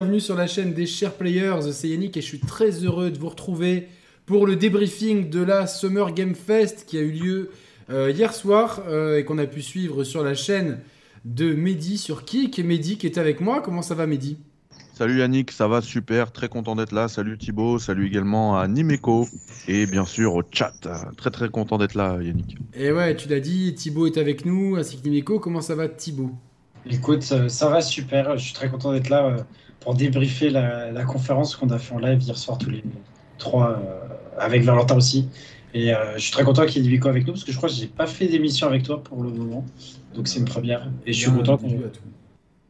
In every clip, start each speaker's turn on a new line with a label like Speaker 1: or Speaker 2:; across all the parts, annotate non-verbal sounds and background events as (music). Speaker 1: bienvenue sur la chaîne des chers players, c'est Yannick et je suis très heureux de vous retrouver pour le débriefing de la Summer Game Fest qui a eu lieu euh, hier soir euh, et qu'on a pu suivre sur la chaîne de Mehdi sur Kik. Et Mehdi qui est avec moi, comment ça va Mehdi
Speaker 2: Salut Yannick, ça va super, très content d'être là. Salut Thibaut, salut également à Nimeco et bien sûr au chat. Très très content d'être là Yannick.
Speaker 1: Et Eh ouais, tu l'as dit, Thibaut est avec nous, ainsi que Nimeco, comment ça va Thibaut
Speaker 3: Écoute, ça, ça va super, je suis très content d'être là euh, pour débriefer la, la conférence qu'on a fait en live hier soir tous les trois, euh, avec Valentin aussi. Et euh, je suis très content qu'il y ait Nimeco avec nous, parce que je crois que j'ai pas fait d'émission avec toi pour le moment, donc c'est une première. Et je suis content qu'on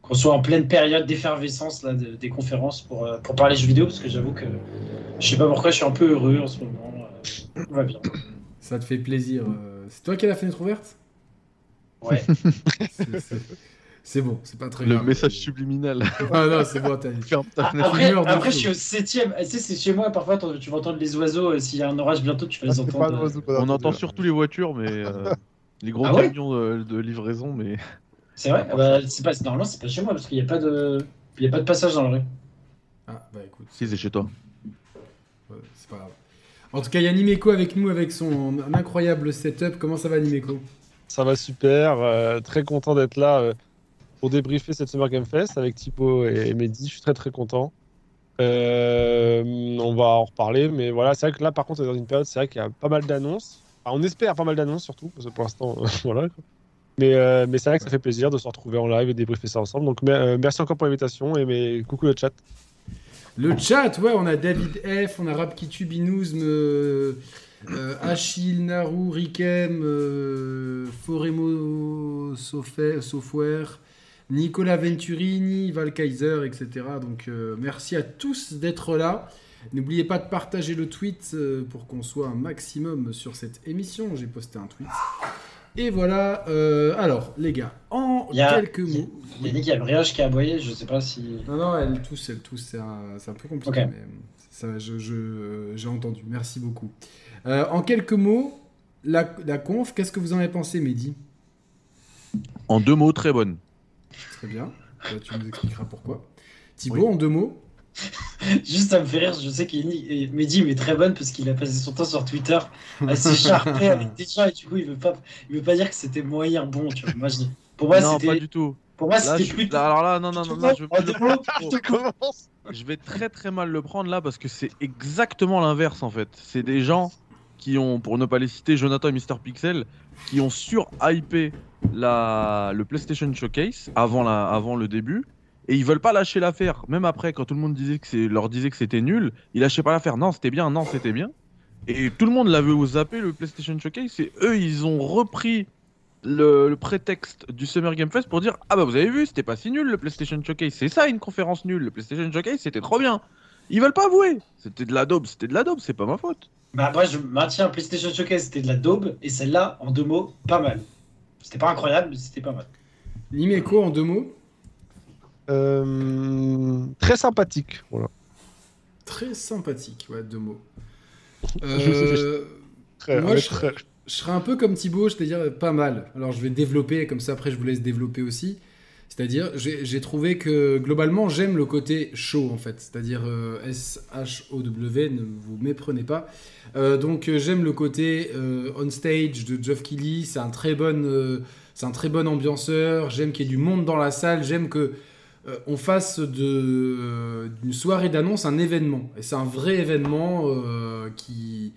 Speaker 3: qu'on soit en pleine période d'effervescence là, de- des conférences pour, euh, pour parler jeux vidéo, parce que j'avoue que je sais pas pourquoi je suis un peu heureux en ce moment. euh, Tout va bien.
Speaker 1: Ça te fait plaisir. euh, C'est toi qui as la fenêtre ouverte
Speaker 4: (laughs)
Speaker 3: Ouais.
Speaker 1: C'est- c'est- C'est bon, c'est pas très
Speaker 2: Le
Speaker 1: grave.
Speaker 2: message (laughs) subliminal.
Speaker 1: Ah non, c'est bon, t'as
Speaker 2: Ferme ta fenêtre.
Speaker 1: une
Speaker 3: Après,
Speaker 1: heure de
Speaker 3: après
Speaker 1: fou.
Speaker 3: je suis au septième. Ah, Tu sais, c'est chez moi, parfois t'en- tu vas entendre les oiseaux. euh, S'il y a un orage bientôt, tu vas les
Speaker 4: Ah, C'est pas hein. un
Speaker 3: entendre. euh,
Speaker 4: oiseau qu'on a
Speaker 2: On entend
Speaker 4: entendu.
Speaker 2: surtout les voitures mais euh, les gros
Speaker 3: Ah ouais
Speaker 2: camions de, de livraison mais
Speaker 3: C'est vrai Ah bah, c'est pas, Normalement, c'est pas chez moi, parce qu'il n'y a, pas de... il y a pas de passage dans la rue.
Speaker 1: Ah bah écoute.
Speaker 2: si c'est chez toi.
Speaker 1: Ouais, c'est pas grave. En tout cas, il y a Nimeco avec nous avec son incroyable setup. Comment ça va, Nimeco
Speaker 4: Ça va super, euh, très content d'être là euh, pour débriefer cette Summer Game Fest avec Thibaut et Mehdi. Je suis très très content. Euh, on va en reparler, mais voilà, c'est vrai que là par contre, on est dans une période, c'est vrai qu'il y a pas mal d'annonces. Enfin, on espère pas mal d'annonces surtout, parce que pour l'instant, (laughs) euh, voilà. quoi. Mais, euh, mais c'est vrai que ça fait plaisir de se retrouver en live et débriefer ça ensemble. Donc mer- euh, merci encore pour l'invitation et mais, coucou le chat.
Speaker 1: Le chat, ouais, on a David F, on a Rapkitu, Binouzme, euh, euh, Achille, Naru, Rikem, euh, Foremo Sofe- Software, Nicolas Venturini, Val Kaiser, etc. Donc euh, merci à tous d'être là. N'oubliez pas de partager le tweet euh, pour qu'on soit un maximum sur cette émission. J'ai posté un tweet. Et voilà, euh, alors les gars, en
Speaker 3: Il y a-
Speaker 1: quelques
Speaker 3: il y a-
Speaker 1: mots.
Speaker 3: Il y a dit qu'il y a le brioche qui a aboyé, je sais pas si. (laughs)
Speaker 1: Non, non, elle tousse, elle tousse, c'est un, c'est un peu compliqué,
Speaker 3: Ok.
Speaker 1: mais ça, je, je, euh, j'ai entendu, merci beaucoup. Euh, en quelques mots, la, la conf, qu'est-ce que vous en avez pensé, Mehdi
Speaker 2: En deux mots très bonne.
Speaker 1: Très bien, Bah, tu nous expliqueras pourquoi. Thibaut,
Speaker 2: Oui.
Speaker 1: en deux mots
Speaker 3: Juste, ça me fait rire. Je sais qu'il et Mehdi mais très bonne parce qu'il a passé son temps sur Twitter à (laughs) s'écharper avec des gens et du coup, il veut pas, il veut pas dire que c'était moyen bon. Tu vois. Moi, je- Pour moi,
Speaker 2: non pas
Speaker 3: c'était
Speaker 2: du tout.
Speaker 3: pour moi,
Speaker 2: Là,
Speaker 3: c'était
Speaker 2: je-
Speaker 3: plutôt.
Speaker 2: là, alors là non non non, non, je,
Speaker 3: En
Speaker 2: je-
Speaker 3: deux mots,
Speaker 4: Ça commence
Speaker 2: je vais très très mal le prendre là parce que c'est exactement l'inverse en fait. C'est des gens qui ont, pour ne pas les citer, Jonathan et Mister Pixel, qui ont sur-hypé la... le PlayStation Showcase avant, la... avant le début. Et ils veulent pas lâcher l'affaire. Même après, quand tout le monde disait que c'est- leur disait que c'était nul, ils lâchaient pas l'affaire. Non, c'était bien, non, c'était bien. Et tout le monde l'avait au zappé, le PlayStation Showcase. Et eux, ils ont repris le, le prétexte du Summer Game Fest pour dire Ah bah vous avez vu, c'était pas si nul le PlayStation Showcase, c'est ça une conférence nulle, le PlayStation Showcase c'était trop bien. Ils veulent pas avouer, c'était de la daube, c'était de la daube, c'est pas ma faute.
Speaker 3: Bah, après, je maintiens PlayStation Showcase, c'était de la daube et celle-là, en deux mots, pas mal. C'était pas incroyable, mais c'était pas mal.
Speaker 1: Limeco, en deux mots
Speaker 4: Euh, très sympathique, voilà.
Speaker 1: Très sympathique, ouais, deux mots.
Speaker 4: Je sais,
Speaker 1: Euh,
Speaker 4: Très,
Speaker 1: Moi, je-
Speaker 4: très-
Speaker 1: je serais un peu comme Thibaut, c'est-à-dire euh, pas mal. Alors je vais développer, comme ça après je vous laisse développer aussi. C'est-à-dire, j'ai j'ai trouvé que globalement, j'aime le côté show en fait. C'est-à-dire euh, S-H-O-W, ne vous méprenez pas. Euh, donc euh, j'aime le côté euh, on stage de Geoff Keighley. C'est un très bon, euh, c'est un très bon ambianceur. J'aime qu'il y ait du monde dans la salle. J'aime que euh, on fasse de euh, d'une soirée d'annonce un événement. Et c'est un vrai événement euh, qui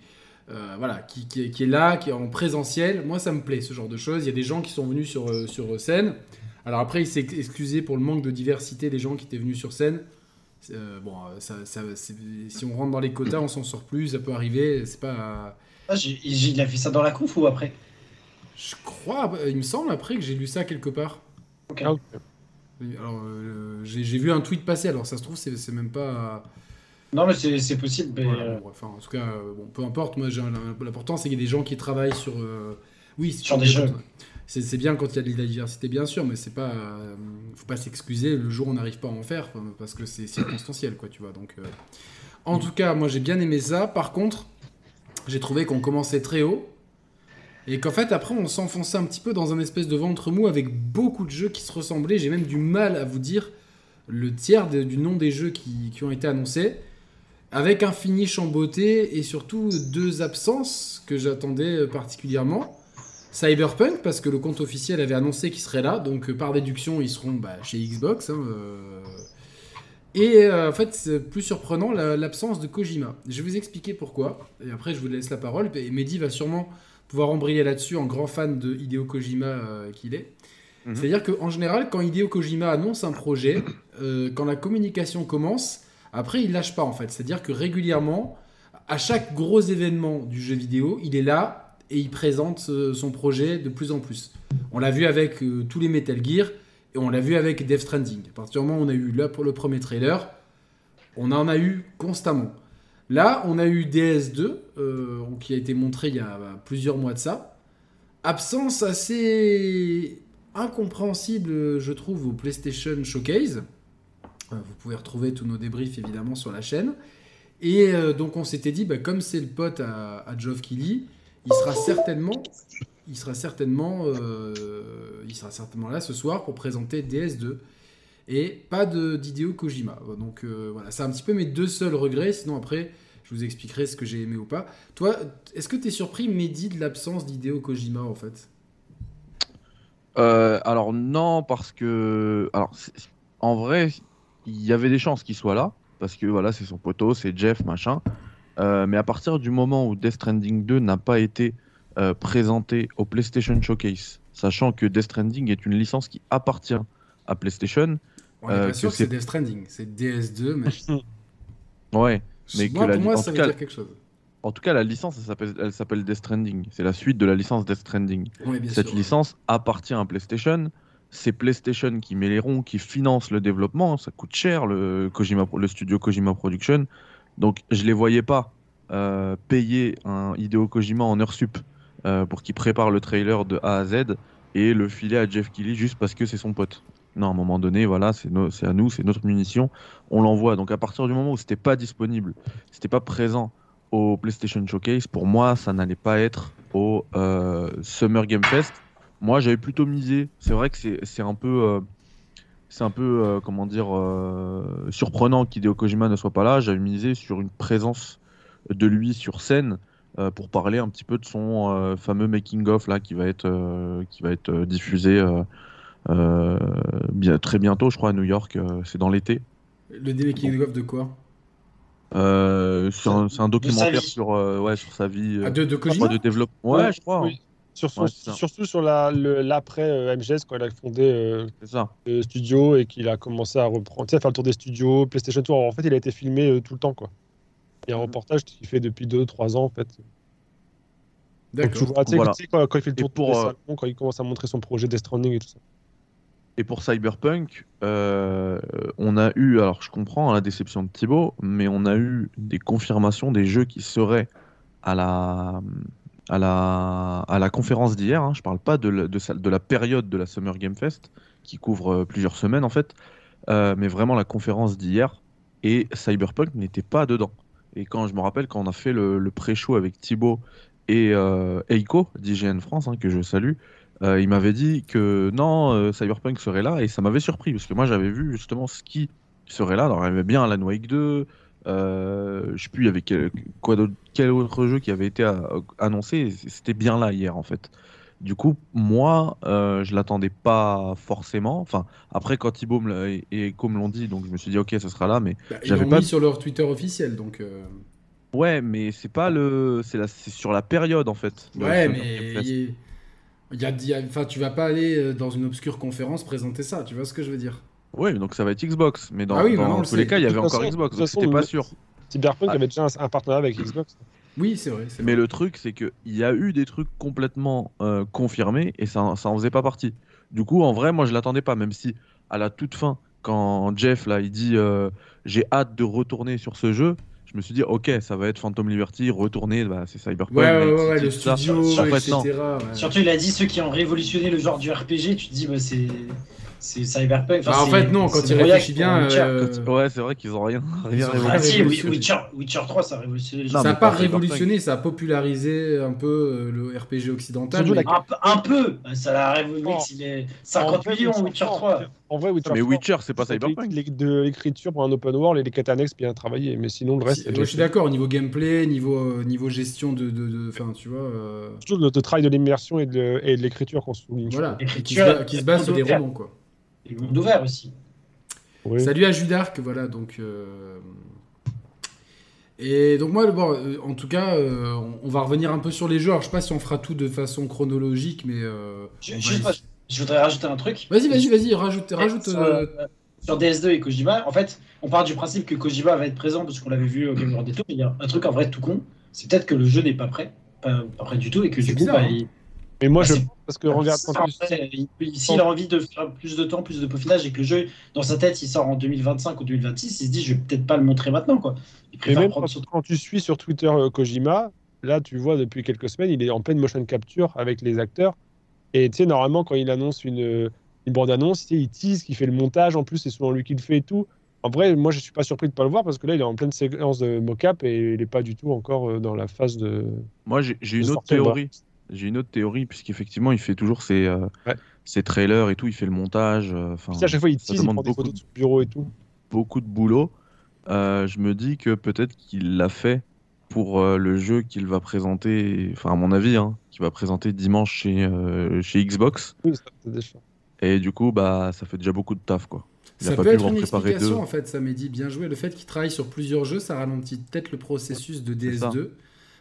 Speaker 1: euh, voilà, qui, qui est- qui est là, qui est en présentiel. Moi, ça me plaît ce genre de choses. Il y a des gens qui sont venus sur, euh, sur scène. Alors après, il s'est excusé pour le manque de diversité des gens qui étaient venus sur scène. Euh, bon, euh, ça, ça- c'est- si on rentre dans les quotas, on s'en sort plus. Ça peut arriver. C'est pas.
Speaker 3: Ah, j'ai- j'ai- il a fait ça dans la conf ou après
Speaker 1: Je crois. euh, Il me semble après que j'ai lu ça quelque part.
Speaker 3: Ok.
Speaker 4: Ah, ok.
Speaker 1: Alors, euh, j'ai j'ai vu un tweet passer. Alors ça se trouve, c'est c'est même pas.
Speaker 3: Non, mais c'est c'est possible. Mais,
Speaker 1: Voilà,
Speaker 3: euh,
Speaker 1: bon, enfin, en tout cas, euh, bon, peu importe. Moi, j'ai un- l'important, c'est qu'il y a des gens qui travaillent sur. euh, Oui, c'est
Speaker 3: Sur des
Speaker 1: bien
Speaker 3: jeux.
Speaker 1: quand- C'est c'est bien quand il y a de la diversité, bien sûr, mais c'est pas. euh, faut pas s'excuser. Le jour, où on n'arrive pas à en faire enfin, parce que c'est circonstanciel, quoi, tu vois. Donc, euh,
Speaker 3: Mm.
Speaker 1: en tout cas, moi, j'ai bien aimé ça. Par contre, j'ai trouvé qu'on commençait très haut. Et qu'en fait, après, on s'enfonçait un petit peu dans un espèce de ventre mou avec beaucoup de jeux qui se ressemblaient. J'ai même du mal à vous dire le tiers de- du nom des jeux qui, qui ont été annoncés, avec un finish en beauté et surtout deux absences que j'attendais euh, particulièrement. Cyberpunk, parce que le compte officiel avait annoncé qu'il serait là, donc euh, par déduction, ils seront bah, chez Xbox. hein, euh. Et euh, en fait, c'est plus surprenant la- l'absence de Kojima. Je vais vous expliquer pourquoi, et après, je vous laisse la parole. Et Mehdi va sûrement pouvoir embrayer là-dessus en grand fan de Hideo Kojima euh, qu'il est.
Speaker 2: Mhm.
Speaker 1: C'est-à-dire qu'en général, quand Hideo Kojima annonce un projet, euh, quand la communication commence, après, il lâche pas en fait. C'est-à-dire que régulièrement, à chaque gros événement du jeu vidéo, il est là et il présente euh, son projet de plus en plus. On l'a vu avec euh, tous les Metal Gear et on l'a vu avec Death Stranding. À partir du moment où on a eu là pour le premier trailer, on en a eu constamment. Là, on a eu DS2, euh, qui a été montré il y a bah, plusieurs mois de ça. Absence assez incompréhensible, euh, je trouve, au PlayStation Showcase. Euh, Vous pouvez retrouver tous nos débriefs, évidemment, sur la chaîne. Et euh, donc, on s'était dit, bah, comme c'est le pote à, à Geoff Keighley, il sera certainement... Il sera, certainement, euh, il sera certainement là ce soir pour présenter DS2 et pas de d'Hideo Kojima. Donc euh, voilà, c'est un petit peu mes deux seuls regrets. Sinon, après, je vous expliquerai ce que j'ai aimé ou pas. Toi, est-ce que tu es surpris, Mehdi, de l'absence d'Hideo Kojima en fait
Speaker 2: Euh, alors non, parce que... Alors, c'est- en vrai, il y avait des chances qu'il soit là, parce que voilà, c'est son poteau, c'est Jeff, machin. Euh, mais à partir du moment où Death Stranding 2 n'a pas été euh, présenté au PlayStation Showcase, sachant que Death Stranding est une licence qui appartient à PlayStation,
Speaker 1: On n'est
Speaker 2: Euh,
Speaker 1: pas sûr
Speaker 2: que
Speaker 1: que c'est
Speaker 2: c'est-
Speaker 1: Death Stranding, c'est DS2, mais,
Speaker 2: ouais, Mais
Speaker 1: (laughs) moi,
Speaker 2: que la-
Speaker 1: pour moi,
Speaker 2: en
Speaker 1: ça veut
Speaker 2: tout cas-
Speaker 1: dire quelque chose.
Speaker 2: En tout cas, la licence, elle s'appelle- elle s'appelle Death Stranding. C'est la suite de la licence Death Stranding.
Speaker 1: Oui, bien
Speaker 2: Cette
Speaker 1: sûr.
Speaker 2: licence appartient à PlayStation. C'est PlayStation qui met les ronds, qui finance le développement. Ça coûte cher, le, Kojima, le studio Kojima Production. Donc, je les voyais pas euh, payer un Hideo Kojima en heure sup euh, pour qu'il prépare le trailer de A à Z et le filer à Jeff Keighley juste parce que c'est son pote. Non, à un moment donné, voilà, c'est no- c'est à nous, c'est notre munition, on l'envoie. Donc, à partir du moment où c'était pas disponible, c'était pas présent au PlayStation Showcase, pour moi, ça n'allait pas être au euh, Summer Game Fest. Moi, j'avais plutôt misé. C'est vrai que c'est c'est un peu, euh, c'est un peu euh, comment dire, euh, surprenant qu'Hideo Kojima ne soit pas là. J'avais misé sur une présence de lui sur scène euh, pour parler un petit peu de son euh, fameux making of là qui va être, euh, qui va être euh, diffusé euh, euh, bien, très bientôt, je crois, à New York. euh, c'est dans l'été.
Speaker 1: Le délai King of de quoi
Speaker 2: Euh, c'est un, c'est un
Speaker 3: vie.
Speaker 2: documentaire sur, euh, ouais, sur sa vie. euh,
Speaker 1: Ah, de, de
Speaker 2: je
Speaker 1: Kojima
Speaker 2: crois, de développement. Ouais, je crois. hein,
Speaker 4: Oui. Sur son-
Speaker 2: Ouais, c'est ça.
Speaker 4: surtout sur la- le- l'après euh, MGS, quand il a fondé euh,
Speaker 2: C'est ça.
Speaker 4: le studio et qu'il a commencé à reprendre, tu sais, à faire le tour des studios, PlayStation Tour. En fait, il a été filmé euh, tout le temps, quoi.
Speaker 2: Mm.
Speaker 4: Il y a un reportage qu'il fait depuis 2-3 ans, en fait. Donc, tu
Speaker 1: D'accord.
Speaker 4: vois, tu sais,
Speaker 2: Voilà.
Speaker 4: tu sais, quand, quand il fait le
Speaker 2: Et
Speaker 4: tour
Speaker 2: pour,
Speaker 4: des
Speaker 2: euh,
Speaker 4: salons, quand il commence à montrer son projet Death Stranding et tout ça.
Speaker 2: Et pour Cyberpunk, euh, on a eu, alors je comprends hein, la déception de Thibaut, mais on a eu des confirmations des jeux qui seraient à la, à la, à la conférence d'hier. hein. Je parle pas de, la- de, sa- de la période de la Summer Game Fest, qui couvre euh, plusieurs semaines en fait, euh, mais vraiment la conférence d'hier. Et Cyberpunk n'était pas dedans. Et quand je me rappelle, quand on a fait le, le pré-show avec Thibaut et euh, Eiko d'IGN France, hein, que je salue, euh, il m'avait dit que non, euh, Cyberpunk serait là, et ça m'avait surpris, parce que moi j'avais vu justement ce qui serait là. Alors il y avait bien Alan Wake 2, euh, je sais plus, il y avait quel, quoi d'autre- quel autre jeu qui avait été a- annoncé, et c'était bien là hier en fait. Du coup, moi, euh, je l'attendais pas forcément. Enfin, après, quand Thibaut me l'a- et, et Echo me l'ont dit, donc je me suis dit, ok, ça sera là, mais
Speaker 1: Bah, ils
Speaker 2: j'avais
Speaker 1: l'ont
Speaker 2: pas-
Speaker 1: mis sur leur Twitter officiel, donc. euh,
Speaker 2: ouais, mais c'est pas le, c'est la- c'est sur la période en fait. de la
Speaker 1: Ouais,
Speaker 2: Summer
Speaker 1: mais.
Speaker 2: Game
Speaker 1: il y
Speaker 2: Fest.
Speaker 1: a- il y a- il y a- Enfin, tu vas pas aller euh, dans une obscure conférence présenter ça, tu vois ce que je veux dire
Speaker 2: Ouais, donc ça va être Xbox, mais dans,
Speaker 1: Ah oui,
Speaker 2: dans
Speaker 1: maintenant, on le
Speaker 2: tous les
Speaker 1: sait.
Speaker 2: cas, il y
Speaker 4: De
Speaker 2: avait
Speaker 4: toute
Speaker 2: encore
Speaker 4: façon- de
Speaker 2: Xbox,
Speaker 4: toute
Speaker 2: donc
Speaker 4: façon,
Speaker 2: c'était pas
Speaker 4: le-
Speaker 2: sûr.
Speaker 4: Cyberpunk
Speaker 2: Ah.
Speaker 4: avait déjà un, un partenariat avec Xbox.
Speaker 1: Oui, c'est vrai. c'est
Speaker 2: Mais le truc, c'est qu'il y a eu des trucs complètement euh, confirmés et ça, ça en faisait pas partie. Du coup, en vrai, moi, je l'attendais pas, même si à la toute fin, quand Jeff, là, il dit euh, j'ai hâte de retourner sur ce jeu, je me suis dit, ok, ça va être Phantom Liberty, retourner, bah, c'est Cyberpunk.
Speaker 1: Ouais, ouais,
Speaker 2: Night
Speaker 1: ouais, ouais,
Speaker 2: City,
Speaker 1: le
Speaker 2: tout ça.
Speaker 1: studio,
Speaker 3: En
Speaker 2: fait,
Speaker 1: etc. ouais.
Speaker 3: Surtout, il a dit ceux qui ont révolutionné le genre du RPG, tu te dis, bah, c'est c'est Cyberpunk. enfin,
Speaker 1: Bah, en
Speaker 3: c'est-
Speaker 1: fait, non, quand
Speaker 3: c'est
Speaker 1: il
Speaker 3: Voyage
Speaker 1: réfléchit
Speaker 3: pour
Speaker 1: bien,
Speaker 3: Witcher.
Speaker 1: euh,
Speaker 2: Quand- Ouais, c'est vrai qu'ils ont rien. (laughs) rien
Speaker 1: ont
Speaker 2: révolutionné.
Speaker 1: rien
Speaker 3: Ah si, Wi-
Speaker 1: révolutionné.
Speaker 3: Witcher, Witcher 3, ça a révolutionné les
Speaker 2: Non,
Speaker 1: ça n'a
Speaker 2: mais
Speaker 1: pas
Speaker 2: pas Cyberpunk.
Speaker 1: révolutionné, ça a popularisé un peu euh, le RPG occidental.
Speaker 4: Surtout
Speaker 1: mais-
Speaker 3: Un, peu- un peu, Bah, ça l'a révolutionné.
Speaker 4: Oh.
Speaker 3: Il est 50
Speaker 4: vrai,
Speaker 3: millions,
Speaker 4: Witcher
Speaker 3: Witcher 3.
Speaker 4: 3. En vrai, Witcher
Speaker 2: Mais
Speaker 4: 3,
Speaker 2: Witcher, c'est pas
Speaker 4: c'est
Speaker 2: Cyberpunk.
Speaker 4: les- De l'écriture pour un open world et les quêtes annexes bien travaillées. Mais sinon, le reste,
Speaker 1: Si- je suis d'accord, niveau gameplay, niveau, euh, niveau gestion de. de, de- Enfin, tu vois. euh,
Speaker 4: surtout le, le travail de l'immersion et de, et de l'écriture qu'on souligne.
Speaker 1: voilà.
Speaker 3: Et puis
Speaker 1: Qui
Speaker 3: tu
Speaker 1: se,
Speaker 3: as-
Speaker 1: ba- qui se base sur des
Speaker 3: Mondover.
Speaker 1: romans, quoi.
Speaker 3: Et monde ouvert aussi.
Speaker 4: Oui.
Speaker 1: Salut à Judark, voilà, donc. euh, Et donc, moi, bon, euh, en tout cas, euh, on, on va revenir un peu sur les jeux. Alors, je sais pas si on fera tout de façon chronologique, mais. euh,
Speaker 3: Je,
Speaker 1: on va
Speaker 3: juste,
Speaker 1: y-
Speaker 3: moi, je voudrais rajouter un truc.
Speaker 1: Vas-y, vas-y, vas-y, rajoute.
Speaker 3: Et
Speaker 1: rajoute
Speaker 3: sur,
Speaker 1: euh,
Speaker 3: euh, sur DS2 et Kojima, en fait, on part du principe que Kojima va être présent parce qu'on l'avait vu au Game World et tout, mais il y a un truc en vrai tout con, c'est peut-être que le jeu n'est pas prêt, pas, pas prêt du tout, et que
Speaker 1: C'est
Speaker 3: du coup,
Speaker 1: bizarre,
Speaker 3: bah,
Speaker 1: hein.
Speaker 3: il-
Speaker 4: Mais moi,
Speaker 3: Bah,
Speaker 4: je
Speaker 3: c'est-
Speaker 4: parce que regarde,
Speaker 3: ça,
Speaker 4: quand tu-
Speaker 3: après, il- il- s'il a envie de faire plus de temps, plus de peaufinage, et que le jeu, dans sa tête, il sort en 2025 ou 2026, il se dit, je vais peut-être pas le montrer maintenant, quoi. Il
Speaker 4: mais
Speaker 3: préfère
Speaker 4: même
Speaker 3: prendre
Speaker 4: quand,
Speaker 3: son temps.
Speaker 4: quand tu suis sur Twitter euh, Kojima, là, tu vois depuis quelques semaines, il est en pleine motion capture avec les acteurs. Et tu sais, normalement, quand il annonce une, euh, une bande-annonce, tu sais, il tease, il fait le montage. En plus, c'est souvent lui qui le fait et tout. En vrai, moi, je suis pas surpris de pas le voir parce que là, il est en pleine séquence de mocap et il est pas du tout encore euh, dans la phase de.
Speaker 2: Moi, j'ai j'ai
Speaker 4: de
Speaker 2: une autre
Speaker 4: sortie, moi.
Speaker 2: théorie. J'ai une autre théorie, puisqu'effectivement, il fait toujours ses, euh,
Speaker 4: Ouais.
Speaker 2: ses trailers et tout, il fait le montage. euh, enfin,
Speaker 4: Tu sais, à chaque fois, il
Speaker 2: ça
Speaker 4: tease, il
Speaker 2: demande
Speaker 4: prend des
Speaker 2: beaucoup
Speaker 4: photos
Speaker 2: de-
Speaker 4: de son bureau et tout.
Speaker 2: beaucoup de boulot. Euh, je me dis que peut-être qu'il l'a fait pour euh, le jeu qu'il va présenter, enfin à mon avis, hein, qu'il va présenter dimanche chez, euh, chez Xbox.
Speaker 4: Oui, ça, c'est des choses.
Speaker 2: Et du coup, bah, ça fait déjà beaucoup de taf, quoi. Il
Speaker 1: Ça
Speaker 2: a pas
Speaker 1: peut
Speaker 2: pu
Speaker 1: être
Speaker 2: en
Speaker 1: une
Speaker 2: préparer
Speaker 1: explication
Speaker 2: deux.
Speaker 1: en fait, ça m'est dit bien joué. Le fait qu'il travaille sur plusieurs jeux, ça ralentit peut-être le processus de
Speaker 2: ça.
Speaker 1: DS2.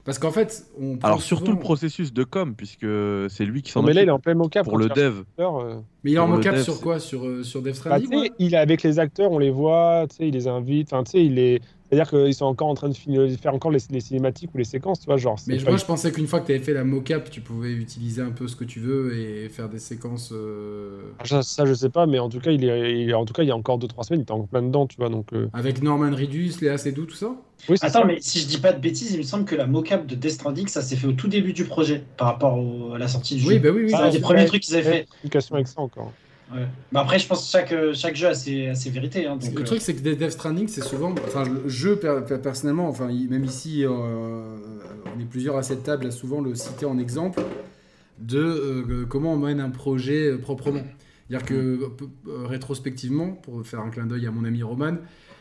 Speaker 1: Parce qu'en fait, on prend
Speaker 2: Alors surtout
Speaker 1: souvent-
Speaker 2: le processus de com, puisque c'est lui qui s'en
Speaker 4: Non, mais là,
Speaker 2: occupe
Speaker 4: il est en plein mocap.
Speaker 2: pour
Speaker 4: quand
Speaker 2: le
Speaker 4: tu regardes
Speaker 2: dev.
Speaker 4: Twitter, euh,
Speaker 1: Mais il est en
Speaker 2: pour le
Speaker 1: mocap
Speaker 2: dev,
Speaker 1: sur
Speaker 2: c'est-
Speaker 1: quoi Sur, euh, sur Death
Speaker 4: Bah,
Speaker 1: Stranding
Speaker 4: tu sais,
Speaker 1: ouais
Speaker 4: il est avec les acteurs, on les voit, tu sais, il les invite, enfin, tu sais, il est. C'est-à-dire qu'ils sont encore en train de finir- faire encore les, les cinématiques ou les séquences, tu vois, genre. c'est
Speaker 1: Mais je-
Speaker 4: pas-
Speaker 1: moi, je pensais qu'une fois que tu avais fait la mocap, tu pouvais utiliser un peu ce que tu veux et faire des séquences. euh,
Speaker 4: ça, ça, je sais pas, mais en tout cas, il est, il est- en tout cas, il y a encore 2-3 semaines, il était en plein dedans, tu vois, donc. euh,
Speaker 1: Avec Norman Reedus, Léa Seydoux, tout ça
Speaker 4: Oui, c'est
Speaker 3: Attends,
Speaker 4: ça.
Speaker 3: mais si je dis pas de bêtises, il me semble que la mocap de Death Stranding, ça s'est fait au tout début du projet, par rapport au- à la sortie du jeu.
Speaker 1: Oui, bah oui, oui.
Speaker 3: C'est
Speaker 4: Ah,
Speaker 1: bien
Speaker 3: un des
Speaker 1: sûr.
Speaker 4: c'est
Speaker 3: premiers
Speaker 4: vrai.
Speaker 3: trucs qu'ils avaient
Speaker 4: Il y a
Speaker 3: fait.
Speaker 4: une communication avec ça encore.
Speaker 3: Ouais. Mais après, je pense que chaque, euh, chaque jeu a ses, a ses vérités. hein, donc,
Speaker 1: le
Speaker 3: euh,
Speaker 1: truc, c'est que Death Stranding, c'est souvent. Enfin, le jeu, per- per- personnellement, enfin, il- même ici, euh, on est plusieurs à cette table à souvent le citer en exemple de euh, comment on mène un projet euh, proprement. C'est-à-dire que, p- euh, rétrospectivement, pour faire un clin d'œil à mon ami Roman,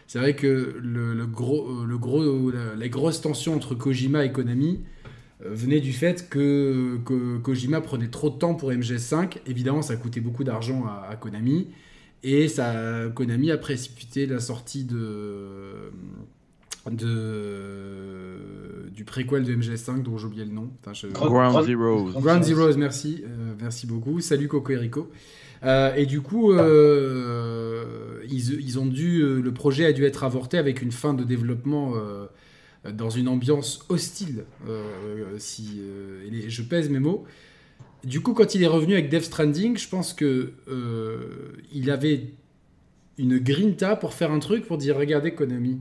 Speaker 1: c'est vrai que le, le gros, euh, le gros, la- les grosses tensions entre Kojima et Konami euh, venaient du fait que, que Kojima prenait trop de temps pour MGS5. Évidemment, ça coûtait beaucoup d'argent à, à Konami. Et ça, Konami a précipité la sortie de, de, du préquel de MGS5, dont j'ai oublié le nom. Putain, je-
Speaker 3: Gro-
Speaker 2: Ground
Speaker 3: Ground-
Speaker 2: Zeroes.
Speaker 1: Ground Zeroes, merci. Euh, merci beaucoup. Salut Coco et Rico. Euh, et du coup, euh, ils, ils ont dû, euh, le projet a dû être avorté avec une fin de développement euh, dans une ambiance hostile. euh, si, euh, et les- je pèse mes mots. Du coup, quand il est revenu avec Death Stranding, je pense que euh, il avait une grinta pour faire un truc pour dire regardez Konami,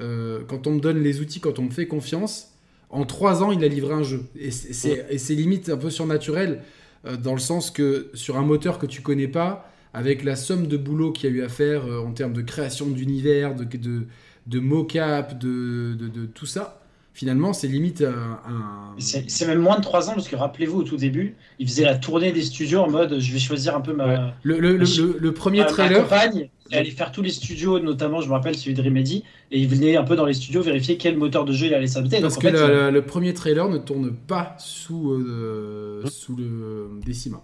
Speaker 1: euh, quand on me donne les outils, quand on me fait confiance, en trois ans, il a livré un jeu. Et c'est- c'est et c'est limite un peu surnaturel, euh, dans le sens que sur un moteur que tu connais pas, avec la somme de boulot qu'il y a eu à faire euh, en termes de création d'univers, de, de, de mocap, de, de, de tout ça, finalement, c'est limite un. un-
Speaker 3: C'est c'est même moins de 3 ans, parce que rappelez-vous, au tout début, il faisait la tournée des studios en mode je vais choisir un peu ma,
Speaker 4: Ouais.
Speaker 3: ma-
Speaker 1: Le, le- le- le- le premier
Speaker 3: Euh, ma
Speaker 1: trailer.
Speaker 3: campagne. Il allait faire tous les studios, notamment, je me rappelle, celui de Remedy, et il venait un peu dans les studios vérifier quel moteur de jeu il allait s'adapter.
Speaker 1: Parce
Speaker 3: Donc, en
Speaker 1: que
Speaker 3: fait, euh,
Speaker 1: la-
Speaker 3: il-
Speaker 1: la- le premier trailer ne tourne pas sous, euh, sous le décima.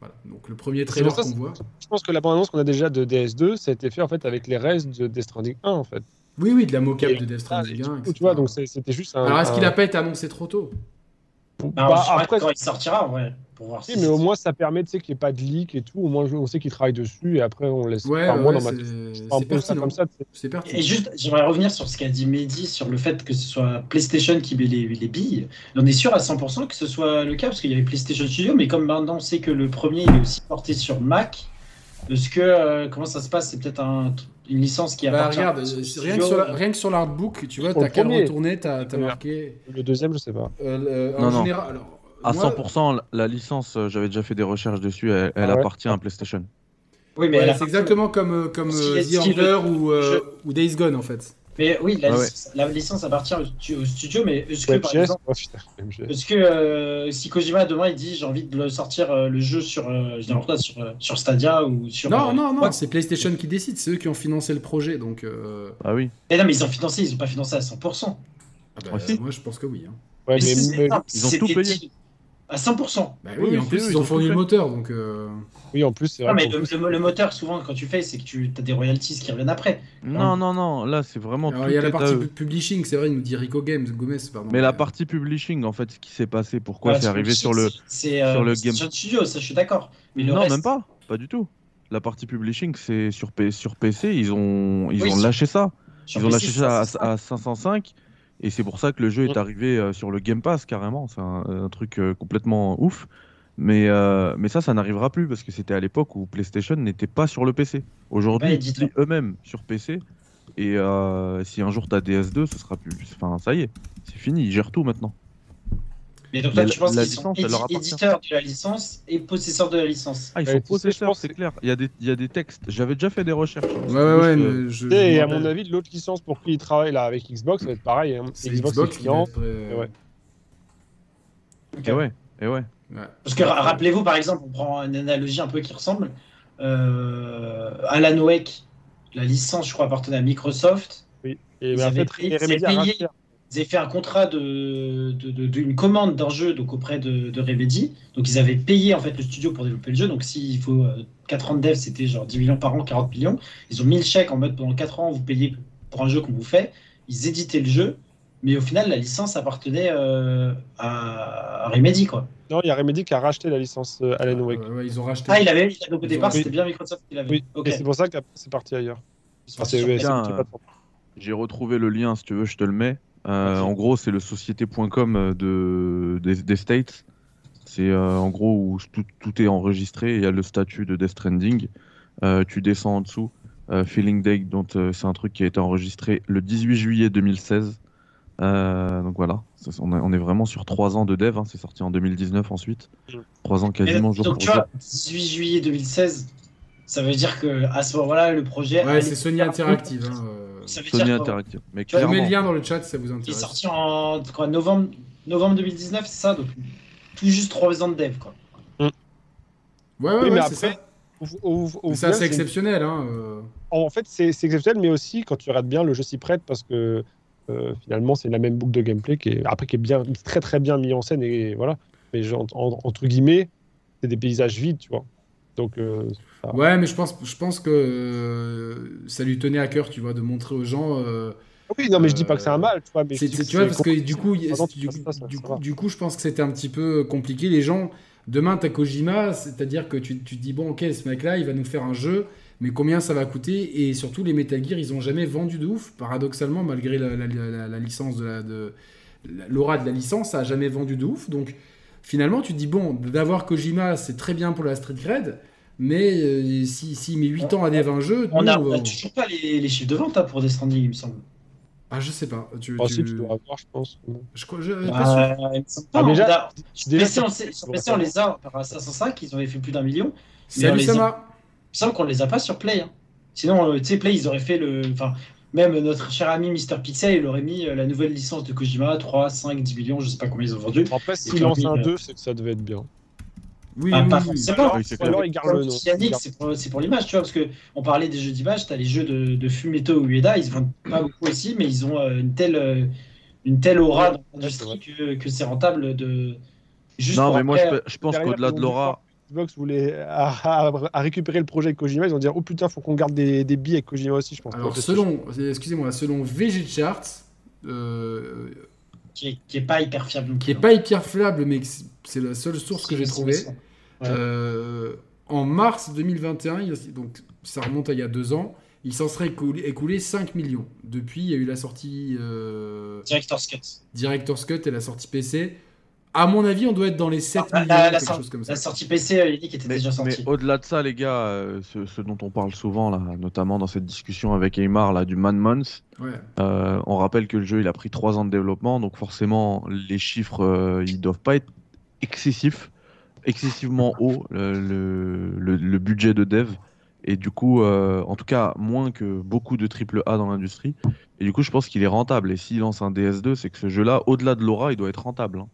Speaker 1: Voilà. Donc le premier trailer
Speaker 4: pour ça,
Speaker 1: qu'on
Speaker 4: c'est-
Speaker 1: voit.
Speaker 4: Je pense que la bande-annonce qu'on a déjà de DS2, ça a été fait en fait avec les restes de Death Stranding 1, en fait.
Speaker 1: Oui, oui, de la mocap
Speaker 4: Et-
Speaker 1: de Death
Speaker 4: Ah,
Speaker 1: Stranding.
Speaker 4: et du
Speaker 1: hein,
Speaker 4: coup,
Speaker 1: etc.
Speaker 4: tu vois, donc c'est- c'était juste un.
Speaker 1: Alors, est-ce qu'il
Speaker 4: un-
Speaker 1: a pas été annoncé trop tôt
Speaker 3: bah, on
Speaker 4: Bah,
Speaker 3: saura
Speaker 4: après,
Speaker 3: quand il sortira, en vrai, pour voir
Speaker 4: Oui,
Speaker 3: si.
Speaker 4: mais au moins ça permet tu sais, qu'il n'y ait pas de leak et tout. Au moins on sait qu'il travaille dessus et après on laisse.
Speaker 1: Ouais,
Speaker 4: Enfin,
Speaker 1: ouais,
Speaker 4: moi, dans ma tête,
Speaker 1: c'est
Speaker 4: c'est
Speaker 1: c'est
Speaker 4: un peu ça
Speaker 1: pertinent.
Speaker 4: comme ça. tu sais.
Speaker 1: C'est pertinent.
Speaker 3: Et juste, j'aimerais revenir sur ce qu'a dit Mehdi sur le fait que ce soit PlayStation qui met les, les billes. Et on est sûr à 100% que ce soit le cas, parce qu'il y avait PlayStation Studio, mais comme maintenant on sait que le premier il est aussi porté sur Mac, est-ce que, euh, comment ça se passe C'est peut-être un- une licence qui
Speaker 1: Bah,
Speaker 3: appartient
Speaker 1: regarde,
Speaker 3: à
Speaker 1: euh,
Speaker 3: PlayStation
Speaker 1: rien que sur
Speaker 3: Studio.
Speaker 1: la- rien que sur l'artbook, tu vois,
Speaker 4: Pour
Speaker 1: t'as
Speaker 4: le
Speaker 1: qu'à le
Speaker 4: premier.
Speaker 1: retourner, t'as t'as
Speaker 4: Ouais.
Speaker 1: marqué.
Speaker 4: Le deuxième, je sais pas.
Speaker 1: euh, le- en
Speaker 2: Non, non.
Speaker 1: général, alors,
Speaker 2: À
Speaker 1: moi,
Speaker 2: 100%, la- la licence, euh, j'avais déjà fait des recherches dessus, elle, elle
Speaker 4: Ah ouais
Speaker 2: appartient à PlayStation.
Speaker 3: Oui, mais
Speaker 1: Ouais,
Speaker 3: elle a
Speaker 1: c'est
Speaker 3: pas-
Speaker 1: exactement comme, euh, comme
Speaker 3: Si-
Speaker 1: euh, The
Speaker 3: si-
Speaker 1: Order ou, euh, ou Days Gone en fait.
Speaker 3: Mais oui, la,
Speaker 2: Ah ouais.
Speaker 3: licence, la licence appartient au, stu- au studio, mais est-ce que,
Speaker 4: Ouais,
Speaker 3: par
Speaker 4: MGS,
Speaker 3: exemple,
Speaker 4: oh, putain, MGS.
Speaker 3: est-ce que euh, si Kojima demain il dit j'ai envie de le sortir euh, le jeu sur, euh, je dis n'importe quoi, sur, euh, sur Stadia ou sur.
Speaker 1: Non,
Speaker 3: euh,
Speaker 1: non, non,
Speaker 3: Xbox.
Speaker 1: c'est PlayStation qui décide, c'est eux qui ont financé le projet donc. euh,
Speaker 2: Ah oui.
Speaker 3: Mais Eh non, mais ils ont financé, ils ont pas financé à 100%.
Speaker 1: ah bah,
Speaker 2: Ah, si.
Speaker 1: moi je pense que oui. hein.
Speaker 3: Mais
Speaker 4: Ouais, mais-
Speaker 3: c'est-
Speaker 4: mais-
Speaker 3: non,
Speaker 2: ils ont
Speaker 3: c'est
Speaker 2: tout
Speaker 3: des
Speaker 2: payé.
Speaker 3: deals À 100%.
Speaker 1: Bah
Speaker 2: Oui,
Speaker 1: oui, en
Speaker 2: c'est
Speaker 1: plus
Speaker 2: eux,
Speaker 1: ils
Speaker 2: ils
Speaker 1: ont
Speaker 2: ont
Speaker 1: fourni
Speaker 2: tout
Speaker 1: le
Speaker 2: fait.
Speaker 1: moteur donc. euh,
Speaker 4: oui, en plus, c'est vrai.
Speaker 3: Non, mais
Speaker 4: qu'en
Speaker 3: le,
Speaker 4: plus,
Speaker 3: le- le moteur, souvent, quand tu fais, c'est que tu as des royalties qui reviennent après.
Speaker 4: Ah.
Speaker 2: Non, non, non, là c'est vraiment.
Speaker 1: Alors
Speaker 2: tout
Speaker 1: il y a
Speaker 2: est
Speaker 1: la
Speaker 2: à
Speaker 1: partie
Speaker 2: eux.
Speaker 1: pu- publishing, c'est vrai, il nous dit Rico Games, Gomez, pardon.
Speaker 2: Mais la partie publishing, en fait, ce qui s'est passé, pourquoi
Speaker 3: Voilà,
Speaker 2: c'est arrivé sur le.
Speaker 3: c'est, euh,
Speaker 2: sur le
Speaker 3: c'est
Speaker 2: game.
Speaker 3: sur le studio, ça, je suis d'accord. Mais le
Speaker 2: non,
Speaker 3: reste-
Speaker 2: même pas, pas du tout. La partie publishing, c'est sur, P- sur PC, ils ont, ils
Speaker 3: Oui,
Speaker 2: ont
Speaker 3: sur-
Speaker 2: lâché ça.
Speaker 3: sur
Speaker 2: Ils ont
Speaker 3: PC,
Speaker 2: lâché ça
Speaker 3: c'est-
Speaker 2: à, à 505, et c'est pour ça que le jeu est
Speaker 4: Ouais.
Speaker 2: arrivé euh, sur le Game Pass carrément. C'est un, un truc euh, complètement ouf. Mais, euh, mais ça, ça n'arrivera plus parce que c'était à l'époque où PlayStation n'était pas sur le PC. Aujourd'hui,
Speaker 3: Ouais,
Speaker 2: ils
Speaker 3: dis-le.
Speaker 2: sont eux-mêmes sur PC. Et euh, si un jour t'as DS2, ce sera plus. Enfin, ça y est, c'est fini, ils gèrent tout maintenant.
Speaker 3: Mais donc, toi,
Speaker 2: Mais
Speaker 3: tu
Speaker 2: la-
Speaker 3: penses
Speaker 2: la
Speaker 3: qu'ils sont
Speaker 2: licence, elle leur
Speaker 3: édi-
Speaker 2: appartient.
Speaker 3: éditeurs de la licence et possesseurs de la licence.
Speaker 2: Ah, ils sont
Speaker 4: Ouais, tu sais, je
Speaker 2: possesseurs,
Speaker 4: pense
Speaker 2: c'est
Speaker 4: que-
Speaker 2: clair. Il y, a des- il y a des textes. J'avais déjà fait des recherches.
Speaker 1: Ouais, ouais, ouais. mais
Speaker 2: Je-
Speaker 1: je- je
Speaker 4: Et
Speaker 1: me
Speaker 4: euh, à
Speaker 1: rappelle.
Speaker 4: mon avis, l'autre licence pour qui il travaille là avec Xbox, ça va être pareil. hein.
Speaker 1: c'est
Speaker 4: Xbox,
Speaker 1: Xbox
Speaker 4: c'est
Speaker 1: qui va
Speaker 4: client.
Speaker 1: être, euh,
Speaker 4: Ouais.
Speaker 2: Et ouais, et ouais.
Speaker 1: ouais.
Speaker 3: Parce que ra- rappelez-vous, par exemple, on prend une analogie un peu qui ressemble. Euh, Alan Wake, la licence, je crois, appartenait à Microsoft.
Speaker 4: Et
Speaker 3: Ils
Speaker 4: bah, en
Speaker 3: avaient
Speaker 4: fait,
Speaker 3: payé-
Speaker 4: Remedy
Speaker 3: c'est
Speaker 4: a
Speaker 3: payé.
Speaker 4: racheté.
Speaker 3: Ils avaient fait un contrat de- de- de- d'une commande d'un jeu donc auprès de, de Remedy. Donc ils avaient payé en fait le studio pour développer le jeu. Donc s'il faut 4 ans de dev, c'était genre 10 millions par an, 40 millions. Ils ont mis le chèque en mode pendant 4 ans, vous payez pour un jeu qu'on vous fait. Ils éditaient le jeu, mais au final, la licence appartenait euh, à, à Remedy. Quoi.
Speaker 4: Non, il y a Remedy qui a racheté la licence euh, Alan Wake.
Speaker 1: Ouais, ouais, ils ont racheté.
Speaker 3: Ah, il avait, il avait- au départ,
Speaker 4: Oui.
Speaker 3: c'était bien Microsoft qui l'avait.
Speaker 4: Oui,
Speaker 3: Ok.
Speaker 4: et c'est pour ça qu'après c'est parti
Speaker 3: Ils
Speaker 4: ailleurs.
Speaker 1: Ah,
Speaker 3: sont
Speaker 4: Enfin, c'est
Speaker 3: sur-
Speaker 4: ouais, c'est
Speaker 2: Bien,
Speaker 4: une petite
Speaker 2: euh,
Speaker 4: plateforme.
Speaker 2: J'ai retrouvé le lien, si tu veux, je te le mets. Euh,
Speaker 4: Merci.
Speaker 2: en gros, c'est le société.com euh, de, des, des States. C'est euh, en gros où tout, tout est enregistré. Il y a le statut de Death Stranding. Euh, tu descends en dessous. euh, Feeling Day, dont euh, c'est un truc qui a été enregistré le 18 juillet 2016. Euh, donc voilà, Ça, on, a- on est vraiment sur 3 ans de dev. hein. C'est sorti en 2019 ensuite.
Speaker 4: Mm.
Speaker 2: 3 ans
Speaker 3: Mais
Speaker 2: quasiment jour
Speaker 3: donc
Speaker 2: pour
Speaker 3: tu
Speaker 2: jour.
Speaker 3: vois, 18 juillet 2016, ça veut dire que à ce moment-là, le projet.
Speaker 1: Ouais,
Speaker 3: allait-
Speaker 1: c'est Sony Interactive. hein, euh.
Speaker 3: Ça veut
Speaker 2: Sony
Speaker 3: dire que-
Speaker 2: Interactive. Mais
Speaker 3: Tu vois,
Speaker 1: Je
Speaker 2: clairement,
Speaker 1: mets le lien dans le chat si ça vous
Speaker 3: qui est
Speaker 1: intéresse.
Speaker 3: sorti en quoi, novembre, novembre 2019, c'est ça, donc tout juste trois ans de dev. Quoi.
Speaker 1: Ouais, ouais,
Speaker 4: Oui, mais
Speaker 1: ouais,
Speaker 4: après,
Speaker 1: c'est ça.
Speaker 4: Au- au- au
Speaker 1: Mais ça, c'est
Speaker 4: final, c'est une-
Speaker 1: exceptionnel. Hein, euh.
Speaker 4: En fait, c'est c'est exceptionnel, mais aussi quand tu regardes bien, le jeu s'y prête parce que euh, finalement, c'est la même boucle de gameplay qui est, après, qui est bien, très très bien mis en scène. Et voilà. Mais je- en- en- entre guillemets, c'est des paysages vides, tu vois. Donc, euh, Ah.
Speaker 1: Ouais, mais je pense, je pense que euh, ça lui tenait à cœur, tu vois, de montrer aux gens. euh,
Speaker 4: Ah oui, non, mais je dis pas
Speaker 1: Euh,
Speaker 4: que c'est un mal, tu vois. Mais je
Speaker 1: c'est-
Speaker 4: dis
Speaker 1: c'est-
Speaker 4: que
Speaker 1: tu vois,
Speaker 4: c'est
Speaker 1: parce que du coup, il-
Speaker 4: Pendant que
Speaker 1: du,
Speaker 4: tu fasses ça, ça
Speaker 1: du
Speaker 4: va.
Speaker 1: coup, du coup, je pense que c'était un petit peu compliqué. Les gens, demain, t'as Kojima, c'est-à-dire que tu, tu te dis, bon, ok, ce mec-là, il va nous faire un jeu, mais combien ça va coûter Et surtout, les Metal Gear, ils ont jamais vendu de ouf, paradoxalement, malgré la, la- la- la- la licence de la. De, la- l'aura de la licence, ça a jamais vendu de ouf. Donc, finalement, tu te dis, bon, d'avoir Kojima, c'est très bien pour la Street Cred, mais euh, si- s'il met 8 ans à dev un jeu,
Speaker 3: Ah, On
Speaker 1: nous,
Speaker 3: n'a
Speaker 1: on va-
Speaker 3: toujours pas les, les chiffres de vente hein, pour Descending, il me semble.
Speaker 1: Ah, je sais pas. Tu,
Speaker 4: Oh, si,
Speaker 1: tu-
Speaker 4: tu dois avoir, je pense.
Speaker 1: Je crois. je-
Speaker 3: Euh, il me semble pas,
Speaker 4: Ah, déjà-
Speaker 3: on a- sur
Speaker 4: déjà,
Speaker 3: PC, on sait- sur PC, on les a par 505, ils ont fait plus d'un million. Il Mais on
Speaker 1: Salut
Speaker 3: les
Speaker 1: Sama.
Speaker 3: me semble qu'on les a pas sur Play. hein. Sinon, euh, tu sais, Play, ils auraient fait le. Enfin, même notre cher ami Mister Pixel, il aurait mis euh, la nouvelle licence de Kojima, 3, 5, 10 millions, je sais pas combien ils ont vendu.
Speaker 4: Après, s'il
Speaker 3: puis,
Speaker 4: lance un
Speaker 3: euh,
Speaker 4: 2, c'est que ça devait être bien.
Speaker 1: Oui,
Speaker 3: Ah,
Speaker 1: oui,
Speaker 3: pas
Speaker 1: oui.
Speaker 3: forcément.
Speaker 2: Oui, c'est
Speaker 4: Ou alors, il garde le nom.
Speaker 3: Yannick, c'est pour, c'est pour l'image, tu vois, parce que on parlait des jeux d'image, t'as les jeux de, de Fumeto ou Ueda, ils se vendent pas beaucoup aussi, mais ils ont euh, une telle, euh, une telle aura dans l'industrie que, que c'est rentable de. Juste
Speaker 2: Non,
Speaker 3: pour
Speaker 2: mais moi,
Speaker 3: après-
Speaker 2: je, pe- je pense
Speaker 4: derrière,
Speaker 2: qu'au-delà
Speaker 4: ils ont
Speaker 2: de
Speaker 4: dû
Speaker 2: l'aura.
Speaker 4: voir Xbox voulait à, à- à récupérer le projet de Kojima, ils vont dire oh putain faut qu'on garde des, des billes avec Kojima aussi, je pense.
Speaker 1: Alors
Speaker 4: Parce que
Speaker 1: selon, excusez-moi, selon VG Charts, euh,
Speaker 3: qui, est, qui est pas hyper fiable. non
Speaker 1: qui est
Speaker 3: plus. hein.
Speaker 1: pas hyperflable, mais que c'est- c'est la seule source que j'ai trouvée.
Speaker 3: Ouais.
Speaker 1: euh, en mars 2021, il y a- donc ça remonte à il y a deux ans, il s'en serait écoulé, écoulé 5 millions. Depuis, il y a eu la sortie euh,
Speaker 3: Director's Cut.
Speaker 1: Director's Cut et la sortie PC. À mon avis, on doit être dans les 7
Speaker 3: Ah, la-
Speaker 1: millions,
Speaker 3: la- la
Speaker 1: quelque
Speaker 3: sor-
Speaker 1: chose comme ça.
Speaker 3: La sortie PC, euh, Yannick était
Speaker 2: Mais,
Speaker 3: déjà sortie.
Speaker 2: mais au-delà de ça, les gars, euh, ce, ce dont on parle souvent, là, notamment dans cette discussion avec Aymar là, du Man Month,
Speaker 1: Ouais.
Speaker 2: euh, on rappelle que le jeu il a pris 3 ans de développement, donc forcément les chiffres euh, ils doivent pas être excessifs, excessivement hauts, le, le- le- le budget de dev. Et du coup, euh, en tout cas, moins que beaucoup de triple A dans l'industrie. Et du coup, je pense qu'il est rentable. Et s'il lance un DS2, c'est que ce jeu-là, au-delà de l'aura, il doit être rentable. hein.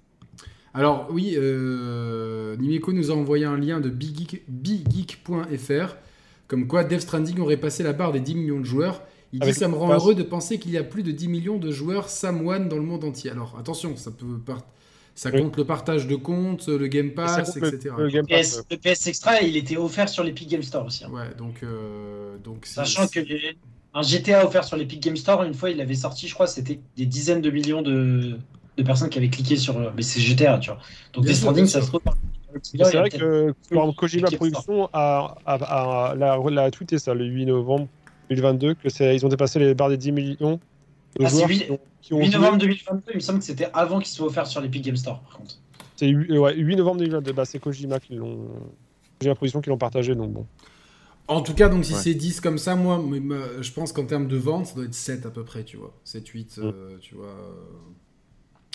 Speaker 1: Alors oui, euh, Nimeco nous a envoyé un lien de biggeek- biggeek.fr, comme quoi Death Stranding aurait passé la barre des 10 millions de joueurs. Il dit
Speaker 4: Avec
Speaker 1: ça me
Speaker 4: le
Speaker 1: rend
Speaker 4: pass.
Speaker 1: heureux de penser qu'il y a plus de 10 millions de joueurs Sam One dans le monde entier. Alors attention, ça peut par- ça
Speaker 4: Oui.
Speaker 1: compte le partage de comptes, le Game
Speaker 4: Ça
Speaker 1: Pass,
Speaker 4: compte le-
Speaker 1: etc.
Speaker 4: le Game Pass,
Speaker 3: PS, le PS Extra, il était offert sur l'Epic Game Store aussi. hein.
Speaker 1: Ouais, donc euh, donc c'est-
Speaker 3: Sachant que les- un GTA offert sur l'Epic Game Store, une fois, il avait sorti, je crois, c'était des dizaines de millions de, de personnes qui avaient cliqué sur. euh, Mais c'est GTA, tu vois. Donc
Speaker 1: Bien
Speaker 3: Death
Speaker 1: sûr,
Speaker 3: Stranding,
Speaker 1: bien
Speaker 3: ça
Speaker 1: sûr.
Speaker 3: se trouve.
Speaker 4: Mais C'est vrai que par exemple, Kojima
Speaker 3: Qui ressort.
Speaker 4: Productions a, a- a- l'a- l'a tweeté ça le 8 novembre 2022 que c'est ils ont dépassé les barres des 10 millions de
Speaker 3: Ah, c'est
Speaker 4: joueurs
Speaker 3: huit-
Speaker 4: qui ont, qui ont
Speaker 3: 8
Speaker 4: joué.
Speaker 3: novembre 2022, il me semble que c'était avant qu'il soit offert sur l'Epic Game Store, par contre.
Speaker 4: C'est huit- euh, ouais, 8 novembre 2022. Bah, c'est Kojima qui l'ont Kojima Productions qui l'ont partagé donc bon.
Speaker 1: En tout cas, donc si
Speaker 2: Ouais.
Speaker 1: c'est 10 comme ça, moi, m- m- je pense qu'en termes de vente, ça doit être 7 à peu près, tu vois. 7,
Speaker 4: Mm.
Speaker 1: 8, euh, tu vois.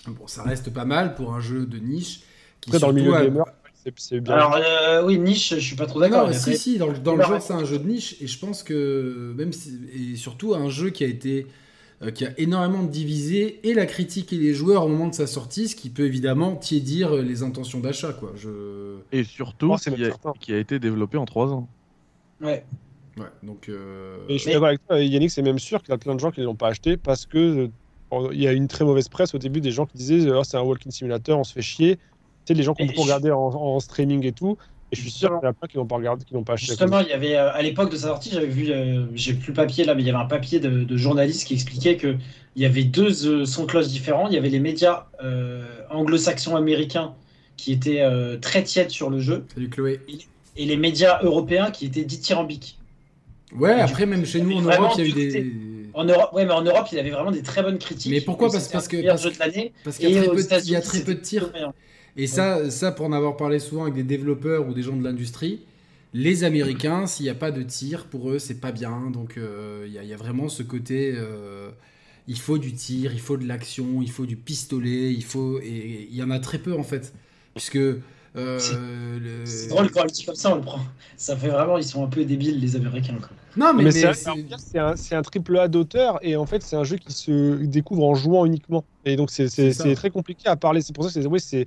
Speaker 1: euh. Bon, ça reste pas mal pour un jeu de niche. Qui
Speaker 4: Après dans le
Speaker 1: surtout
Speaker 4: milieu
Speaker 1: a-
Speaker 4: gamer c'est- c'est bien.
Speaker 3: Alors, euh, oui, niche, je suis pas trop d'accord.
Speaker 1: Non,
Speaker 3: mais
Speaker 1: si,
Speaker 3: après-
Speaker 1: si, dans le, dans le
Speaker 3: Bah,
Speaker 1: genre,
Speaker 3: ouais.
Speaker 1: c'est un jeu de niche, et je pense que, même si- et surtout un jeu qui a été, euh, qui a énormément divisé, et la critique et les joueurs au moment de sa sortie, ce qui peut évidemment tiédir les intentions d'achat, quoi. Je...
Speaker 2: Et surtout,
Speaker 4: Oh, c'est
Speaker 2: qui,
Speaker 4: même
Speaker 2: a,
Speaker 4: certain.
Speaker 2: qui a été développé en 3 ans.
Speaker 3: Ouais.
Speaker 1: Ouais, donc... euh,
Speaker 4: Et je suis
Speaker 3: Mais-
Speaker 4: d'accord avec toi, Yannick, c'est même sûr qu'il y a plein de gens qui ne l'ont pas acheté parce que euh, il y a une très mauvaise presse au début des gens qui disaient oh, c'est un walking simulator, on se fait chier. Tu sais, les gens qui ont
Speaker 3: Et
Speaker 4: beaucoup
Speaker 3: je-
Speaker 4: regardé en, en streaming et tout. Et je suis sûr qu'il y en a plein qui n'ont pas regardé, qui n'ont pas acheté. à cause de
Speaker 3: Justement, il y avait euh, à l'époque de sa sortie, j'avais vu, euh, j'ai plus le papier là, mais il y avait un papier de, de journaliste qui expliquait que il y avait deux euh, sons de cloche différents. Il y avait les médias euh, anglo-saxons américains qui étaient euh, très tièdes sur le jeu
Speaker 1: Salut Chloé.
Speaker 3: et les médias européens qui étaient dithyrambiques.
Speaker 1: Ouais,
Speaker 3: Et
Speaker 1: après, même chez nous, en
Speaker 3: vraiment
Speaker 1: Europe, il y a eu
Speaker 3: discuté.
Speaker 1: des...
Speaker 3: En Europe, ouais, mais en Europe, il avait vraiment des très bonnes critiques.
Speaker 1: Mais pourquoi Parce-
Speaker 3: C'était
Speaker 1: parce que-
Speaker 3: un meilleur
Speaker 1: parce
Speaker 3: jeu de l'année.
Speaker 1: Parce qu'il y
Speaker 3: Et
Speaker 1: a très
Speaker 3: aux
Speaker 1: peu de- il y a
Speaker 3: États-Unis,
Speaker 1: très peu de tirs. Euh,
Speaker 3: c'était rien.
Speaker 1: Et ça, ça, pour en avoir parlé souvent avec des développeurs ou des gens de l'industrie, les Américains, s'il n'y a pas de tir, pour eux, c'est pas bien. Donc, euh, il y, a- il y a vraiment ce côté. euh, il faut du tir, il faut de l'action, il faut du pistolet, il faut. Et et il y en a très peu, en fait. Puisque. euh,
Speaker 3: C'est-
Speaker 1: le-
Speaker 3: C'est drôle quand on le dit comme ça, on le prend. Ça fait vraiment, ils sont un peu débiles les Américains. quoi.
Speaker 1: Non, mais,
Speaker 4: Mais
Speaker 1: mais
Speaker 4: c'est vrai,
Speaker 1: c'est-
Speaker 4: alors, Pierre, c'est un, c'est un triple A d'auteur et en fait c'est un jeu qui se découvre en jouant uniquement. Et donc c'est-
Speaker 1: C'est
Speaker 4: c'est
Speaker 1: ça.
Speaker 4: c'est très compliqué à parler. C'est pour ça que c'est ouais, c'est-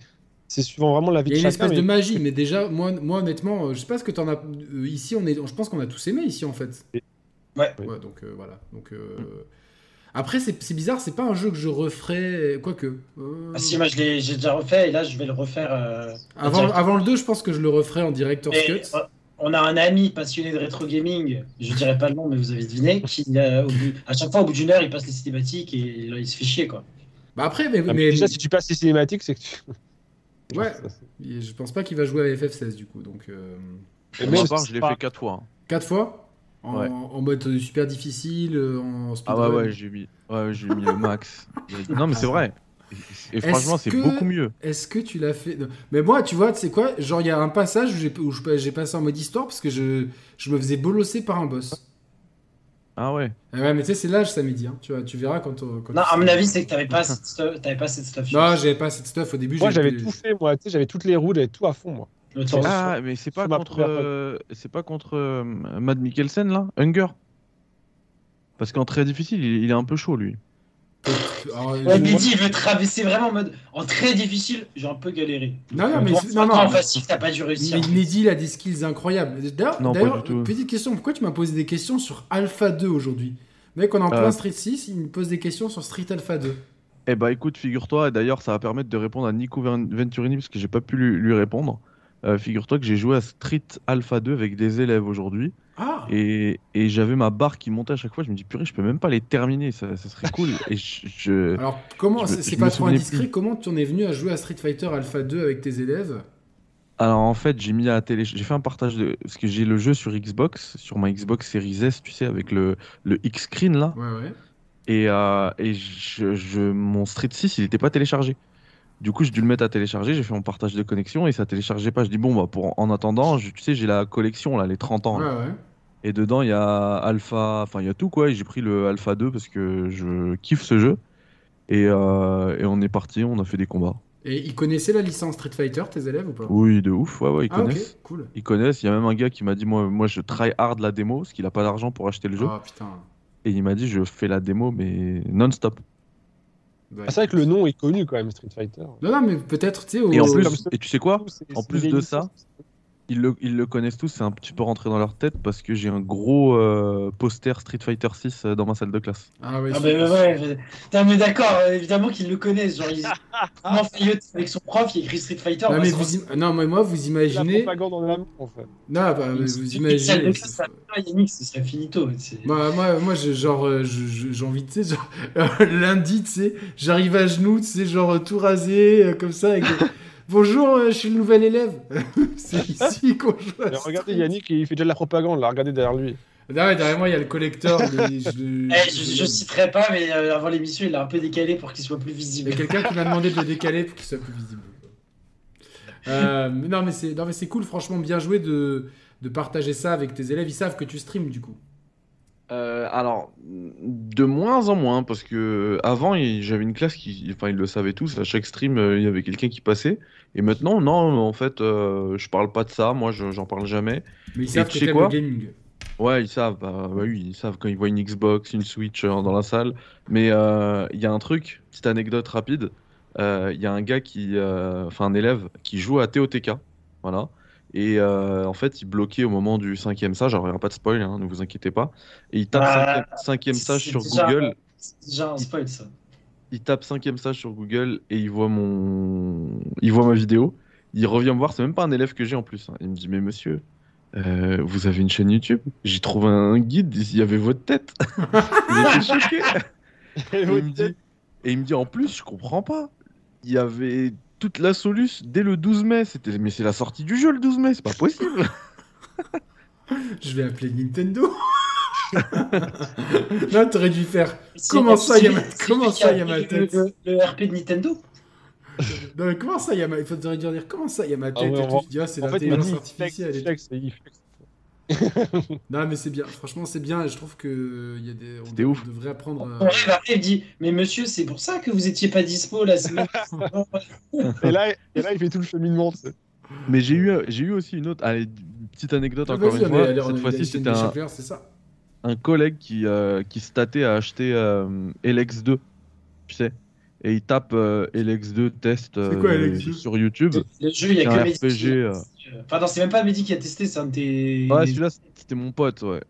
Speaker 4: c'est suivant vraiment la vie
Speaker 1: Il y a
Speaker 4: de
Speaker 1: une
Speaker 4: chacun.
Speaker 1: espèce de
Speaker 4: mais-
Speaker 1: magie, mais déjà, moi, moi honnêtement, euh, je sais pas ce que t'en as. euh, Ici, on est, je pense qu'on a tous aimé ici, en fait.
Speaker 3: Ouais.
Speaker 1: Ouais, donc euh, voilà. Donc euh, après, c'est c'est bizarre, c'est pas un jeu que je referais, quoique. euh,
Speaker 3: Ah, si, moi je l'ai j'ai déjà refait et là je vais le refaire. euh,
Speaker 1: avant,
Speaker 3: direct.
Speaker 1: avant le 2, je pense que je le referais en director's
Speaker 3: Et,
Speaker 1: cut.
Speaker 3: euh, on a un ami passionné de rétro gaming, je dirais pas le nom, mais vous avez deviné, qui euh, au bout- à chaque fois au bout d'une heure il passe les cinématiques et là, il se fait chier quoi.
Speaker 1: Bah après, mais,
Speaker 4: Ah, mais
Speaker 1: mais-
Speaker 4: déjà si tu passes les cinématiques, c'est que tu.
Speaker 1: Ouais.
Speaker 4: (laughs) Ça, c'est-
Speaker 1: je pense pas qu'il va jouer à FF16 du coup. Donc euh,
Speaker 4: Et
Speaker 2: Pour
Speaker 4: même
Speaker 2: ma
Speaker 4: si
Speaker 2: part,
Speaker 4: c'est
Speaker 2: je l'ai
Speaker 4: pas-
Speaker 2: fait 4 fois. hein.
Speaker 1: quatre fois en,
Speaker 2: Ouais.
Speaker 1: en mode euh, super difficile, euh, en
Speaker 2: Ah ouais,
Speaker 1: speedrun.
Speaker 2: ouais, j'ai mis, ouais, j'ai mis le max. Non, mais c'est vrai. Et
Speaker 1: Est-ce
Speaker 2: franchement, c'est
Speaker 1: que-
Speaker 2: beaucoup mieux.
Speaker 1: Est-ce que tu l'as fait Non. Mais moi, tu vois, tu sais quoi Genre, il y a un passage où j'ai- où je- j'ai passé en mode histoire parce que je, je me faisais bolosser par un boss.
Speaker 2: Ah ouais.
Speaker 1: Ah ouais, mais tu sais, c'est l'âge, ça me dit. hein. Tu, vois, tu verras quand. on- quand
Speaker 3: Non,
Speaker 1: tu-
Speaker 3: à mon avis, c'est que t'avais pas, cette stuff- t'avais pas cette stuff.
Speaker 1: Non, j'avais pas cette stuff au début.
Speaker 4: Moi
Speaker 1: j'ai-
Speaker 4: j'avais tout fait, moi, tu sais, j'avais toutes les roues, j'avais tout à fond moi.
Speaker 3: Le temps de-
Speaker 2: Ah, mais c'est pas,
Speaker 4: sur ma
Speaker 2: contre,
Speaker 4: première note.
Speaker 2: euh, c'est pas contre euh, Matt Mikkelsen là Hunger Parce qu'en très difficile, il, il est un peu chaud lui.
Speaker 1: Alors,
Speaker 3: Ouais,
Speaker 1: je-
Speaker 3: mais dis, il veut traverser vraiment en mode en très difficile, j'ai un peu galéré.
Speaker 1: Non, non,
Speaker 3: Donc,
Speaker 1: Ah, mais
Speaker 3: toi,
Speaker 1: c'est-
Speaker 3: toi,
Speaker 1: non,
Speaker 3: toi,
Speaker 1: non.
Speaker 3: en facile, t'as pas dû réussir.
Speaker 1: Mais Neddy, il a des skills incroyables. D'ailleurs,
Speaker 2: Non, pas
Speaker 1: d'ailleurs,
Speaker 2: du tout.
Speaker 1: petite question, pourquoi tu m'as posé des questions sur Alpha 2 aujourd'hui Mec, on est en
Speaker 2: Euh.
Speaker 1: plein Street 6, il me pose des questions sur Street Alpha 2.
Speaker 2: Eh bah écoute, figure-toi, et d'ailleurs ça va permettre de répondre à Nico Ven- Venturini parce que j'ai pas pu lui, lui répondre. Euh, figure-toi que j'ai joué à Street Alpha 2 avec des élèves aujourd'hui
Speaker 1: Ah
Speaker 2: et, et j'avais ma barre qui montait à chaque fois. Je me dis, purée, je peux même pas les terminer, ça, ça serait cool. et je, je-
Speaker 1: Alors, comment,
Speaker 2: Je me-
Speaker 1: c'est-
Speaker 2: je
Speaker 1: c'est
Speaker 2: me
Speaker 1: pas trop
Speaker 2: souvenais
Speaker 1: indiscret,
Speaker 2: plus.
Speaker 1: comment tu en es venu à jouer à Street Fighter Alpha 2 avec tes élèves
Speaker 2: Alors en fait, j'ai mis à télé, j'ai fait un partage de parce que j'ai le jeu sur Xbox, sur ma Xbox Series S, tu sais, avec le le X screen là,
Speaker 1: Ouais, ouais.
Speaker 2: et euh, et je, je- mon Street 6, il était pas téléchargé. Du coup, j'ai dû le mettre à télécharger. J'ai fait mon partage de connexion et ça téléchargeait pas. Je dis bon bah pour en attendant, je- tu sais, j'ai la collection là, les 30 ans.
Speaker 1: Ouais,
Speaker 2: là.
Speaker 1: ouais.
Speaker 2: Et dedans, il y a Alpha, enfin il y a tout quoi. Et j'ai pris le Alpha 2 parce que je kiffe ce jeu. Et, euh, et on est parti, on a fait des combats.
Speaker 1: Et ils connaissaient la licence Street Fighter, tes élèves ou pas
Speaker 2: Oui, de ouf, ouais, ouais, ils
Speaker 1: Ah, ok,
Speaker 2: connaissent.
Speaker 1: cool.
Speaker 2: Ils connaissent. Il y a même un gars qui m'a dit Moi, moi je try hard la démo, parce qu'il a pas d'argent pour acheter le jeu.
Speaker 1: Ah, putain.
Speaker 2: Et il m'a dit Je fais la démo, mais non-stop.
Speaker 1: Ouais.
Speaker 4: Ah, c'est vrai que le nom est connu quand même, Street Fighter.
Speaker 1: Non, non, mais peut-être, tu sais, au-
Speaker 2: Et en plus,
Speaker 4: comme ça.
Speaker 2: et tu sais quoi
Speaker 4: C'est-
Speaker 2: En
Speaker 4: c'est
Speaker 2: plus
Speaker 4: des
Speaker 2: de
Speaker 4: licences.
Speaker 2: ça, ils le, ils le connaissent tous, c'est un petit peu rentré dans leur tête parce que j'ai un gros euh, poster Street Fighter 6 dans ma salle de classe.
Speaker 1: Ah, ouais,
Speaker 3: Ah,
Speaker 1: c'est-
Speaker 3: ben ouais, ouais. Putain, mais d'accord, euh, évidemment qu'ils le connaissent. Genre, ils comment Fayot avec son prof, il écrit Street Fighter.
Speaker 1: Ah,
Speaker 3: bah,
Speaker 1: mais
Speaker 3: c'est-
Speaker 1: vous im- Non, mais moi, vous
Speaker 4: C'est La
Speaker 1: imaginez.
Speaker 4: propagande en amont, en fait.
Speaker 1: Non, bah,
Speaker 3: Une
Speaker 1: vous
Speaker 3: petite
Speaker 1: imaginez.
Speaker 3: salle de classe, ça- Ah, Yannick, ce serait finito. c'est-
Speaker 1: Bah, moi, moi je- genre, euh, je- je- j'ai envie, tu sais, genre, (laughs) lundi, tu sais, j'arrive à genoux, tu sais, genre euh, tout rasé, euh, comme ça. avec
Speaker 2: (laughs)
Speaker 1: des- Bonjour, euh, je suis le nouvel élève. (laughs) c'est ici qu'on joue. à
Speaker 4: Mais regardez
Speaker 1: Street.
Speaker 4: Yannick, il fait déjà de la propagande, là, regardez derrière
Speaker 1: (laughs)
Speaker 4: lui.
Speaker 1: Ah ouais, derrière moi, il y a le collector.
Speaker 2: (laughs)
Speaker 1: mais je,
Speaker 3: Eh, je, je citerai pas, mais euh, avant l'émission, il l'a un peu décalé pour qu'il soit plus
Speaker 1: Il y
Speaker 3: visible.
Speaker 1: a quelqu'un qui m'a demandé de le décaler pour qu'il soit plus visible. Euh, mais non, mais c'est non, mais c'est cool, franchement, bien joué de, de partager ça avec tes élèves. Ils savent que tu streams, du coup.
Speaker 2: Euh, alors, de moins en moins, parce que euh, avant, il- j'avais une classe qui, enfin, ils le savaient tous. À chaque stream, euh, il y avait quelqu'un qui passait. Et maintenant, non, en fait, euh, je parle pas de ça. Moi, je- j'en parle jamais.
Speaker 1: Mais ils
Speaker 2: Et
Speaker 1: savent
Speaker 2: tu
Speaker 1: que
Speaker 2: sais
Speaker 1: t'aimes
Speaker 2: quoi
Speaker 1: le gaming.
Speaker 2: Ouais, ils savent. Bah, bah oui, ils savent quand ils voient une Xbox, une Switch euh, dans la salle. Mais euh, il y a un truc, petite anecdote rapide. Euh, Il y a un gars qui, euh, enfin un élève qui joue à TOTK, voilà. Et euh, en fait, il bloquait au moment du cinquième sage. Alors, il n'y aura pas de spoil, hein, ne vous inquiétez pas. Et il tape
Speaker 3: Ah,
Speaker 2: cinquième, cinquième
Speaker 3: c'est
Speaker 2: sage sur
Speaker 3: déjà-
Speaker 2: Google.
Speaker 3: C'est déjà un spoil, ça.
Speaker 2: Il tape cinquième sage sur Google et il voit mon, il voit ma vidéo. Il revient me voir. C'est même pas un élève que j'ai en plus. hein. Il me dit mais monsieur, euh, vous avez une chaîne YouTube J'ai trouvé un guide. Il y avait votre tête. (laughs) il était choqué. Et il me dit, et il me dit, en plus je comprends pas. Il y avait toute la soluce dès le 12 mai. C'était mais c'est la sortie du jeu le 12 mai. C'est pas possible.
Speaker 1: Je vais appeler Nintendo. (laughs) Là, t'aurais dû faire.
Speaker 3: C'est-
Speaker 1: Comment ça,
Speaker 3: c'est-
Speaker 1: Yama-
Speaker 3: c'est-
Speaker 1: comment
Speaker 3: c'est-
Speaker 1: ça, Yama
Speaker 3: le-
Speaker 1: tête
Speaker 3: le, le RP de Nintendo
Speaker 1: Non, mais comment ça, Yama Il faudrait dû dire comment ça, Yama
Speaker 4: Ah
Speaker 1: tête
Speaker 4: ouais,
Speaker 1: et
Speaker 4: on
Speaker 1: tout.
Speaker 4: va-
Speaker 1: Tu dis, ah, c'est
Speaker 4: En fait, il
Speaker 1: l'intelligence
Speaker 4: dit,
Speaker 1: artificielle. et tout.
Speaker 4: flex, il flex.
Speaker 1: Non, mais c'est bien. Franchement, c'est bien. Et je trouve que il y a des. On
Speaker 2: C'était ouf.
Speaker 1: devrait apprendre. euh,
Speaker 3: On
Speaker 1: à-
Speaker 3: arrive après, il dit Mais monsieur, c'est pour ça que vous étiez pas dispo la (laughs) semaine.
Speaker 4: Et là, et là, il fait tout le cheminement. tu sais.
Speaker 2: mais j'ai eu, j'ai eu aussi une autre. Allez, petite anecdote
Speaker 1: Ah,
Speaker 2: encore
Speaker 1: vas-y,
Speaker 2: une
Speaker 1: on
Speaker 2: fois.
Speaker 1: est- allez, on
Speaker 2: Cette
Speaker 1: est-
Speaker 2: fois-ci,
Speaker 1: Destiny
Speaker 2: c'était un,
Speaker 1: Shepard, c'est ça.
Speaker 2: un collègue qui, euh, qui se tâtait à acheter euh, LX2, tu sais. Et il tape euh, LX2 test
Speaker 1: C'est quoi,
Speaker 2: euh,
Speaker 1: LX2
Speaker 2: sur YouTube.
Speaker 3: le jeu, il y a
Speaker 2: C'est
Speaker 3: que
Speaker 2: un
Speaker 3: Mehdi qui-
Speaker 2: RPG, euh.
Speaker 3: Enfin, non, c'est même pas Mehdi qui a testé, c'est un de tes.
Speaker 2: Ouais, celui-là, c'était mon pote, ouais.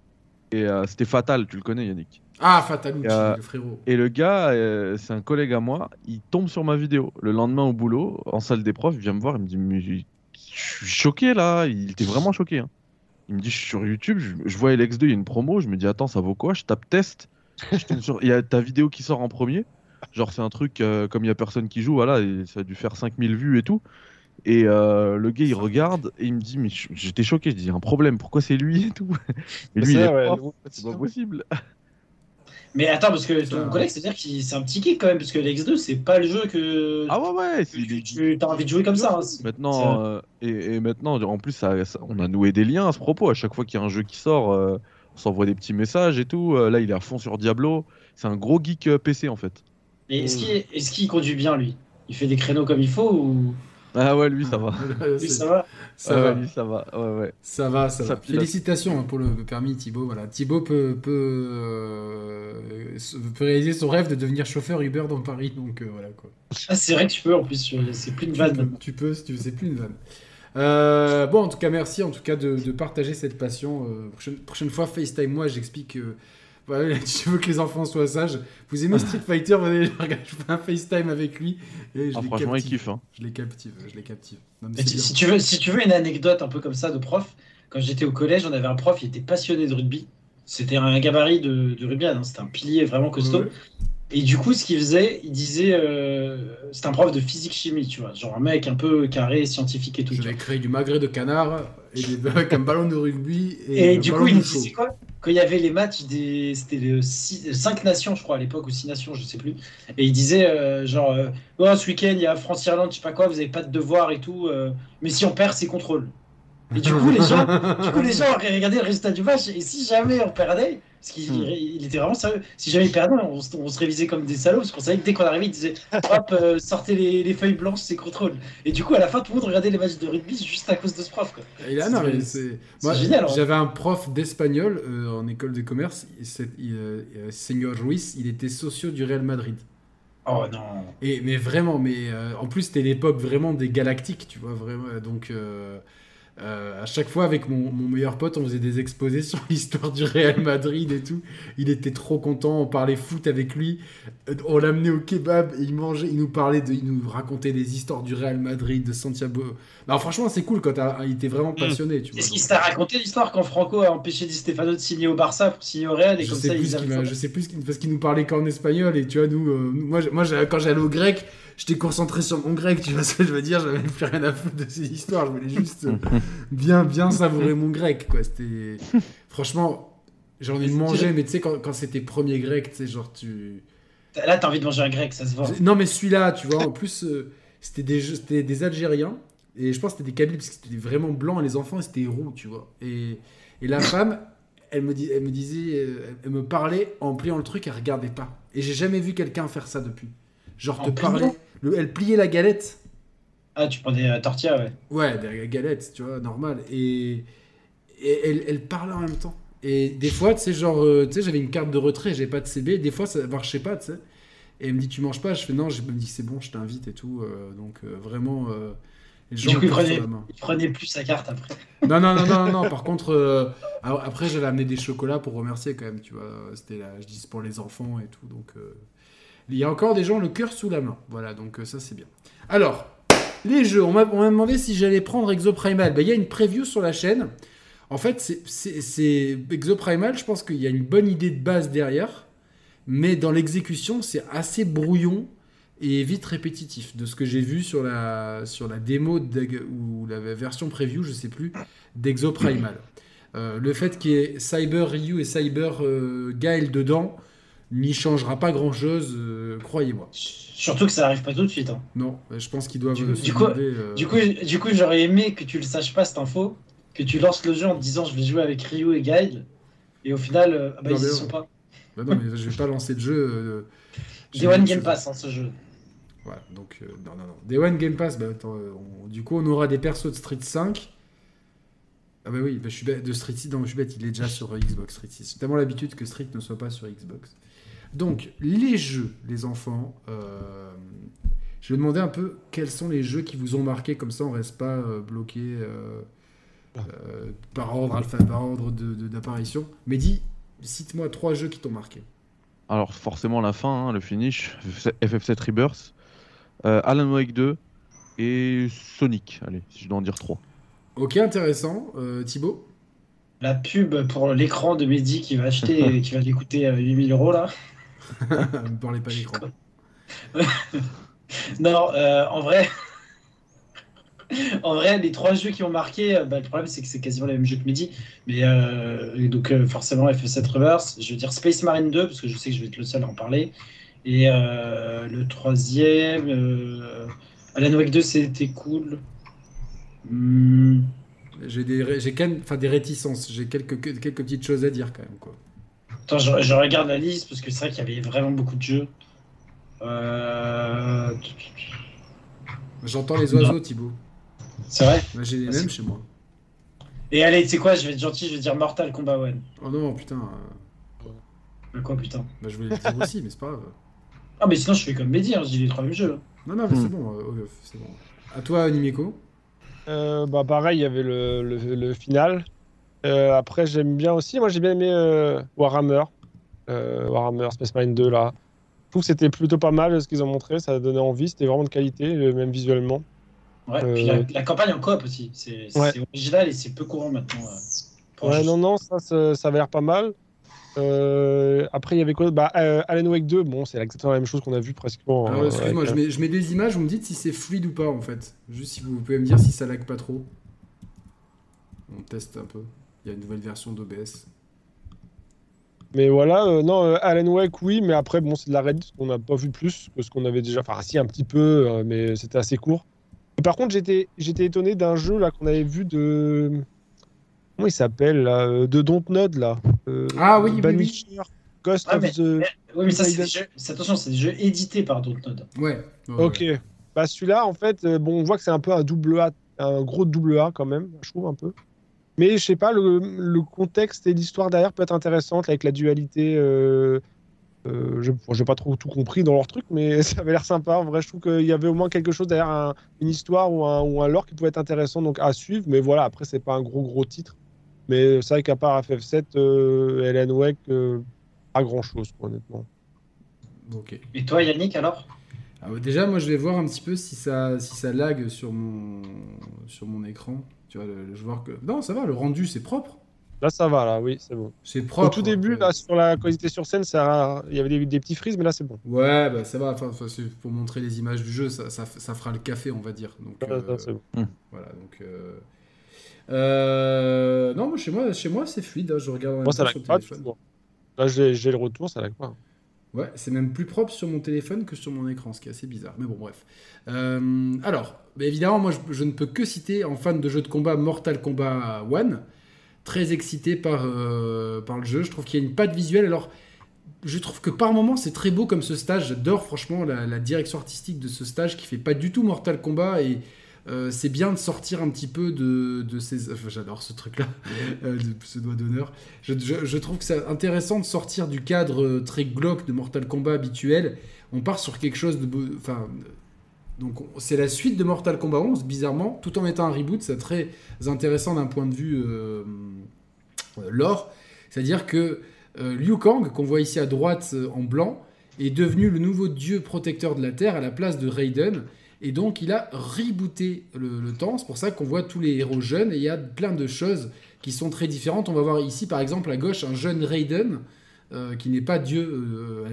Speaker 2: Et euh, c'était Fatal, tu le connais, Yannick.
Speaker 1: Ah, Fatal Outil,
Speaker 2: Euh,
Speaker 1: le frérot.
Speaker 2: Et le gars, euh, c'est un collègue à moi, il tombe sur ma vidéo. Le lendemain au boulot, en salle des profs, il vient me voir, il me dit Mais je suis choqué là, il était vraiment choqué. hein. Il me dit Je suis sur YouTube, je, je vois LX2, il y a une promo, je me dis Attends, ça vaut quoi Je tape test. Je tombe sur- Il y a ta vidéo qui sort en premier. Genre, c'est un truc, euh, comme il y a personne qui joue, voilà, et ça a dû faire 5000 vues et tout. Et euh, le gars, il regarde et il me dit Mais je- j'étais choqué, je dis Il y a un problème, pourquoi c'est lui et tout (laughs) Et lui,
Speaker 4: C'est
Speaker 2: il est
Speaker 4: vrai, ouais,
Speaker 2: prof,
Speaker 4: le-
Speaker 2: c'est pas possible.
Speaker 3: Mais attends, parce que
Speaker 1: Ça-
Speaker 3: ton collègue, c'est-à-dire que c'est un petit kick quand même, parce que l'X2, c'est pas le jeu que.
Speaker 2: Ah ouais, ouais, c'est
Speaker 3: tu- tu as envie de jouer comme ça. hein.
Speaker 2: Maintenant, euh, et, et maintenant, en plus, ça- ça- on a noué des liens à ce propos. À chaque fois qu'il y a un jeu qui sort, euh, on s'envoie des petits messages et tout. Euh, là, il est à fond sur Diablo. C'est un gros geek euh, PC en fait.
Speaker 3: Mais est-ce qu'il est-ce qu'il conduit bien, lui Il fait des créneaux comme il faut ou.
Speaker 2: Ah ouais, lui, ça va.
Speaker 3: Oui,
Speaker 1: C'est-
Speaker 3: ça va.
Speaker 1: ça
Speaker 2: Ouais,
Speaker 1: va.
Speaker 2: lui, (laughs) ça va. Ah, Ouais, ouais.
Speaker 1: Ça va, ça,
Speaker 2: Ça
Speaker 1: va.
Speaker 2: pilote.
Speaker 1: Félicitations hein, pour le permis, Thibaut. Voilà. Thibaut peut, peut, euh, se- peut réaliser son rêve de devenir chauffeur Uber dans Paris. Donc euh, voilà quoi.
Speaker 3: Ah, c'est vrai que tu peux, en plus, euh, c'est plus une
Speaker 1: Tu
Speaker 3: vanne.
Speaker 1: peux, tu peux, si tu veux, c'est plus une vanne. Euh, bon, en tout cas, merci en tout cas de, de partager cette passion. Euh, prochaine, prochaine fois, FaceTime moi, j'explique. euh, (laughs) voilà, tu veux que les enfants soient sages. Vous aimez Street Fighter, (laughs) venez, je regarde, je fais un FaceTime avec lui. Et je
Speaker 2: Ah,
Speaker 1: les
Speaker 2: franchement, il
Speaker 1: captive.
Speaker 2: kiffe. hein.
Speaker 1: Je les captive, je les captive. Non, mais
Speaker 3: Mais
Speaker 1: c'est
Speaker 3: tu-
Speaker 1: bien.
Speaker 3: si, tu veux, si tu veux une anecdote un peu comme ça de prof, quand j'étais au collège, on avait un prof, il était passionné de rugby. C'était un gabarit de, de rugby, hein, c'était un pilier vraiment costaud.
Speaker 1: Ouais.
Speaker 3: Et du coup, ce qu'il faisait, il disait. euh, c'était un prof de physique-chimie, tu vois. Genre un mec un peu carré, scientifique et tout.
Speaker 1: Je
Speaker 3: tu vois.
Speaker 1: vais créer du magret de canard et des, (laughs) avec un ballon de rugby et,
Speaker 3: Et
Speaker 1: un
Speaker 3: du
Speaker 1: ballon
Speaker 3: coup, il nous
Speaker 1: de chaud.
Speaker 3: disait quoi Quand il y avait les matchs, des... c'était les 5 nations, je crois, à l'époque, ou 6 nations, je sais plus. Et il disait, euh, genre, euh, Oh, ce week-end, il y a France-Irlande, je sais pas quoi, vous avez pas de devoir et tout. euh, mais si on perd, c'est contrôle. Et du coup, les gens, du coup, les gens auraient regardé le résultat du match. Et si jamais on perdait, parce qu'il
Speaker 2: Hmm.
Speaker 3: il était vraiment sérieux, si jamais il perdait, on, se- on se révisait comme des salauds. C'est pour ça que dès qu'on arrivait, il disait Hop, euh, sortez les, les feuilles blanches, c'est contrôle. Et du coup, à la fin, tout le monde regardait les matchs de rugby juste à cause de ce prof. Quoi.
Speaker 1: Et là, non, mais c'est.
Speaker 3: c'est
Speaker 1: Moi,
Speaker 3: génial, hein.
Speaker 1: j'avais un prof d'espagnol euh, en école de commerce, il- c'est- il, euh, euh, Señor Ruiz, il était socio du Real Madrid.
Speaker 3: Oh non.
Speaker 1: Et, mais vraiment, mais euh, en plus, c'était l'époque vraiment des galactiques, tu vois, vraiment. Donc, euh, euh, à chaque fois, avec mon, mon meilleur pote, on faisait des exposés (laughs) sur l'histoire du Real Madrid et tout. Il était trop content, on parlait foot avec lui. Euh, On l'amenait au kebab et il mangeait, il nous parlait, de, il nous racontait des histoires du Real Madrid, de Santiago. Non, franchement, c'est cool quand t'as- il était vraiment passionné, tu vois.
Speaker 3: Mm. Est-ce qu'il t'a raconté l'histoire quand Franco a empêché Di Stefano de signer au Barça pour signer au Real et
Speaker 1: je
Speaker 3: comme
Speaker 1: sais
Speaker 3: ça
Speaker 1: plus
Speaker 3: ils
Speaker 1: ce qu'il
Speaker 3: avaient-
Speaker 1: m'a- je sais plus ce qu'il- parce qu'il nous parlait qu'en espagnol et tu vois nous, euh, nous- moi, je- moi je- quand j'allais au grec j'étais concentré sur mon grec tu vois ce que je veux dire j'avais (laughs) plus rien à foutre de ces histoires je voulais juste euh, bien bien savourer mon grec quoi c'était franchement j'en ai mangé mais tu sais quand, quand c'était premier grec tu sais genre tu
Speaker 3: Là, t'as envie de manger un grec, ça se vend.
Speaker 1: non mais celui-là tu vois en plus euh, c'était des jeux- c'était des Algériens et je pense que c'était des Kabyles parce que c'était vraiment blanc et les enfants ils étaient roux tu vois et, et la femme elle me, dis- elle me disait euh, elle me parlait en pliant le truc elle regardait pas et j'ai jamais vu quelqu'un faire ça depuis genre
Speaker 3: En
Speaker 1: te
Speaker 3: pliant
Speaker 1: parler le- elle pliait la galette
Speaker 3: Ah, tu prenais euh, tortilla, ouais.
Speaker 1: Ouais, des galettes, tu vois, normal. Et, et elle, elle parlait en même temps. Et des fois, tu sais, genre, euh, tu sais, j'avais une carte de retrait, j'avais pas de CB. Des fois, ça marchait pas, tu sais. Et elle me dit, tu manges pas Je fais, non, je elle me dis, c'est bon, je t'invite et tout. euh, donc, euh, vraiment, euh, les gens
Speaker 3: Du coup, il
Speaker 1: me tapent sur
Speaker 3: prenait-
Speaker 1: la main.
Speaker 3: Il prenait plus sa carte après.
Speaker 1: Non, non, non, non, non, non, Par contre, euh, a- après, j'avais amené des chocolats pour remercier quand même, tu vois. C'était là, je dis, c'est pour les enfants et tout. Donc, euh, il y a encore des gens le cœur sous la main. Voilà, donc euh, ça, c'est bien. Alors, les jeux. On m'a on m'a demandé si j'allais prendre Exoprimal. Ben, Il y a une preview sur la chaîne. En fait, c'est- c'est c'est- Exoprimal, je pense qu'il y a une bonne idée de base derrière. Mais dans l'exécution, c'est assez brouillon et vite répétitif. De ce que j'ai vu sur la, sur la démo d'Eg- ou la version preview, je sais plus, d'Exoprimal. Euh, le fait qu'il y ait Cyber Ryu et Cyber euh, Gaël dedans n'y changera pas grand-chose, euh, croyez-moi.
Speaker 3: Surtout que ça arrive pas tout de suite. hein.
Speaker 1: Non, je pense qu'ils doivent
Speaker 3: Du-
Speaker 1: euh,
Speaker 3: du
Speaker 1: se
Speaker 3: coup-
Speaker 1: demander, euh,
Speaker 3: Du coup, du coup j'aurais aimé que tu le saches pas cette info, que tu lances le jeu en te disant je vais jouer avec Ryu et Guile, et au final, euh, ah bah,
Speaker 1: Non,
Speaker 3: ils
Speaker 1: mais
Speaker 3: y
Speaker 1: non.
Speaker 3: sont pas.
Speaker 1: bah non, mais je vais pas lancer de jeu. euh,
Speaker 3: Day
Speaker 1: j'ai
Speaker 3: One
Speaker 1: autre
Speaker 3: Game
Speaker 1: chose.
Speaker 3: Pass, hein, ce jeu.
Speaker 1: Voilà, donc euh, non, non, non. Day One Game Pass, bah attends, euh, on- du coup, on aura des persos de Street 5. Ah bah oui, bah, je suis bête, de Street 6, non, je suis bête, il est déjà sur euh, Xbox Street 6. J'ai tellement l'habitude que Street ne soit pas sur Xbox. Donc, les jeux, les enfants, euh, je vais demander un peu quels sont les jeux qui vous ont marqué, comme ça on reste pas euh, bloqué euh, euh, par ordre, alpha, par ordre de- de- d'apparition. Mais dis, cite-moi trois jeux qui t'ont marqué.
Speaker 2: Alors forcément la fin, hein, le finish, FF7 Rebirth, euh, Alan Wake 2 et Sonic. Allez, si je dois en dire 3.
Speaker 1: Ok, intéressant. Euh, Thibaut (laughs)
Speaker 3: La pub pour l'écran de Mehdi qui
Speaker 1: (laughs)
Speaker 3: va acheter, qui va lui coûter euh, 8000 euros là.
Speaker 1: Ne parlez pas d'écran.
Speaker 3: (laughs) Non, euh, en vrai. (laughs) En vrai, les trois jeux qui ont marqué, euh, bah, le problème c'est que c'est quasiment les mêmes jeux que midi. Mais euh, et donc euh, forcément FF7 Reverse, je veux dire Space Marine 2, parce que je sais que je vais être le seul à en parler. Et euh, le troisième, euh, Alan Wake 2, c'était cool. Hmm,
Speaker 1: J'ai des, ré- j'ai quand même- enfin, des réticences, j'ai quelques, que- quelques petites choses à dire quand même. Quoi.
Speaker 3: Attends, je, je regarde la liste, parce que c'est vrai qu'il y avait vraiment beaucoup de jeux. Euh,
Speaker 1: J'entends les oiseaux, Thibaut.
Speaker 3: C'est vrai.
Speaker 1: Bah, j'ai les
Speaker 3: Vas-y.
Speaker 1: mêmes chez moi.
Speaker 3: Et allez, tu sais quoi, je vais être gentil, je vais dire Mortal Kombat 1.
Speaker 1: Oh non, putain. euh,
Speaker 3: Le quoi, putain.
Speaker 1: Bah, je voulais le dire aussi, mais c'est pas grave.
Speaker 3: Ah, mais sinon, je fais comme Mehdi, hein, je dis les trois mêmes jeux.
Speaker 1: Non, non, mais
Speaker 2: Hmm.
Speaker 1: c'est bon, euh, oh, c'est bon. À toi, Nimeko.
Speaker 4: Euh, bah pareil, il y avait le, le, le final. Euh, après, j'aime bien aussi. Moi, j'ai bien aimé euh, Warhammer. Euh, Warhammer Space Marine 2, là. Je trouve que c'était plutôt pas mal ce qu'ils ont montré. Ça donnait envie. C'était vraiment de qualité, euh, même visuellement.
Speaker 3: Ouais,
Speaker 4: Euh.
Speaker 3: puis la, la campagne en coop aussi, c'est c'est
Speaker 4: Ouais.
Speaker 3: original et c'est peu courant maintenant. euh, pour
Speaker 4: Ouais,
Speaker 3: juste-
Speaker 4: non, non, ça, ça, ça avait l'air pas mal. Euh, après, il y avait quoi bah, euh, Alan Wake 2, bon, c'est exactement la même chose qu'on a vu pratiquement.
Speaker 1: Alors,
Speaker 4: euh,
Speaker 1: Ah excuse-moi,
Speaker 4: avec,
Speaker 1: je,
Speaker 4: euh,
Speaker 1: mets, je mets des images, vous me dites si c'est fluide ou pas en fait. Juste si vous pouvez me dire si ça lag pas trop. On teste un peu. Il y a une nouvelle version d'OBS.
Speaker 4: Mais voilà, euh, non, euh, Alan Wake, oui, mais après, bon, c'est de la Reddit, on n'a pas vu plus que ce qu'on avait déjà. Enfin, si, un petit peu, euh, mais c'était assez court. Par contre, j'étais j'étais étonné d'un jeu là qu'on avait vu de comment il s'appelle là, euh, de Dontnod là. euh,
Speaker 1: Ah oui, oui, oui.
Speaker 4: Banisher, Ghost
Speaker 3: Ah,
Speaker 4: of
Speaker 3: mais-
Speaker 4: the.
Speaker 3: Oui, mais ça, c'est des jeux- c'est- attention, c'est des jeux édités par Dontnod.
Speaker 1: Ouais. Ouais,
Speaker 4: Ok.
Speaker 1: ouais.
Speaker 4: Bah celui-là, en fait, euh, bon, on voit que c'est un peu un double A, un gros double A quand même, je trouve un peu. Mais je sais pas, le, le contexte et l'histoire derrière peut être intéressante avec la dualité. euh, euh, je bon, j'ai pas trop tout compris dans leur truc, mais (laughs) ça avait l'air sympa. En vrai, je trouve qu'il y avait au moins quelque chose derrière un- une histoire ou un, ou un lore qui pouvait être intéressant donc à suivre. Mais voilà, après, c'est pas un gros gros titre. Mais c'est vrai qu'à part FF7, euh, Ellen Wake, euh, pas grand chose, honnêtement.
Speaker 1: Ok.
Speaker 3: Et toi, Yannick, alors
Speaker 1: Ah ouais, déjà, moi, je vais voir un petit peu si ça, si ça lag sur mon, sur mon écran. Tu vois, le- je vais voir que. Non, ça va, le rendu, c'est propre.
Speaker 4: Là, ça va, là, oui, c'est bon.
Speaker 1: C'est propre. hein,
Speaker 4: Au tout début, là, sur la, quand ils étaient sur scène, ça, il y avait des, des petits frises, mais là, c'est bon.
Speaker 1: Ouais, bah, ça va. Enfin, enfin, c'est pour montrer les images du jeu, ça, ça, ça fera le café, on va dire. Donc,
Speaker 4: Là,
Speaker 1: euh,
Speaker 4: là, c'est bon.
Speaker 1: voilà. Donc, euh, euh, non, moi, chez moi, chez moi, c'est fluide. hein, je regarde en même
Speaker 4: Moi, ça
Speaker 1: temps
Speaker 4: lag
Speaker 1: sur le
Speaker 4: pas.
Speaker 1: téléphone.
Speaker 4: toujours. Là, j'ai j'ai le retour, ça lag pas.
Speaker 1: Ouais, c'est même plus propre sur mon téléphone que sur mon écran, ce qui est assez bizarre. Mais bon, bref. Euh, alors, bah, évidemment, moi, je, je ne peux que citer, en fan de jeux de combat, Mortal Kombat 1. Très excité par, euh, par le jeu. Je trouve qu'il y a une patte visuelle. Alors, je trouve que par moments, c'est très beau comme ce stage. J'adore, franchement, la, la direction artistique de ce stage qui fait pas du tout Mortal Kombat. Et euh, c'est bien de sortir un petit peu de, de ces... Enfin, j'adore ce truc-là, (laughs) euh, de ce doigt d'honneur. Je, je- je trouve que c'est intéressant de sortir du cadre euh, très glauque de Mortal Kombat habituel. On part sur quelque chose de. beau- Enfin. euh, Donc, on- c'est la suite de Mortal Kombat 11, bizarrement, tout en étant un reboot. C'est très intéressant d'un point de vue euh, euh, lore. C'est-à-dire que euh, Liu Kang, qu'on voit ici à droite euh, en blanc, est devenu le nouveau dieu protecteur de la Terre à la place de Raiden. Et donc, il a rebooté le, le temps. C'est pour ça qu'on voit tous les héros jeunes et il y a plein de choses qui sont très différentes. On va voir ici, par exemple, à gauche, un jeune Raiden, euh, qui n'est pas Dieu euh,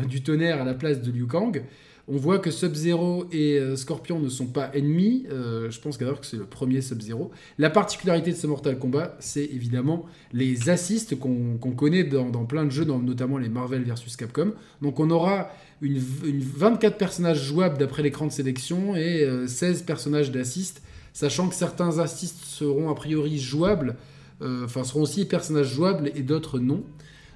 Speaker 1: euh, du tonnerre à la place de Liu Kang. On voit que Sub-Zero et euh, Scorpion ne sont pas ennemis. Euh, je pense d'ailleurs que c'est le premier Sub-Zero. La particularité de ce Mortal Kombat, c'est évidemment les assists qu'on qu'on connaît dans, dans plein de jeux, dans- notamment les Marvel versus Capcom. Donc on aura une, v- une 24 personnages jouables d'après l'écran de sélection et euh, 16 personnages d'assist, sachant que certains assists seront a priori jouables, euh, enfin seront aussi personnages jouables et d'autres non.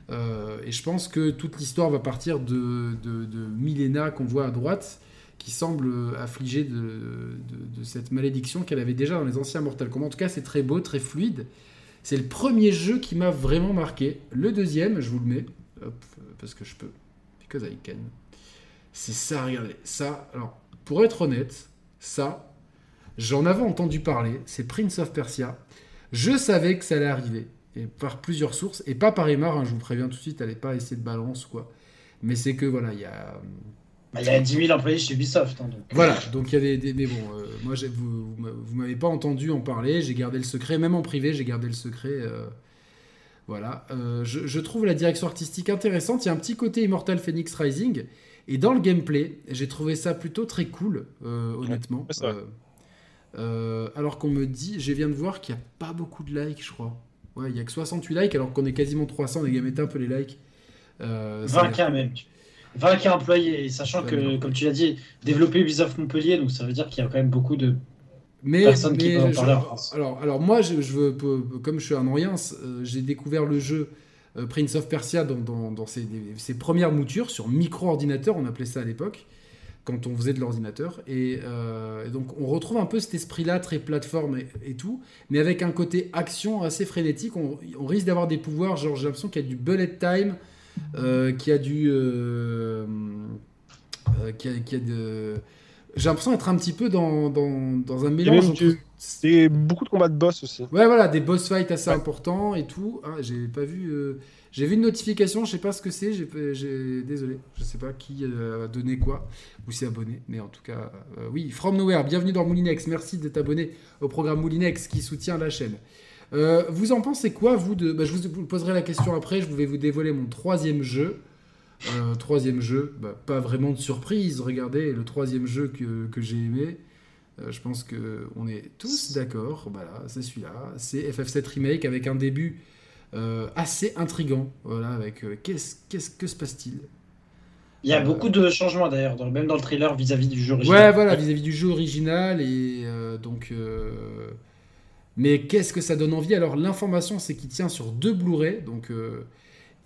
Speaker 1: Euh, et je pense que toute l'histoire va partir de, de, de Milena qu'on voit à droite, qui semble euh, affligée de, de- de cette malédiction qu'elle avait déjà dans les anciens Mortal Kombat. En tout cas, c'est très beau, très fluide. C'est le premier jeu qui m'a vraiment marqué. Le deuxième, je vous le mets, hop, euh, parce que je peux, because I can. C'est ça, regardez, ça. Alors, pour être honnête, ça, j'en avais entendu parler. C'est Prince of Persia. Je savais que ça allait arriver, et par plusieurs sources, et pas par Emar. hein, je vous préviens tout de suite, allez pas essayer de balance quoi. Mais c'est que voilà, il y a
Speaker 3: Bah, Il y a 10 000 employés chez Ubisoft. hein, donc.
Speaker 1: voilà, (laughs) donc il y a des, des- mais bon, euh, moi j'ai- vous, vous m'a- vous m'avez pas entendu en parler, j'ai gardé le secret, même en privé j'ai gardé le secret. euh, voilà, Euh, je, je trouve la direction artistique intéressante, il y a un petit côté Immortal Phoenix Rising, et dans le gameplay, j'ai trouvé ça plutôt très cool, euh, honnêtement.
Speaker 4: c'est vrai.
Speaker 1: Euh, euh, alors qu'on me dit, je viens de voir qu'il n'y a pas beaucoup de likes, je crois. Ouais, il n'y a que 68 likes, alors qu'on est quasiment 300, les gars, mettez un peu les likes. Euh, ça a l'air-
Speaker 3: 20K même. 20K employés, et sachant
Speaker 1: Ouais,
Speaker 3: que,
Speaker 1: d'accord.
Speaker 3: comme tu l'as dit, développer Ubisoft Montpellier, donc ça veut dire qu'il y a quand même beaucoup de.
Speaker 1: Mais,
Speaker 3: Personne qui
Speaker 1: mais
Speaker 3: peut en
Speaker 1: je-
Speaker 3: parler en France.
Speaker 1: alors, alors moi, je, je veux, peu- peu- comme je suis un Orient, euh, j'ai découvert le jeu euh, Prince of Persia dans, dans- dans ses, des- ses premières moutures sur micro-ordinateur, on appelait ça à l'époque, quand on faisait de l'ordinateur. Et, euh, et donc on retrouve un peu cet esprit-là, très plateforme et, et tout, mais avec un côté action assez frénétique. On, on risque d'avoir des pouvoirs, genre j'ai l'impression qu'il y a du bullet time, euh, qu'il y a du... euh, euh, qu'il y a- qu'il y a de... J'ai l'impression d'être un petit peu dans, dans- dans un
Speaker 4: Il y a
Speaker 1: mélange
Speaker 4: même
Speaker 1: entre
Speaker 4: du- C'est beaucoup de combats de boss aussi.
Speaker 1: Ouais, voilà, des boss fights assez
Speaker 4: Ouais.
Speaker 1: importants et tout. Ah, j'ai pas vu. euh, J'ai vu une notification, je sais pas ce que c'est. J'ai, j'ai- désolé, je sais pas qui euh, a donné quoi ou s'est abonné, mais en tout cas, euh, oui. From Nowhere, bienvenue dans Moulinex. Merci d'être abonné au programme Moulinex qui soutient la chaîne. Euh, vous en pensez quoi, vous de... bah, je vous vous poserai la question après. Je vais vous dévoiler mon troisième jeu. Euh, troisième jeu, bah, pas vraiment de surprise. Regardez le troisième jeu que, que j'ai aimé. Euh, je pense que on est tous d'accord. Bah là, c'est celui-là. C'est FF7 Remake avec un début euh, assez intrigant. Voilà, avec euh, qu'est-ce, qu'est-ce que se passe-t-il
Speaker 3: Il y a beaucoup de changements d'ailleurs, dans- même dans le trailer vis-à-vis du jeu
Speaker 1: Ouais,
Speaker 3: original.
Speaker 1: voilà, vis-à-vis du jeu original. Et euh, donc. euh, Mais qu'est-ce que ça donne envie Alors, l'information, c'est qu'il tient sur deux Blu-ray. Donc. euh,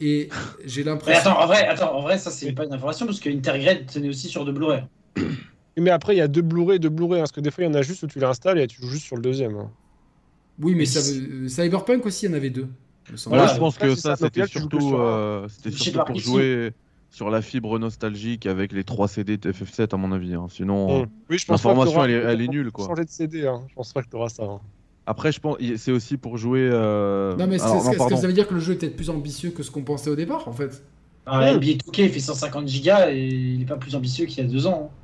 Speaker 1: Et j'ai
Speaker 3: Mais
Speaker 1: l'impression.
Speaker 3: attends, en vrai, attends, en vrai, ça c'est pas une information parce que Intergrade tenait aussi sur deux Blu-ray.
Speaker 4: Mais après, il y a deux Blu-ray, deux Blu-ray. hein, parce que des fois, il y en a juste où tu l'installes et tu joues juste sur le deuxième. hein.
Speaker 1: Oui, mais ça veut- euh, Cyberpunk aussi, il y en avait deux. me semble.
Speaker 2: Moi,
Speaker 3: Voilà,
Speaker 2: je pense
Speaker 4: après,
Speaker 2: que
Speaker 4: c'est
Speaker 2: ça,
Speaker 4: ça,
Speaker 2: c'était
Speaker 4: Nokia, tu joues que
Speaker 2: surtout,
Speaker 4: sur un-
Speaker 2: euh, c'était
Speaker 3: Chez
Speaker 2: surtout
Speaker 3: leur
Speaker 2: pour
Speaker 3: PC.
Speaker 2: jouer sur la fibre nostalgique avec les 3 CD de FF7, à mon avis. hein. Sinon,
Speaker 4: Mm. Oui, je
Speaker 2: pense pas que L'information, t'auras- elle est- elle est
Speaker 4: t'auras
Speaker 2: nulle, quoi.
Speaker 4: Changer de CD, hein. je pense pas que tu auras ça. hein.
Speaker 2: après, je pense y- c'est aussi pour jouer. euh,
Speaker 1: Non, mais c'est-
Speaker 2: alors,
Speaker 1: est-ce que- est-ce que
Speaker 2: pardon.
Speaker 1: ça veut dire que le jeu est peut-être plus ambitieux que ce qu'on pensait au départ, en fait
Speaker 3: Un NBA 2K il fait 150 gigas et il est pas plus ambitieux qu'il y a deux ans. hein.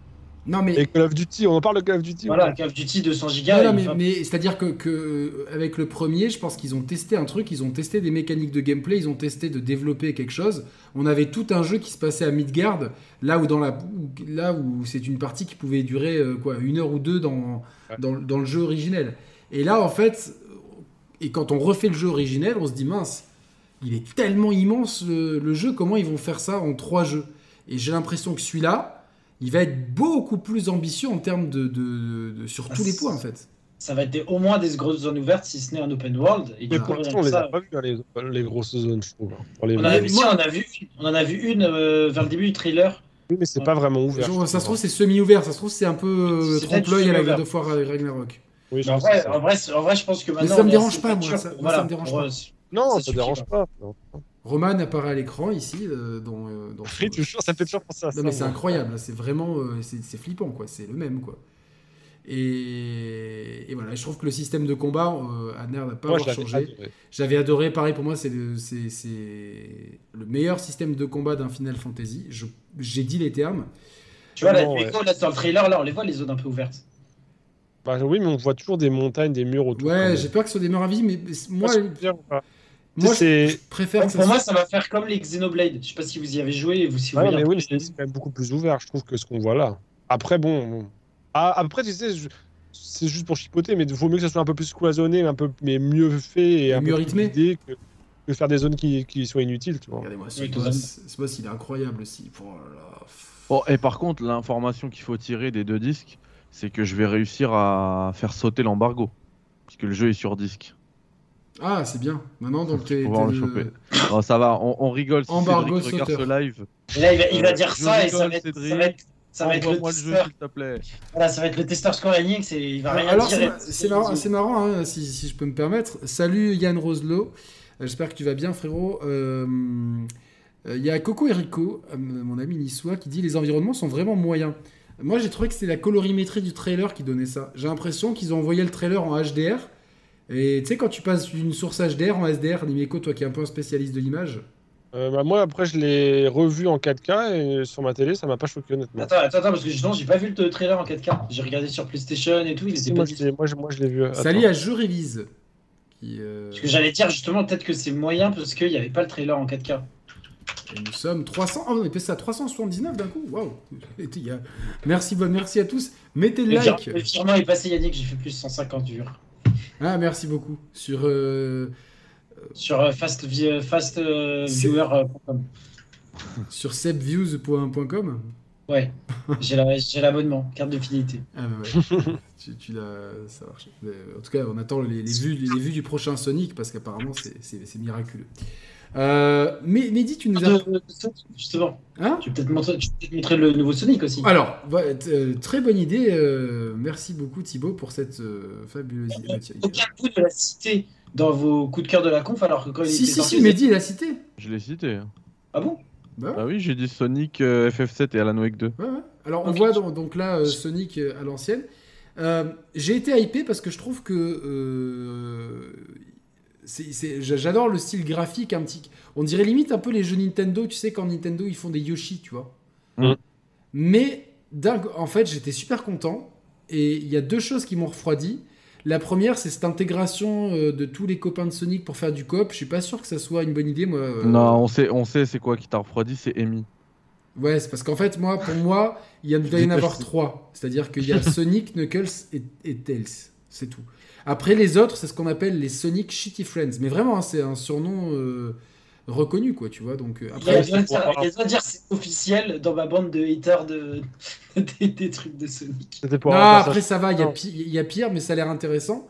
Speaker 1: Non, mais.
Speaker 4: Et Call of Duty, on en parle de Call of Duty.
Speaker 3: Voilà,
Speaker 4: ouais.
Speaker 3: Call of Duty 200
Speaker 1: Non,
Speaker 3: gigas.
Speaker 1: non,
Speaker 3: il
Speaker 1: mais,
Speaker 3: va-
Speaker 1: mais c'est-à-dire que, que avec le premier, je pense qu'ils ont testé un truc, ils ont testé des mécaniques de gameplay, ils ont testé de développer quelque chose. On avait tout un jeu qui se passait à Midgard, là où dans la où- là où c'est une partie qui pouvait durer euh, quoi une heure ou deux dans
Speaker 4: Ouais.
Speaker 1: dans, dans le jeu originel. Et là, en fait, et quand on refait le jeu originel, on se dit mince, il est tellement immense le, le jeu, comment ils vont faire ça en trois jeux Et j'ai l'impression que celui-là, il va être beaucoup plus ambitieux en termes de, de- de- sur
Speaker 3: Ah,
Speaker 1: tous les
Speaker 3: c'est-
Speaker 1: points en fait.
Speaker 3: Ça va être des- au moins des grosses zones ouvertes si ce n'est un open world. Et du
Speaker 4: Mais
Speaker 3: coup,
Speaker 4: pour
Speaker 3: rien
Speaker 4: l'instant, on
Speaker 3: que
Speaker 4: les a
Speaker 3: ça.
Speaker 4: pas vus, hein, les, les grosses zones, je trouve. hein, pour les-
Speaker 3: On en a
Speaker 1: Mais
Speaker 3: vu,
Speaker 1: moi-
Speaker 3: si, on, en a vu, on en a vu une euh, vers le début du trailer.
Speaker 4: Oui, mais c'est pas vraiment ouvert.
Speaker 1: Genre,
Speaker 4: je
Speaker 1: ça se trouve,
Speaker 4: trouve,
Speaker 1: c'est semi-ouvert. Ça se trouve, c'est un peu euh,
Speaker 3: C'est peut-être
Speaker 1: trompe-l'œil à la God
Speaker 3: semi-ouvert.
Speaker 1: of War avec euh, Ragnarok.
Speaker 4: hein. Oui, je
Speaker 3: Mais en,
Speaker 4: pense que
Speaker 3: vrai,
Speaker 4: ça-
Speaker 3: en, vrai, c'est- en vrai, je pense que maintenant.
Speaker 1: ça me
Speaker 3: on est
Speaker 1: dérange
Speaker 3: assez
Speaker 1: pas, moi,
Speaker 3: mature
Speaker 1: ça-
Speaker 3: pour-
Speaker 1: moi, ça
Speaker 3: voilà,
Speaker 1: me dérange
Speaker 3: pour,
Speaker 1: pas.
Speaker 3: euh,
Speaker 4: Non,
Speaker 3: ça
Speaker 4: ça,
Speaker 3: suffit,
Speaker 4: dérange pas. non.
Speaker 1: Roman apparaît à l'écran ici. euh, dans, euh, dans son-
Speaker 4: Oui, toujours, ça me fait toujours penser à ça.
Speaker 1: Non, mais c'est
Speaker 4: moi.
Speaker 1: incroyable. là, C'est vraiment. euh, c'est c'est flippant, quoi. C'est le même, quoi. Et, et voilà, je trouve que le système de combat euh, a l'air de pas
Speaker 4: Moi, je
Speaker 1: avoir
Speaker 4: l'avais
Speaker 1: changé.
Speaker 4: adoré.
Speaker 1: J'avais adoré, pareil pour moi, c'est le, c'est- c'est le meilleur système de combat d'un Final Fantasy. Je- J'ai dit les termes.
Speaker 3: Tu vois, là,
Speaker 4: Non,
Speaker 3: les
Speaker 4: ouais.
Speaker 3: échos, là, dans le trailer, là, on les voit, les zones un peu ouvertes.
Speaker 4: Bah oui, mais on voit toujours des montagnes, des murs autour. quand
Speaker 1: Ouais,
Speaker 4: même.
Speaker 1: j'ai peur que ce demeure à vie, mais mais c'est-
Speaker 4: Moi,
Speaker 1: moi,
Speaker 4: je veux dire, voilà.
Speaker 1: moi je
Speaker 4: c'est-
Speaker 1: je préfère
Speaker 3: Pour
Speaker 1: que ça
Speaker 3: moi,
Speaker 1: soit-
Speaker 3: ça va faire comme les Xenoblade. Je sais pas si vous y avez joué et vous si vous
Speaker 4: Ouais,
Speaker 3: voyez
Speaker 4: mais
Speaker 3: un
Speaker 4: oui,
Speaker 3: peu
Speaker 4: mais c'est
Speaker 3: les-
Speaker 4: c'est quand même beaucoup plus ouvert, je trouve, que ce qu'on voit là. Après, bon. bon. Ah, après, tu sais, je- c'est juste pour chipoter, mais il vaut mieux que ça soit un peu plus cloisonné, mais, un peu, mais mieux fait et un
Speaker 1: Mieux
Speaker 4: peu plus
Speaker 1: rythmé.
Speaker 4: guidé que, que faire des zones qui, qui soient inutiles, tu vois.
Speaker 1: Regardez-moi ce
Speaker 3: Oui,
Speaker 1: boss. Ce boss, il est incroyable aussi. Oh là là.
Speaker 2: Bon, Oh, et par contre, l'information qu'il faut tirer des deux disques, c'est que je vais réussir à faire sauter l'embargo. Puisque le jeu est
Speaker 1: (coughs)
Speaker 2: sur disque.
Speaker 1: Ah, c'est bien. Maintenant, donc t'es.
Speaker 2: Faut pouvoir
Speaker 1: t'es
Speaker 2: le
Speaker 1: le-
Speaker 2: choper. Non, Oh, ça va, on, on rigole. Si
Speaker 1: Embargo
Speaker 2: Cédric regarde ce
Speaker 1: sauteur.
Speaker 2: live,
Speaker 3: Et Là, il va, il va
Speaker 2: Euh,
Speaker 3: dire
Speaker 2: je
Speaker 3: ça et ça
Speaker 2: rigole,
Speaker 3: va être,
Speaker 2: Cédric.
Speaker 3: ça va être, ça va être le
Speaker 2: envoie-moi le jeu,
Speaker 3: testeur.
Speaker 2: s'il te plaît.
Speaker 3: Voilà, ça va être le testeur Square Enix et il va rien
Speaker 1: Euh, Alors,
Speaker 3: dire.
Speaker 1: c'est mar- c'est
Speaker 3: et-
Speaker 1: marrant, c'est marrant hein, si, si je peux me permettre. Salut Yann Roselot. Euh, J'espère que tu vas bien, frérot. Euh, euh, Il y a Coco Erico, euh, mon ami niçois, qui dit les environnements sont vraiment moyens. Moi, j'ai trouvé que c'était la colorimétrie du trailer qui donnait ça. J'ai l'impression qu'ils ont envoyé le trailer en HDR. Et tu sais, quand tu passes d'une source HDR en SDR, Nimeco, toi qui es un peu un spécialiste de l'image,
Speaker 4: Euh, bah, moi, après, je l'ai revu en 4K et sur ma télé, ça m'a pas choqué, honnêtement.
Speaker 3: Attends, attends, attends, parce que justement, j'ai pas vu le trailer en 4K. J'ai regardé sur PlayStation et tout, il
Speaker 4: Si,
Speaker 3: était pas
Speaker 4: moi, je
Speaker 3: dispo.
Speaker 4: l'ai- moi, je- moi, je l'ai vu. euh,
Speaker 1: Salut
Speaker 4: attends.
Speaker 1: à Je Révise. Qui, euh,
Speaker 3: Parce que j'allais dire justement, peut-être que c'est moyen parce qu'il n'y avait pas le trailer en 4K.
Speaker 1: et nous sommes 300. Ah, on est passé à 379 d'un coup. Waouh. (laughs) Les gars, Merci, bon, merci à tous. Mettez le
Speaker 3: Le vir-
Speaker 1: like.
Speaker 3: le virement est passé, Yannick, j'ai fait plus 150 durs.
Speaker 1: Ah, merci beaucoup. Sur. euh,
Speaker 3: Sur euh, fast, vi- euh, fast euh,
Speaker 1: C'est-
Speaker 3: viewer, euh, .com.
Speaker 1: Sur sebviews.com
Speaker 3: Ouais, j'ai la- j'ai l'abonnement, carte de fidélité.
Speaker 1: Ah bah ouais. tu, tu l'as, ça marche. Mais, euh, En tout cas, on attend les, les vues, les, les vues du prochain Sonic parce qu'apparemment c'est- c'est c'est miraculeux. Euh, mais Mehdi, tu nous as.
Speaker 3: De- de Sonic, Justement,
Speaker 1: Hein
Speaker 3: tu peux peut-être montrer, tu peux peut-être montrer le nouveau Sonic aussi.
Speaker 1: Alors, bah, t- euh, très bonne idée. euh, merci beaucoup Thibaut pour cette euh, fabuleuse idée. Bah, tiens, il y a-
Speaker 3: Aucun coup de la cité dans vos coups de cœur de la conf, alors que quand il
Speaker 1: Si,
Speaker 3: était
Speaker 1: si,
Speaker 3: sorti,
Speaker 1: si, Mehdi, il a cité.
Speaker 2: Je l'ai cité.
Speaker 3: Ah bon
Speaker 1: Bah ouais.
Speaker 2: Ah oui, j'ai dit Sonic, euh, FF7 et Alan Wake 2.
Speaker 1: Ouais, ouais. Alors, on
Speaker 3: Ok.
Speaker 1: voit donc, donc là euh, Sonic euh, à l'ancienne. Euh, J'ai été hypé parce que je trouve que. euh, c'est- c'est- j'a- J'adore le style graphique un petit. On dirait limite un peu les jeux Nintendo, tu sais, quand Nintendo ils font des Yoshi, tu vois.
Speaker 4: Mhm.
Speaker 1: Mais d'un- en fait, j'étais super content. Et il y a deux choses qui m'ont refroidi. La première, c'est cette intégration euh, de tous les copains de Sonic pour faire du coop. Je suis pas sûr que ça soit une bonne idée, moi. euh,
Speaker 2: Non, on sait, on sait c'est quoi qui t'a refroidi, c'est Amy.
Speaker 1: Ouais, c'est parce qu'en fait, moi, pour moi, il y en- il doit y en avoir trois. C'est-à-dire qu'il y a Sonic, Knuckles et, et Tails. C'est tout. Après, les autres, c'est ce qu'on appelle les Sonic Shitty Friends. Mais vraiment, hein, c'est un surnom euh, reconnu, quoi, tu vois. Donc, euh,
Speaker 3: Il y a
Speaker 1: après,
Speaker 3: besoin de faire- il y a besoin de dire c'est officiel dans ma bande de haters de... (laughs) des, des trucs de Sonic.
Speaker 4: C'était pour
Speaker 1: Non,
Speaker 4: avoir
Speaker 1: après, ça va, il y, a
Speaker 4: Non.
Speaker 1: pi- il y a pire, mais ça a l'air intéressant.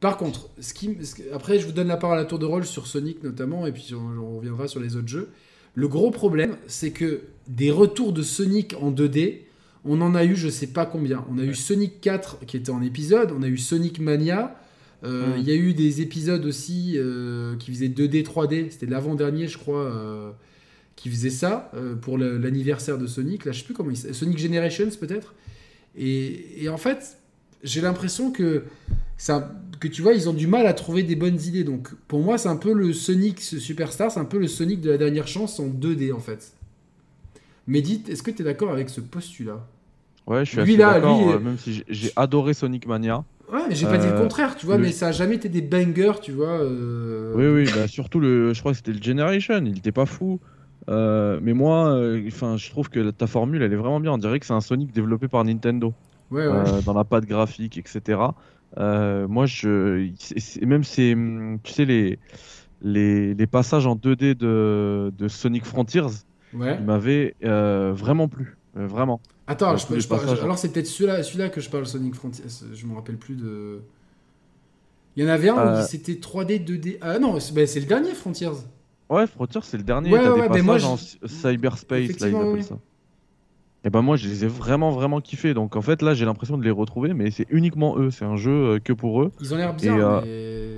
Speaker 1: Par contre, ce qui, m- ce que- après, je vous donne la parole à tour de rôle sur Sonic notamment, et puis on, on reviendra sur les autres jeux. Le gros problème, c'est que des retours de Sonic en 2D, on en a eu je sais pas combien. On a eu Sonic 4 qui était en épisode, on a eu Sonic Mania, euh,
Speaker 2: Mm.
Speaker 1: il y a eu des épisodes aussi euh, qui faisaient 2D, 3D, c'était l'avant-dernier je crois, euh, qui faisait ça euh, pour le- l'anniversaire de Sonic, là je sais plus comment il s'appelle, Sonic Generations peut-être. Et, et en fait, j'ai l'impression que ça, que tu vois, ils ont du mal à trouver des bonnes idées. Donc pour moi, c'est un peu le Sonic ce Superstar, c'est un peu le Sonic de la dernière chance en 2D en fait. Mehdi, est-ce que tu es d'accord avec ce postulat
Speaker 2: Ouais, je suis
Speaker 1: Lui,
Speaker 2: assez
Speaker 1: là,
Speaker 2: d'accord,
Speaker 1: lui,
Speaker 2: euh,
Speaker 1: euh,
Speaker 2: même si j'ai- j'ai adoré Sonic Mania.
Speaker 1: Ouais, mais j'ai pas dit le
Speaker 2: Euh,
Speaker 1: contraire, tu vois,
Speaker 2: le-
Speaker 1: mais ça a jamais été des bangers, tu vois. euh,
Speaker 2: Oui,
Speaker 1: (coughs)
Speaker 2: oui, bah, surtout, le, je crois que c'était le Generation, il était pas fou. Euh, mais moi, euh, enfin, je trouve que ta formule, elle est vraiment bien. On dirait que c'est un Sonic développé par Nintendo.
Speaker 1: Ouais, ouais.
Speaker 2: euh, dans la patte graphique, etc. Euh, moi, je, c'est- c'est- même c'est, hum, tu sais, les, les, les passages en 2D de, de Sonic Frontiers,
Speaker 1: ouais.
Speaker 2: ils m'avaient euh, vraiment plu. euh, vraiment.
Speaker 1: Attends,
Speaker 2: euh,
Speaker 1: je-
Speaker 2: tous les
Speaker 1: je parle-
Speaker 2: passages.
Speaker 1: alors c'est peut-être celui-là celui que je parle, Sonic Frontiers. Je me rappelle plus de. Il y en avait un où
Speaker 2: Euh.
Speaker 1: c'était 3D, 2D. Ah non, c'est bah, c'est le dernier Frontiers.
Speaker 2: Ouais, Frontiers, c'est le dernier.
Speaker 1: Ouais,
Speaker 2: t'as
Speaker 1: ouais,
Speaker 2: des
Speaker 1: ouais, mais
Speaker 2: passages
Speaker 1: moi,
Speaker 2: en
Speaker 1: je-
Speaker 2: cy- cyberspace, là, ils
Speaker 1: Effectivement,
Speaker 2: appellent
Speaker 1: ouais.
Speaker 2: ça. Et ben moi, je les ai vraiment, vraiment kiffés. Donc en fait, là, j'ai l'impression de les retrouver, mais c'est uniquement eux. C'est un jeu euh, que pour eux.
Speaker 1: Ils ont l'air
Speaker 2: Et,
Speaker 1: bien.
Speaker 2: euh,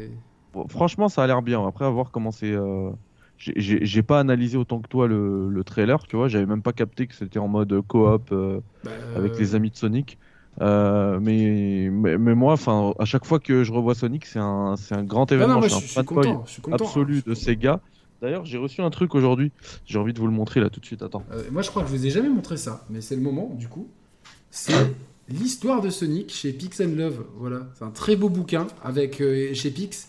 Speaker 1: mais-
Speaker 2: Bon, franchement, ça a l'air bien. Après avoir commencé, euh, j'ai- j'ai j'ai pas analysé autant que toi le, le trailer, tu vois. J'avais même pas capté que c'était en mode coop euh,
Speaker 1: Bah,
Speaker 2: avec
Speaker 1: euh,
Speaker 2: les amis de Sonic. Euh, mais, mais, mais moi, enfin, à chaque fois que je revois Sonic, c'est un, c'est un grand
Speaker 1: Non,
Speaker 2: événement.
Speaker 1: non, moi,
Speaker 2: je
Speaker 1: je,
Speaker 2: suis
Speaker 1: je
Speaker 2: un
Speaker 1: suis
Speaker 2: fanboy
Speaker 1: content. Je suis content.
Speaker 2: absolu de Sega. D'ailleurs, j'ai reçu un truc aujourd'hui. J'ai envie de vous le montrer là tout de suite. Attends.
Speaker 1: Euh, moi, je crois que je vous ai jamais montré ça, mais c'est le moment, du coup. C'est l'histoire de Sonic chez Pix and Love. Voilà, c'est un très beau bouquin avec euh, chez Pix.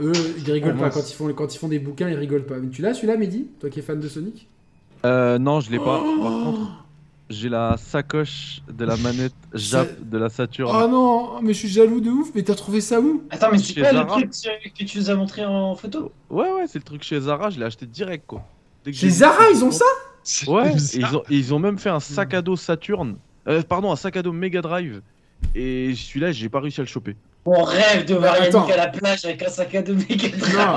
Speaker 1: Eux, ils rigolent
Speaker 2: Oh,
Speaker 1: pas
Speaker 2: mince.
Speaker 1: quand ils font quand ils font des bouquins, ils rigolent pas. Mais tu l'as celui-là, Mehdi Toi qui es fan de Sonic
Speaker 2: Euh, non, je l'ai pas. Par
Speaker 1: Oh
Speaker 2: contre, j'ai la sacoche de
Speaker 1: (laughs)
Speaker 2: la manette Jap de la Saturn.
Speaker 1: Oh non, mais je suis jaloux de ouf. Mais t'as trouvé ça où
Speaker 3: Attends, mais c'est
Speaker 2: Chez
Speaker 3: pas le
Speaker 2: Zara.
Speaker 3: truc que tu- que tu nous as montré en photo
Speaker 2: Ouais, ouais, c'est le truc chez Zara, je l'ai acheté direct quoi. Dès que
Speaker 1: Oh Chez
Speaker 2: j'ai-
Speaker 1: Zara, ils ont ça Hmm.
Speaker 4: C'est
Speaker 2: Ouais, et
Speaker 4: bizarre.
Speaker 2: ils ont, et ils ont même fait un sac à dos Saturn. Euh, pardon, un sac à dos Mega Drive. Et celui-là, j'ai pas réussi à le choper.
Speaker 3: On rêve de voir
Speaker 1: Mais attends.
Speaker 3: Yannick à la plage avec un sac à dos méga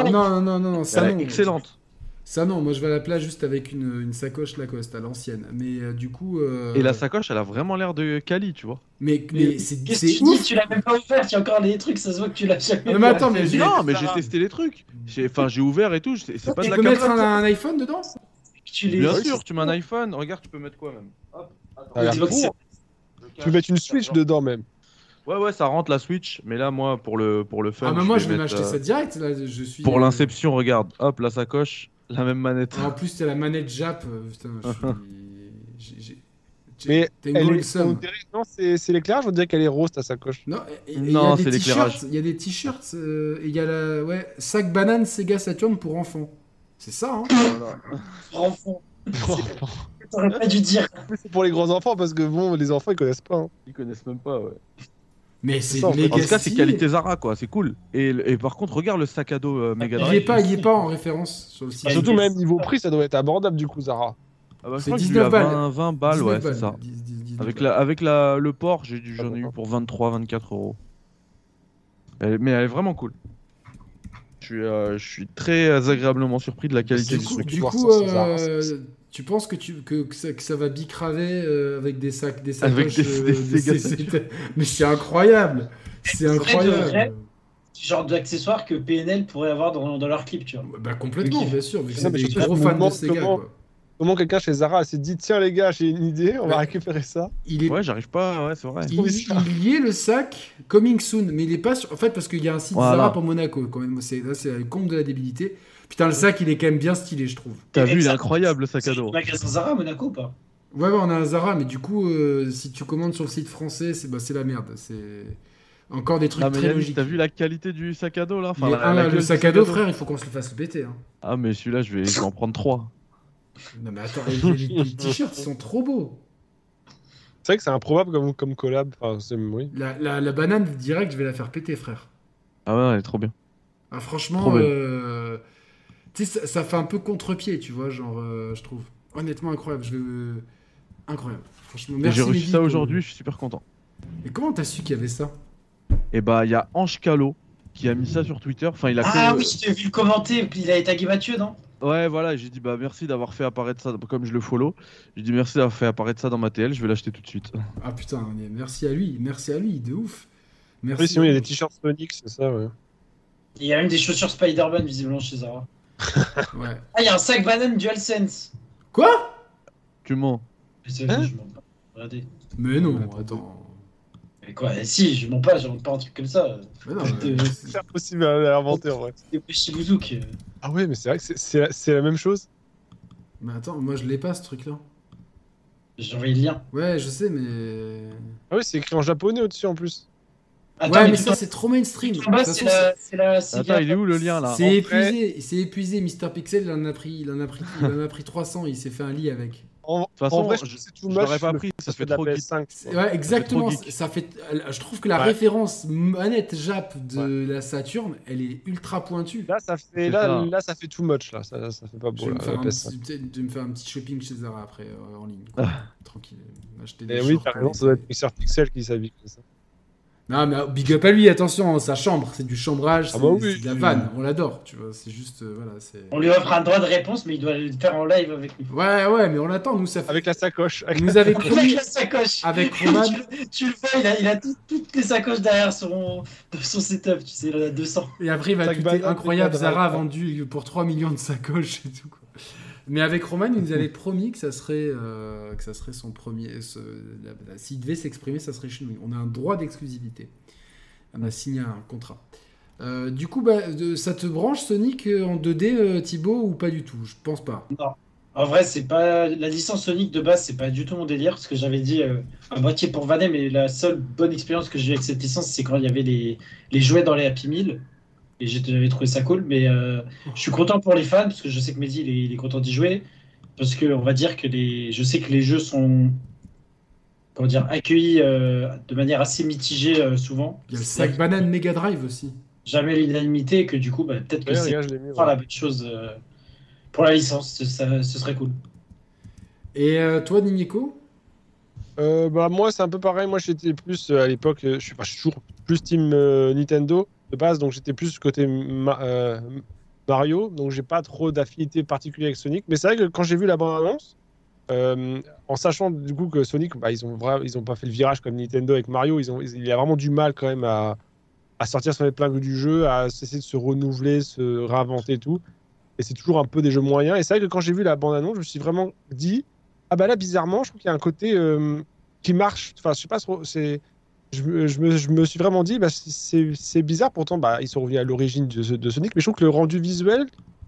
Speaker 1: Non, non, non, non, non,
Speaker 2: Elle
Speaker 1: ça
Speaker 2: est
Speaker 1: non.
Speaker 2: excellente.
Speaker 1: Ça non, moi je vais à la plage juste avec une, une sacoche Lacoste à l'ancienne. Mais euh, du coup. euh,
Speaker 2: Et la sacoche, elle a vraiment l'air de Cali, tu vois.
Speaker 1: Mais, mais c'est
Speaker 3: Qu'est-ce
Speaker 1: c'est
Speaker 3: que tu dis
Speaker 1: ouf.
Speaker 3: Tu l'as même pas ouvert, tu as encore des trucs, ça se voit que tu l'as jamais
Speaker 1: Non, mais attends, mais
Speaker 3: ouvert.
Speaker 1: j'ai-
Speaker 2: non, mais j'ai testé les trucs. J'ai- Enfin, j'ai ouvert et tout. C'est c'est pas de
Speaker 1: Tu
Speaker 2: la
Speaker 1: peux
Speaker 2: cam.
Speaker 1: mettre un, un iPhone dedans
Speaker 3: Tu les-
Speaker 2: Bien sûr, tu mets un iPhone. Regarde, tu peux mettre quoi même Hop, attends.
Speaker 4: Ah, la
Speaker 3: Xbox,
Speaker 2: Pour-
Speaker 3: c'est-
Speaker 4: Tu peux mettre une Switch dedans même.
Speaker 2: Ouais, ouais, ça rentre la Switch. Mais là, moi, pour le, pour le fun.
Speaker 1: Ah, mais moi je vais
Speaker 2: mettre,
Speaker 1: m'acheter
Speaker 2: euh,
Speaker 1: ça direct. Là, je suis.
Speaker 2: Pour l'inception, regarde. Hop, la sacoche, la même manette. (laughs)
Speaker 1: Ah, En plus, t'as la manette Jap. euh, Putain, je suis. j'ai- j'ai- j'ai-
Speaker 4: Mais
Speaker 1: T'as une
Speaker 4: elle
Speaker 1: grosse
Speaker 4: est- on
Speaker 1: somme.
Speaker 4: dirait- non, c'est c'est l'éclairage, on dirait qu'elle est rose ta
Speaker 1: (laughs)
Speaker 4: sacoche.
Speaker 1: Non, et- et- et
Speaker 2: Non,
Speaker 1: il y a
Speaker 2: c'est
Speaker 1: des
Speaker 2: l'éclairage.
Speaker 1: t-shirts. Il y a des t-shirts. euh, et il y a la. Ouais, sac banane Sega Saturn pour enfants. C'est ça, hein
Speaker 3: Enfant.
Speaker 4: Mais
Speaker 3: T'aurais pas dû dire.
Speaker 4: c'est pour les grands enfants parce que bon, les enfants ils connaissent pas. hein.
Speaker 2: Ils connaissent même pas, ouais.
Speaker 1: Mais c'est
Speaker 4: En tout
Speaker 1: méga
Speaker 2: En tout cas, c'est
Speaker 1: stylé.
Speaker 2: qualité Zara, quoi. C'est cool. Et, et par contre, regarde le sac à dos euh, Mega
Speaker 1: Ah, Il est
Speaker 2: Drive.
Speaker 1: pas, il est pas en référence sur le site.
Speaker 3: Ah,
Speaker 4: Surtout
Speaker 3: mais-
Speaker 4: même niveau prix, ça doit être abordable du coup, Zara.
Speaker 2: Ah bah, je
Speaker 1: C'est
Speaker 2: crois que j'ai
Speaker 1: 19
Speaker 2: eu à
Speaker 1: balles.
Speaker 2: 20, 20 balles, ouais,
Speaker 1: 19
Speaker 2: c'est ça.
Speaker 1: 10, 10, 19
Speaker 2: Avec,
Speaker 1: balles.
Speaker 2: la, avec la, le port, j'ai dû- j'en ai eu
Speaker 4: d'accord.
Speaker 2: pour 23, 24 euros. Elle- mais elle est vraiment cool. Je suis, euh, je suis très euh, agréablement surpris de la qualité
Speaker 1: Du
Speaker 2: du
Speaker 1: coup,
Speaker 2: truc.
Speaker 1: du
Speaker 4: Voir
Speaker 1: coup,
Speaker 4: ça, c'est Zara,
Speaker 1: euh,
Speaker 4: ça.
Speaker 1: tu penses que, tu, que, que ça, que ça va bicraver euh, avec des sacs, des sacoches
Speaker 2: Avec des-
Speaker 1: euh,
Speaker 2: des
Speaker 1: de
Speaker 2: Sega
Speaker 1: ces-
Speaker 2: Saturn.
Speaker 1: (laughs) Mais c'est incroyable C'est
Speaker 3: vrai, de vrai.
Speaker 1: incroyable
Speaker 3: Ce genre d'accessoire que PNL pourrait avoir dans, dans leur clip, tu vois.
Speaker 1: Bah complètement,
Speaker 3: Ok.
Speaker 1: bien sûr, vu que
Speaker 4: Non,
Speaker 1: c'est
Speaker 4: mais
Speaker 1: des
Speaker 4: surtout,
Speaker 1: gros
Speaker 4: je me
Speaker 1: fans de
Speaker 4: demande
Speaker 1: Sega.
Speaker 4: comment-
Speaker 1: quoi.
Speaker 4: Comment quelqu'un chez Zara s'est dit tiens les gars, j'ai une idée, on va
Speaker 1: Ouais.
Speaker 4: récupérer ça.
Speaker 1: Il est...
Speaker 2: Ouais, j'arrive pas, ouais, c'est vrai.
Speaker 1: Il, il y est le sac Coming Soon, mais il est pas sur... En fait, parce qu'il y a un site
Speaker 2: Voilà.
Speaker 1: Zara pour Monaco, quand même. C'est- Là, c'est le comble de la débilité. Putain, le sac, il est quand même bien stylé, je trouve.
Speaker 2: T'as
Speaker 3: Et
Speaker 2: vu, il est
Speaker 3: ça-
Speaker 2: incroyable le sac
Speaker 3: C'est
Speaker 2: à
Speaker 3: le
Speaker 2: dos.
Speaker 3: magasin Zara à Monaco ou pas
Speaker 1: Ouais, ouais, on a un Zara, mais du coup, euh, si tu commandes sur le site français, c'est bah, c'est la merde. C'est encore des trucs
Speaker 2: Non, mais
Speaker 1: très
Speaker 2: Yannick,
Speaker 1: logiques.
Speaker 2: t'as vu la qualité du sac à dos là Enfin,
Speaker 1: Mais,
Speaker 2: la-
Speaker 1: ah,
Speaker 2: la gueule
Speaker 1: le
Speaker 2: du
Speaker 1: sac à dos, frère, il faut qu'on se le fasse péter. hein.
Speaker 2: Ah, mais celui-là, je vais, je vais en prendre 3.
Speaker 1: Non, mais attends, les, les- les t-shirts sont trop beaux.
Speaker 4: C'est vrai que c'est improbable comme, comme collab. Enfin, c'est oui.
Speaker 1: La, la- la banane, direct, je vais la faire péter, frère.
Speaker 2: Ah ouais, elle est trop bien.
Speaker 1: Ah, franchement,
Speaker 2: Trop belle.
Speaker 1: euh, tu Tu sais, ça, ça fait un peu contre-pied, tu vois, genre, euh, je trouve. Honnêtement, incroyable. Je... veux- Incroyable. Franchement, merci.
Speaker 2: J'ai reçu
Speaker 1: Mehdi,
Speaker 2: ça
Speaker 1: pour-
Speaker 2: aujourd'hui, je suis super content.
Speaker 1: Mais comment t'as su qu'il y avait ça
Speaker 2: Et bah, il y a Ange Callot qui a mis ça sur Twitter. Enfin, il a
Speaker 3: Ah
Speaker 2: que-
Speaker 3: oui, j'ai vu le commenter, puis il avait tagué Mathieu, non
Speaker 2: Ouais, voilà, et j'ai dit bah merci d'avoir fait apparaître ça comme je le follow. J'ai dit merci d'avoir fait apparaître ça dans ma TL, je vais l'acheter tout de suite. (laughs)
Speaker 1: Ah putain, on y est. merci à lui, merci à lui, de ouf. Merci.
Speaker 4: Oui, sinon, il y a des t-shirts Sonic, c'est ça, ouais.
Speaker 3: Il y a même des chaussures Spider-Man visiblement chez Zara.
Speaker 1: Ouais.
Speaker 3: Ah, il y a un sac banane DualSense.
Speaker 1: Quoi
Speaker 2: Tu mens.
Speaker 3: Mais c'est-
Speaker 4: Hein
Speaker 3: je mens pas. Regardez.
Speaker 1: Mais non,
Speaker 4: Attends.
Speaker 1: attends.
Speaker 3: Mais quoi eh, Si, je mens pas, je monte pas un truc comme ça.
Speaker 1: Mais non, mais-
Speaker 4: (laughs)
Speaker 3: Euh,
Speaker 4: C'est impossible à à inventer, en vrai.
Speaker 3: C'est pas Shibuzuk. euh.
Speaker 4: Ah ouais, mais c'est vrai que c'est- c'est la- c'est la même chose.
Speaker 1: mais attends, moi je l'ai pas ce truc-là.
Speaker 3: J'ai envoyé le lien.
Speaker 1: Ouais, je sais, mais.
Speaker 4: Ah oui, c'est écrit en japonais au-dessus en plus.
Speaker 3: Attends,
Speaker 1: ouais,
Speaker 3: mais
Speaker 1: mais
Speaker 3: tout
Speaker 1: ça c'est trop mainstream. De
Speaker 3: en bas,
Speaker 1: toute
Speaker 3: c'est
Speaker 1: façon,
Speaker 3: la. C'est la. c'est
Speaker 2: Attends,
Speaker 3: la-
Speaker 2: il est où le lien là
Speaker 1: C'est
Speaker 4: En vrai-
Speaker 1: épuisé, c'est épuisé. Mister Pixel, il en a pris, il en a pris, il en a pris 300. Il s'est fait un lit avec.
Speaker 4: En, en
Speaker 2: façon,
Speaker 4: vrai, je,
Speaker 2: je-
Speaker 4: pense que c'est
Speaker 2: Je
Speaker 4: tout
Speaker 2: l'aurais
Speaker 4: moche.
Speaker 2: pas
Speaker 4: le
Speaker 2: pris, ça
Speaker 4: fait
Speaker 2: fait
Speaker 4: de la
Speaker 2: trop geek.
Speaker 4: PS5.
Speaker 1: C'est- Ouais, exactement.
Speaker 2: geek.
Speaker 1: Ça fait. Je trouve que la
Speaker 4: Ouais.
Speaker 1: référence manette Jap de la Saturne, elle est ultra pointue.
Speaker 4: Là, ça fait,
Speaker 2: C'est
Speaker 4: là,
Speaker 2: ça.
Speaker 4: là, ça fait too much, là. Ça, ça fait pas
Speaker 1: Je
Speaker 4: beau,
Speaker 1: vais,
Speaker 4: là,
Speaker 1: me
Speaker 4: la
Speaker 1: faire un
Speaker 4: PS5.
Speaker 1: petit, peut-être de me faire un petit shopping chez Zara après euh, en ligne. quoi. Tranquille. euh, Acheter des
Speaker 4: Eh oui,
Speaker 1: shorts
Speaker 4: t'as
Speaker 1: pour
Speaker 4: raison,
Speaker 1: les-
Speaker 4: ça doit être Mixer Pixel qui s'habille comme ça.
Speaker 1: Non, mais ah, big up à lui, attention, hein, sa chambre, c'est du chambrage,
Speaker 4: Ah
Speaker 1: c'est
Speaker 4: bah oui,
Speaker 1: c'est de la
Speaker 4: oui.
Speaker 1: vanne, on l'adore, tu vois, c'est juste. euh, voilà, c'est.
Speaker 3: On lui offre un droit de réponse, mais il doit le faire en live avec nous.
Speaker 1: Ouais, ouais, mais on l'attend, nous, ça fait.
Speaker 4: Avec la sacoche.
Speaker 1: Il nous avait
Speaker 3: Avec
Speaker 1: promis.
Speaker 3: la sacoche.
Speaker 1: Avec
Speaker 3: (laughs) Tu-
Speaker 1: Roman.
Speaker 3: Tu le vois, il a, il a tout- toutes les sacoches derrière son, (laughs) de son setup. Tu sais, il en a 200.
Speaker 1: Et après, il va
Speaker 4: Sac
Speaker 1: tweeter
Speaker 4: banane,
Speaker 1: incroyable,
Speaker 4: c'est pas grave.
Speaker 1: Zara a vendu pour 3 millions de sacoches et tout, quoi. Mais avec Roman, il nous avait promis que ça serait, euh, que ça serait son premier. ce- la- la- S'il devait s'exprimer, ça serait chez nous. On a un droit d'exclusivité. On a signé un contrat. Euh, du coup, bah, de- ça te branche Sonic euh, en 2D, euh, Thibaut, ou pas du tout Je pense pas.
Speaker 3: En vrai, c'est pas la licence Sonic de base, c'est pas du tout mon délire parce que j'avais dit euh, à moitié pour vanner, mais la seule bonne expérience que j'ai eu avec cette licence, c'est quand il y avait les, les jouets dans les Happy Meal et j'ai- j'avais trouvé ça cool. Mais euh, je suis content pour les fans parce que je sais que Mehdi il est, il est content d'y jouer parce que on va dire que les, je sais que les jeux sont comment dire accueillis euh, de manière assez mitigée euh, souvent.
Speaker 1: Il y a le sac banane Mega Drive aussi.
Speaker 3: Jamais l'unanimité et que du coup, bah, peut-être que
Speaker 4: Ouais,
Speaker 3: c'est
Speaker 4: regarde, je l'ai
Speaker 3: pas
Speaker 4: mis.
Speaker 3: la
Speaker 4: voilà.
Speaker 3: bonne chose euh, pour la licence. Ce- ça- ce serait cool.
Speaker 1: Et euh, toi, Nico
Speaker 4: Euh, bah, moi, c'est un peu pareil. Moi, j'étais plus euh, à l'époque, euh, je suis pas je suis toujours plus team euh, Nintendo de base, donc j'étais plus côté Ma- euh, Mario, donc j'ai pas trop d'affinité particulière avec Sonic. Mais c'est vrai que quand j'ai vu la bande-annonce, euh, en sachant du coup que Sonic, bah, ils ont vra- ils ont pas fait le virage comme Nintendo avec Mario, ils ont, ils- il a vraiment du mal quand même à, à sortir sur les plein goût du jeu, à essayer de se renouveler, se réinventer et tout. Et c'est toujours un peu des jeux moyens. Et c'est vrai que quand j'ai vu la bande-annonce, je me suis vraiment dit, ah bah là, bizarrement, je trouve qu'il y a un côté euh, qui marche. Enfin, je sais pas trop, c'est. Je me, je, me, je me suis vraiment dit, bah, c'est- c'est c'est bizarre, pourtant bah, ils sont revenus à l'origine de, ce- de Sonic, mais je trouve que le rendu visuel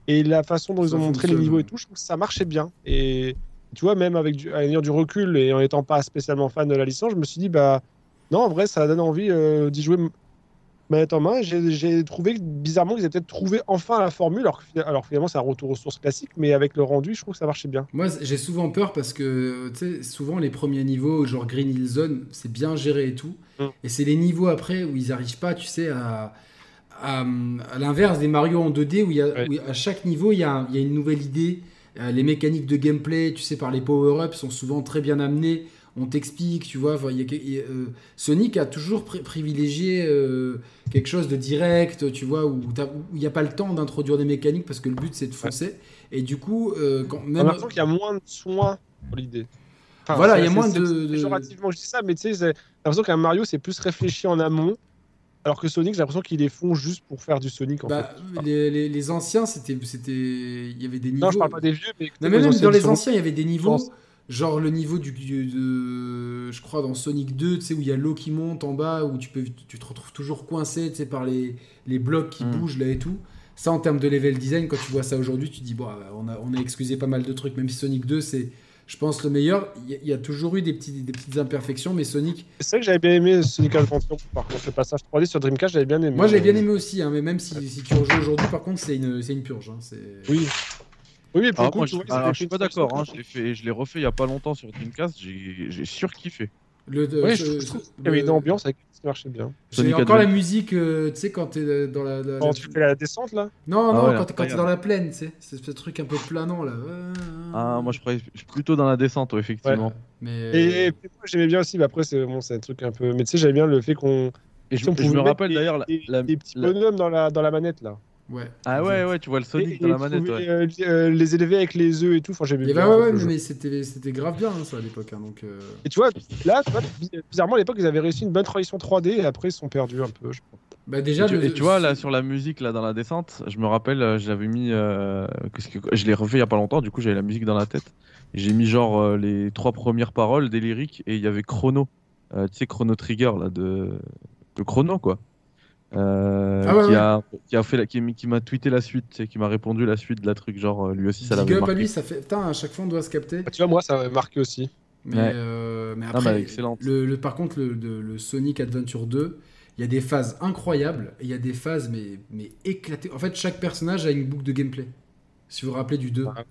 Speaker 4: et la façon dont
Speaker 1: Ça
Speaker 4: ils ont montré les
Speaker 1: fonctionne,
Speaker 4: niveaux
Speaker 1: ouais.
Speaker 4: et tout, je trouve que ça marchait bien. Et tu vois, même avec du, en ayant du recul et en étant pas spécialement fan de la licence, je me suis dit, bah non, en vrai, ça donne envie euh, d'y jouer manette en main, j'ai j'ai trouvé que, bizarrement qu'ils avaient peut-être trouvé enfin la formule, alors que, fina- alors que finalement c'est un retour aux sources classiques, mais avec le rendu, je trouve que ça marchait bien.
Speaker 1: Moi, j'ai souvent peur parce que, tu sais, souvent les premiers niveaux, genre Green Hill Zone, c'est bien géré et tout.
Speaker 4: Mm.
Speaker 1: Et c'est les niveaux après où ils arrivent pas, tu sais, à, à, à l'inverse des Mario en 2D où, il y a,
Speaker 4: Ouais.
Speaker 1: où à chaque niveau, il y a, un- il y a une nouvelle idée. Euh, les mécaniques de gameplay, tu sais, par les power-ups sont souvent très bien amenées. On t'explique, tu vois. enfin, il y a que- il y a, euh, Sonic a toujours pri- privilégié euh, quelque chose de direct, tu vois, où t'as- où il n'y a pas le temps d'introduire des mécaniques parce que le but c'est de foncer. Et du coup, euh, quand
Speaker 4: J'ai
Speaker 1: même.
Speaker 4: l'impression qu'il y a moins de soin pour l'idée. Enfin,
Speaker 1: Voilà,
Speaker 4: c'est-
Speaker 1: il y a
Speaker 4: c'est-
Speaker 1: moins
Speaker 4: c'est-
Speaker 1: de-
Speaker 4: c'est
Speaker 1: de-
Speaker 4: péjorativement que je dis ça, mais tu sais, c'est- j'ai l'impression qu'un Mario c'est plus réfléchi en amont, alors que Sonic, j'ai l'impression qu'ils les font juste pour faire du Sonic en
Speaker 1: Bah,
Speaker 4: fait.
Speaker 1: les, les- les anciens, c'était, c'était, il y avait des niveaux.
Speaker 4: Non, je parle pas des vieux, mais.
Speaker 1: Non, mais même dans les
Speaker 4: sur-
Speaker 1: anciens, il y avait des niveaux,
Speaker 4: pense.
Speaker 1: genre le niveau du, du- de, je crois dans Sonic 2, tu sais où il y a l'eau qui monte en bas, où tu peux, tu te retrouves toujours coincé, tu sais par les, les blocs qui
Speaker 4: Hmm.
Speaker 2: Mm.
Speaker 1: bougent là et tout. Ça, en termes de level design, quand tu vois ça aujourd'hui, tu te dis bon, ah, on a, on a excusé pas mal de trucs. Même si Sonic 2, c'est, je pense le meilleur. Il y a- il y, a toujours eu des petits, des petites imperfections, mais Sonic.
Speaker 4: C'est vrai que j'avais bien aimé Sonic Adventure, par contre, le passage 3D sur Dreamcast, j'avais bien aimé.
Speaker 1: Moi, j'ai bien aimé aussi, hein, mais même si, si tu rejoues aujourd'hui, par contre, c'est une, c'est une purge. hein, c'est...
Speaker 4: Oui. Oui, mais pour
Speaker 2: Alors, Ah, moi,
Speaker 4: le coup, tu
Speaker 2: je,
Speaker 4: vois, ils
Speaker 2: alors,
Speaker 4: avaient
Speaker 2: je suis hein,
Speaker 4: fait
Speaker 2: pas
Speaker 4: une
Speaker 2: d'accord, hein,
Speaker 4: solution.
Speaker 2: je l'ai fait- je l'ai refait il y a pas longtemps sur Dreamcast, j'ai j'ai surkiffé.
Speaker 1: Le,
Speaker 4: Ouais,
Speaker 1: euh,
Speaker 4: je,
Speaker 1: ce-
Speaker 4: je trouve
Speaker 1: ce-
Speaker 4: qu'il y avait
Speaker 1: le-
Speaker 4: une ambiance avec qui marchait bien.
Speaker 1: J'ai
Speaker 2: Sonic
Speaker 1: encore la
Speaker 2: Adventure.
Speaker 1: musique, euh, tu sais, quand t'es euh, dans la. la-
Speaker 4: Quand tu fais la descente là,
Speaker 1: Non,
Speaker 2: Ah
Speaker 1: non, quand,
Speaker 2: ouais,
Speaker 1: t'es- quand t'es
Speaker 2: incroyable.
Speaker 1: dans la plaine, tu sais. C'est ce truc un peu planant, là. Euh,
Speaker 2: Ah, moi je croyais je suis plutôt dans la descente, ouais, effectivement.
Speaker 1: Mais. euh,
Speaker 4: Et, et puis, moi j'aimais bien aussi, mais après c'est bon, c'est un truc un peu. Mais tu sais, j'aimais bien le fait qu'on.
Speaker 2: Et je,
Speaker 4: qu'on
Speaker 2: je
Speaker 4: pouvait
Speaker 2: me
Speaker 4: mettre
Speaker 2: rappelle
Speaker 4: des-
Speaker 2: d'ailleurs la,
Speaker 4: des,
Speaker 2: la-
Speaker 4: des petits
Speaker 2: la-
Speaker 4: bonhommes dans la, dans la manette là.
Speaker 1: Ouais.
Speaker 2: Ah ouais, ouais, tu vois le Sonic
Speaker 4: Et-
Speaker 2: dans
Speaker 4: et
Speaker 2: la manette,
Speaker 4: trouver,
Speaker 2: ouais.
Speaker 4: euh, euh, les élever avec les œufs et tout. Enfin, j'aimais
Speaker 1: Et
Speaker 4: bien.
Speaker 1: bah
Speaker 4: en
Speaker 1: ouais,
Speaker 4: fait,
Speaker 1: ouais,
Speaker 4: le
Speaker 1: mais,
Speaker 4: jeu.
Speaker 1: c'était c'était grave bien, hein, ça, à l'époque. hein, donc. euh,
Speaker 4: Et tu vois, là, tu vois, bi- bizarrement à l'époque, ils avaient réussi une bonne transition 3D et après ils se sont perdus un peu. je pense.
Speaker 1: Bah,
Speaker 2: Et
Speaker 1: déjà.
Speaker 2: tu,
Speaker 1: le-
Speaker 2: et tu vois là sur la musique là dans la descente, je me rappelle, euh, je l'avais mis, euh, qu'est-ce que- je l'ai refait il y a pas longtemps, du coup j'avais la musique dans la tête. J'ai mis genre euh, les trois premières paroles des lyriques et il y avait Chrono, Euh, tu sais Chrono Trigger là de, de Chrono quoi, Euh,
Speaker 1: Ah ouais,
Speaker 2: qui,
Speaker 1: ouais.
Speaker 2: A, qui a fait la- qui, qui m'a tweeté la suite, tu sais, qui m'a répondu la suite de la truc genre euh, lui aussi ça
Speaker 1: Big
Speaker 2: l'avait
Speaker 1: up à
Speaker 2: marqué.
Speaker 1: lui, ça fait. Putain, à chaque fois, on doit se capter.
Speaker 4: Ah, tu vois, moi, ça m'a marqué aussi.
Speaker 1: Mais,
Speaker 2: Ouais.
Speaker 1: euh, mais
Speaker 2: Ah,
Speaker 1: après,
Speaker 2: bah, excellente.
Speaker 1: Le, le- par contre, le, de- le Sonic Adventure 2, il y a des phases incroyables, et il y a des phases mais, mais éclatées. En fait, chaque personnage a une boucle de gameplay. Si vous vous rappelez du 2.
Speaker 4: Ah.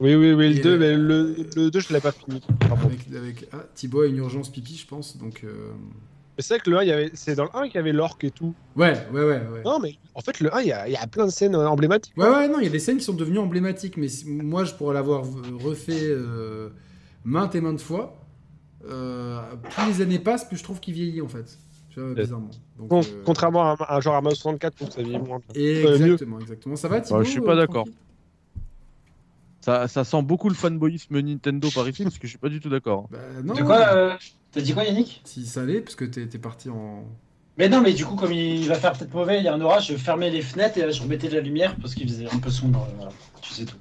Speaker 4: Oui, oui, oui,
Speaker 1: Et,
Speaker 4: le 2,
Speaker 1: euh,
Speaker 4: mais le, le 2, je l'ai pas fini. par contre.
Speaker 1: Avec, avec- ah, Thibaut a une urgence pipi, je pense. Donc, euh,
Speaker 4: Mais c'est vrai que le 1, il y avait... c'est dans le 1 qu'il y avait l'orque et tout.
Speaker 1: Ouais, ouais, ouais. Ouais,
Speaker 4: Non, mais en fait, le 1, il y a, il y a plein de scènes euh, emblématiques.
Speaker 1: ouais, ouais, non, il y a des scènes qui sont devenues emblématiques, mais si- moi, je pourrais l'avoir v- refait euh, maintes et maintes fois. Euh, plus les années passent, plus je trouve qu'il vieillit, en fait. Tu vois, bizarrement. Donc,
Speaker 4: Con-
Speaker 1: euh,
Speaker 4: Contrairement à, un- à genre à Mario 64, où ça vieillit moins.
Speaker 1: Et
Speaker 4: Euh, mieux.
Speaker 1: exactement, exactement. Ça va, Thibaut
Speaker 2: je suis pas
Speaker 1: euh,
Speaker 2: d'accord.
Speaker 1: tranquille
Speaker 2: Ça, ça sent beaucoup le fanboyisme Nintendo par ici parce que je suis pas du tout d'accord.
Speaker 1: Bah, non,
Speaker 3: De quoi
Speaker 1: non.
Speaker 3: euh, T'as dit quoi, Yannick
Speaker 1: Si ça allait, parce que t'es t'es parti en.
Speaker 3: Mais non, mais du coup, comme il va faire peut-être mauvais, il y a un orage, je fermais les fenêtres et euh, je remettais de la lumière parce qu'il faisait un peu sombre. euh, Voilà, tu sais tout.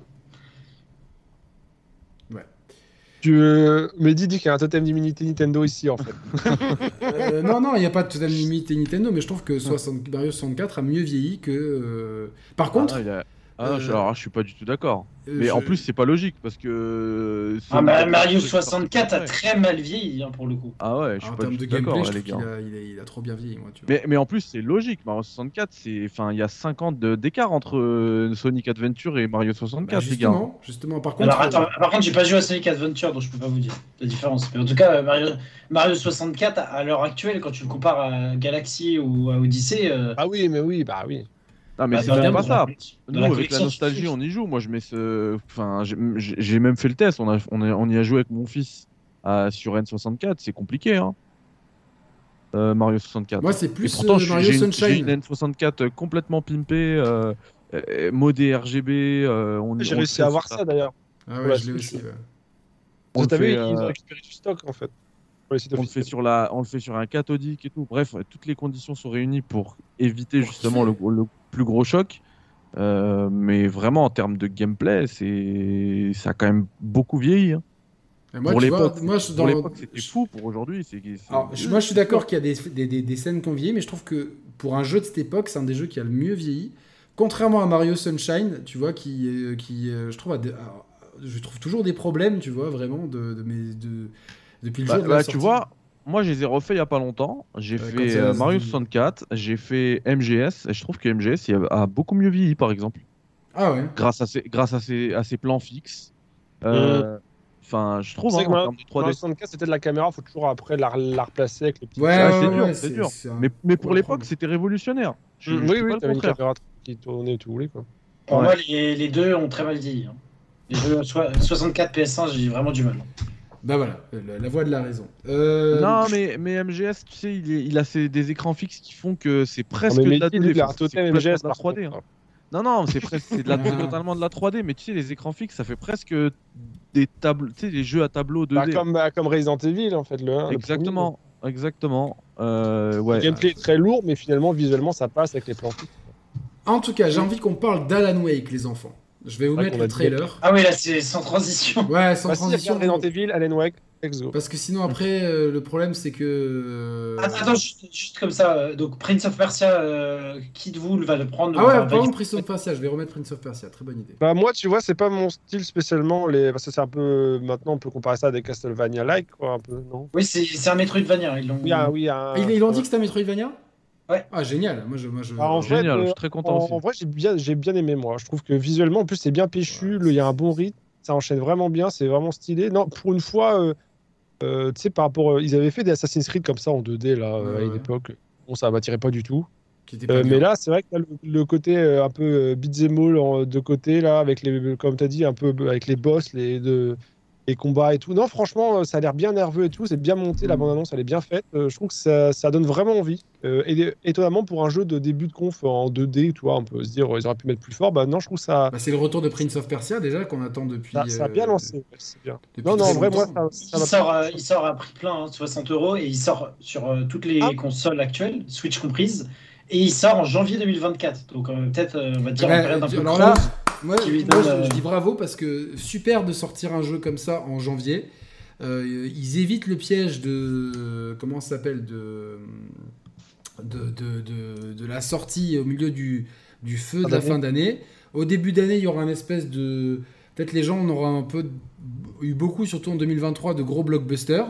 Speaker 4: Tu euh, me dis, dis qu'il y a un totem d'immunité Nintendo ici, en
Speaker 1: (laughs)
Speaker 4: fait.
Speaker 1: Euh, non, non, il n'y a pas de total limite et Nintendo, mais je trouve que 60 Mario 64 a mieux vieilli que. euh, Par contre.
Speaker 2: Ah, il a- ah, je,
Speaker 1: Euh,
Speaker 2: alors, je suis pas du tout d'accord.
Speaker 1: euh,
Speaker 2: Mais en
Speaker 1: je-
Speaker 2: plus c'est pas logique parce que.
Speaker 3: Ah,
Speaker 2: Sonic
Speaker 3: bah,
Speaker 2: Adventure,
Speaker 3: Mario
Speaker 2: c'est sorti
Speaker 3: 64 a
Speaker 2: après.
Speaker 3: très mal vieilli hein, pour le coup.
Speaker 2: Ah ouais, je suis
Speaker 1: En
Speaker 2: pas
Speaker 1: termes de
Speaker 2: du tout
Speaker 1: gameplay,
Speaker 2: d'accord, hein,
Speaker 1: je
Speaker 2: les
Speaker 1: trouve
Speaker 2: gars.
Speaker 1: qu'il a, il a- il a trop bien vieilli, moi, tu vois.
Speaker 2: Mais, mais en plus, c'est logique, Mario 64, c'est, enfin, il y a 50 de- d'écart entre euh, Sonic Adventure et Mario
Speaker 1: Bah,
Speaker 2: 64, les gars.
Speaker 1: justement, justement, par contre.
Speaker 3: Alors, attends,
Speaker 1: euh,
Speaker 3: par contre, j'ai pas joué à Sonic Adventure, donc je peux pas vous dire la différence. Mais en tout cas, euh, Mario, Mario 64, à- à l'heure actuelle, quand tu le compares à Galaxy ou à Odyssey. euh,
Speaker 4: Ah oui, mais oui, bah oui.
Speaker 2: Non, mais
Speaker 3: bah,
Speaker 2: c'est
Speaker 3: dans la-
Speaker 2: même pas
Speaker 3: dans la-
Speaker 2: ça.
Speaker 3: dans
Speaker 2: Nous, avec la
Speaker 3: collection, tu
Speaker 2: nostalgie,
Speaker 3: kiffes.
Speaker 2: on y joue. Moi, je mets ce, enfin, j'ai- j'ai j'ai même fait le test. On a, on, a- on y a joué avec mon fils euh, sur N64. C'est compliqué, hein. Euh, Mario 64.
Speaker 1: Moi, c'est
Speaker 2: Et
Speaker 1: plus
Speaker 2: pourtant,
Speaker 1: euh,
Speaker 2: je suis-
Speaker 1: Mario
Speaker 2: j'ai une, j'ai
Speaker 1: Sunshine.
Speaker 2: une N64 complètement pimpée, euh, euh, modée RGB. euh, on,
Speaker 4: J'ai
Speaker 2: on le
Speaker 4: réussi
Speaker 2: fait
Speaker 4: à
Speaker 2: sur
Speaker 4: avoir ça, d'ailleurs.
Speaker 1: Ah ouais,
Speaker 4: Voilà,
Speaker 1: je l'ai
Speaker 4: c'est-
Speaker 1: aussi. ouais.
Speaker 2: On
Speaker 4: Vous
Speaker 2: le fait,
Speaker 4: savez, ils
Speaker 2: euh,
Speaker 4: ont récupéré du stock, en fait. Pour les sites
Speaker 2: on le fait
Speaker 4: officiels.
Speaker 2: sur la, on le fait sur un cathodique et tout. Bref, toutes les conditions sont réunies pour éviter
Speaker 1: Pour
Speaker 2: justement le,
Speaker 1: kiffer.
Speaker 2: le plus gros choc. Euh, mais vraiment en termes de gameplay, c'est ça a quand même beaucoup vieilli. hein.
Speaker 1: Et Moi,
Speaker 2: Pour
Speaker 1: tu vois,
Speaker 2: l'époque,
Speaker 1: moi, je-
Speaker 2: Pour
Speaker 1: dans-
Speaker 2: l'époque, c'était fou. Pour aujourd'hui, c'est. c'est-
Speaker 1: Alors, je- moi, je suis d'accord qu'il y a des, des, des- des scènes qui ont vieilli, mais je trouve que pour un jeu de cette époque, c'est un des jeux qui a le mieux vieilli. Contrairement à Mario Sunshine, tu vois, qui, euh, qui euh, je trouve, a des- alors, je trouve toujours des problèmes, tu vois, vraiment, de, de, mes- de- depuis le
Speaker 2: Bah,
Speaker 1: jour de la
Speaker 2: bah,
Speaker 1: sortie.
Speaker 2: tu vois, moi, je les ai refaits il y a pas longtemps. J'ai
Speaker 1: Euh, quand
Speaker 2: fait
Speaker 1: c'est
Speaker 2: euh,
Speaker 1: la
Speaker 2: Mario
Speaker 1: SD.
Speaker 2: 64, j'ai fait MGS, et je trouve que MGS il a, a beaucoup mieux vieilli, par exemple.
Speaker 1: Ah ouais.
Speaker 2: grâce à ses, grâce à ses, à ses plans fixes. Euh, Enfin, je trouve
Speaker 4: C'est
Speaker 2: hein,
Speaker 4: que
Speaker 2: en
Speaker 4: moi-
Speaker 2: termes de
Speaker 4: Pour
Speaker 2: 3D.
Speaker 4: le 64, c'était de la caméra, faut toujours après la, la replacer avec les Mm, petits.
Speaker 1: Ouais,
Speaker 2: c'est
Speaker 1: ouais,
Speaker 2: assez
Speaker 1: ouais,
Speaker 2: dur,
Speaker 1: ouais,
Speaker 2: c'est
Speaker 1: c'est-
Speaker 2: dur.
Speaker 1: c'est un-
Speaker 2: Mais, mais pour
Speaker 1: Ouais,
Speaker 2: l'époque,
Speaker 1: problème.
Speaker 2: c'était révolutionnaire. Je, je
Speaker 4: Mm, oui,
Speaker 2: dis
Speaker 4: oui,
Speaker 2: pas le
Speaker 4: t'avais une
Speaker 2: contraire.
Speaker 4: caméra qui tournait tout, oui, quoi.
Speaker 3: Pour
Speaker 2: Ouais.
Speaker 3: moi, les, les deux ont très mal vieilli. hein. Les deux, soi- 64 PS1, j'ai vraiment du mal.
Speaker 1: Bah voilà, la, la voix de la raison. Euh,
Speaker 2: Non, mais, mais MGS, tu sais, il, est- il a ses- des écrans fixes qui font que c'est presque
Speaker 4: Non, mais
Speaker 2: de la
Speaker 4: Mehdi,
Speaker 2: 2D.
Speaker 4: lui, il a
Speaker 2: enfin,
Speaker 4: un
Speaker 2: c'est
Speaker 4: totem
Speaker 2: complètement
Speaker 4: MGS
Speaker 2: de la
Speaker 4: par
Speaker 2: 3D. hein.
Speaker 4: contre.
Speaker 2: Non, non, c'est presque c'est de la,
Speaker 1: Ah.
Speaker 2: totalement de la 3D, mais tu sais, les écrans fixes, ça fait presque des tableaux, tu sais, des jeux à tableau 2D.
Speaker 4: Bah, comme, euh, bah, comme Resident Evil, en fait, le 1.
Speaker 2: exactement, exactement. Euh,
Speaker 4: Le, premier.
Speaker 2: ouais.
Speaker 4: Le gameplay est très lourd, mais finalement, visuellement, ça passe avec les plans. fixes.
Speaker 1: En tout cas, j'ai envie qu'on parle d'Alan Wake, les enfants. Je vais vous
Speaker 4: Ouais,
Speaker 1: mettre
Speaker 4: qu'on
Speaker 1: le
Speaker 4: va dire.
Speaker 1: trailer.
Speaker 3: Ah oui, là, c'est sans transition.
Speaker 1: Ouais, sans
Speaker 4: Bah, si,
Speaker 1: transition.
Speaker 4: regarde Resident Evil, Alan Wake, let's go.
Speaker 1: parce que sinon, après, euh, le problème, c'est que. euh,
Speaker 3: Attends, Ah, attends, juste, juste comme ça. euh, Donc, Prince of Persia, euh, qui de vous va le prendre
Speaker 1: Ah ouais,
Speaker 3: euh,
Speaker 1: par
Speaker 3: va-
Speaker 1: exemple, Prince of Persia, je vais remettre Prince of Persia, très bonne idée.
Speaker 4: Bah, moi, tu vois, c'est pas mon style spécialement. Les... Parce que c'est un peu. Maintenant, on peut comparer ça à des Castlevania-like, quoi, un peu, non
Speaker 3: Oui, c'est c'est un Metroidvania. Ils l'ont.
Speaker 4: Oui, ah, oui. ah,
Speaker 1: Ah, ils, ils ont dit que c'était un Metroidvania
Speaker 3: Ouais.
Speaker 1: Ah, génial. Moi, je. Moi, je...
Speaker 4: Ah, en fait,
Speaker 2: Génial,
Speaker 4: euh,
Speaker 2: je suis très content
Speaker 4: En,
Speaker 2: aussi.
Speaker 4: en vrai, j'ai bien, j'ai bien aimé moi. Je trouve que visuellement, en plus, c'est bien péchu. le- Il y a un bon rythme. Ça enchaîne vraiment bien. C'est vraiment stylé. Non, pour une fois, euh, euh, tu sais, par rapport. euh, ils avaient fait des Assassin's Creed comme ça en 2D, là, euh,
Speaker 1: Ouais,
Speaker 4: à une
Speaker 1: ouais.
Speaker 4: époque. Bon, ça m'attirait pas du tout.
Speaker 1: qui était
Speaker 4: Euh,
Speaker 1: pas bien.
Speaker 4: mais là, c'est vrai que là, le, le côté euh, un peu euh, beat'em all en- de côté, là, avec les, comme tu as dit, un peu avec les boss, les, de- les combats et tout. Non, franchement, euh, ça a l'air bien nerveux et tout. C'est bien monté, la
Speaker 1: Mm.
Speaker 4: bande-annonce, elle est bien faite. Euh, je trouve que ça, ça donne vraiment envie. Euh, et étonnamment, pour un jeu de début de conf en 2D, tu vois, on peut se dire, oh, ils auraient pu mettre plus fort. Bah non, je trouve ça,
Speaker 1: Bah, c'est le retour de Prince of Persia déjà qu'on attend depuis.
Speaker 4: ça, ça a bien
Speaker 1: euh,
Speaker 4: lancé. ouais, c'est bien.
Speaker 1: depuis
Speaker 4: Non, non,
Speaker 1: très
Speaker 4: en vrai, moi,
Speaker 1: longtemps.
Speaker 4: ça, ça
Speaker 3: il,
Speaker 4: m'a-
Speaker 3: sort, euh, il sort à prix plein, hein, 60 euros, et il sort sur euh, toutes les
Speaker 4: Ah.
Speaker 3: consoles actuelles, Switch comprise, et il sort en janvier 2024. Donc euh, peut-être, euh, on va dire,
Speaker 1: Ouais,
Speaker 3: en période un peu
Speaker 1: alors là,
Speaker 3: creuse.
Speaker 1: moi,
Speaker 3: qui lui
Speaker 1: moi,
Speaker 3: donne,
Speaker 1: je, je
Speaker 3: euh,
Speaker 1: dis bravo parce que super de sortir un jeu comme ça en janvier. Euh, ils évitent le piège de euh, comment ça s'appelle de de, de, de- de la sortie au milieu du, du feu
Speaker 4: Fin
Speaker 1: de la
Speaker 4: d'année.
Speaker 1: fin d'année. Au début d'année, il y aura un espèce de peut-être les gens en auront un peu eu beaucoup surtout en 2023 de gros blockbusters.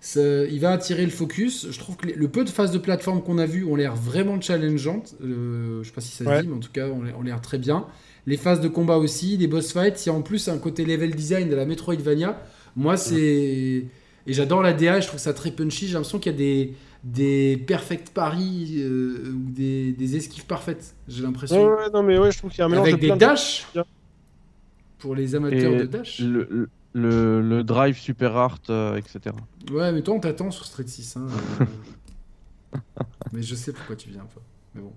Speaker 1: Ça- il va attirer le focus. Je trouve que les- le peu de phases de plateforme qu'on a vues ont l'air vraiment challengeantes. Euh, je sais pas si ça se
Speaker 4: Ouais.
Speaker 1: dit, mais en tout cas, on l'air- ont l'air très bien. Les phases de combat aussi, les boss fights. Il y a en plus un côté level design de la Metroidvania. Moi, c'est. Et j'adore la DA, je trouve ça très punchy. J'ai l'impression qu'il y a des, des perfect paris euh, ou des, des esquives parfaites. J'ai l'impression.
Speaker 4: Ouais, ouais, non, mais ouais, je trouve qu'il y a un mélange
Speaker 1: Avec
Speaker 4: de
Speaker 1: des
Speaker 4: plein de-
Speaker 1: dashs. Pour les amateurs
Speaker 2: Et
Speaker 1: de dash.
Speaker 2: Le, le- le- le drive super art, euh, etc.
Speaker 1: Ouais, mais toi, on t'attend sur Street 6.
Speaker 2: (laughs)
Speaker 1: hein, euh. mais je sais pourquoi tu viens pas. Mais bon.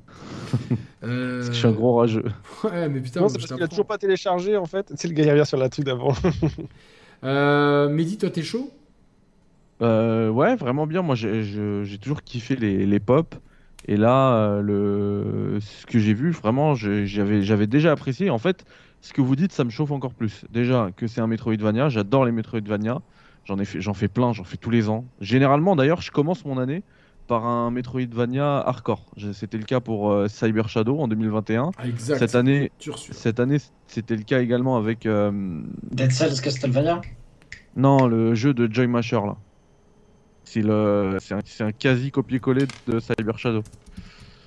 Speaker 1: Euh,
Speaker 2: (laughs) Parce que je suis un gros rageux.
Speaker 1: Ouais, mais putain,
Speaker 4: Non,
Speaker 1: hein, je
Speaker 4: c'est parce qu'il a
Speaker 1: t'apprends.
Speaker 4: toujours pas téléchargé en fait. (laughs) C'est le gars il revient sur la truc d'avant.
Speaker 1: Euh, Mehdi, toi, t'es chaud
Speaker 2: Euh, ouais, vraiment bien. Moi, j'ai je- j'ai toujours kiffé les, les pop. Et là, euh, le, ce que j'ai vu, vraiment, je- j'avais j'avais déjà apprécié. En fait, ce que vous dites, ça me chauffe encore plus. Déjà, que c'est un Metroidvania. J'adore les Metroidvania. J'en ai fait- j'en fais plein, j'en fais tous les ans. Généralement, d'ailleurs, je commence mon année par un Metroidvania hardcore. Je- C'était le cas pour euh, Cyber Shadow en 2021.
Speaker 1: Ah, exact.
Speaker 2: Cette année,
Speaker 1: Sûr, sûr.
Speaker 2: cette année, c'était le cas également avec euh,
Speaker 3: Dead Cells Castlevania.
Speaker 2: non le jeu de Joy Masher là. C'est le, c'est un, c'est un quasi copier-coller de Cyber Shadow.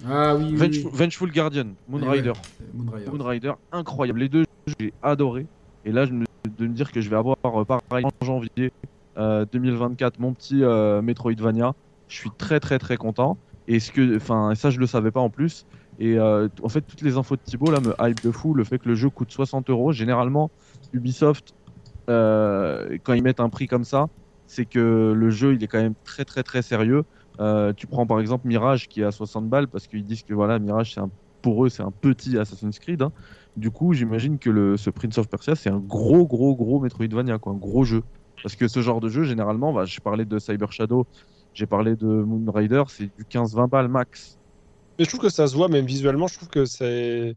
Speaker 1: Ah oui, oui,
Speaker 2: Vengeful,
Speaker 1: oui.
Speaker 2: Vengeful Guardian, Moon
Speaker 1: Ouais,
Speaker 2: Rider,
Speaker 1: Moonrider.
Speaker 2: Moon Rider, incroyable. Les deux jeux, j'ai adoré. Et là, je me- de me dire que je vais avoir euh, pareil en janvier euh, 2024 mon petit euh, Metroidvania. Je suis très très très content. Et ce que, enfin, ça je le savais pas en plus. Et euh, t- en fait, toutes les infos de Thibaut là me hype de fou. Le fait que le jeu coûte 60 euros, généralement Ubisoft, euh, quand ils mettent un prix comme ça, c'est que le jeu il est quand même très très très sérieux. Euh, tu prends par exemple Mirage qui est à 60 balles parce qu'ils disent que voilà Mirage c'est un, pour eux c'est un petit Assassin's Creed. hein. Du coup, j'imagine que le, ce Prince of Persia c'est un gros gros gros Metroidvania quoi, un gros jeu. Parce que ce genre de jeu généralement, bah, je parlais de Cyber Shadow, j'ai parlé de Moon Rider, c'est du 15-20 balles max.
Speaker 4: Mais je trouve que ça se voit, même visuellement, je trouve que c'est.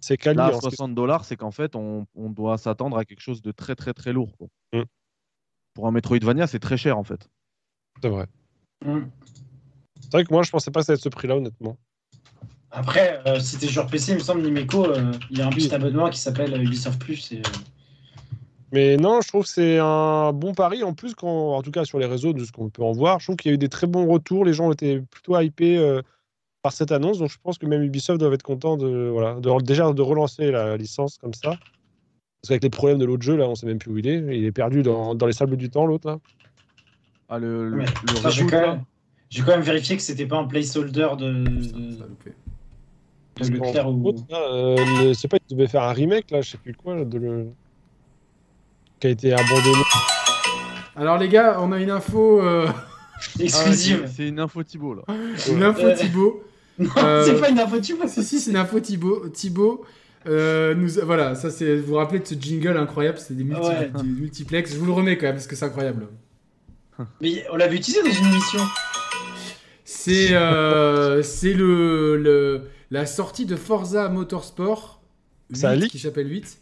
Speaker 4: C'est quali.
Speaker 2: Là,
Speaker 4: hein, parce que-
Speaker 2: 60 dollars, c'est qu'en fait, on, on doit s'attendre à quelque chose de très, très, très lourd. quoi.
Speaker 4: Mm.
Speaker 2: Pour un Metroidvania, c'est très cher, en fait.
Speaker 4: C'est vrai.
Speaker 3: Hmm.
Speaker 4: C'est vrai que moi, je pensais pas que ça allait être ce prix-là, honnêtement.
Speaker 3: Après, euh, si t'es joueur PC, il me semble, Nimeco, euh, il y a un petit abonnement qui s'appelle euh, Ubisoft Plus. Et, euh,
Speaker 4: Mais non, je trouve que c'est un bon pari. En plus, quand, en tout cas sur les réseaux, de ce qu'on peut en voir, je trouve qu'il y a eu des très bons retours. Les gens étaient plutôt hypés euh, par cette annonce. Donc, je pense que même Ubisoft doivent être contents de, voilà, de, déjà de relancer la licence comme ça. Parce qu'avec les problèmes de l'autre jeu, là, on sait même plus où il est. Il est perdu dans, dans les sables du temps, l'autre, là.
Speaker 2: Ah, le, le-
Speaker 3: mais,
Speaker 2: le
Speaker 3: putain, j'ai
Speaker 2: reboot,
Speaker 3: quand,
Speaker 2: là. Ah,
Speaker 3: même- j'ai quand même vérifié que c'était pas un placeholder de,
Speaker 1: Putain,
Speaker 3: de,
Speaker 1: ça a loupé.
Speaker 3: de Leclerc ou.
Speaker 4: L'autre, là, euh, le- je sais pas, il devait faire un remake, là, je sais plus de quoi, là, de le... qui a été abandonné.
Speaker 1: Alors les gars, on a une info, euh, (laughs)
Speaker 2: Ah, c'est-
Speaker 3: Exclusive.
Speaker 2: c'est une info Thibaut, là.
Speaker 1: une info
Speaker 3: Euh.
Speaker 1: Thibaut.
Speaker 3: Non,
Speaker 1: Euh,
Speaker 3: c'est pas une info, tu vois.
Speaker 1: Si si, c'est une info Thibaut. Thibaut, euh, nous voilà, ça c'est. Vous vous rappelez de ce jingle incroyable, c'est des, multi-
Speaker 3: Ouais.
Speaker 1: des multiplex. Je vous le remets quand même parce que c'est incroyable.
Speaker 3: Mais on l'avait utilisé dans une émission.
Speaker 1: C'est euh, c'est le, le- la sortie de Forza Motorsport
Speaker 4: Ça
Speaker 1: 8,
Speaker 4: leak
Speaker 1: qui s'appelle 8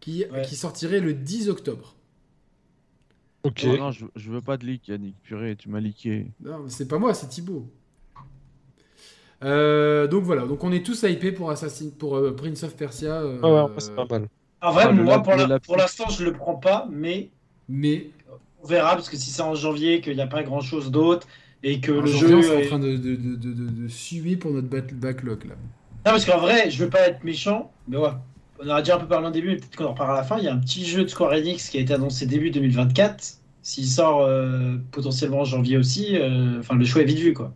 Speaker 1: qui,
Speaker 3: Ouais.
Speaker 1: qui sortirait le 10 octobre.
Speaker 4: Ok.
Speaker 2: Oh, non, je, je veux pas de leak, Yannick. Purée, tu m'as leaké.
Speaker 1: Non, mais c'est pas moi, c'est Thibaut. Euh, donc voilà, donc on est tous hypés pour Assassin, pour euh, Prince of Persia. euh,
Speaker 4: Ah ouais, en vrai, c'est pas mal.
Speaker 3: En vrai,
Speaker 2: Ah, le
Speaker 3: moi,
Speaker 2: lab-
Speaker 3: pour
Speaker 2: le
Speaker 3: la-
Speaker 2: lab-
Speaker 3: pour l'instant, je le prends pas, mais
Speaker 1: mais
Speaker 3: on verra, parce que si c'est en janvier, qu'il n'y a pas grand-chose d'autre, et que
Speaker 1: en
Speaker 3: le
Speaker 1: Ah, janvier,
Speaker 3: jeu...
Speaker 1: on est en
Speaker 3: est-
Speaker 1: train de, de, de, de- de- de suer pour notre back- backlog là.
Speaker 3: Non, parce qu'en vrai, je veux pas être méchant, mais ouais. On en a déjà un peu parlé au début, mais peut-être qu'on en reparlera à la fin. Il y a un petit jeu de Square Enix qui a été annoncé début 2024, s'il sort euh, potentiellement en janvier aussi, euh, enfin le choix est vite vu quoi.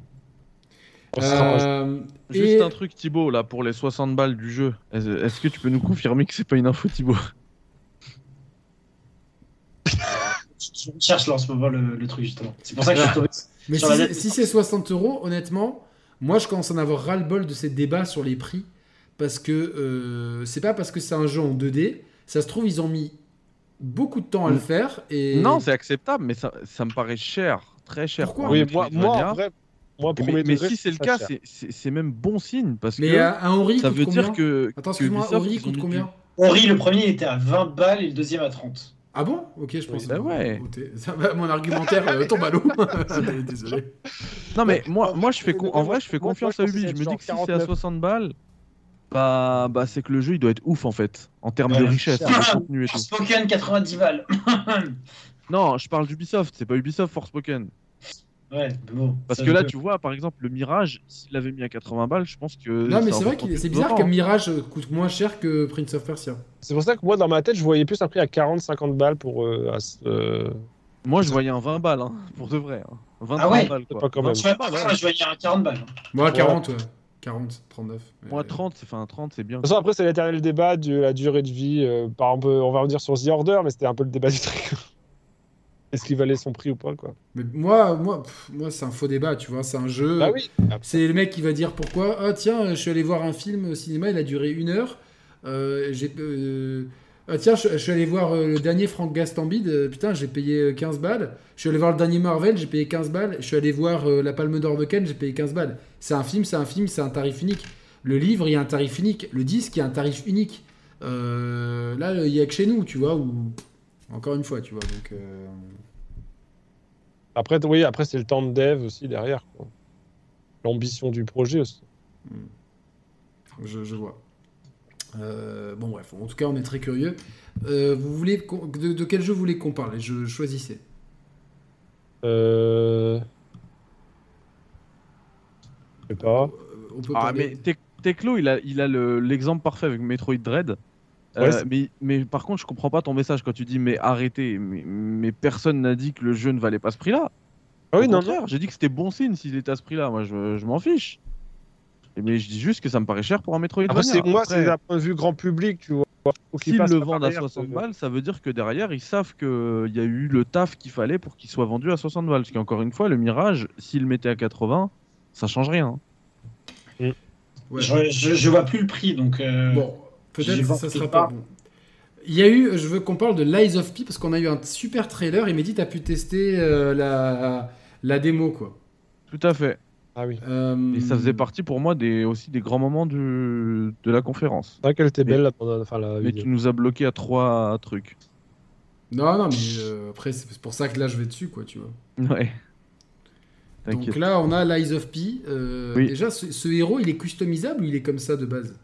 Speaker 4: On sera-
Speaker 1: Euh,
Speaker 2: Juste
Speaker 1: et-
Speaker 2: un truc, Thibaut, là, pour les 60 balles du jeu. Est-ce est-ce que tu peux nous confirmer que c'est pas une info, Thibaut
Speaker 3: Je je cherche là en ce moment le, le truc justement. C'est pour ça que je
Speaker 1: (laughs)
Speaker 3: suis tombé.
Speaker 1: Mais si,
Speaker 3: Sur la
Speaker 1: c'est-
Speaker 3: dette.
Speaker 1: si c'est 60 euros, honnêtement, moi je commence à en avoir ras-le-bol de ces débats sur les prix. Parce que euh, c'est pas parce que c'est un jeu en 2D. Ça se trouve, ils ont mis beaucoup de temps à le
Speaker 2: Mm.
Speaker 1: faire. Et...
Speaker 2: Non, c'est acceptable, mais ça, ça me paraît cher. Très cher.
Speaker 1: Pourquoi
Speaker 2: pour un
Speaker 4: Oui, moi,
Speaker 2: Metroidvania.
Speaker 4: moi, en vrai, moi,
Speaker 2: Mais-
Speaker 4: premier
Speaker 2: mais,
Speaker 4: degré,
Speaker 2: si c'est le
Speaker 4: ça
Speaker 2: cas,
Speaker 4: cher.
Speaker 2: c'est- c'est c'est même bon signe parce
Speaker 1: Mais
Speaker 2: que
Speaker 1: un un Ori
Speaker 2: ça
Speaker 1: coûte
Speaker 2: veut
Speaker 1: combien
Speaker 2: dire que.
Speaker 1: Attends,
Speaker 2: que
Speaker 1: excuse-moi,
Speaker 2: Ubisoft,
Speaker 1: Ori
Speaker 2: ils ont
Speaker 1: coûte
Speaker 2: mis
Speaker 1: combien
Speaker 2: du-
Speaker 3: Ori, le premier était à 20 balles et le deuxième à 30.
Speaker 1: Ah bon Ok, je pensais.
Speaker 2: bah ouais.
Speaker 1: Oh, t'es- (laughs) ça va, mon argumentaire euh, tombe à
Speaker 2: (laughs)
Speaker 1: l'eau. Désolé.
Speaker 2: Non, mais
Speaker 4: Ouais.
Speaker 2: moi, moi je fais, con- en
Speaker 4: Moi,
Speaker 2: vrai, je fais
Speaker 4: moi,
Speaker 2: confiance
Speaker 4: je
Speaker 2: à
Speaker 4: pense que
Speaker 2: Ubi. Je
Speaker 4: c'est
Speaker 2: me dis que si c'est à
Speaker 4: 49.
Speaker 2: 60 balles, bah, bah c'est que le jeu il doit être ouf en fait, en termes de
Speaker 3: Ouais,
Speaker 2: richesse,
Speaker 4: c'est
Speaker 3: cher.
Speaker 2: de contenu et tout.
Speaker 3: Spoken 90 balles. (coughs)
Speaker 2: Non, je parle d'Ubisoft, c'est pas Ubisoft Forspoken.
Speaker 3: ouais, mais bon.
Speaker 2: Parce
Speaker 3: ça,
Speaker 2: que
Speaker 3: je
Speaker 2: là,
Speaker 3: peux.
Speaker 2: tu vois, par exemple, le Mirage, s'il l'avait mis à 80 balles, je pense que.
Speaker 1: Non, mais
Speaker 2: ça
Speaker 1: c'est vrai
Speaker 2: aurait
Speaker 1: que c'est
Speaker 2: profité
Speaker 1: bizarre que
Speaker 2: vraiment.
Speaker 1: Mirage euh, coûte moins cher que Prince of Persia.
Speaker 4: C'est pour ça que moi, dans ma tête, je voyais plus un prix à 40-50 balles pour. euh, à ce- euh,
Speaker 2: Moi, je voyais un 20 balles, hein, pour de vrai. Hein. 20
Speaker 3: Ah ouais
Speaker 2: balles, quoi.
Speaker 4: pas quand même.
Speaker 3: Je vais pas, je vais y aller à 40 balles.
Speaker 1: Moi,
Speaker 4: Voilà.
Speaker 1: 40, ouais. 40, 39. ouais.
Speaker 2: Moi, 30, c'est- enfin, 30, c'est bien.
Speaker 4: De toute façon, après, c'est l'éternel débat de la durée de vie. euh, par exemple, on va revenir sur The Order, mais c'était un peu le débat du truc. (laughs) Est-ce qu'il valait son prix ou pas, quoi
Speaker 1: Mais moi, moi, pff, moi c'est un faux débat, tu vois. C'est un jeu.
Speaker 4: Bah oui
Speaker 1: C'est le mec qui va dire pourquoi. Ah tiens, je suis allé voir un film au cinéma, il a duré une heure. Euh, j'ai, euh, ah tiens, je, je suis allé voir euh, le dernier Franck Gastambide. euh, putain, j'ai payé euh, 15 balles. Je suis allé voir le dernier Marvel, j'ai payé 15 balles. Je suis allé voir euh, La Palme d'Or de Cannes, j'ai payé 15 balles. C'est un film, c'est un film, c'est un tarif unique. Le livre, il y a un tarif unique. Le disque, il y a un tarif unique. Euh, là, il y a que chez nous, tu vois. Ou encore une fois, tu vois. Donc. euh,
Speaker 4: Après, t- oui, après c'est le temps de dev aussi derrière. quoi. L'ambition du projet aussi.
Speaker 1: Je, je vois. Euh, bon, bref, en tout cas, on est très curieux. Euh, vous voulez qu'on- de, de quel jeu vous voulez qu'on parle Je choisissais.
Speaker 4: Euh... Je sais pas.
Speaker 1: Euh, on peut
Speaker 2: Ah, mais
Speaker 1: parler-
Speaker 2: Tec- Teclo, il a, il a le- l'exemple parfait avec Metroid Dread. Euh,
Speaker 4: Ouais, c'est-
Speaker 2: mais, mais par contre, je comprends pas ton message quand tu dis mais arrêtez. Mais, mais personne n'a dit que le jeu ne valait pas ce prix-là.
Speaker 4: Ah oui,
Speaker 2: Au
Speaker 4: non, non.
Speaker 2: contraire, J'ai dit que c'était bon signe s'il était à ce prix-là. Moi, je, je m'en fiche. Et Mais je dis juste que ça me paraît cher pour un Metroid
Speaker 4: Après, c'est moi, c'est
Speaker 2: Après,
Speaker 4: d'un point de vue grand public, tu vois. Faut qu'il
Speaker 2: S'ils
Speaker 4: passe
Speaker 2: le
Speaker 4: par
Speaker 2: vendent à
Speaker 4: derrière,
Speaker 2: 60
Speaker 4: ce-
Speaker 2: balles, ça veut dire que derrière, ils savent qu'il y a eu le taf qu'il fallait pour qu'il soit vendu à 60 balles. Parce qu'encore une fois, le Mirage, s'il le mettait à 80, ça change rien. hein.
Speaker 1: Ouais.
Speaker 3: Je, je, je vois plus le prix donc. euh,
Speaker 1: Bon, peut-être
Speaker 3: j'y
Speaker 1: que
Speaker 3: vais
Speaker 1: ça
Speaker 3: quelque
Speaker 1: sera pas
Speaker 3: part.
Speaker 1: bon. Il y a eu, je veux qu'on parle de Lies of P parce qu'on a eu un super trailer et Mehdi, t'as pu tester euh, la, la démo quoi.
Speaker 2: Tout à fait.
Speaker 4: Ah oui.
Speaker 1: Euh,
Speaker 2: Et ça faisait partie pour moi des, aussi des grands moments du- de la conférence.
Speaker 4: C'est vrai qu'elle était
Speaker 2: Mais-
Speaker 4: belle, la, pendant- enfin, la
Speaker 2: Mais
Speaker 4: vidéo.
Speaker 2: tu nous as bloqué à trois trucs. (laughs)
Speaker 1: Non, non, mais euh, après, c'est pour ça que là je vais dessus quoi, tu vois.
Speaker 2: Ouais.
Speaker 1: Donc
Speaker 2: T'inquiète.
Speaker 1: là, on a Lies of P. Euh,
Speaker 2: Oui.
Speaker 1: Déjà, ce, ce héros, il est customisable ou il est comme ça de base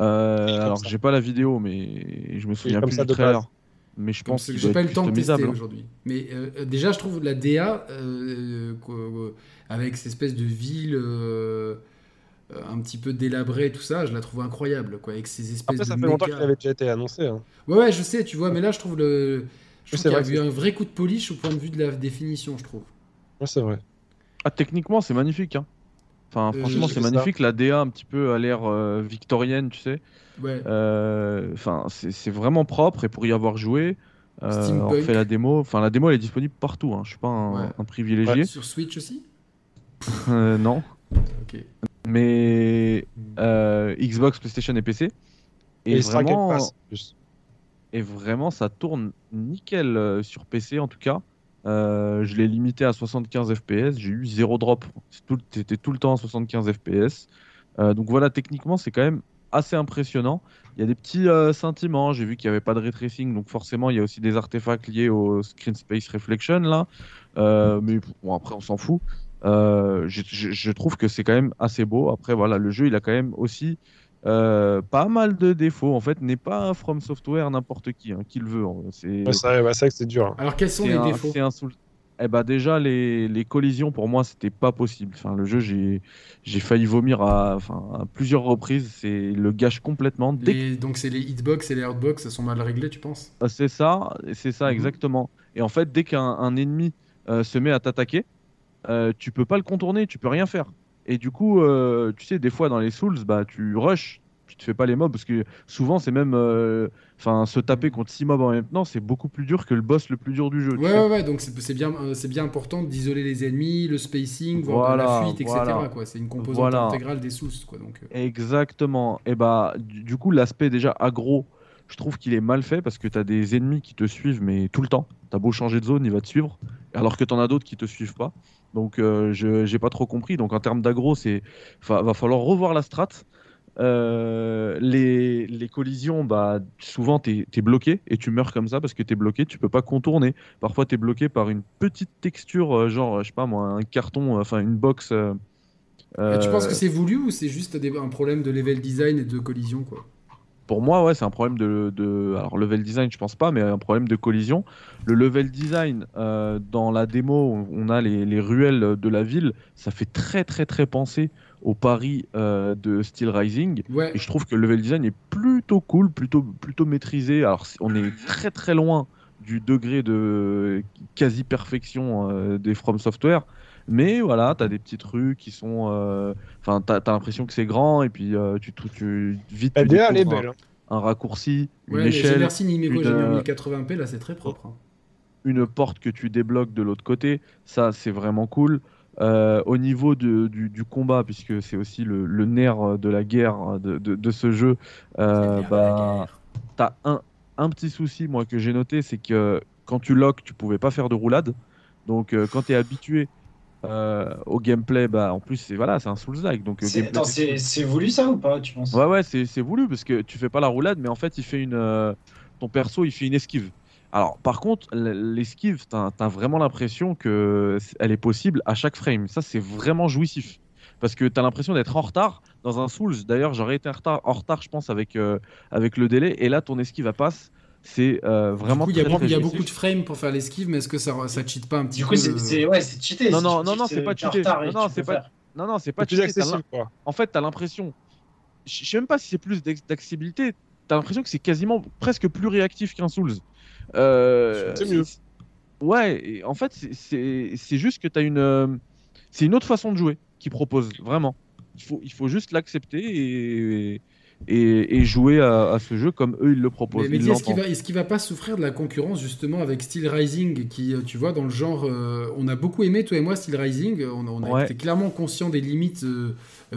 Speaker 2: Euh,
Speaker 4: comme
Speaker 2: alors,
Speaker 4: ça.
Speaker 2: j'ai pas la vidéo, mais je me souviens
Speaker 4: comme
Speaker 2: plus
Speaker 4: ça
Speaker 2: du
Speaker 4: de
Speaker 2: trailer.
Speaker 4: base.
Speaker 2: Mais je
Speaker 1: Comme
Speaker 2: pense
Speaker 1: c'est
Speaker 2: qu'il
Speaker 1: que
Speaker 2: doit
Speaker 1: j'ai pas eu
Speaker 2: être
Speaker 1: le temps de tester
Speaker 2: customisable. hein.
Speaker 1: aujourd'hui. Mais euh, euh, déjà, je trouve la DA euh, quoi, euh, avec cette espèce de ville euh, euh, un petit peu délabrée, tout ça, je la trouve incroyable, quoi, avec ces espèces
Speaker 4: Après, ça
Speaker 1: de
Speaker 4: fait longtemps
Speaker 1: méga-
Speaker 4: qu'il avait déjà été annoncé. hein.
Speaker 1: Ouais, ouais, je sais, tu vois, mais là, je trouve le. Je trouve
Speaker 4: Oui,
Speaker 1: qu'il
Speaker 4: c'est
Speaker 1: y
Speaker 4: vrai
Speaker 1: a
Speaker 4: que
Speaker 1: eu un vrai coup de polish au point de vue de la définition, je trouve.
Speaker 4: Ouais, c'est vrai.
Speaker 2: Ah, techniquement, c'est magnifique. hein. Enfin,
Speaker 1: Euh,
Speaker 2: franchement,
Speaker 1: je
Speaker 2: c'est
Speaker 4: fais ça.
Speaker 2: magnifique. La DA, un petit peu à l'ère euh, victorienne, tu sais.
Speaker 1: Ouais.
Speaker 2: Euh, Enfin, c'est c'est vraiment propre. Et pour y avoir joué, euh, on
Speaker 1: Steampunk.
Speaker 2: fait la démo. Enfin, la démo, elle est disponible partout. hein. Je suis pas un,
Speaker 1: Ouais.
Speaker 2: un privilégié.
Speaker 1: Sur Switch aussi
Speaker 2: (laughs) Euh, non.
Speaker 1: Ok.
Speaker 2: mais euh, Xbox, PlayStation et PC. Et,
Speaker 4: il sera Game
Speaker 2: vraiment,
Speaker 4: Pass, en plus.
Speaker 2: et vraiment, ça tourne nickel euh, sur PC en tout cas. Euh, je l'ai limité à 75 FPS, j'ai eu zéro drop. C'est tout- C'était tout, le temps à 75 FPS. Euh, donc voilà, techniquement, c'est quand même assez impressionnant. Il y a des petits euh, sentiments. J'ai vu qu'il n'y avait pas de retracing, donc forcément, il y a aussi des artefacts liés au Screen Space Reflection là. Euh, mais bon, après, on s'en fout. Euh, je, je- je trouve que c'est quand même assez beau. Après, voilà, le jeu, il a quand même aussi euh, pas mal de défauts. En fait, n'est pas un From Software n'importe qui, hein, qui le veut. hein. C'est
Speaker 4: Ouais, c'est vrai, bah, c'est vrai que c'est dur. hein.
Speaker 1: Alors, quels sont
Speaker 2: c'est
Speaker 1: les
Speaker 2: un-
Speaker 1: défauts
Speaker 2: c'est un soul- eh ben déjà les, les collisions pour moi c'était pas possible. Enfin le jeu j'ai j'ai failli vomir à, enfin, à plusieurs reprises. C'est il le gâche complètement. Dès
Speaker 1: Les- donc c'est les hitbox et les hardbox, ça sont mal réglés, tu penses
Speaker 2: que- euh, C'est ça, c'est ça
Speaker 1: Mhm.
Speaker 2: exactement. Et en fait dès qu'un un ennemi euh, se met à t'attaquer, euh, tu peux pas le contourner, tu peux rien faire. Et du coup euh, tu sais des fois dans les souls bah tu rushes, tu te fais pas les mobs parce que souvent c'est même euh, enfin se taper contre six mobs en même temps c'est beaucoup plus dur que le boss le plus dur du jeu. tu
Speaker 1: Mhm. Ouais,
Speaker 2: sais.
Speaker 1: ouais, ouais, donc c'est c'est bien, euh, c'est bien important d'isoler les ennemis, le spacing, voir
Speaker 2: Voilà,
Speaker 1: la fuite, etc.
Speaker 2: voilà.
Speaker 1: quoi. C'est une composante
Speaker 2: Voilà.
Speaker 1: intégrale des sous. Quoi, donc, euh.
Speaker 2: Exactement. Et bah, du, du coup, l'aspect déjà aggro, je trouve qu'il est mal fait parce que t'as des ennemis qui te suivent, mais tout le temps. T'as beau changer de zone, il va te suivre. Alors que t'en as d'autres qui te suivent pas. Donc, euh, je j'ai pas trop compris. Donc, en termes d'aggro, c'est fa- va falloir revoir la strat. Euh, les, les collisions, bah, souvent t'es es bloqué et tu meurs comme ça parce que t'es bloqué, tu peux pas contourner. Parfois t'es bloqué par une petite texture, euh, genre, je sais pas moi, un carton, euh, enfin une box. euh,
Speaker 1: Et tu penses
Speaker 2: euh,
Speaker 1: que c'est voulu ou c'est juste des- un problème de level design et de collision quoi
Speaker 2: Pour moi, ouais, c'est un problème de, de- Alors, level design, je pense pas, mais un problème de collision. Le level design, euh, dans la démo, on- on a les, les ruelles de la ville. Ça fait très, très, très penser au Paris euh, de Steel Rising.
Speaker 1: Ouais,
Speaker 2: Et je trouve que le level design est plutôt cool, plutôt, plutôt maîtrisé. Alors, c'est- on est très, très loin du degré de quasi-perfection euh, des From Software. Mais voilà, t'as des petites rues qui sont. euh, Enfin, t'as t'as l'impression que c'est grand, et puis euh, tu, tu, tu- vite. tu
Speaker 4: DA, elle est
Speaker 2: découvres un-
Speaker 4: belle. hein.
Speaker 2: un raccourci, une
Speaker 1: ouais mais j'ai
Speaker 2: échelle,
Speaker 1: merci Nimigo,
Speaker 2: une,
Speaker 1: j'ai mis en
Speaker 2: euh,
Speaker 1: 1080p, là c'est très propre. hein.
Speaker 2: une porte que tu débloques de l'autre côté. Ça, c'est vraiment cool. Euh, au niveau de- du, du combat, puisque c'est aussi le, le nerf de la guerre hein, de, de- de ce jeu, euh, bah, t'as un, un petit souci, moi, que j'ai noté, c'est que quand tu lock, tu pouvais pas faire de roulade. Donc, euh, quand tu es habitué euh, au gameplay, bah, en plus, c'est voilà, c'est un Souls-like. Donc, euh,
Speaker 3: C'est-
Speaker 2: gameplay
Speaker 3: attends, c'est c'est voulu ça ou pas, tu penses
Speaker 2: Ouais, ouais, c'est c'est voulu parce que tu fais pas la roulade, mais en fait, il fait une. euh, ton perso, il fait une esquive. Alors, par contre, l- l'esquive, t'as as vraiment l'impression que c- elle est possible à chaque frame. Ça, c'est vraiment jouissif. Parce que t'as l'impression d'être en retard dans un Souls. D'ailleurs, j'aurais été en retard, en retard, je pense, avec, euh, avec le délai. Et là, ton esquive, elle passe. C'est euh, vraiment
Speaker 1: du coup, il y a,
Speaker 2: très,
Speaker 1: beaucoup-
Speaker 2: très
Speaker 1: il y a
Speaker 2: jouissif.
Speaker 1: beaucoup de frames pour faire l'esquive, mais est-ce que ça, ça cheat pas un petit
Speaker 3: Du coup,
Speaker 1: peu euh,
Speaker 3: c'est
Speaker 1: le-
Speaker 3: c'est- ouais, c'est cheaté.
Speaker 2: Non,
Speaker 3: si
Speaker 2: non,
Speaker 3: tu
Speaker 2: non,
Speaker 3: dis
Speaker 2: non,
Speaker 3: que
Speaker 2: c'est pas
Speaker 3: t'es en
Speaker 2: cheaté.
Speaker 3: retard et
Speaker 2: Non, non,
Speaker 3: tu peux
Speaker 2: c'est pas-
Speaker 3: faire.
Speaker 2: Non, non, c'est pas
Speaker 4: C'est plus
Speaker 2: cheaté, t'as l'im-
Speaker 4: accessible, quoi.
Speaker 2: En fait, t'as l'impression. Je je sais même pas si c'est plus d'ac- d'accessibilité. T'as l'impression que c'est quasiment presque plus réactif qu'un Souls. Euh,
Speaker 4: C'est mieux.
Speaker 2: Ouais, et en fait, c'est- c'est c'est juste que t'as une. euh, C'est une autre façon de jouer qui propose, vraiment. Il faut, il faut juste l'accepter et, et, et jouer à, à ce jeu comme eux ils le proposent.
Speaker 1: Mais, mais
Speaker 2: ils
Speaker 1: dis, est-ce qu'il
Speaker 2: l'entendent.
Speaker 1: va, est-ce qu'il va pas souffrir de la concurrence justement avec Steel Rising qui, euh, tu vois, dans le genre, euh, on a beaucoup aimé toi et moi Steel Rising, on, on a
Speaker 2: Ouais.
Speaker 1: été clairement conscient des limites euh,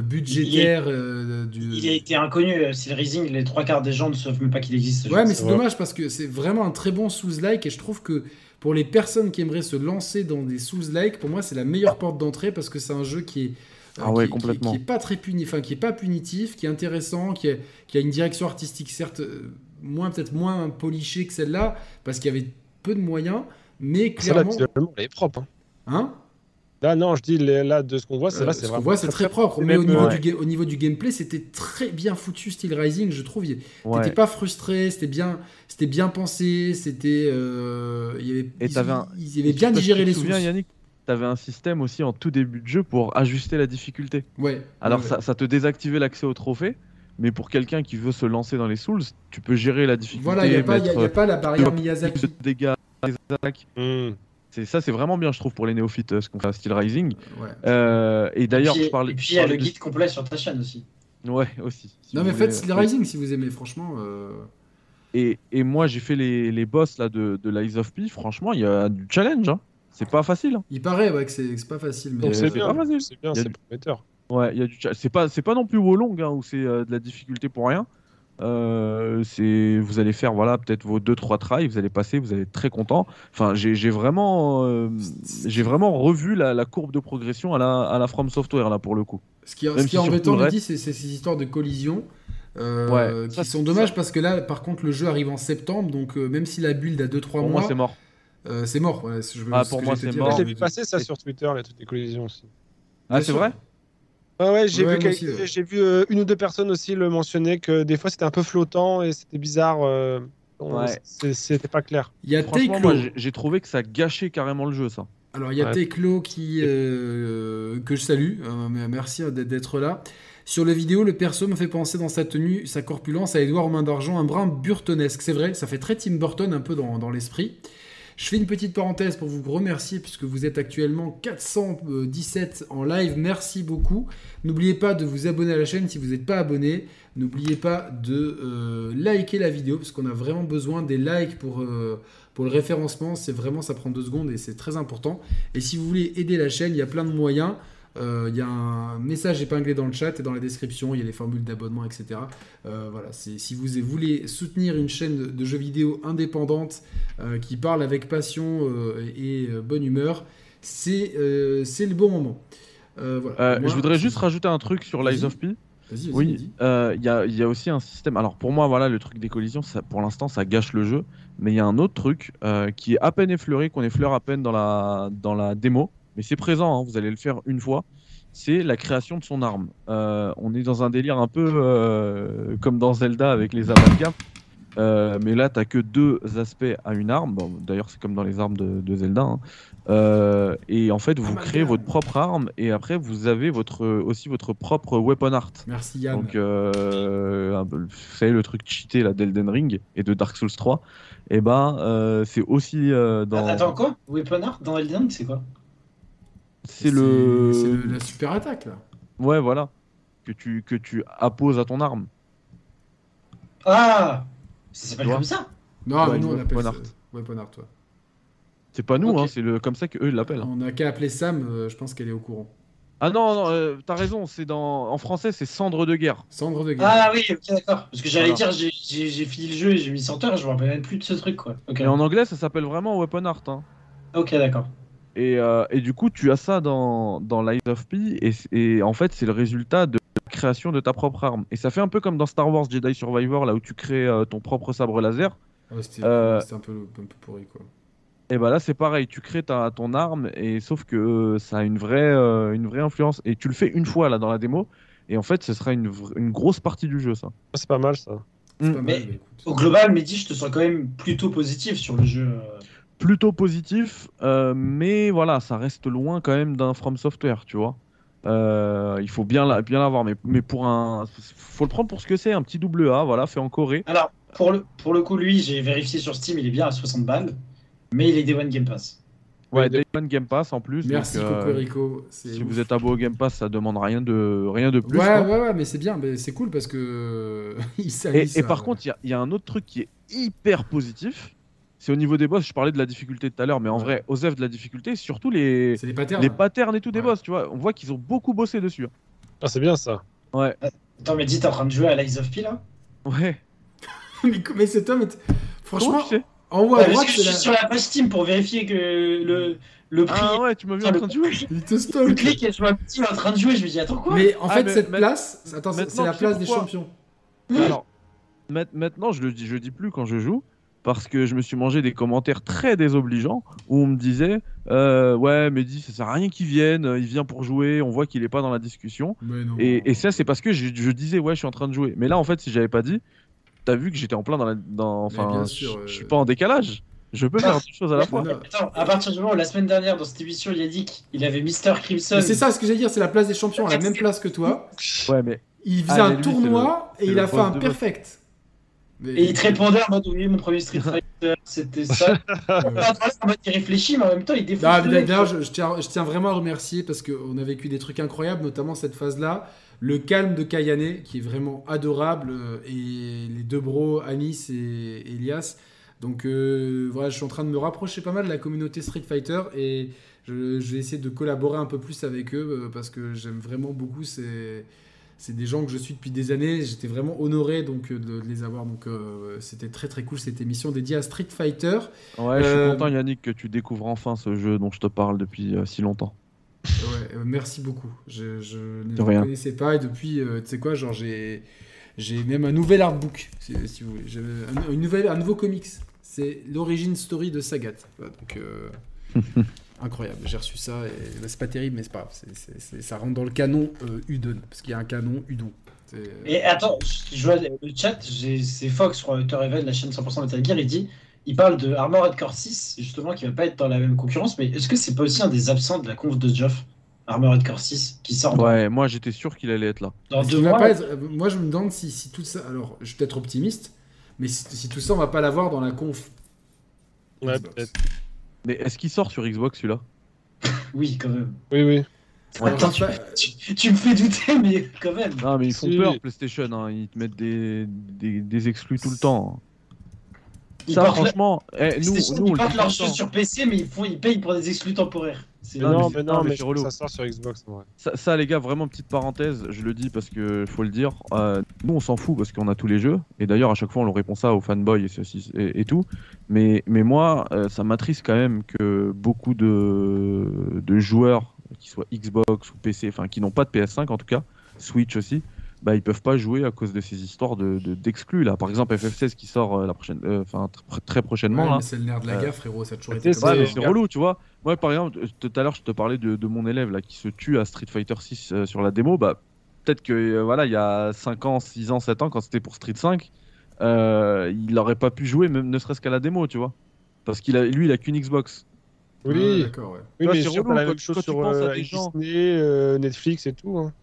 Speaker 1: budgétaires euh, du.
Speaker 3: Il a été inconnu. Si le Rising, les trois quarts des gens ne savent même pas qu'il existe. ce jeu.
Speaker 1: Ouais, mais c'est
Speaker 4: Ouais.
Speaker 1: dommage parce que c'est vraiment un très bon Souls-like et je trouve que pour les personnes qui aimeraient se lancer dans des Souls-like, pour moi, c'est la meilleure porte d'entrée parce que c'est un jeu qui est. euh,
Speaker 2: Ah ouais,
Speaker 1: qui, qui-
Speaker 2: complètement.
Speaker 1: qui est pas très puni, enfin, qui est pas punitif, qui est intéressant, qui, est- qui a une direction artistique certes euh, moins peut-être moins polichée que celle-là parce qu'il y avait peu de moyens, mais
Speaker 4: Celle-là,
Speaker 1: clairement,
Speaker 4: visuellement, elle est propre. hein.
Speaker 1: hein,
Speaker 4: Là, non, je dis, les- là, de ce qu'on voit,
Speaker 1: euh,
Speaker 4: celle-là,
Speaker 1: ce
Speaker 4: c'est
Speaker 1: qu'on
Speaker 4: vraiment.
Speaker 1: voit, c'est très propre. Mais au
Speaker 4: même, euh,
Speaker 1: niveau, du,
Speaker 2: ouais.
Speaker 1: ga- au niveau du gameplay, c'était très bien foutu, Steel Rising, je trouve. Il y a-
Speaker 2: Ouais.
Speaker 1: T'étais pas frustré, c'était bien, c'était bien pensé, c'était, euh, il y avait,
Speaker 2: Et
Speaker 1: ils,
Speaker 2: t'avais un-
Speaker 1: ils avaient bien
Speaker 2: Parce que
Speaker 1: digéré
Speaker 2: tu te
Speaker 1: les
Speaker 2: souviens,
Speaker 1: sources.
Speaker 2: Yannick, t'avais un système aussi en tout début de jeu pour ajuster la difficulté.
Speaker 1: Ouais.
Speaker 2: Alors
Speaker 1: ouais,
Speaker 2: ça, ça te désactivait l'accès au trophée, mais pour quelqu'un qui veut se lancer dans les Souls, tu peux gérer la
Speaker 1: ouais.
Speaker 2: difficulté,
Speaker 1: Voilà, il n'y a, pas- y a-
Speaker 2: mettre
Speaker 1: y a pas la barrière
Speaker 2: plus
Speaker 1: Miyazaki.
Speaker 2: de dégâts, des attaques.
Speaker 4: Hmm.
Speaker 2: C'est ça, c'est vraiment bien, je trouve, pour les néophytes, euh, ce qu'on fait à Steel Rising.
Speaker 1: Ouais.
Speaker 2: Euh, et
Speaker 3: Et
Speaker 2: d'ailleurs,
Speaker 3: puis-
Speaker 2: je parlais.
Speaker 3: Et puis,
Speaker 2: je
Speaker 3: il y a le
Speaker 2: parlais de-
Speaker 3: guide complet sur ta chaîne aussi.
Speaker 2: Ouais, aussi. si
Speaker 1: Non
Speaker 2: vous
Speaker 1: mais
Speaker 2: voulez.
Speaker 1: faites Steel Rising si vous aimez, franchement. euh,
Speaker 2: Et, et moi, j'ai fait les, les boss là de, de Lies of P. Franchement, il y a du challenge. hein. C'est pas facile. hein.
Speaker 1: Il paraît ouais, que c'est que c'est pas facile, mais
Speaker 4: Donc, c'est
Speaker 2: c'est
Speaker 4: bien,
Speaker 2: pas facile.
Speaker 4: c'est bien,
Speaker 2: Il y a
Speaker 4: c'est
Speaker 2: du-
Speaker 4: prometteur.
Speaker 2: Ouais, il y a du challenge. C'est pas, c'est pas non plus Wolong hein, où c'est euh, de la difficulté pour rien. Euh, c'est, vous allez faire voilà peut-être vos deux trois tries, vous allez passer, vous allez être très content. Enfin, j'ai, j'ai vraiment, euh, j'ai vraiment revu la, la courbe de progression à la, à la From Software là pour le coup.
Speaker 1: ce qui, ce
Speaker 2: Même
Speaker 1: qui
Speaker 2: si
Speaker 1: est
Speaker 2: surtout
Speaker 1: embêtant,
Speaker 2: le
Speaker 1: je
Speaker 2: reste-
Speaker 1: dis, c'est c'est ces histoires de collision. euh,
Speaker 2: Ouais,
Speaker 1: qui
Speaker 2: ça,
Speaker 1: sont
Speaker 2: c'est-
Speaker 1: dommages parce que là, par contre, le jeu arrive en septembre, donc euh, même si la build a 2-3
Speaker 2: pour
Speaker 1: mois,
Speaker 2: moi, c'est mort.
Speaker 1: euh, c'est mort. ouais, c'est- je-
Speaker 2: Ah,
Speaker 1: ce
Speaker 2: pour
Speaker 1: que
Speaker 2: moi,
Speaker 1: j'allais te
Speaker 2: c'est
Speaker 1: dire.
Speaker 2: mort.
Speaker 4: J'ai vu passer ça sur Twitter, les trucs des collisions aussi.
Speaker 2: Ah,
Speaker 1: Bien
Speaker 2: c'est
Speaker 1: sûr.
Speaker 2: vrai.
Speaker 4: Ouais, ouais, j'ai
Speaker 1: Ouais,
Speaker 4: vu,
Speaker 1: moi
Speaker 4: quelques-
Speaker 1: aussi, ouais.
Speaker 4: j'ai vu euh, une ou deux personnes aussi le mentionner que des fois c'était un peu flottant et c'était bizarre. euh, on-
Speaker 2: Ouais.
Speaker 4: c'est- C'était pas clair.
Speaker 1: Il y a
Speaker 2: Franchement,
Speaker 1: Take
Speaker 2: moi,
Speaker 1: Law.
Speaker 2: j'ai, j'ai trouvé que ça gâchait carrément le jeu ça.
Speaker 1: Alors, il y a
Speaker 4: Ouais.
Speaker 1: Teclo qui, euh, que je salue. euh, mais merci d'être- d'être là. Sur le vidéo, le perso me fait penser dans sa tenue, sa corpulence à Édouard aux mains d'argent, un brin burtonesque. C'est vrai, ça fait très Tim Burton un peu dans, dans l'esprit. Je fais une petite parenthèse pour vous remercier puisque vous êtes actuellement 417 en live. Merci beaucoup. N'oubliez pas de vous abonner à la chaîne si vous n'êtes pas abonné. N'oubliez pas de euh, liker la vidéo parce qu'on a vraiment besoin des likes pour, euh, pour le référencement. C'est vraiment, ça prend deux secondes et c'est très important. Et si vous voulez aider la chaîne, il y a plein de moyens. Euh, Il y a un message épinglé dans le chat et dans la description. Il y a les formules d'abonnement, etc. Euh, voilà, c'est- si vous voulez soutenir une chaîne de- de jeux vidéo indépendante euh, qui parle avec passion euh, et euh, bonne humeur, c'est euh, c'est le bon moment. Euh, voilà.
Speaker 2: Euh,
Speaker 1: Moi-
Speaker 2: je voudrais juste rajouter un truc sur Lies
Speaker 1: Vas-y.
Speaker 2: of P.
Speaker 1: Vas-y, vas-y,
Speaker 2: Oui,
Speaker 1: vas-y.
Speaker 2: euh, il y, a, il y a aussi un système. Alors pour moi, voilà, le truc des collisions, ça, pour l'instant, ça gâche le jeu. Mais il y a un autre truc euh, qui est à peine effleuré, qu'on effleure à peine dans la, dans la démo. Mais c'est présent, hein, vous allez le faire une fois. C'est la création de son arme. Euh, on est dans un délire un peu euh, comme dans Zelda avec les amalgames. Euh, mais là, t'as que deux aspects à une arme. Bon, D'ailleurs, c'est comme dans les armes de, de Zelda. hein. Euh, et en fait, vous
Speaker 1: Amalgame.
Speaker 2: créez votre propre arme et après, vous avez votre, aussi votre propre weapon art.
Speaker 1: Merci Yann.
Speaker 2: Donc, euh, un peu- vous savez, le truc cheaté là d'Elden Ring et de Dark Souls 3, et ben, euh, c'est aussi euh, dans.
Speaker 3: Ah, Attends, quoi Weapon Art dans Elden Ring, c'est quoi
Speaker 2: c'est le...
Speaker 1: c'est le- la super attaque là.
Speaker 2: Ouais, voilà. Que tu, que tu apposes à ton arme.
Speaker 3: Ah Ça s'appelle
Speaker 2: Tu vois
Speaker 3: comme ça
Speaker 1: Non,
Speaker 2: Ouais,
Speaker 1: mais nous on
Speaker 2: weapon
Speaker 1: appelle ça-
Speaker 2: art.
Speaker 1: weapon art, toi.
Speaker 2: C'est pas nous,
Speaker 3: Ok.
Speaker 2: hein, c'est le... comme ça qu'eux ils l'appellent. hein.
Speaker 1: On n'a qu'à appeler Sam, euh, je pense qu'elle est au courant.
Speaker 2: Ah non, non euh, t'as raison, c'est dans... en français c'est Cendre de guerre.
Speaker 1: Cendre de guerre.
Speaker 3: Ah oui, ok, d'accord. Parce que j'allais
Speaker 2: Voilà.
Speaker 3: dire, j'ai- j'ai j'ai fini le jeu et j'ai mis 100 heures, je me rappelle même plus de ce truc, quoi. Ok,
Speaker 2: Et en anglais ça s'appelle vraiment Weapon Art. hein.
Speaker 3: Ok, d'accord.
Speaker 2: Et, euh, et du coup, tu as ça dans, dans Lies of P, et, c- et en fait, c'est le résultat de la création de ta propre arme. Et ça fait un peu comme dans Star Wars Jedi Survivor, là où tu crées euh, ton propre sabre laser.
Speaker 1: Ouais, C'était
Speaker 2: Euh,
Speaker 1: c'était un, peu, un peu pourri quoi.
Speaker 2: Et bah là, c'est pareil, tu crées ta, ton arme, et sauf que euh, ça a une vraie, euh, une vraie influence. Et tu le fais une fois, là, dans la démo, et en fait, ce sera une, vr- une grosse partie du jeu, ça.
Speaker 4: Ah, C'est pas mal ça.
Speaker 1: C'est
Speaker 2: Mm.
Speaker 1: pas mal,
Speaker 3: Mais-
Speaker 1: mais écoute.
Speaker 3: Au global, Mehdi, je te sens quand même plutôt positif sur le jeu. euh.
Speaker 2: plutôt positif, euh, mais voilà, ça reste loin quand même d'un From Software, tu vois. Euh, il faut bien la- bien l'avoir, mais, mais pour un, faut le prendre pour ce que c'est, un petit double A, voilà, fait en Corée.
Speaker 3: Alors, pour le, pour le coup, lui, j'ai vérifié sur Steam, il est bien à 60 balles, mais il est Day One Game Pass.
Speaker 2: Ouais,
Speaker 4: Oui,
Speaker 2: Day One Game Pass en plus.
Speaker 1: Merci
Speaker 2: donc, euh,
Speaker 1: Cocorico. c'est
Speaker 2: si
Speaker 1: ouf.
Speaker 2: vous êtes abonné au Game Pass, ça demande rien de rien de plus.
Speaker 1: ouais,
Speaker 2: quoi.
Speaker 1: ouais, ouais, mais c'est bien, mais c'est cool parce que euh, (laughs) il salue
Speaker 2: Et, et
Speaker 1: ça,
Speaker 2: par
Speaker 1: ouais.
Speaker 2: contre, il y a- il y, a un autre truc qui est hyper positif. C'est au niveau des boss. Je parlais de la difficulté tout à l'heure, mais en
Speaker 1: Ouais.
Speaker 2: vrai, Osef de la difficulté, surtout les
Speaker 1: c'est les patterns.
Speaker 2: les patterns et tout des
Speaker 1: Ouais.
Speaker 2: boss. Tu vois, on voit qu'ils ont beaucoup bossé dessus.
Speaker 4: Ah, c'est bien ça.
Speaker 2: Ouais,
Speaker 3: Attends, Mehdi, t'es en train de jouer à Lies of P là
Speaker 2: hein. ouais.
Speaker 1: (laughs) mais mais cet homme, est-
Speaker 2: Comment
Speaker 1: franchement,
Speaker 2: tu sais
Speaker 1: en haut
Speaker 3: Ah,
Speaker 1: à
Speaker 3: parce
Speaker 1: droite,
Speaker 3: que je
Speaker 1: c'est
Speaker 3: suis
Speaker 1: la-
Speaker 3: sur la page Steam pour vérifier que le, le prix.
Speaker 2: Ah ouais, tu m'as vu en
Speaker 3: le-
Speaker 2: train de jouer.
Speaker 3: (laughs)
Speaker 1: il te
Speaker 3: Je
Speaker 1: stalk.
Speaker 3: clique et je vois Mehdi en train de jouer, je me dis, attends quoi
Speaker 1: Mais en
Speaker 2: Ah,
Speaker 1: fait,
Speaker 2: mais
Speaker 1: cette
Speaker 2: ma-
Speaker 1: place, attends, c'est c'est
Speaker 2: maintenant,
Speaker 1: la
Speaker 2: je sais
Speaker 1: place des
Speaker 2: pourquoi.
Speaker 1: champions.
Speaker 2: Alors, ma- maintenant, je le dis, je dis plus quand je joue parce que je me suis mangé des commentaires très désobligeants où on me disait euh, ouais mais dis ça sert à rien qu'il vienne, il vient pour jouer, on voit qu'il est pas dans la discussion.
Speaker 1: Mais non.
Speaker 2: Et, et ça c'est parce que je, je disais ouais je suis en train de jouer. Mais là en fait si j'avais pas dit, t'as vu que j'étais en plein dans la, dans,
Speaker 1: Mais bien
Speaker 2: enfin
Speaker 1: sûr,
Speaker 2: je-
Speaker 1: euh.
Speaker 2: je suis pas en décalage, je
Speaker 1: (laughs)
Speaker 2: peux faire deux choses à la fois.
Speaker 1: Voilà.
Speaker 3: Attends, à partir du moment où la semaine dernière dans cette émission, il a dit qu'il avait Mister Crimson.
Speaker 1: Mais C'est ça ce que j'allais dire, c'est la place des champions, à la même place que toi.
Speaker 2: Ouais mais
Speaker 1: Il faisait
Speaker 2: Ah, mais
Speaker 1: un
Speaker 2: lui,
Speaker 1: tournoi
Speaker 2: c'est
Speaker 1: et il
Speaker 2: le
Speaker 1: a fait
Speaker 2: boss
Speaker 1: un
Speaker 2: de boss.
Speaker 1: perfect. Mais-
Speaker 3: Et il te répondait en mode oui, mon premier Street Fighter, c'était
Speaker 1: (laughs)
Speaker 3: ça.
Speaker 1: Ouais.
Speaker 3: Attends, en mode il réfléchit, mais en même temps il défonce.
Speaker 1: Non, mais
Speaker 3: le mec,
Speaker 1: Bah, d'ailleurs,
Speaker 3: quoi.
Speaker 1: je, je tiens, je tiens vraiment à remercier parce qu'on a vécu des trucs incroyables, notamment cette phase-là. Le calme de Kayane, qui est vraiment adorable, euh, et les deux bros, Anis et Elias. Donc euh, voilà, je suis en train de me rapprocher pas mal de la communauté Street Fighter et je, je vais essayer de collaborer un peu plus avec eux euh, parce que j'aime vraiment beaucoup. C'est, c'est des gens que je suis depuis des années. J'étais vraiment honoré donc, euh, de, de les avoir. Donc euh, c'était très très cool cette émission dédiée à Street Fighter.
Speaker 2: ouais je suis
Speaker 1: Euh,
Speaker 2: content Yannick que tu découvres enfin ce jeu dont je te parle depuis euh, si longtemps.
Speaker 1: Ouais, euh, merci beaucoup. Je, je ne
Speaker 2: De
Speaker 1: le
Speaker 2: rien.
Speaker 1: connaissais pas et depuis, euh, tu sais quoi, genre j'ai j'ai même un nouvel artbook, si, si vous voulez. J'ai un, une nouvelle, un nouveau comics. C'est l'origine story de Sagat. Voilà, donc euh,
Speaker 2: (laughs)
Speaker 1: incroyable. J'ai reçu ça et bah, c'est pas terrible, mais c'est pas grave. C'est- c'est- c'est- ça rentre dans le canon euh, Udon parce qu'il y a un canon Udon. C'est- euh,
Speaker 3: Et attends, je je vois le chat, j'ai- c'est Fox, je crois, Auteur Even, la chaîne 100% Metal Gear, il dit il parle de Armored Core 6, justement, qui va pas être dans la même concurrence, mais est-ce que c'est pas aussi un des absents de la conf de Geoff Armored Core 6 qui sort dans-
Speaker 2: Ouais, moi j'étais sûr qu'il allait être là.
Speaker 3: dans
Speaker 1: Est-ce
Speaker 3: deux
Speaker 1: qu'il va
Speaker 3: mois
Speaker 1: pas être- euh, Moi, je me demande si, si tout ça. Alors, je suis peut-être optimiste, mais si, si tout ça, on va pas l'avoir dans la conf.
Speaker 4: Ouais,
Speaker 1: Xbox.
Speaker 4: peut-être.
Speaker 2: Mais est-ce qu'il sort sur Xbox celui-là
Speaker 3: Oui, quand même.
Speaker 4: Oui, oui.
Speaker 1: Alors,
Speaker 3: Attends,
Speaker 1: je
Speaker 3: tu,
Speaker 1: sais pas,
Speaker 3: tu- tu me fais douter, mais quand même.
Speaker 2: Non, mais ils font
Speaker 4: Si.
Speaker 2: peur PlayStation, hein, ils te mettent des, des, des exclus tout le temps. hein.
Speaker 3: Ils
Speaker 2: Ça,
Speaker 3: portent la-
Speaker 2: franchement, eh, nous,
Speaker 3: PlayStation,
Speaker 2: nous, on
Speaker 3: ils
Speaker 2: le
Speaker 3: portent
Speaker 2: dit
Speaker 3: leurs
Speaker 2: tout le
Speaker 3: jeux
Speaker 2: temps.
Speaker 3: sur PC, mais ils, font, ils payent pour des exclus temporaires. C'est-
Speaker 4: Non,
Speaker 2: Non, mais
Speaker 4: mais
Speaker 2: c'est-
Speaker 4: non,
Speaker 2: non, mais
Speaker 4: mais
Speaker 2: c'est
Speaker 4: je trouve
Speaker 2: relou.
Speaker 4: que ça sort sur Xbox. en vrai.
Speaker 2: Ça, ça, les gars, vraiment petite parenthèse, je le dis parce que faut le dire, euh, nous on s'en fout parce qu'on a tous les jeux, et d'ailleurs à chaque fois on leur répond ça aux fanboys et, ceci- et, et tout, mais, mais moi euh, ça m'attriste quand même que beaucoup de, de joueurs, qui soient Xbox ou PC, enfin qui n'ont pas de PS5 en tout cas, Switch aussi, bah ils peuvent pas jouer à cause de ces histoires de- de- d'exclus là. Par exemple FF16 qui sort euh, la prochaine, euh, enfin tr- très prochainement
Speaker 1: Ouais,
Speaker 2: là.
Speaker 1: mais C'est le nerf de la
Speaker 2: Euh,
Speaker 1: guerre, frérot. Ça a toujours
Speaker 4: c'est
Speaker 1: été comme
Speaker 4: ça,
Speaker 1: ça.
Speaker 2: Ouais, mais
Speaker 4: les
Speaker 2: c'est
Speaker 4: gars.
Speaker 2: relou, tu vois. Moi, par exemple, euh, tout à l'heure, je te parlais de, de mon élève là qui se tue à Street Fighter 6 sur la démo. Bah, peut-être que euh, voilà, il y a 5 ans, 6 ans, 7 ans, quand c'était pour Street 5, euh, il n'aurait pas pu jouer, même ne serait-ce qu'à la démo, tu vois. Parce qu'il a, lui, il a qu'une Xbox.
Speaker 1: Ah Ouais,
Speaker 4: Oui,
Speaker 1: D'accord, ouais.
Speaker 4: oui
Speaker 2: Là,
Speaker 4: mais
Speaker 2: c'est
Speaker 4: sûr,
Speaker 2: relou,
Speaker 4: la
Speaker 2: quand-
Speaker 4: même chose
Speaker 2: quand tu
Speaker 4: sur
Speaker 2: penses à
Speaker 4: euh,
Speaker 2: des
Speaker 4: avec
Speaker 2: gens.
Speaker 4: Disney, euh, Netflix et tout. hein.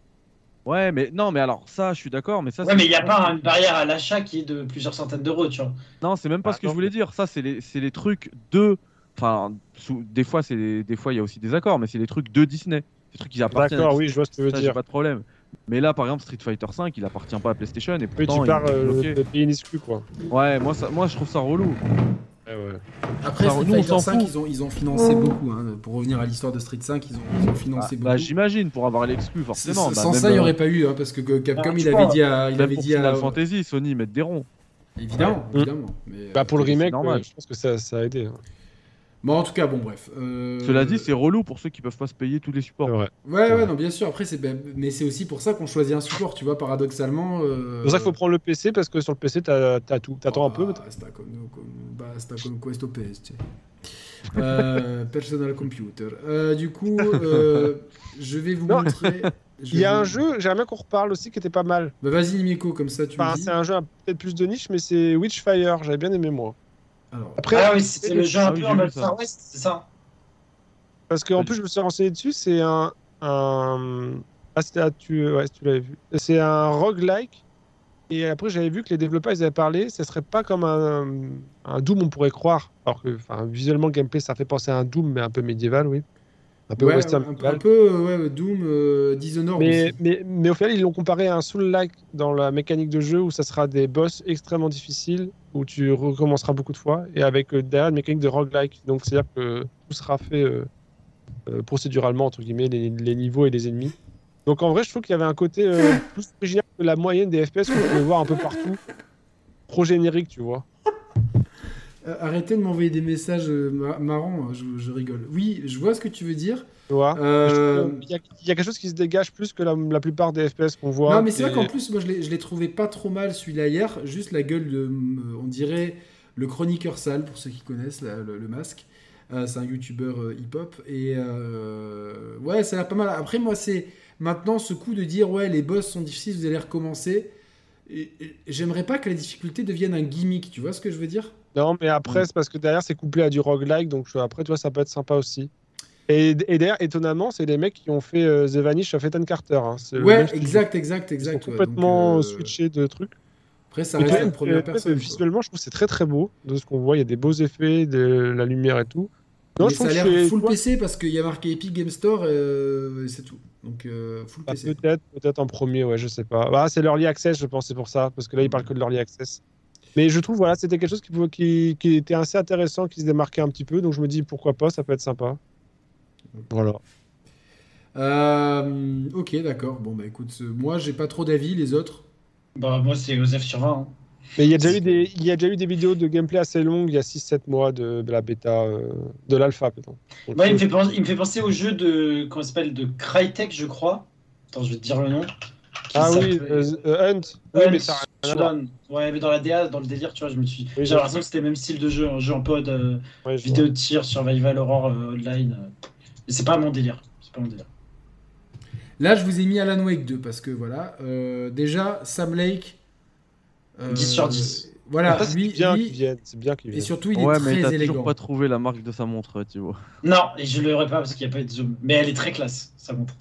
Speaker 2: Ouais, mais non, mais alors ça, je suis d'accord, mais ça.
Speaker 3: Ouais,
Speaker 2: c'est-
Speaker 3: mais il n'y a pas une barrière à l'achat qui est de plusieurs centaines d'euros, tu vois.
Speaker 2: Non, c'est même pas
Speaker 4: Ah,
Speaker 2: ce que
Speaker 4: non,
Speaker 2: je voulais dire. Ça, c'est les, c'est les trucs de. Enfin, sous- des fois, c'est des fois, il y a aussi des accords, mais c'est les trucs de Disney. Des trucs qui appartiennent. à
Speaker 4: D'accord, oui, je vois ce que tu veux
Speaker 2: Ah, Ça, j'ai
Speaker 4: dire.
Speaker 2: pas de problème. Mais là, par exemple, Street Fighter 5, il appartient pas à PlayStation et
Speaker 4: Oui,
Speaker 2: pourtant
Speaker 4: tu
Speaker 2: il
Speaker 4: pars
Speaker 2: est
Speaker 4: euh,
Speaker 2: bloqué.
Speaker 4: de payer une exclue, quoi.
Speaker 2: Ouais, moi, ça, moi, je trouve ça relou.
Speaker 4: Ouais, ouais.
Speaker 2: Bah,
Speaker 1: Après,
Speaker 2: Enfin,
Speaker 1: Street
Speaker 2: nous, on
Speaker 1: Fighter
Speaker 2: s'en
Speaker 1: 5,
Speaker 2: fout.
Speaker 1: ils ont, ils ont financé beaucoup. hein. Pour revenir à l'histoire de Street 5, ils ont, ils ont
Speaker 2: Bah,
Speaker 1: financé
Speaker 2: bah,
Speaker 1: beaucoup.
Speaker 2: j'imagine pour avoir l'exclu forcément.
Speaker 1: S-
Speaker 2: Bah,
Speaker 1: Sans
Speaker 2: même,
Speaker 1: ça, il n'y
Speaker 2: euh,
Speaker 1: aurait pas eu, hein, parce que que Capcom,
Speaker 3: Ah, tu
Speaker 1: il avait
Speaker 3: crois,
Speaker 1: dit à. Il
Speaker 2: même
Speaker 1: avait
Speaker 2: pour
Speaker 1: dit
Speaker 2: Final
Speaker 1: à...
Speaker 2: Fantasy, Sony mettent des ronds.
Speaker 1: Évidemment,
Speaker 4: Mm.
Speaker 1: évidemment. Mais, euh,
Speaker 4: Bah, pour le
Speaker 2: c'est
Speaker 4: remake,
Speaker 2: normal.
Speaker 4: ouais, je pense que ça, ça a aidé. hein.
Speaker 1: bon, en tout cas, bon, bref. euh,
Speaker 2: Cela dit, c'est relou pour ceux qui peuvent pas se payer tous les supports.
Speaker 4: C'est vrai.
Speaker 1: Ouais, ouais, non, bien sûr. Après, c'est ben, mais c'est aussi pour ça qu'on choisit un support, tu vois, paradoxalement. euh,
Speaker 4: C'est pour ça qu'il faut prendre le PC parce que sur le PC, t'as t'as tout. T'attends un peu. mais
Speaker 1: Ah, Basta con, con- basta con questo peste. Euh, personal computer. Euh, du coup, euh, je vais vous
Speaker 4: Non. (laughs)
Speaker 1: montrer. je
Speaker 4: Il y
Speaker 1: vais
Speaker 4: a
Speaker 1: vous-
Speaker 4: un jeu, j'aimerais bien qu'on reparle aussi, qui était pas mal.
Speaker 1: Bah, Vas-y, Miko, comme ça, tu me
Speaker 4: Enfin,
Speaker 1: dis.
Speaker 4: c'est un jeu un- peut-être plus de niche, mais c'est Witchfire, j'avais bien aimé moi.
Speaker 1: Alors,
Speaker 4: Après,
Speaker 3: ah oui, c'est le jeu
Speaker 2: Ah
Speaker 3: un
Speaker 2: oui,
Speaker 3: peu
Speaker 2: j'ai
Speaker 3: en
Speaker 2: vu
Speaker 3: mode
Speaker 2: ça.
Speaker 3: Far West, c'est ça
Speaker 4: parce qu'en
Speaker 2: Salut.
Speaker 4: plus, je me suis renseigné dessus, c'est un. un... Ah, c'était- ah, tu, ouais, tu l'avais vu. C'est un roguelike. Et après, j'avais vu que les développeurs, ils avaient parlé, ça serait pas comme un, un Doom, on pourrait croire. Alors que enfin, visuellement, le gameplay, ça fait penser à un Doom, mais un peu médiéval, oui. Un peu
Speaker 1: ouais,
Speaker 4: western.
Speaker 1: un, peu-
Speaker 4: médiéval.
Speaker 1: un peu euh, ouais, Doom, euh, Dishonored.
Speaker 4: Mais,
Speaker 1: aussi.
Speaker 4: mais, mais au final, ils l'ont comparé à un Soul-like dans la mécanique de jeu où ça sera des boss extrêmement difficiles, où tu recommenceras beaucoup de fois, et avec euh, derrière une mécanique de roguelike. Donc c'est-à-dire que tout sera fait euh, euh, procéduralement, entre guillemets, les, les niveaux et les ennemis. Donc en vrai, je trouve qu'il y avait un côté euh, plus original que la moyenne des FPS qu'on pouvait voir un peu partout. Trop générique, tu vois.
Speaker 1: Euh, Arrêtez de m'envoyer des messages euh, mar- marrants, hein, je, je rigole. Oui, je vois ce que tu veux dire.
Speaker 4: Tu vois
Speaker 1: Euh,
Speaker 4: Ah, Je trouve qu'il y a- Il y a quelque chose qui se dégage plus que la, la plupart des FPS qu'on voit.
Speaker 1: Non, mais c'est vrai
Speaker 4: Et-
Speaker 1: qu'en plus, moi, je l'ai- je l'ai trouvé pas trop mal celui-là hier. Juste la gueule de, euh, on dirait, le chroniqueur sale, pour ceux qui connaissent là, le, le masque. Euh, c'est un youtubeur euh, hip-hop. Et euh, ouais, ça a l'air pas mal. Après, moi, c'est maintenant ce coup de dire, ouais, les boss sont difficiles, vous allez recommencer. Et- et J'aimerais pas que la difficulté devienne un gimmick, tu vois ce que je veux dire
Speaker 4: Non, mais après,
Speaker 2: Mm.
Speaker 4: c'est parce que derrière, c'est couplé à du roguelike, donc je- après, tu vois, ça peut être sympa aussi. Et, et d'ailleurs, étonnamment, c'est les mecs qui ont fait euh, The Vanish of Ethan Carter. hein. C'est le
Speaker 1: Ouais,
Speaker 4: même studio.
Speaker 1: exact, exact,
Speaker 4: Ils sont
Speaker 1: exact. ouais, donc,
Speaker 4: complètement
Speaker 1: euh,
Speaker 4: switchés de trucs.
Speaker 1: Après, ça
Speaker 4: Et
Speaker 1: reste
Speaker 4: même,
Speaker 1: la première
Speaker 4: euh,
Speaker 1: personne.
Speaker 4: même
Speaker 1: quoi.
Speaker 4: visuellement, je trouve que c'est très très beau. De ce qu'on voit, il y a des beaux effets, de la lumière et tout. Non,
Speaker 1: Mais
Speaker 4: je
Speaker 1: ça
Speaker 4: trouve
Speaker 1: a
Speaker 4: que
Speaker 1: l'air
Speaker 4: c'est-
Speaker 1: full
Speaker 4: tu vois,
Speaker 1: PC parce qu'il y a marqué Epic Game Store, euh, c'est tout. Donc, euh, full
Speaker 4: bah,
Speaker 1: PC.
Speaker 4: peut-être, peut-être en premier, ouais, je sais pas. Bah, c'est l'early access, je pense, c'est pour ça, parce que là, ils parlent que de l'early access. Mais je trouve, voilà, c'était quelque chose qui, pouvait- qui, qui était assez intéressant, qui se démarquait un petit peu, donc je me dis pourquoi pas, ça peut être sympa. Voilà.
Speaker 1: Euh, ok, d'accord. Bon, bah écoute, euh, moi j'ai pas trop d'avis, les autres.
Speaker 3: Bah, moi, c'est Joseph sur 20. hein.
Speaker 4: Mais il y, a déjà eu des, il y a déjà eu des vidéos de gameplay assez longues il y a 6-7 mois de, de la bêta, euh, de l'alpha, pardon. Donc,
Speaker 3: Moi, il me
Speaker 4: euh,
Speaker 3: fait penser, il me fait penser au jeu de. Comment il s'appelle De Crytek, je crois. Attends, je vais te dire le nom. Qui
Speaker 4: Ah oui,
Speaker 3: s'appelle-
Speaker 4: euh, euh, Hunt. Oui, mais ça- rien à voir.
Speaker 3: Showdown. Ouais, mais dans la DA, dans le délire, tu vois, je me suis.
Speaker 4: Oui,
Speaker 3: J'ai l'impression que c'était le même style de jeu, un jeu en pod, euh,
Speaker 4: ouais, je
Speaker 3: vidéo de tir, survival horror euh, online. euh. Mais c'est pas mon délire. C'est pas mon délire.
Speaker 1: Là, je vous ai mis Alan Wake 2 parce que voilà. euh, déjà, Sam Lake. euh,
Speaker 3: 10 sur 10.
Speaker 1: Voilà,
Speaker 4: Après, c'est
Speaker 1: lui,
Speaker 4: bien
Speaker 1: lui-
Speaker 4: qu'ils viennent, c'est bien qu'ils
Speaker 1: et
Speaker 4: viennent.
Speaker 1: surtout, il
Speaker 2: ouais,
Speaker 1: est
Speaker 2: mais t'as
Speaker 1: très
Speaker 2: toujours
Speaker 1: élégant.
Speaker 2: pas trouvé la marque de sa montre, tu vois.
Speaker 3: Non, et je ne l'aurais pas parce qu'il n'y a pas eu de zoom. Mais elle est très classe, sa montre.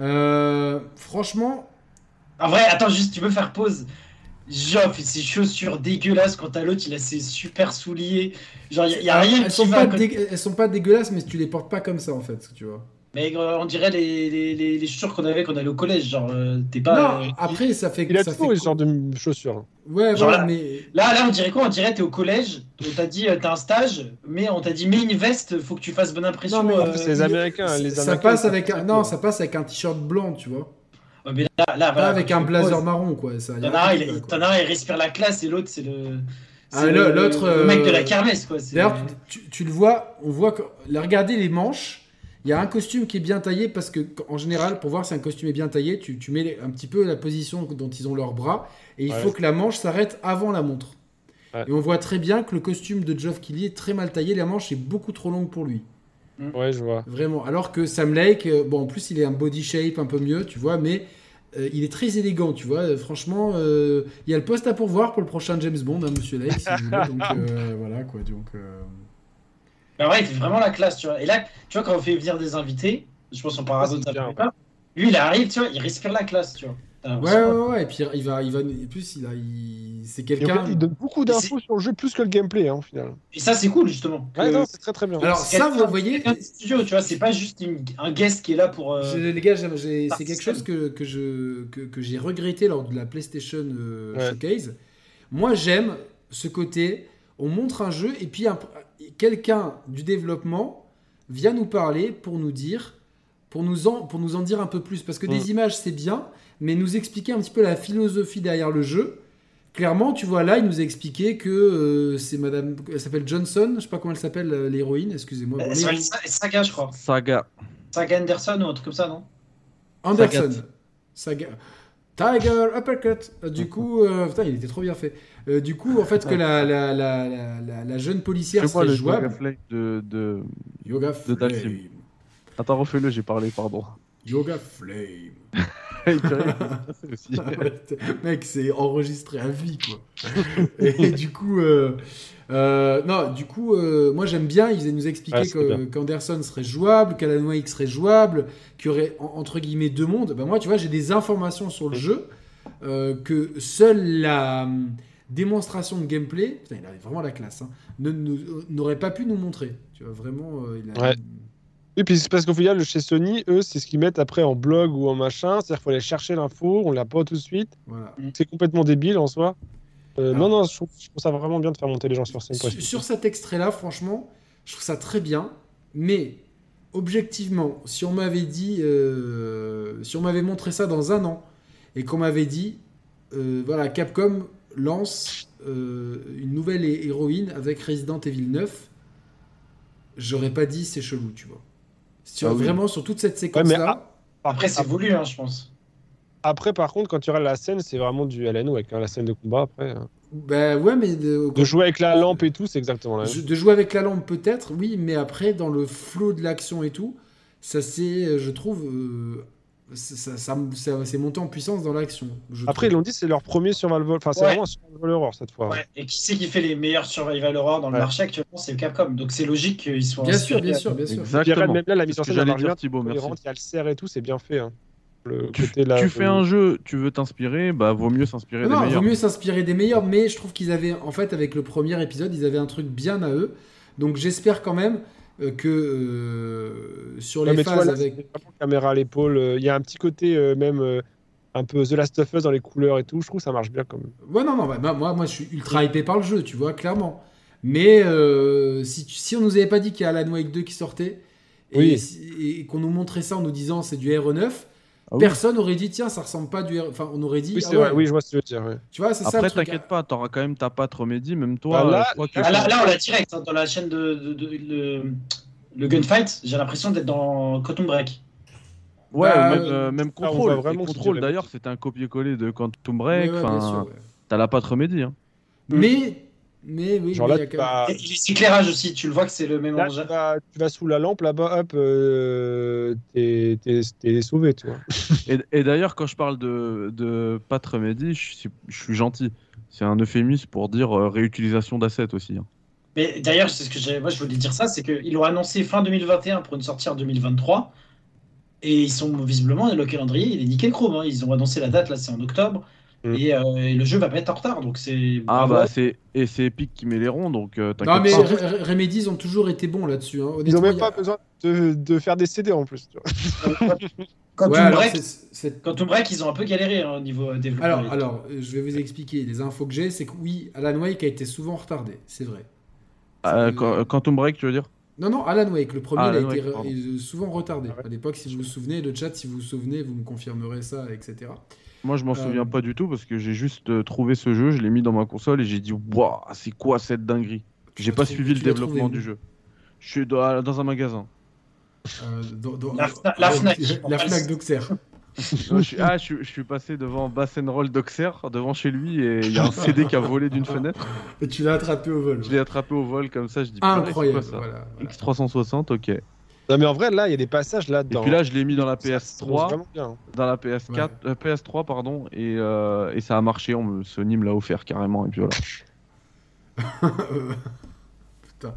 Speaker 1: Euh, franchement,
Speaker 3: En vrai, attends juste, tu peux faire pause. Genre, fait ses chaussures dégueulasses quand à l'autre, il a ses super souliers. Genre, il n'y a, rien
Speaker 1: elles
Speaker 3: qui
Speaker 1: sont,
Speaker 3: va.
Speaker 1: pas
Speaker 3: quoi.
Speaker 1: dégue- elles sont pas dégueulasses, mais tu les portes pas comme ça en fait, tu vois.
Speaker 3: Mais euh, on dirait les, les, les, les chaussures qu'on avait quand on allait au collège. Genre, euh, t'es pas.
Speaker 1: non,
Speaker 3: euh,
Speaker 1: après, ça fait.
Speaker 4: Il a
Speaker 1: ça
Speaker 4: toujours
Speaker 1: fait
Speaker 4: les genres de chaussures. hein.
Speaker 1: Ouais,
Speaker 3: Genre
Speaker 1: voilà,
Speaker 3: là.
Speaker 1: mais.
Speaker 3: Là, là, on dirait quoi On dirait t'es au collège, on t'a dit euh, t'as un stage, mais on t'a dit mets une veste, faut que tu fasses bonne impression.
Speaker 1: Non, mais-
Speaker 3: euh,
Speaker 4: Après, c'est les
Speaker 1: il-
Speaker 4: Américains. hein, Les
Speaker 1: ça,
Speaker 4: Américains,
Speaker 1: passe
Speaker 4: ils
Speaker 1: avec
Speaker 4: sont
Speaker 1: un...
Speaker 4: très
Speaker 1: non,
Speaker 4: cool.
Speaker 1: ça passe avec un t-shirt blanc, tu vois.
Speaker 3: ouais, mais là,
Speaker 4: Bah,
Speaker 3: là,
Speaker 1: Pas
Speaker 3: voilà,
Speaker 1: avec
Speaker 3: faut
Speaker 1: un
Speaker 3: que tu
Speaker 1: blazer
Speaker 3: poses.
Speaker 1: marron, quoi. Ça, y a
Speaker 3: T'en as un,
Speaker 1: rien
Speaker 3: il
Speaker 1: qui va,
Speaker 3: est-
Speaker 1: quoi.
Speaker 3: t'en as un, il respire la classe et l'autre, c'est le.
Speaker 1: Ah,
Speaker 3: c'est
Speaker 1: le-
Speaker 3: le-
Speaker 1: l'autre,
Speaker 3: le mec de
Speaker 1: euh,
Speaker 3: la kermesse, quoi. c'est-
Speaker 1: D'ailleurs, tu, tu- tu le vois, on voit que. là, Regardez les manches. Il y a un costume qui est bien taillé parce que, qu- en général, pour voir si un costume est bien taillé, tu, tu mets les- un petit peu la position dont ils ont leurs bras et il
Speaker 4: Ouais.
Speaker 1: faut que la manche s'arrête avant la montre.
Speaker 4: Ouais.
Speaker 1: Et on voit très bien que le costume de Geoff Keighley est très mal taillé, la manche est beaucoup trop longue pour lui.
Speaker 4: Ouais, je vois.
Speaker 1: Vraiment. Alors que Sam Lake, euh, bon, en plus, il est un body shape un peu mieux, tu vois, mais euh, il est très élégant, tu vois. Euh, Franchement, euh, il y a le poste à pourvoir pour le prochain James Bond, hein, monsieur Lake, si vous voulez. Donc,
Speaker 4: (laughs)
Speaker 1: euh, voilà, quoi. Donc, euh,
Speaker 3: Mais en vrai, bah il fait vraiment la classe, tu vois. Et là, tu vois, quand on fait venir des invités, je pense qu'on parlera
Speaker 4: Ça, Ah, c'est
Speaker 3: d'autres
Speaker 4: bien,
Speaker 3: après pas. Lui, il arrive, tu vois, il respire la classe, tu vois. T'as
Speaker 1: Ouais,
Speaker 3: l'impression-
Speaker 1: ouais, ouais, ouais. Et puis, il va. Il va et plus, il a. il- C'est
Speaker 4: Et en
Speaker 1: quelqu'un.
Speaker 4: fait, il donne beaucoup d'infos sur le jeu, plus que le gameplay, hein, au final.
Speaker 3: Et ça, c'est cool, justement.
Speaker 4: Ouais,
Speaker 3: que-
Speaker 4: non, c'est très très bien.
Speaker 1: Alors,
Speaker 3: c'est
Speaker 1: ça,
Speaker 3: quelqu'un-
Speaker 1: vous voyez.
Speaker 3: quelqu'un du studio, tu vois, c'est pas juste une- un guest qui est là pour. euh,
Speaker 1: j'ai- Les gars, j'ai- j'ai- c'est
Speaker 3: Par
Speaker 1: quelque
Speaker 3: système.
Speaker 1: chose que, que je, que, que j'ai regretté lors de la PlayStation euh,
Speaker 4: Ouais.
Speaker 1: Showcase. Moi, j'aime ce côté. On montre un jeu et puis un- quelqu'un du développement vient nous parler pour nous dire, pour nous en, pour nous en dire un peu plus. Parce que des images, c'est bien, mais nous expliquer un petit peu la philosophie derrière le jeu. Clairement, tu vois, là, il nous a expliqué que euh, c'est madame. Elle s'appelle Johnson, je sais pas comment elle s'appelle, euh, l'héroïne, excusez-moi.
Speaker 3: euh,
Speaker 1: Bon,
Speaker 3: ça
Speaker 1: mais-
Speaker 3: s'appelle Sa- Saga, je
Speaker 1: Ah,
Speaker 3: crois.
Speaker 2: Saga.
Speaker 3: Saga Anderson ou un truc comme ça, non
Speaker 1: Anderson. Saga. Tiger Uppercut. Euh, Du coup, euh, putain, il était trop bien fait. Euh, du coup, en fait, que la, la, la, la, la- la jeune policière
Speaker 2: C'est quoi
Speaker 1: serait
Speaker 2: le
Speaker 1: jouable.
Speaker 2: Saga Flame de, de.
Speaker 1: Yoga
Speaker 2: de Dalsim.
Speaker 1: Flame.
Speaker 2: Attends, refais-le, j'ai parlé, pardon. (laughs)
Speaker 1: Yoga Flame.
Speaker 2: Il fait aussi.
Speaker 1: Mec, c'est enregistré à vie, quoi.
Speaker 4: (laughs)
Speaker 1: Et du coup, euh, euh, non, du coup, euh, moi j'aime bien. Ils nous expliquaient
Speaker 4: Ouais, c'est
Speaker 1: que- qu'Anderson serait jouable, qu'Alan Wake serait jouable, qu'il y aurait en- entre guillemets deux mondes. Bah, moi, tu vois, j'ai des informations sur
Speaker 4: Mm.
Speaker 1: le jeu euh, que seule la hum, démonstration de gameplay, putain, il avait vraiment la classe, hein, ne- nous- n'aurait pas pu nous montrer. Tu vois, vraiment, euh, il a-
Speaker 4: Ouais. Oui, puis c'est parce qu'au final, chez Sony, eux, c'est ce qu'ils mettent après en blog ou en machin. C'est-à-dire qu'il faut aller chercher l'info, on l'a pas tout de suite.
Speaker 1: voilà.
Speaker 4: C'est complètement débile en soi. Euh,
Speaker 1: Ah.
Speaker 4: Non, non, je trouve, je trouve ça vraiment bien de faire monter les gens sur scène. quoi.
Speaker 1: Sur, sur cet extrait-là, franchement, je trouve ça très bien. Mais objectivement, si on m'avait dit, euh, si on m'avait montré ça dans un an et qu'on m'avait dit, euh, voilà, Capcom lance euh, une nouvelle hé- héroïne avec Resident Evil 9, j'aurais pas dit c'est chelou, tu vois. Sur-
Speaker 2: Ah oui. ah,
Speaker 1: Vraiment sur toute cette séquence-là.
Speaker 3: Après,
Speaker 1: ah.
Speaker 3: c'est voulu, hein, je pense.
Speaker 4: Après, par contre, quand tu regardes la scène, c'est vraiment du Alan Wake, hein, la scène de combat après. hein.
Speaker 1: bah ouais, mais de,
Speaker 4: De jouer avec la lampe et tout, c'est exactement la même.
Speaker 1: Je- de jouer avec la lampe peut-être, oui, mais après dans le flot de l'action et tout, ça c'est, euh, je trouve, euh, ça, ça, ça- ça- c'est monté en puissance dans l'action. je
Speaker 4: Après, ils
Speaker 1: trouve.
Speaker 4: l'ont dit, c'est leur premier survival. Enfin, c'est
Speaker 3: Ouais.
Speaker 4: vraiment un survival horror cette fois. hein.
Speaker 3: Ouais. Et qui c'est qui fait les meilleurs survival horror dans le
Speaker 4: Ouais.
Speaker 3: marché actuellement C'est Capcom. Donc c'est logique qu'ils soient.
Speaker 1: bien sûr,
Speaker 3: inspirés.
Speaker 1: bien sûr, bien sûr.
Speaker 4: Puis regarde,
Speaker 2: Exactement.
Speaker 4: même là, la
Speaker 2: C'est
Speaker 4: mise
Speaker 2: ce
Speaker 4: en
Speaker 2: que
Speaker 4: scène, elle
Speaker 2: j'allais
Speaker 4: marche
Speaker 2: dire,
Speaker 4: bien.
Speaker 2: Thibaut,
Speaker 4: cohérente,
Speaker 2: merci.
Speaker 4: Il y a le cerf et tout, c'est bien fait. hein. Le
Speaker 2: Tu,
Speaker 4: côté, là, euh,
Speaker 2: tu
Speaker 4: de-
Speaker 2: fais un jeu, tu veux t'inspirer, bah vaut mieux s'inspirer des
Speaker 1: Non, vaut
Speaker 2: meilleurs.
Speaker 1: mieux s'inspirer des meilleurs, mais je trouve qu'ils avaient, en fait, avec le premier épisode, ils avaient un truc bien à eux. Donc j'espère quand même euh, que euh, sur
Speaker 4: Ouais,
Speaker 1: les
Speaker 4: mais tu vois,
Speaker 1: phases
Speaker 4: là,
Speaker 1: avec.
Speaker 4: c'est vraiment caméra à l'épaule. euh, Il y a un petit côté euh, même euh, un peu The Last of Us dans les couleurs et tout. Je trouve que ça marche bien quand même.
Speaker 1: Ouais, non, non, bah, bah, moi, moi, je suis ultra hypé par le jeu, tu vois, clairement. Mais euh, si, tu- si on nous avait pas dit qu'il y a Alan Wake 2 qui sortait, et,
Speaker 4: Oui.
Speaker 1: si- et qu'on nous montrait ça en nous disant c'est du R9,
Speaker 2: Ah oui.
Speaker 1: personne aurait dit tiens, ça ressemble pas du R... Enfin, on aurait dit.
Speaker 4: Oui,
Speaker 1: ah
Speaker 4: c'est
Speaker 1: ouais.
Speaker 4: vrai. Oui, je vois ce que tu veux dire. ouais.
Speaker 1: Tu vois, c'est ça le
Speaker 2: Après,
Speaker 1: truc. hein.
Speaker 2: t'inquiète pas, t'auras quand même ta patte remédie, même toi.
Speaker 4: Bah là-
Speaker 2: euh, toi qui
Speaker 3: Ah,
Speaker 2: es
Speaker 3: là,
Speaker 2: fan.
Speaker 3: là, on l'a direct hein, dans la chaîne de, de- de- le, le gunfight. J'ai l'impression d'être dans Cotton Break.
Speaker 2: Ouais,
Speaker 1: Bah,
Speaker 2: même, euh, même
Speaker 4: on
Speaker 2: contrôle.
Speaker 4: voit vraiment
Speaker 2: Et
Speaker 4: ce qu'il
Speaker 2: contrôle
Speaker 4: y a
Speaker 2: d'ailleurs, c'était un copier-coller de Quantum
Speaker 1: Ouais,
Speaker 2: Break.
Speaker 1: ouais, bien
Speaker 2: enfin,
Speaker 1: sûr, ouais.
Speaker 2: T'as la patte remédie. Hein.
Speaker 1: Mais, mais oui,
Speaker 4: mm. Genre
Speaker 1: mais il
Speaker 4: là,
Speaker 1: y a
Speaker 4: tu
Speaker 1: quand même-
Speaker 4: vas,
Speaker 3: Et les éclairages aussi, tu le vois que c'est le même
Speaker 4: là,
Speaker 3: engin.
Speaker 4: tu vas- tu vas sous la lampe, là-bas, hop, euh, t'es t'es- t'es sauvé, tu vois.
Speaker 2: Et, et d'ailleurs, quand je parle de, de patte remédie, je suis, je suis gentil. C'est un euphémisme pour dire euh, réutilisation d'assets aussi. hein.
Speaker 3: Mais d'ailleurs, c'est ce que j'ai- moi je voulais dire ça, c'est qu'ils l'ont annoncé fin 2021 pour une sortie en 2023. Et ils sont visiblement, le calendrier, il est nickel chrome. hein. Ils ont annoncé la date, là c'est en octobre.
Speaker 4: Mm.
Speaker 3: Et, euh, et le jeu va pas être en retard. Donc c'est.
Speaker 2: Ah
Speaker 3: bravo.
Speaker 2: bah c'est et c'est Epic qui met les ronds donc euh,
Speaker 1: Non,
Speaker 2: t'inquiète
Speaker 1: mais
Speaker 2: pas.
Speaker 1: Re- Re- Remedies ont toujours été bons là-dessus. hein.
Speaker 4: Ils n'ont
Speaker 1: Honnêtement,
Speaker 4: même
Speaker 1: il y
Speaker 4: pas
Speaker 1: a-
Speaker 4: besoin de, de faire des CD en plus. Tu vois.
Speaker 3: Quand
Speaker 1: Ouais,
Speaker 3: on
Speaker 1: alors,
Speaker 3: break,
Speaker 1: c'est- c'est-
Speaker 3: Quantum Break, ils ont un peu galéré hein, au niveau euh, développement.
Speaker 1: Alors, alors, euh, je vais vous expliquer. Les infos que j'ai, c'est que oui, Alan Wake a été souvent retardé, c'est vrai.
Speaker 2: Euh, Qu- Quantum Break tu veux dire
Speaker 1: Non, non, Alan Wake, le premier,
Speaker 2: Ah,
Speaker 1: il a
Speaker 2: Alan
Speaker 1: été
Speaker 2: Wake,
Speaker 1: re-
Speaker 2: pardon.
Speaker 1: il est souvent retardé.
Speaker 4: Ah ouais.
Speaker 1: À l'époque, si vous vous souvenez, le chat, si vous vous souvenez, vous me confirmerez ça, etc.
Speaker 2: Moi je m'en
Speaker 1: Euh,
Speaker 2: souviens pas du tout parce que j'ai juste euh, trouvé ce jeu, je l'ai mis dans ma console et j'ai dit waouh c'est quoi cette dinguerie. J'ai
Speaker 1: l'as
Speaker 2: pas
Speaker 1: trouvé-
Speaker 2: suivi le
Speaker 1: tu l'as trouvé
Speaker 2: développement
Speaker 1: où
Speaker 2: du jeu. Je suis dans, dans un (laughs) magasin.
Speaker 1: Euh, dans- dans- euh,
Speaker 3: La Fna- la Fnac.
Speaker 1: La Fnac d'Auxerre.
Speaker 2: Non, je suis- ah je, suis- je suis passé devant Roll d'Auxerre devant chez lui et il y a un CD qui a volé d'une fenêtre.
Speaker 1: Et tu l'as attrapé au vol. Ah,
Speaker 2: Je l'ai attrapé au vol comme ça je dis purée, c'est
Speaker 1: Incroyable.
Speaker 2: quoi ça
Speaker 1: voilà, voilà.
Speaker 2: X360 ok. Et
Speaker 4: Non, mais en vrai, là, il y a des passages là-dedans.
Speaker 2: puis là je l'ai mis dans la
Speaker 4: Ça, ça
Speaker 2: PS3.
Speaker 4: marche vraiment bien. hein.
Speaker 2: dans la PS4, euh, PS3 pardon, et, euh, et ça a marché. On me, Sony me l'a offert carrément et puis voilà.
Speaker 1: Euh, (laughs) Putain.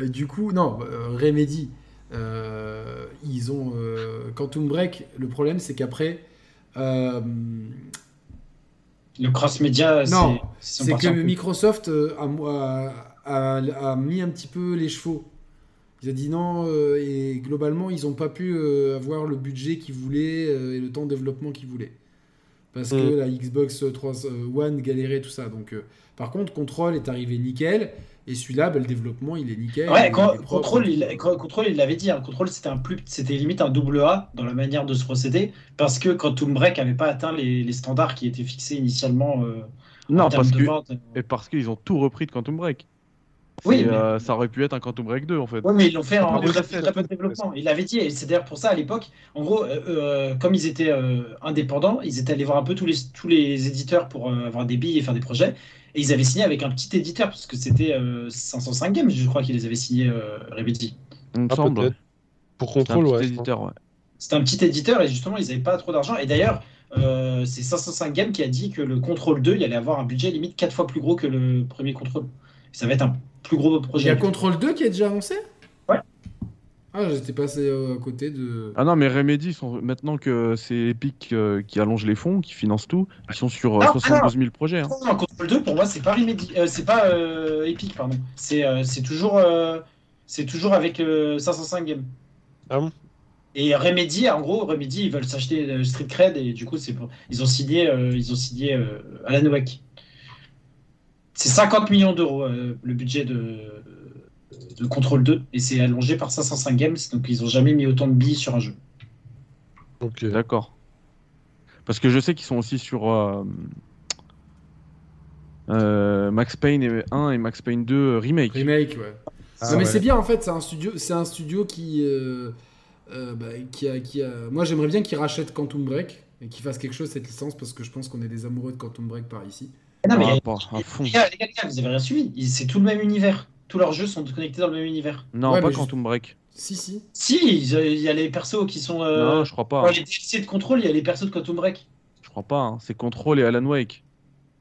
Speaker 1: Euh, du coup, non, euh, Remedy, euh, ils ont euh, Quantum Break. Le problème, c'est qu'après, euh,
Speaker 3: Le cross-média, c'est.
Speaker 1: Non,
Speaker 3: ils sont
Speaker 1: c'est
Speaker 3: partis
Speaker 1: que
Speaker 3: un peu-
Speaker 1: Microsoft euh, a, mo- a- a- a mis un petit peu les chevaux. Ils ont dit non, euh, et globalement, ils n'ont pas pu euh, avoir le budget qu'ils voulaient euh, et le temps de développement qu'ils voulaient. Parce que
Speaker 4: Mm.
Speaker 1: la Xbox 3 euh, One galérait, tout ça. Donc, euh, par contre, Control est arrivé nickel. Et celui-là, bah, le développement, il est nickel. il
Speaker 3: Ouais,
Speaker 1: est
Speaker 3: Con-
Speaker 1: propre.
Speaker 3: Control, il, Con- Control, il l'avait dit. hein. Control, c'était un plus, c'était limite un double A dans la manière de se procéder parce que Quantum Break n'avait pas atteint les, les standards qui étaient fixés initialement. euh, en
Speaker 2: Non,
Speaker 3: termes
Speaker 2: parce
Speaker 3: de
Speaker 2: que
Speaker 3: vente. euh,
Speaker 2: et parce qu'ils ont tout repris de Quantum Break.
Speaker 3: Oui,
Speaker 2: C'est,
Speaker 3: mais-
Speaker 2: euh, ça aurait pu être un Quantum Break 2 en fait.
Speaker 3: Oui, mais ils l'ont fait en
Speaker 4: Après,
Speaker 3: très,
Speaker 4: c'est
Speaker 3: très
Speaker 4: la
Speaker 3: peu de
Speaker 4: toute
Speaker 3: développement. Il l'avait dit, et c'est d'ailleurs pour ça à l'époque, en gros, euh, euh, comme ils étaient euh, indépendants, ils étaient allés voir un peu tous les, tous les éditeurs pour euh, avoir des billes et faire des projets. Et ils avaient signé avec un petit éditeur, parce que c'était euh, 505 Games, je crois qu'ils les avaient signés, euh, Remedy.
Speaker 2: Il me
Speaker 4: Ah,
Speaker 2: semble.
Speaker 4: peut-être. Pour
Speaker 2: C'est un
Speaker 4: contrôle,
Speaker 2: petit
Speaker 4: ouais. je pense.
Speaker 2: éditeur, ouais.
Speaker 3: C'était un petit éditeur, et justement, ils n'avaient pas trop d'argent. Et d'ailleurs, euh, c'est 505 Games qui a dit que le Control 2, il allait avoir un budget limite 4 fois plus gros que le premier Control. Ça va être un plus gros
Speaker 1: Il y
Speaker 3: projet.
Speaker 1: a Control 2 qui est déjà annoncé
Speaker 3: Ouais.
Speaker 1: Ah, j'étais passé euh, à côté de.
Speaker 2: Ah non, mais Remedy, sont, maintenant que c'est Epic euh, qui allonge les fonds, qui finance tout, ils sont sur euh,
Speaker 3: Ah,
Speaker 2: 72 000 projets. hein.
Speaker 3: Non, Control 2, pour moi, c'est pas Remedy, euh, c'est pas euh, Epic, pardon. C'est euh, c'est toujours, euh, c'est toujours avec euh, 505 Games.
Speaker 4: Ah bon
Speaker 3: Et Remedy, en gros, Remedy, ils veulent s'acheter euh, Street Cred et du coup, c'est pour- ils ont signé, euh, ils ont signé euh, Alan Wake. C'est 50 millions d'euros euh, le budget de, de Control 2 et c'est allongé par 505 Games, donc ils ont jamais mis autant de billes sur un jeu.
Speaker 4: Ok.
Speaker 2: D'accord. Parce que je sais qu'ils sont aussi sur euh, euh, Max Payne 1 et Max Payne 2 remake.
Speaker 1: Remake, ouais.
Speaker 4: Ah
Speaker 1: non, mais
Speaker 4: ouais.
Speaker 1: c'est bien en fait, c'est un studio, c'est un studio qui, euh, euh, bah, qui, a, qui a. Moi j'aimerais bien qu'ils rachètent Quantum Break et qu'ils fassent quelque chose de cette licence parce que je pense qu'on est des amoureux de Quantum Break par ici.
Speaker 3: Non, mais il y a-
Speaker 2: Ah, pas à fond.
Speaker 3: les, gars, les gars, les gars, vous avez rien suivi. Ils- C'est tout le même univers. Tous leurs jeux sont connectés dans le même univers.
Speaker 2: Non,
Speaker 1: Ouais,
Speaker 2: pas
Speaker 1: mais
Speaker 2: Quantum Break.
Speaker 1: Si, si.
Speaker 3: Si, ils- euh, il y a les persos qui sont. euh,
Speaker 2: non, je crois pas. hein.
Speaker 3: Dans les DLC de contrôle, il y a les persos de Quantum Break.
Speaker 2: Je crois pas. hein. C'est Control et Alan Wake.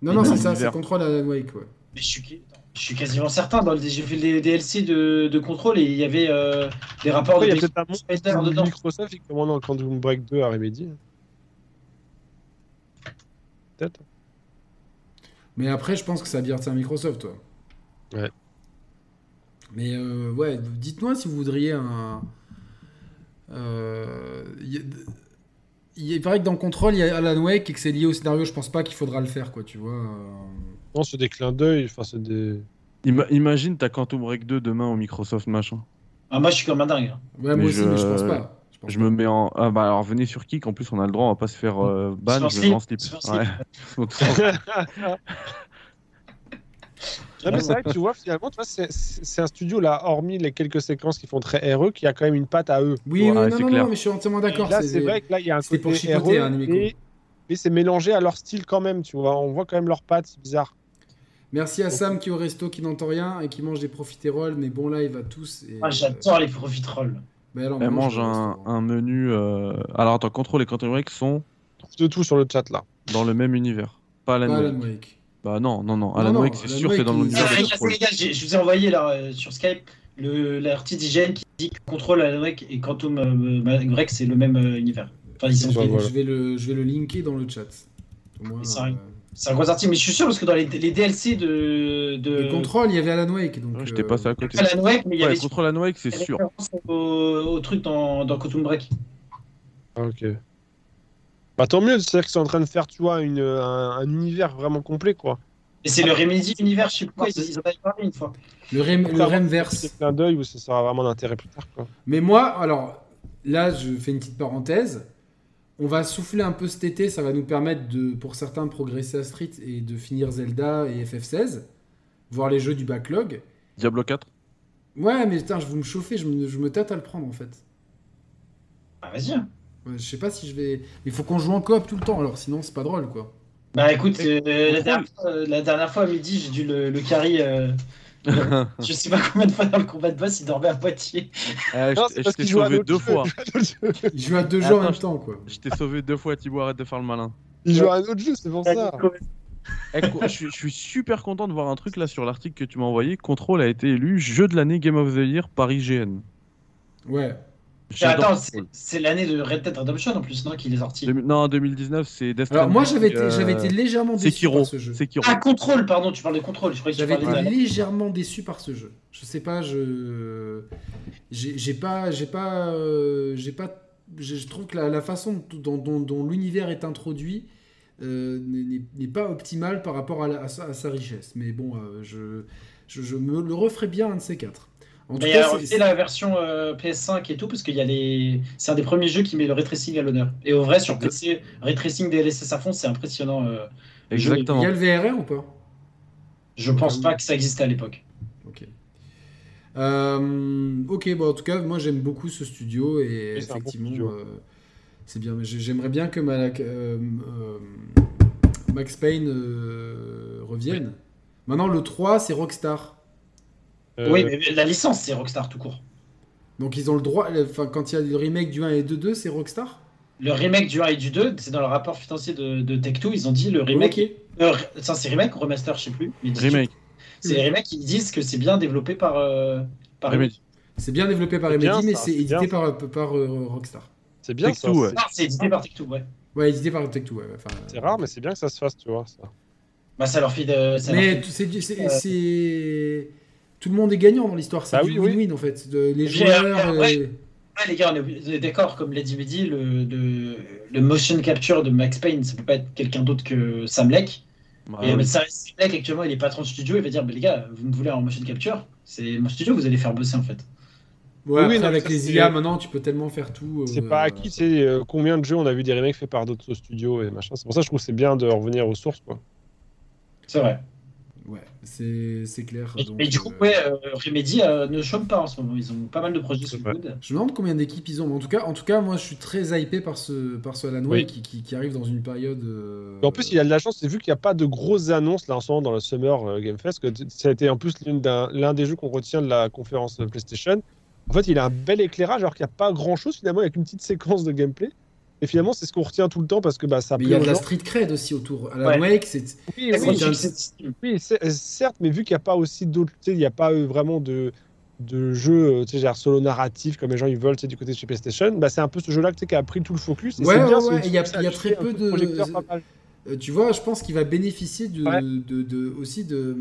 Speaker 1: Non,
Speaker 2: Mais
Speaker 1: non,
Speaker 2: non,
Speaker 1: c'est ça, c'est
Speaker 2: l'univers.
Speaker 1: Control Alan Wake, ouais.
Speaker 3: Mais je suis, je suis quasiment certain. Dans le, j'ai vu les DLC de, de contrôle et il y avait euh, des rapports
Speaker 4: Après, il y a
Speaker 3: de
Speaker 4: peut-être un monde
Speaker 3: Spider dedans.
Speaker 4: Microsoft qui commande un Quantum Break 2 à Remedy. Peut-être.
Speaker 1: Mais après, je pense que ça a bien retenu à Microsoft, toi.
Speaker 4: Ouais.
Speaker 1: Mais euh, ouais, dites-moi si vous voudriez un. Euh, il y a- il y a- paraît que dans Control, il y a Alan Wake et que c'est lié au scénario. Je pense pas qu'il faudra le faire, quoi, tu vois. euh.
Speaker 4: Non, c'est des clins d'œil. Enfin, c'est des.
Speaker 2: Ima- imagine t'as Quantum Break 2 demain au Microsoft machin.
Speaker 3: Ah, moi, je suis comme un dingue. hein.
Speaker 1: Ouais,
Speaker 2: Mais
Speaker 1: moi aussi,
Speaker 2: je-
Speaker 1: mais je pense pas. Je pense
Speaker 2: Je me mets en. Ah bah alors venez sur Kick, en plus on a le droit, on va pas se faire euh, ban,
Speaker 3: Sur
Speaker 2: je vais en
Speaker 3: slip,
Speaker 2: slip.
Speaker 3: sur slip.
Speaker 2: Ouais. (laughs) Donc, ça-
Speaker 4: Non, Ah, mais c'est vrai que tu vois, finalement, tu vois, c'est- c'est c'est un studio là, hormis les quelques séquences qui font très RE, qui a quand même une patte à eux.
Speaker 1: Oui,
Speaker 2: Ouais,
Speaker 1: oui, non,
Speaker 2: c'est
Speaker 1: non,
Speaker 2: clair.
Speaker 1: non, mais je suis entièrement d'accord.
Speaker 4: Là, c'est vrai que là, il y a un
Speaker 1: c'était pour
Speaker 4: côté
Speaker 1: chipoter,
Speaker 4: RE,
Speaker 1: hein, Nimeco.
Speaker 4: mais, mais c'est mélangé à leur style quand même, tu vois. On voit quand même leur patte, c'est bizarre.
Speaker 1: Merci à Sam qui est au resto, qui n'entend rien et qui mange des profiteroles, mais bon, là, il va tous. Et...
Speaker 3: Ah, J'adore les profiteroles.
Speaker 1: Mais alors,
Speaker 2: Elle mange
Speaker 1: au
Speaker 2: un,
Speaker 1: restaurant.
Speaker 2: un menu. euh, Alors attends, Control et Quantum Break sont
Speaker 4: De tout sur le chat là.
Speaker 2: dans le même univers. Pas Alan
Speaker 1: Pas
Speaker 2: Wake.
Speaker 1: Alan Wake.
Speaker 2: Bah non, non, non.
Speaker 1: Non,
Speaker 2: Alan
Speaker 1: non,
Speaker 2: Wake, c'est
Speaker 1: Alan
Speaker 2: sûr,
Speaker 1: Wake,
Speaker 2: c'est dans
Speaker 1: il-
Speaker 2: l'univers
Speaker 1: Ah,
Speaker 2: de
Speaker 1: il
Speaker 2: Control.
Speaker 3: les gars, j'ai- je vous ai envoyé là, euh, sur Skype le, la petite hygiène qui dit que Control Alan Wake et Quantum euh, euh, Break, c'est le même euh, univers. Enfin, ils
Speaker 1: Je
Speaker 3: sont-
Speaker 1: vais,
Speaker 4: voilà.
Speaker 1: je vais le, je vais le linker dans le chat. Au moins,
Speaker 3: Mais ça arrive.
Speaker 1: euh,
Speaker 3: C'est un gros article, mais je suis sûr parce que dans les, les DLC de, de
Speaker 4: Euh,
Speaker 1: le contrôle, il y avait Alan Wake. Donc,
Speaker 2: Ouais, J'étais
Speaker 1: euh,
Speaker 2: passé à côté.
Speaker 3: Alan Wake, mais il y
Speaker 2: Ouais,
Speaker 3: avait
Speaker 2: Control Alan Wake, c'est
Speaker 3: des
Speaker 2: sûr.
Speaker 3: références au, au truc dans, dans Quantum Break.
Speaker 4: Ah, Ok. Bah tant mieux, c'est-à-dire qu'ils sont en train de faire, tu vois, une, un, un univers vraiment complet, quoi.
Speaker 3: Et c'est le Remedy univers, je sais plus quoi, ils, ils en avaient parlé une fois.
Speaker 1: Le, rem, le
Speaker 4: Clairement.
Speaker 1: Remverse.
Speaker 4: C'est plein d'œil où ça sera vraiment d'intérêt plus tard, quoi.
Speaker 1: Mais moi, alors là, je fais une petite parenthèse. On va souffler un peu cet été, ça va nous permettre de, pour certains, de progresser à Street et de finir Zelda et FF16, voir les jeux du backlog.
Speaker 2: Diablo 4.
Speaker 1: Ouais, mais putain, je vous me chauffer, je me, je me tâte à le prendre en fait.
Speaker 3: Bah vas-y. hein.
Speaker 1: Ouais, je sais pas si je vais. Il faut qu'on joue en coop tout le temps, alors sinon c'est pas drôle quoi.
Speaker 3: Bah écoute,
Speaker 2: Et-
Speaker 3: euh, la,
Speaker 2: Control.
Speaker 3: dernière fois, euh, la dernière fois à midi, j'ai dû le, le carry. euh, je sais pas combien de fois dans le combat de boss, il dormait à moitié.
Speaker 2: Eh,
Speaker 4: Non,
Speaker 2: je t'ai-
Speaker 4: c'est
Speaker 2: je
Speaker 4: parce
Speaker 2: t'ai
Speaker 4: qu'ils jouent à
Speaker 2: sauvé
Speaker 4: d'autres
Speaker 2: deux
Speaker 4: jeux.
Speaker 2: fois.
Speaker 4: (laughs)
Speaker 1: Il joue à
Speaker 2: (laughs)
Speaker 1: deux jeux en
Speaker 2: Attends,
Speaker 1: même temps quoi.
Speaker 2: Je t'ai sauvé deux fois, Thibaut, arrête de faire le malin.
Speaker 4: Ils jouent à un autre jeu, c'est pour ça.
Speaker 2: Eh, co- je, suis- je suis super content de voir un truc là sur l'article que tu m'as envoyé. Control a été élu jeu de l'année Game of the Year par IGN.
Speaker 1: Ouais.
Speaker 3: Mais
Speaker 2: J'adore
Speaker 3: attends, c'est-
Speaker 2: Control.
Speaker 3: c'est l'année de Red Dead Redemption en plus, non Qu'il est sorti.
Speaker 2: Deux- Non, 2019, c'est Death
Speaker 1: Alors moi j'avais
Speaker 2: Stranding,
Speaker 1: été,
Speaker 2: euh,
Speaker 1: j'avais été légèrement déçu
Speaker 2: Sekiro.
Speaker 1: par ce jeu.
Speaker 2: C'est Kiro.
Speaker 3: Ah, contrôle, pardon, tu parles de contrôle. Je croyais que tu
Speaker 1: J'avais été
Speaker 3: parlais de.
Speaker 1: légèrement déçu par ce jeu. Je sais pas, je j'ai j'ai pas, j'ai pas, euh, j'ai pas. Je je trouve que la, la façon dont, dont- dont l'univers est introduit euh, n'est- n'est- n'est pas optimale par rapport à, la- à sa, à sa richesse. Mais bon, euh, je, je, je me le referai bien un de ces quatre. En tout
Speaker 3: Mais
Speaker 1: cas,
Speaker 3: alors,
Speaker 1: c'est-
Speaker 3: c'est la version euh, PS5 et tout, parce qu'il y a les. C'est un des premiers jeux qui met le ray tracing à l'honneur. Et au vrai, sur PC, ray tracing DLSS à fond, c'est impressionnant. euh,
Speaker 1: il y
Speaker 2: Exactement.
Speaker 1: a le VRR ou pas
Speaker 3: Je pense pas que ça existait à l'époque.
Speaker 1: Ok. Euh, ok, bon, en tout cas, moi j'aime beaucoup ce studio et
Speaker 4: Oui, c'est un bon
Speaker 1: effectivement,
Speaker 4: studio.
Speaker 1: euh, c'est bien. Mais j'ai- j'aimerais bien que Malak- euh, euh, Max Payne euh, revienne. Maintenant, le 3, c'est Rockstar.
Speaker 4: Euh,
Speaker 3: Oui, mais la licence, c'est Rockstar tout court.
Speaker 1: Donc, ils ont le droit. Enfin, quand il y a le remake du 1 et du 2, c'est Rockstar
Speaker 3: Le remake du 1 et du 2, c'est dans le rapport financier de, de Tech2, ils ont dit le remake.
Speaker 1: Ok.
Speaker 3: euh, re- ça, c'est remake ou remaster, je sais plus. mais dis-
Speaker 2: Remake.
Speaker 3: C'est les remakes, ils disent que c'est bien développé par. euh, par
Speaker 2: Remake.
Speaker 1: C'est bien développé par
Speaker 4: C'est
Speaker 1: Remedy,
Speaker 4: bien,
Speaker 1: mais
Speaker 4: ça,
Speaker 1: c'est
Speaker 4: c'est
Speaker 1: édité
Speaker 4: bien.
Speaker 1: par, par euh, Rockstar.
Speaker 4: C'est bien
Speaker 2: Take
Speaker 4: ça.
Speaker 2: Two,
Speaker 4: c'est-
Speaker 2: ouais.
Speaker 3: Ah, c'est édité par Tech2, ouais.
Speaker 1: Ouais, édité par Tech2. Ouais, ouais, enfin,
Speaker 4: C'est rare, mais c'est bien que ça se fasse, tu vois. Ça.
Speaker 3: Bah, ça leur fait. de- ça leur
Speaker 1: Mais
Speaker 3: fait-
Speaker 1: tout, c'est, du- c'est-
Speaker 3: Euh.
Speaker 1: c'est- tout le monde est gagnant dans l'histoire. C'est
Speaker 4: Bah
Speaker 1: du
Speaker 4: oui, oui.
Speaker 1: win-win en fait. De- les
Speaker 3: J'ai-
Speaker 1: joueurs.
Speaker 3: ouais.
Speaker 1: euh,
Speaker 3: Ouais, les gars, on est obligé- on est d'accord, comme l'a dit Mehdi, le, de- le motion capture de Max Payne, ça peut pas être quelqu'un d'autre que Sam Lake.
Speaker 1: Ah,
Speaker 2: Bah,
Speaker 3: et
Speaker 2: oui.
Speaker 3: euh, Sam Sam Lake, actuellement, il est patron de studio, il va dire, bah, les gars, vous me voulez en motion capture C'est mon studio, vous allez faire bosser, en fait.
Speaker 1: ouais,
Speaker 4: Oui,
Speaker 1: après,
Speaker 4: non,
Speaker 1: avec
Speaker 4: ça,
Speaker 1: les
Speaker 4: c'est-
Speaker 1: IA maintenant, tu peux tellement faire tout.
Speaker 4: C'est
Speaker 1: euh,
Speaker 4: pas acquis, c'est euh, combien de jeux on a vu des remakes faits par d'autres studios et machin. C'est pour ça que je trouve que c'est bien de revenir aux sources, quoi.
Speaker 3: C'est vrai.
Speaker 1: Ouais, c'est, c'est clair.
Speaker 3: Mais,
Speaker 1: donc,
Speaker 3: mais du coup,
Speaker 1: euh,
Speaker 3: ouais, euh, Remedy euh, ne chôme pas en ce moment, ils ont pas mal de projets sous le
Speaker 4: Ouais.
Speaker 3: coude.
Speaker 1: Je me demande combien d'équipes ils ont. mais En tout cas, en tout cas, moi, je suis très hypé par ce, par ce Alan Wake
Speaker 4: Oui.
Speaker 1: qui, qui- qui arrive dans une période. euh,
Speaker 4: Et en plus, il a de la chance, c'est vu qu'il n'y a pas de grosses annonces là en ce moment dans le Summer euh, Game Fest, que t- ça a été en plus l'une d'un- l'un des jeux qu'on retient de la conférence euh, PlayStation. En fait, il a un bel éclairage alors qu'il n'y a pas grand chose finalement, il n'y a qu'une petite séquence de gameplay. Et finalement, c'est ce qu'on retient tout le temps parce que bah, ça
Speaker 1: Mais il y a
Speaker 4: plaît
Speaker 1: de la
Speaker 4: aux gens.
Speaker 1: street cred aussi autour. Alan
Speaker 3: Ouais.
Speaker 1: Wake, c'est.
Speaker 4: Oui,
Speaker 1: c'est
Speaker 4: oui,
Speaker 1: un-
Speaker 4: Oui, c'est- euh, certes, mais vu qu'il n'y a pas aussi d'autres, tu sais, il n'y a pas euh, vraiment de, de jeu, euh, tu sais, genre solo narratif comme les gens ils veulent, tu sais, du côté de chez PlayStation, bah, c'est un peu ce jeu-là tu sais, qui a pris tout le focus. et
Speaker 1: Ouais,
Speaker 4: c'est
Speaker 1: ouais,
Speaker 4: bien,
Speaker 1: ouais,
Speaker 4: c'est-
Speaker 1: et il y a-
Speaker 4: ça
Speaker 1: il y a
Speaker 4: fait
Speaker 1: très
Speaker 4: un
Speaker 1: peu
Speaker 4: coup
Speaker 1: de-
Speaker 4: projecteur pas mal.
Speaker 1: Euh, tu vois, je pense qu'il va bénéficier de,
Speaker 4: Ouais.
Speaker 1: de, de- aussi de,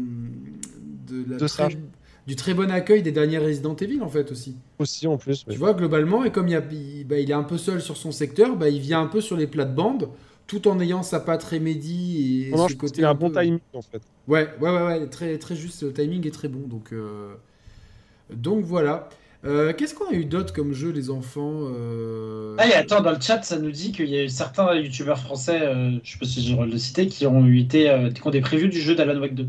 Speaker 1: de la
Speaker 4: De ça.
Speaker 1: très- du très bon accueil des dernières Resident Evil en fait aussi.
Speaker 4: aussi en plus. mais-
Speaker 1: Tu vois, globalement, et comme il, y a- il- bah, il est un peu seul sur son secteur, bah, il vient un peu sur les plates-bandes, tout en ayant sa patte Remedy et
Speaker 4: Non, non,
Speaker 1: ce
Speaker 4: je pense
Speaker 1: côté
Speaker 4: qu'il a un bon
Speaker 1: peu-
Speaker 4: timing en fait.
Speaker 1: Ouais, ouais, ouais, ouais, très, très juste, le timing est très bon. Donc, euh, donc voilà. Euh, Qu'est-ce qu'on a eu d'autre comme jeu, les enfants euh,
Speaker 3: Ah, et attends, dans le chat, ça nous dit qu'il y a eu certains youtubeurs français, euh, je sais pas si j'ai le droit de le citer, qui ont eu été, euh, qui ont des previews du jeu d'Alan Wake 2.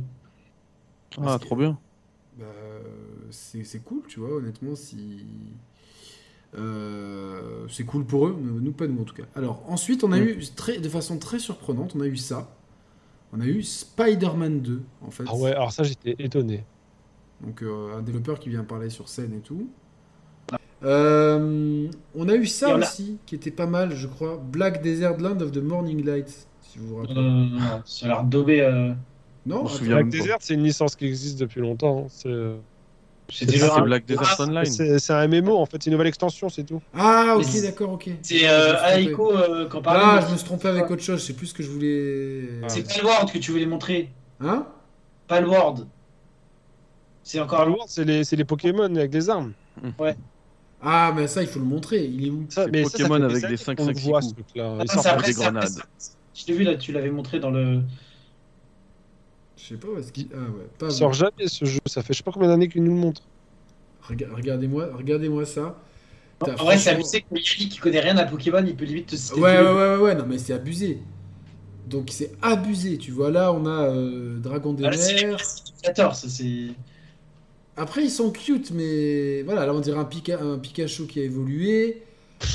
Speaker 2: Ah, trop bien.
Speaker 1: Bah, c'est c'est cool, tu vois, honnêtement, si. Euh, c'est cool pour eux, mais nous pas nous en tout cas. Alors ensuite, on a
Speaker 2: Mm.
Speaker 1: eu très, de façon très surprenante, on a eu ça. On a eu Spider-Man 2 en fait.
Speaker 4: Ah ouais, alors ça j'étais étonné.
Speaker 1: Donc euh, un développeur qui vient parler sur scène et tout. Euh, on a eu
Speaker 3: Ah. Et
Speaker 1: ça
Speaker 3: on a-
Speaker 1: aussi, qui était pas mal, je crois.
Speaker 3: Mm.
Speaker 1: Black Desert Land of the Morning Light, si vous vous rappelez.
Speaker 3: Euh, ça a l'air daubé. euh,
Speaker 1: Non,
Speaker 2: Je me
Speaker 1: attends.
Speaker 2: souviens.
Speaker 4: Black
Speaker 2: même pas.
Speaker 4: Desert, c'est une licence qui existe depuis longtemps. hein. C'est euh, Ah,
Speaker 3: C'est
Speaker 2: C'est
Speaker 3: déjà un-
Speaker 2: Black Desert Online.
Speaker 4: c'est- c'est un MMO en fait, c'est une nouvelle extension, c'est tout.
Speaker 1: Ah, ok,
Speaker 3: Mais c'est-
Speaker 1: d'accord, ok.
Speaker 3: C'est euh,
Speaker 1: Je me suis trompé.
Speaker 3: Aiko euh, quand parlait.
Speaker 1: Ah,
Speaker 3: de-
Speaker 1: je me suis trompé avec autre chose, je sais plus ce que je voulais.
Speaker 4: Ah.
Speaker 3: C'est Palward que tu voulais montrer.
Speaker 1: Hein
Speaker 3: Palward. C'est encore
Speaker 4: Star
Speaker 3: loin.
Speaker 4: Wars, c'est les, c'est les Pokémon avec des armes.
Speaker 1: Ah, mais ça, il faut le montrer. Il est où
Speaker 4: Ça,
Speaker 2: C'est
Speaker 4: mais ça, ça
Speaker 2: Pokémon
Speaker 4: fait
Speaker 2: avec
Speaker 4: années
Speaker 2: des cinq,
Speaker 4: qu'on le
Speaker 2: cinq, six
Speaker 4: voit,
Speaker 2: coups.
Speaker 4: ce truc-là.
Speaker 3: Ah,
Speaker 4: Ils
Speaker 3: c'est
Speaker 4: sortent
Speaker 2: après
Speaker 4: avec
Speaker 2: des
Speaker 3: c'est
Speaker 2: grenades.
Speaker 3: c'est- Je l'ai vu là, tu l'avais montré dans le.
Speaker 1: Je sais pas où est-ce qu'il. Ah, ouais, pas
Speaker 4: Il sort jamais ce jeu, ça fait je sais pas combien d'années qu'ils nous le montrent.
Speaker 1: Rega- Regardez-moi regardez ça. Putain,
Speaker 3: En vrai, c'est
Speaker 1: franchement-
Speaker 3: abusé que Yuri qui connaît rien à Pokémon, il peut limite te citer.
Speaker 1: Ouais,
Speaker 3: tous les-
Speaker 1: ouais, ouais, ouais, ouais, non, mais c'est abusé. Donc, c'est abusé. Tu vois, là, on a euh, Dragon des
Speaker 3: Ah, là, c'est les
Speaker 1: Mers.
Speaker 3: classificateurs, ça c'est.
Speaker 1: Après, ils sont cute, mais voilà, là, on dirait un, Pika- un Pikachu qui a évolué.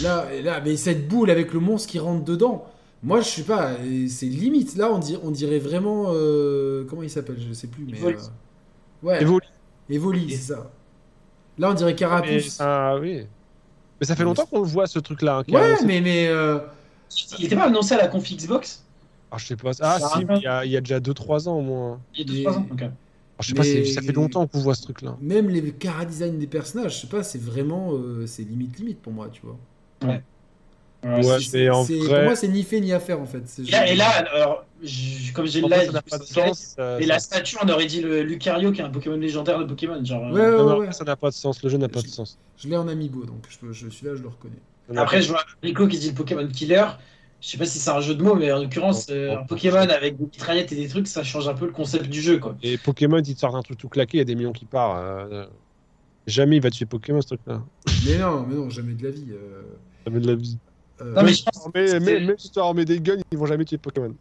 Speaker 1: Là, et là, mais cette boule avec le monstre qui rentre dedans. Moi, je sais pas, et c'est limite. Là, on, dir- on dirait vraiment. euh, comment il s'appelle Je sais plus, mais.
Speaker 3: Evoli.
Speaker 1: euh, ouais,
Speaker 4: Evoli.
Speaker 1: Evoli, c'est ça. Là, on dirait Carapuce.
Speaker 4: Ah oui. Mais ça fait longtemps qu'on le voit ce truc-là. hein, qui a
Speaker 1: Ouais,
Speaker 4: annoncé-
Speaker 1: mais. mais euh,
Speaker 3: Il était pas annoncé à la conf Xbox
Speaker 4: Ah, je sais pas. Ah,
Speaker 3: Ça
Speaker 4: si,
Speaker 3: arrive.
Speaker 4: il y, a, il y a déjà 2-3 ans au moins.
Speaker 3: il y a
Speaker 1: Mais-
Speaker 3: 2-3 ans. donc, euh,
Speaker 4: Alors, je sais pas,
Speaker 1: Mais-
Speaker 4: c'est- ça fait longtemps qu'on voit ce truc-là.
Speaker 1: même les chara-design des personnages, je sais pas, c'est vraiment. euh, c'est limite, limite pour moi, tu vois.
Speaker 4: Ouais,
Speaker 1: C'est-
Speaker 4: mais en
Speaker 1: c'est-
Speaker 4: vrai-
Speaker 1: Pour moi, c'est ni fait ni à faire, en fait. C'est
Speaker 3: Et là,
Speaker 1: genre-
Speaker 3: et là, alors, je- comme j'ai le
Speaker 4: En fait,
Speaker 3: live,
Speaker 4: ça n'a
Speaker 3: du
Speaker 4: pas de
Speaker 3: coup, c'est
Speaker 4: sens. euh, ça-
Speaker 3: Et la statue, on aurait dit le Lucario qui est un Pokémon légendaire de Pokémon. Genre,
Speaker 1: Ouais, ouais,
Speaker 3: euh,
Speaker 4: Non, mais
Speaker 1: ouais,
Speaker 4: en
Speaker 1: ouais.
Speaker 4: fait, ça n'a pas de sens. Le jeu n'a pas de sens.
Speaker 1: Je l'ai en amigo, donc je, peux- je suis là, je le reconnais.
Speaker 4: Ça n'a
Speaker 3: Après,
Speaker 4: pas-
Speaker 3: je vois Rico qui dit le Pokémon Killer. Je sais pas si c'est un jeu de mots, mais en l'occurrence, euh, un Pokémon avec des mitraillettes et des trucs, ça change un peu le concept du jeu. quoi.
Speaker 4: Et Pokémon, ils te sortent un truc tout claqué, il y a des millions qui partent. euh, Jamais il va tuer Pokémon ce truc-là.
Speaker 1: Mais non, mais non, jamais de la vie. euh,
Speaker 4: Ça met de la vie.
Speaker 1: euh,
Speaker 3: Non, mais je pense,
Speaker 4: Mais,
Speaker 3: mais-
Speaker 4: même si tu leur mets des guns, ils vont jamais tuer Pokémon.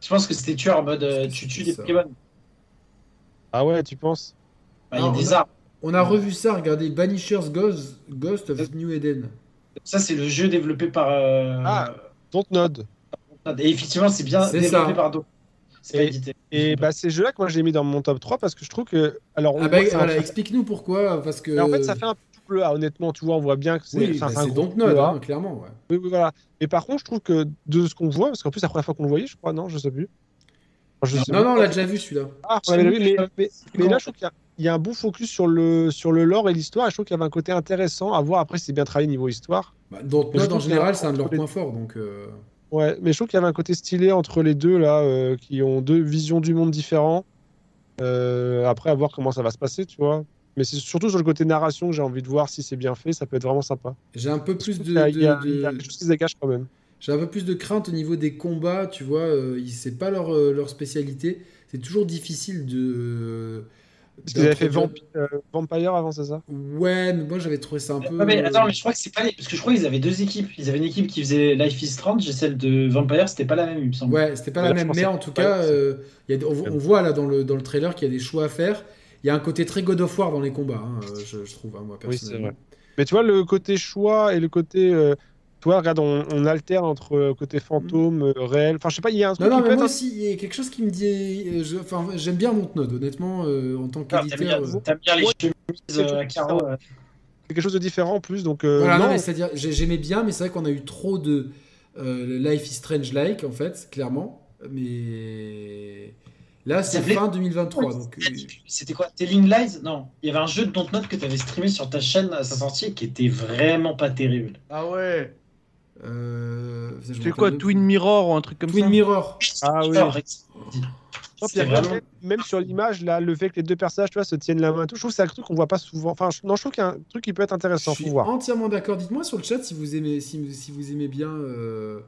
Speaker 3: je pense que c'était tueur en mode euh, tu tues des
Speaker 1: Ça.
Speaker 3: Pokémon.
Speaker 4: Ah ouais, tu penses
Speaker 3: Bah, Il y a
Speaker 1: Non,
Speaker 3: des
Speaker 1: on a-
Speaker 3: arbres.
Speaker 1: On a revu ça, regardez, Banishers Ghost, Ghost of New Eden.
Speaker 3: Ça, c'est le jeu développé par. euh,
Speaker 4: Ah. Dontnod.
Speaker 3: Et effectivement, c'est bien
Speaker 1: C'est
Speaker 3: développé
Speaker 1: ça.
Speaker 3: par d'autres. C'est pas édité.
Speaker 4: Et bah, ces jeux-là que moi j'ai mis dans mon top 3 parce que je trouve que. Alors, on
Speaker 1: Ah bah
Speaker 4: voit que ça
Speaker 1: voilà,
Speaker 4: en fait-
Speaker 1: explique-nous pourquoi, parce que...
Speaker 4: Mais en fait, ça fait un peu double A, honnêtement. Tu vois, on voit bien que c'est
Speaker 1: Euh, Oui,
Speaker 4: enfin,
Speaker 1: bah,
Speaker 4: un
Speaker 1: c'est
Speaker 4: gros
Speaker 1: donc Node,
Speaker 4: double A.
Speaker 1: hein, clairement, ouais.
Speaker 4: Oui, oui, voilà. Mais par contre, je trouve que de ce qu'on voit, parce qu'en plus, c'est la première fois qu'on le voyait, je crois, non, je sais plus. Je sais
Speaker 1: Non,
Speaker 4: plus.
Speaker 1: non, on l'a déjà vu, celui-là.
Speaker 4: Ah, on l'avait
Speaker 3: Absolument.
Speaker 4: vu, mais, mais- mais là, je trouve qu'il y a- il y, a un bon focus sur le, sur le lore et l'histoire. et Je trouve qu'il y avait un côté intéressant à voir. Après, c'est bien travaillé niveau histoire.
Speaker 1: Bah, donc
Speaker 4: Mais
Speaker 1: Node,
Speaker 4: je
Speaker 1: en
Speaker 4: trouve qu'il y a
Speaker 1: général, c'est un de leurs
Speaker 4: entre les-
Speaker 1: points forts, donc... euh,
Speaker 4: Ouais, mais je trouve qu'il y avait un côté stylé entre les deux, là, euh, qui ont deux visions du monde différents. Euh, après, à voir comment ça va se passer, tu vois. Mais c'est surtout sur le côté narration que j'ai envie de voir si c'est bien fait. Ça peut être vraiment sympa.
Speaker 1: J'ai un peu plus de...
Speaker 4: euh, il, y a, il y a-
Speaker 1: de-
Speaker 4: il y a
Speaker 1: de-
Speaker 4: quelque chose qui se dégage quand même.
Speaker 1: J'ai un peu plus de crainte au niveau des combats, tu vois, euh, ils- c'est pas leur, euh, leur spécialité. C'est toujours difficile de... euh,
Speaker 4: Parce qu'ils avaient fait
Speaker 1: d'introduire-
Speaker 4: Vampi- euh, Vampire avant, c'est ça
Speaker 1: Ouais, mais moi j'avais trouvé ça un peu... euh,
Speaker 3: Ouais, mais attends, mais je crois que c'est pas les. Parce que je crois qu'ils avaient deux équipes. Ils avaient une équipe qui faisait Life is Strange et celle de Vampire, c'était pas la même, il me semble.
Speaker 1: Ouais, c'était pas
Speaker 4: Ouais,
Speaker 1: la
Speaker 4: je
Speaker 1: même,
Speaker 4: pense
Speaker 1: mais
Speaker 4: que
Speaker 1: en tout
Speaker 4: pas
Speaker 1: cas,
Speaker 4: la même.
Speaker 1: euh, il y a- on, on voit là dans le, dans le trailer qu'il y a des choix à faire. Il y a un côté très God of War dans les combats, hein, euh, je, je trouve, hein, moi
Speaker 4: Oui, c'est
Speaker 1: personnellement.
Speaker 4: vrai. Mais tu vois, le côté choix et le côté. euh, tu vois, regarde, on, on alterne entre euh, côté fantôme, euh, réel. Enfin, je sais pas, il y a un truc
Speaker 1: Mm. Non, non,
Speaker 4: qui peut
Speaker 1: mais moi
Speaker 4: être.
Speaker 1: aussi, il y a quelque chose qui me dit. euh, je- Enfin, j'aime bien Montenode, honnêtement, euh, en tant
Speaker 3: Ah, T'aimes bien,
Speaker 1: qu'éditeur. euh,
Speaker 3: t'aimes bien les
Speaker 4: Ouais.
Speaker 3: chemises euh, à carreaux. euh.
Speaker 4: quelque chose de différent en plus. Donc, euh,
Speaker 1: Voilà, non,
Speaker 4: non,
Speaker 1: mais c'est-à-dire, j'ai- j'aimais bien, mais c'est vrai qu'on a eu trop de euh, Life is Strange-like, en fait, clairement. Mais là, c'est
Speaker 3: s'appelait-
Speaker 1: fin 2023, donc. euh,
Speaker 3: C'était quoi Telling Lies Non. Il y avait un jeu de Dontnod que t'avais streamé sur ta chaîne à sa sortie et qui était vraiment pas terrible.
Speaker 2: Ah ouais.
Speaker 1: euh, je me
Speaker 2: C'était quoi
Speaker 1: rappelle-
Speaker 2: Twin Mirror ou un truc comme
Speaker 1: Twin
Speaker 2: ça
Speaker 1: Mirror.
Speaker 4: Ah oui.
Speaker 3: Genre,
Speaker 4: Hop, il y
Speaker 3: C'était
Speaker 4: a
Speaker 3: vraiment.
Speaker 4: même, même sur l'image, là, le fait que les deux personnages tu vois, se tiennent la main, et tout, je trouve que c'est un truc qu'on voit pas souvent. Enfin, je- non, je trouve qu'il y a un truc qui peut être
Speaker 1: Je
Speaker 4: intéressant.
Speaker 1: suis
Speaker 4: Faut voir.
Speaker 1: entièrement d'accord. Dites-moi sur le chat si vous aimez, si, si vous aimez bien. euh,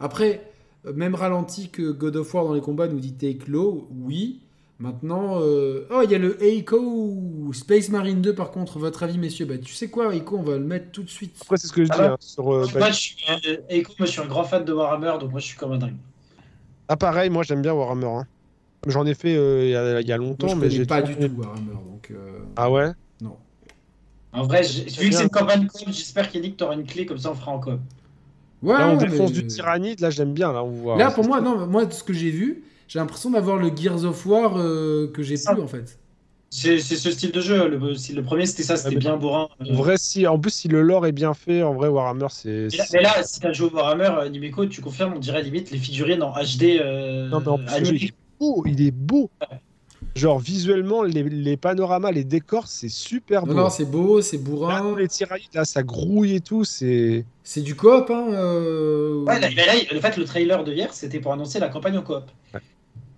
Speaker 1: Après, euh, même ralenti que God of War dans les combats nous dit Take Low, oui. Maintenant, euh, oh, il y a le Eiko ou Space Marine 2 par contre. Votre avis, messieurs Bah, Tu sais quoi, Eiko, on va le mettre tout de suite.
Speaker 4: Après, c'est ce que je
Speaker 3: Ah
Speaker 4: dis.
Speaker 3: ouais.
Speaker 4: hein, sur, euh,
Speaker 3: Moi,
Speaker 4: bah,
Speaker 3: je suis, euh, écoute, moi, je suis un grand fan de Warhammer, donc moi, je suis comme un dingue.
Speaker 4: ah, pareil, moi, j'aime bien Warhammer. hein. J'en ai fait euh, il y a- il y, a longtemps,
Speaker 1: Moi, je
Speaker 4: mais
Speaker 1: connais
Speaker 4: j'ai
Speaker 1: pas du
Speaker 4: toujours-
Speaker 1: tout Warhammer, donc euh,
Speaker 4: Ah ouais
Speaker 1: non.
Speaker 3: En vrai, j'ai- vu que c'est une campagne coop, j'espère qu'Yannick t'aura une clé, comme ça, on fera en coop.
Speaker 1: Ouais,
Speaker 4: Là, on
Speaker 1: ouais,
Speaker 4: défonce
Speaker 1: mais-
Speaker 4: du tyrannide. Là, j'aime bien. Là, on voit.
Speaker 1: Là, pour moi, non, moi, de ce que j'ai vu, j'ai l'impression d'avoir le Gears of War euh, que j'ai
Speaker 3: Ça.
Speaker 1: plus en fait.
Speaker 3: C'est c'est ce style de jeu. Le, c'est- le premier, c'était ça, c'était
Speaker 4: mais-
Speaker 3: bien bourrin. euh,
Speaker 4: En vrai, si, en plus, si le lore est bien fait, en vrai, Warhammer, c'est.
Speaker 3: Mais là,
Speaker 4: c'est-
Speaker 3: mais là, si t'as joué au Warhammer, euh, Nimeco, tu confirmes, on dirait limite les figurines en HD. euh,
Speaker 4: Non, mais en plus,
Speaker 3: animées.
Speaker 4: le jeu, il est beau, il est beau. Genre visuellement, les, les panoramas, les décors, c'est super beau.
Speaker 1: Non, non, c'est beau, c'est
Speaker 4: Là,
Speaker 1: bourrin.
Speaker 4: tous les tirailles, là, ça grouille et tout, c'est...
Speaker 1: C'est du coop, hein. euh,
Speaker 3: Ouais, là, mais là, en fait, le trailer de hier, c'était pour annoncer la campagne en coop.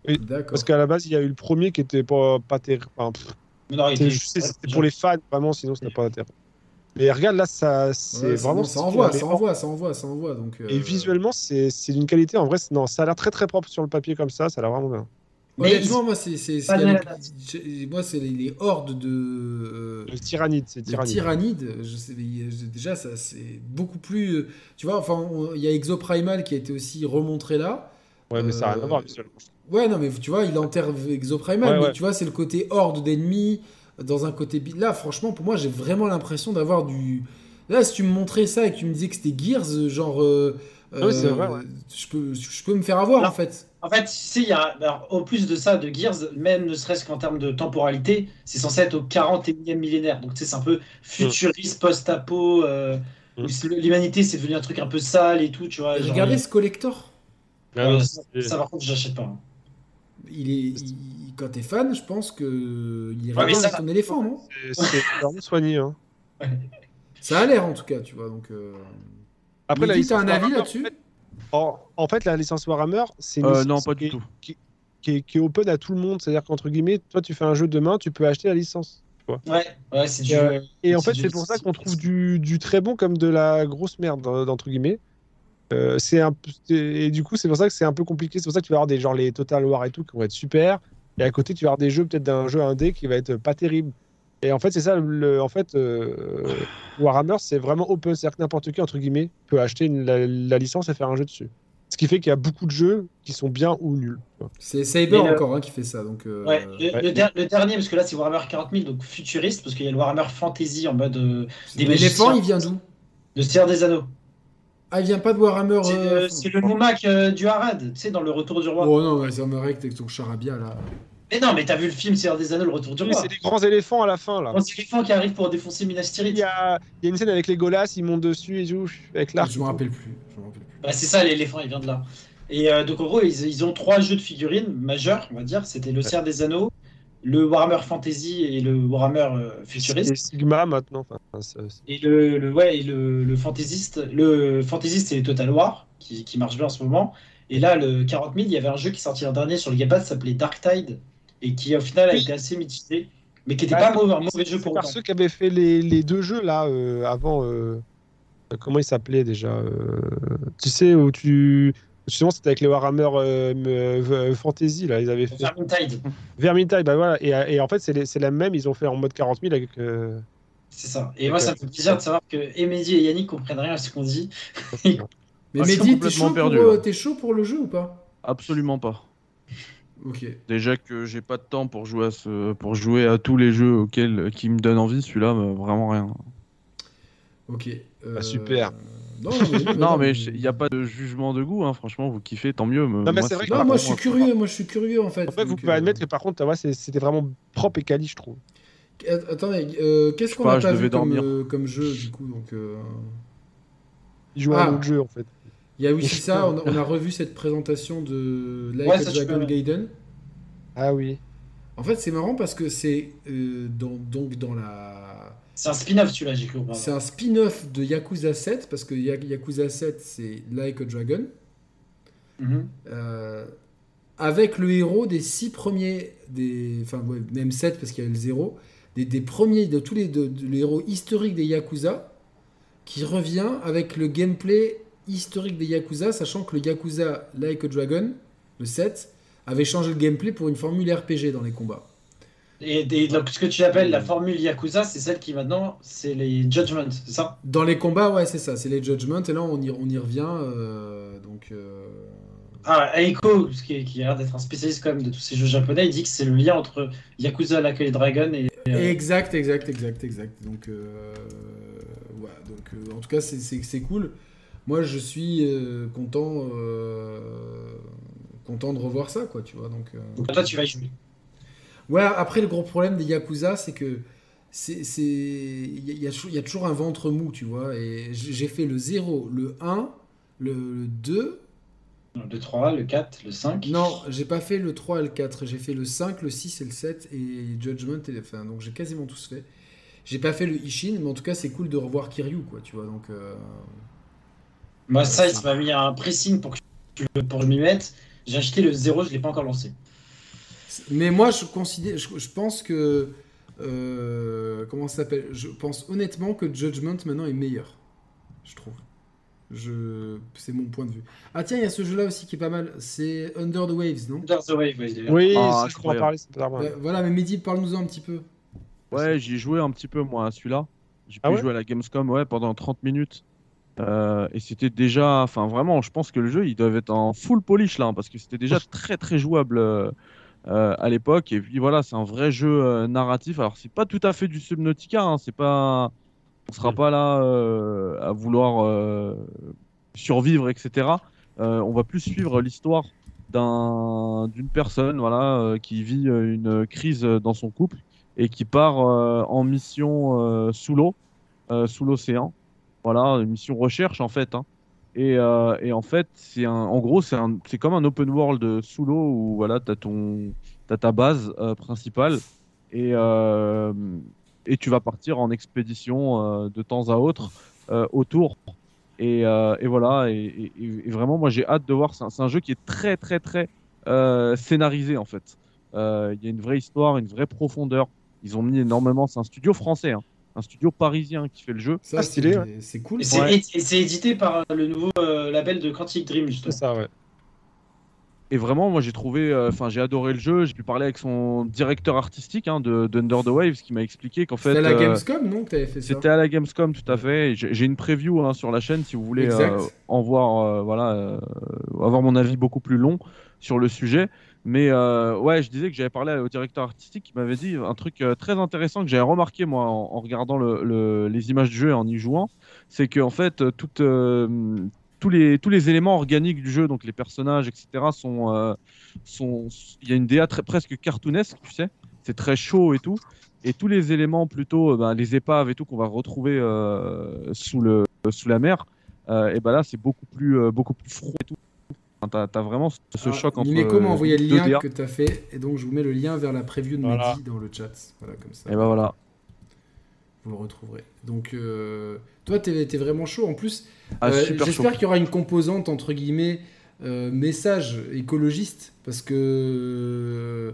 Speaker 1: D'accord.
Speaker 4: Parce qu'à la base, il y a eu le premier qui était pas, pas terrible. Enfin, pff,
Speaker 3: Mais non, il
Speaker 4: c'était
Speaker 3: était-
Speaker 4: juste- c'était pour les fans, vraiment, sinon ça n'a pas d'intérêt. Mais regarde, là, ça, c'est
Speaker 1: Ouais, c'est
Speaker 4: vraiment...
Speaker 1: bon, ça envoie,
Speaker 4: stylé.
Speaker 1: ça envoie, ça envoie, ça envoie. Donc,
Speaker 4: Et
Speaker 1: euh,
Speaker 4: visuellement, c'est c'est d'une qualité. En vrai, c'est- non, ça a l'air très très propre sur le papier comme ça. Ça a l'air vraiment bien.
Speaker 3: Mais
Speaker 1: Honnêtement, moi, c'est c'est-
Speaker 3: Pas
Speaker 1: c'est-
Speaker 3: de la date.
Speaker 1: j'ai- moi, c'est les, les hordes euh, de.
Speaker 4: Le tyrannide, c'est
Speaker 1: Les
Speaker 4: tyrannide.
Speaker 1: tyrannides, je sais- je- déjà ça c'est beaucoup plus. euh, Tu vois, enfin, on- il y a Exoprimal qui a été aussi remontré là.
Speaker 4: Ouais, mais ça n'a rien
Speaker 1: Euh,
Speaker 4: à voir visuellement.
Speaker 1: Ouais, non, mais tu vois, il enterre Exoprimal,
Speaker 4: Ouais,
Speaker 1: mais
Speaker 4: ouais.
Speaker 1: tu vois, c'est le côté horde d'ennemis, dans un côté. bi- Là, franchement, pour moi, j'ai vraiment l'impression d'avoir du. Là, si tu me montrais ça et que tu me disais que c'était Gears, euh, genre. euh,
Speaker 4: Ah oui, c'est vrai, ouais.
Speaker 1: je, peux, je peux me faire avoir
Speaker 3: Là.
Speaker 1: en fait.
Speaker 3: En fait, si, il y a, alors, au plus de ça, de Gears, même ne serait-ce qu'en termes de temporalité, c'est censé être au 41e millénaire. Donc, tu sais, c'est un peu futuriste, post-apo. euh,
Speaker 4: Mm.
Speaker 3: où c'est- L'humanité, c'est devenu un truc un peu sale et tout, tu vois.
Speaker 1: Et
Speaker 3: genre,
Speaker 1: regardez ce collector.
Speaker 4: Ah
Speaker 3: euh,
Speaker 4: non,
Speaker 3: ça,
Speaker 4: c'est-
Speaker 3: ça, par contre, j'achète pas. hein.
Speaker 1: Il est, il- il- quand t'es fan, je pense que il
Speaker 3: Ouais,
Speaker 1: irait
Speaker 3: mais
Speaker 1: bien
Speaker 3: ça
Speaker 1: avec ton éléphant, non
Speaker 4: c'est- c'est vraiment soigné. hein.
Speaker 1: Ça a l'air en tout cas, tu vois. Donc, euh...
Speaker 4: Après, la
Speaker 1: Mehdi, t'as
Speaker 4: licence
Speaker 1: un avis
Speaker 4: Warhammer,
Speaker 1: là-dessus
Speaker 4: en fait- En, en fait, la licence Warhammer, c'est une
Speaker 2: Euh,
Speaker 4: licence
Speaker 2: non, pas
Speaker 4: qui,
Speaker 2: du
Speaker 4: est-
Speaker 2: tout.
Speaker 4: Qui, est, qui est open à tout le monde. C'est-à-dire qu'entre guillemets, toi, tu fais un jeu demain, tu peux acheter la licence.
Speaker 3: Ouais, ouais, c'est du.
Speaker 4: Et, euh, et en
Speaker 3: c'est
Speaker 4: fait,
Speaker 3: du-
Speaker 4: c'est pour ça qu'on trouve du, du très bon comme de la grosse merde, euh, entre guillemets. Euh, c'est un, p- c'est- et du coup, c'est pour ça que c'est un peu compliqué. C'est pour ça que tu vas avoir des genre les Total War et tout qui vont être super. Et à côté, tu vas avoir des jeux peut-être d'un jeu indé qui va être pas terrible. Et en fait, c'est ça. Le, en fait, euh, Warhammer, c'est vraiment open, c'est-à-dire que n'importe qui entre guillemets peut acheter une- la, la licence et faire un jeu dessus. Ce qui fait qu'il y a beaucoup de jeux qui sont bien ou nuls. quoi.
Speaker 1: C'est Saber
Speaker 3: Mais le-
Speaker 1: encore hein, qui fait ça. Donc, euh,
Speaker 3: Ouais, le,
Speaker 4: ouais.
Speaker 3: le der- le dernier, parce que là c'est Warhammer 40 000, donc futuriste, parce qu'il y a le Warhammer Fantasy en mode euh, des
Speaker 1: l'éléphant, il
Speaker 3: magiciens.
Speaker 1: vient d'où
Speaker 3: de Seigneur des Anneaux.
Speaker 1: Ah, il vient pas de Warhammer.
Speaker 3: C'est
Speaker 1: euh,
Speaker 3: le, c'est le Noumak euh, du Harad, tu sais, dans le Retour du Roi.
Speaker 1: Oh non, ouais, ça me règle avec ton charabia là.
Speaker 3: Mais non, mais t'as vu le film Seigneur des Anneaux, le Retour du
Speaker 4: Mais
Speaker 3: Roi.
Speaker 4: c'est des grands éléphants à la fin là.
Speaker 3: On sait les fans qui arrivent pour défoncer Minas
Speaker 4: Il
Speaker 3: Tirith.
Speaker 4: y a, il y a une scène avec les Golas, ils montent dessus et tout, avec l'arc.
Speaker 1: Je me rappelle plus. je me rappelle plus.
Speaker 3: Bah, c'est ça, l'éléphant, il vient de là. Et euh, donc, en gros, ils, ils ont trois jeux de figurines majeurs, on va dire. C'était le Seigneur des Anneaux, le Warhammer Fantasy et le Warhammer euh, Futuriste.
Speaker 4: Et Sigma maintenant. enfin, ça- ça-
Speaker 3: Et le, le- ouais, et le, le fantaisiste, le fantaisiste, c'est les Total War qui, qui marche bien en ce moment. Et là, le 40 000, il y avait un jeu qui sortit l'an dernier sur le Gamepad, s'appelait Dark Tide, et qui au final a
Speaker 4: Oui.
Speaker 3: été assez mitigé, mais qui n'était
Speaker 4: Ah,
Speaker 3: pas mauvais, un mauvais
Speaker 4: C'est
Speaker 3: jeu pour
Speaker 4: par
Speaker 3: autant.
Speaker 4: ceux qui avaient fait les, les deux jeux là euh, avant. euh, euh, comment il s'appelait déjà euh, Tu sais où tu justement c'était avec les Warhammer euh, euh, Fantasy là, ils avaient fait
Speaker 3: Vermin Tide,
Speaker 4: Vermintide. Bah voilà. Et, et en fait c'est les- c'est la même. Ils ont fait en mode 40 000 avec. euh,
Speaker 3: c'est ça. Et moi, ça me fait plaisir de savoir que Emily et Yannick comprennent rien à ce qu'on dit.
Speaker 4: hein.
Speaker 3: (laughs)
Speaker 1: Mais
Speaker 2: Ah, je suis
Speaker 1: Mehdi, t'es
Speaker 2: complètement
Speaker 1: chaud, pour,
Speaker 2: perdu,
Speaker 1: euh,
Speaker 2: là.
Speaker 1: t'es chaud pour le jeu ou pas
Speaker 2: Absolument pas.
Speaker 1: Ok.
Speaker 2: Déjà que j'ai pas de temps pour jouer à ce, pour jouer à tous les jeux auxquels euh, qui me donnent envie, celui-là euh, vraiment rien.
Speaker 1: Ok. euh,
Speaker 4: Ah, super.
Speaker 1: Non, mais,
Speaker 2: Non mais il n'y a pas de jugement de goût, hein, franchement vous kiffez tant mieux.
Speaker 4: mais c'est vrai que-
Speaker 1: Non, moi je suis
Speaker 2: pour
Speaker 1: curieux, moi je suis curieux en fait.
Speaker 4: En fait, vous
Speaker 1: donc,
Speaker 4: pouvez
Speaker 1: euh,
Speaker 4: admettre que par contre, ta voix, c'est- c'était vraiment propre et quali, je trouve.
Speaker 1: Att- Attendez, euh, qu'est-ce
Speaker 2: Je sais
Speaker 1: qu'on
Speaker 2: pas,
Speaker 1: a
Speaker 2: je
Speaker 1: pas
Speaker 2: devais
Speaker 1: vu comme,
Speaker 2: dormir.
Speaker 1: euh, comme jeu du coup donc euh,
Speaker 4: Ils jouent à
Speaker 1: Ah.
Speaker 4: un autre jeu en fait.
Speaker 1: Il y a aussi
Speaker 2: (laughs)
Speaker 1: ça, on, a- on a revu cette présentation de Like
Speaker 3: Ouais,
Speaker 1: a
Speaker 3: ça, je
Speaker 1: Dragon
Speaker 3: peux-
Speaker 1: Gaiden.
Speaker 4: Ah oui.
Speaker 1: En fait, c'est marrant parce que c'est euh, dans, donc dans la.
Speaker 3: C'est un spin-off, celui-là, j'ai cru. comprendre.
Speaker 1: C'est un spin-off de Yakuza 7 parce que Ya- Yakuza 7 c'est Like a Dragon
Speaker 3: Mhm.
Speaker 1: euh, avec le héros des six premiers des enfin ouais, même 7 parce qu'il y a le 0 des, des premiers de tous les de, de- le héros historique des Yakuza qui revient avec le gameplay historique des Yakuza sachant que le Yakuza Like a Dragon le 7 avait changé le gameplay pour une formule RPG dans les combats.
Speaker 3: Et, et donc, ce que tu appelles la formule Yakuza, c'est celle qui maintenant, c'est les Judgments, c'est ça
Speaker 1: Dans les combats, ouais, c'est ça, c'est les Judgments, et là on y, on y revient. euh, donc, euh,
Speaker 3: Ah, Aiko, ce qui, est- qui a l'air d'être un spécialiste quand même de tous ces jeux japonais, il dit que c'est le lien entre Yakuza, la Queue Dragon et. euh,
Speaker 1: Exact, exact, exact, exact. Donc, euh, ouais, donc euh, en tout cas, c'est- c'est c'est cool. Moi, je suis euh, content, euh, content de revoir ça, quoi, tu vois. Donc, euh.
Speaker 3: Toi, tu vas y jouer.
Speaker 1: Ouais, après, le gros problème des Yakuza, c'est que c'est c'est- il y, a- il y a chou- il y a toujours un ventre mou, tu vois. Et j- j'ai fait le 0, le 1, le 2,
Speaker 3: Non, Le 3, le 4, le 5.
Speaker 1: Non, j'ai pas fait le 3 et le 4. J'ai fait le 5, le 6 et le 7 et Judgment. Et, enfin, donc j'ai quasiment tous fait. J'ai pas fait le Ishin, mais en tout cas, c'est cool de revoir Kiryu, quoi, tu vois. Donc, euh,
Speaker 3: Moi, ça, il m'a mis un pressing pour que je, pour que je m'y mette. J'ai acheté le 0, je l'ai pas encore lancé.
Speaker 1: Mais moi, je considère, je, je pense que, euh, comment ça s'appelle Je pense honnêtement que Judgment maintenant est meilleur. Je trouve. Je, c'est mon point de vue. Ah tiens, il y a ce jeu-là aussi qui est pas mal. C'est Under the Waves, non
Speaker 3: Under the Wave, ouais, d'ailleurs.
Speaker 4: Oui,
Speaker 2: Ah,
Speaker 4: si je crois
Speaker 2: incroyable.
Speaker 4: parler, c'est pas mal.
Speaker 1: Ouais, Voilà, mais Mehdi, parle-nous-en un petit peu.
Speaker 2: Ouais, j'y ai joué un petit peu moi à celui-là. J'ai
Speaker 4: Ah
Speaker 2: pu
Speaker 4: ouais
Speaker 2: jouer à la Gamescom ouais, pendant 30 minutes. Euh, et c'était déjà, enfin vraiment, je pense que le jeu il devait être en full polish là, hein, parce que c'était
Speaker 4: (laughs)
Speaker 2: déjà très très jouable euh, euh, à l'époque. Et puis voilà, c'est un vrai jeu euh, narratif. Alors c'est pas tout à fait du Subnautica, hein, c'est pas, on sera
Speaker 4: Mm.
Speaker 2: pas là euh, à vouloir euh, survivre, etc. Euh, on va plus suivre l'histoire d'un d'une personne, voilà, euh, qui vit euh, une crise euh, dans son couple et qui part euh, en mission euh, sous l'eau, euh, sous l'océan. Voilà, une mission recherche en fait. hein. Et, euh, et en fait, c'est un, en gros, c'est un, c'est comme un open world euh, sous l'eau où voilà, t'as ton, t'as ta base euh, principale et euh, et tu vas partir en expédition euh, de temps à autre euh, autour. Et, euh, et voilà, et, et- et- et vraiment, moi j'ai hâte de voir. C'est un, c'est un jeu qui est très, très, très euh, scénarisé en fait. Euh, Il y a une vraie histoire, une vraie profondeur. Ils ont mis énormément. C'est un studio français, hein, un studio parisien qui fait le jeu.
Speaker 1: Ça,
Speaker 4: Ah, stylé,
Speaker 1: c'est- C'est cool.
Speaker 3: Et
Speaker 1: ça.
Speaker 3: c'est
Speaker 2: Ouais.
Speaker 3: et c'est édité par le nouveau euh, label de Quantic Dream,
Speaker 4: C'est
Speaker 3: justement.
Speaker 4: ça, ouais.
Speaker 2: Et vraiment, moi j'ai trouvé, euh, enfin j'ai adoré le jeu. J'ai pu parler avec son directeur artistique hein, de, de Under the Waves qui m'a expliqué qu'en fait.
Speaker 1: C'était à la
Speaker 2: euh,
Speaker 1: Gamescom, non, que t'avais fait ça
Speaker 2: C'était à la Gamescom, tout à fait. Et J'ai j'ai une preview hein, sur la chaîne si vous voulez
Speaker 1: Exact.
Speaker 2: euh, en voir, euh, voilà, euh, avoir mon avis beaucoup plus long sur le sujet. Mais euh, ouais, je disais que j'avais parlé au directeur artistique qui m'avait dit un truc euh, très intéressant que j'avais remarqué moi en, en regardant le- le- les images du jeu et en y jouant, c'est que en fait euh, toute, euh, tous les tous les éléments organiques du jeu, donc les personnages, etc., sont euh, sont il y a une DA très, presque cartoonesque, tu sais, c'est très chaud et tout et tous les éléments plutôt euh, ben, les épaves et tout qu'on va retrouver euh, sous le sous la mer et ben là c'est beaucoup plus euh, beaucoup plus froid et tout Enfin, t'as t'as vraiment ce, ce
Speaker 1: Ah,
Speaker 2: choc entre euh,
Speaker 1: Nimeco m'a envoyé le
Speaker 2: deux
Speaker 1: lien
Speaker 2: DA.
Speaker 1: que t'as fait, et donc je vous mets le lien vers la preview de
Speaker 4: Voilà.
Speaker 1: Mehdi dans le chat. Voilà, comme ça,
Speaker 2: et ben voilà
Speaker 1: vous le retrouverez. Donc, euh, toi, t'es t'es vraiment chaud. En plus,
Speaker 2: Ah,
Speaker 1: Euh,
Speaker 2: super chaud
Speaker 1: J'espère qu'il y aura une composante entre guillemets euh, message écologiste parce que euh,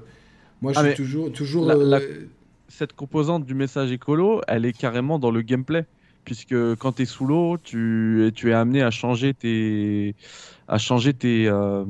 Speaker 1: moi je
Speaker 2: Ah,
Speaker 1: suis
Speaker 2: mais
Speaker 1: toujours toujours
Speaker 2: la-
Speaker 1: euh,
Speaker 2: la- cette composante du message écolo elle est carrément dans le gameplay puisque quand t'es sous l'eau tu et tu es amené à changer tes à changer tes euh,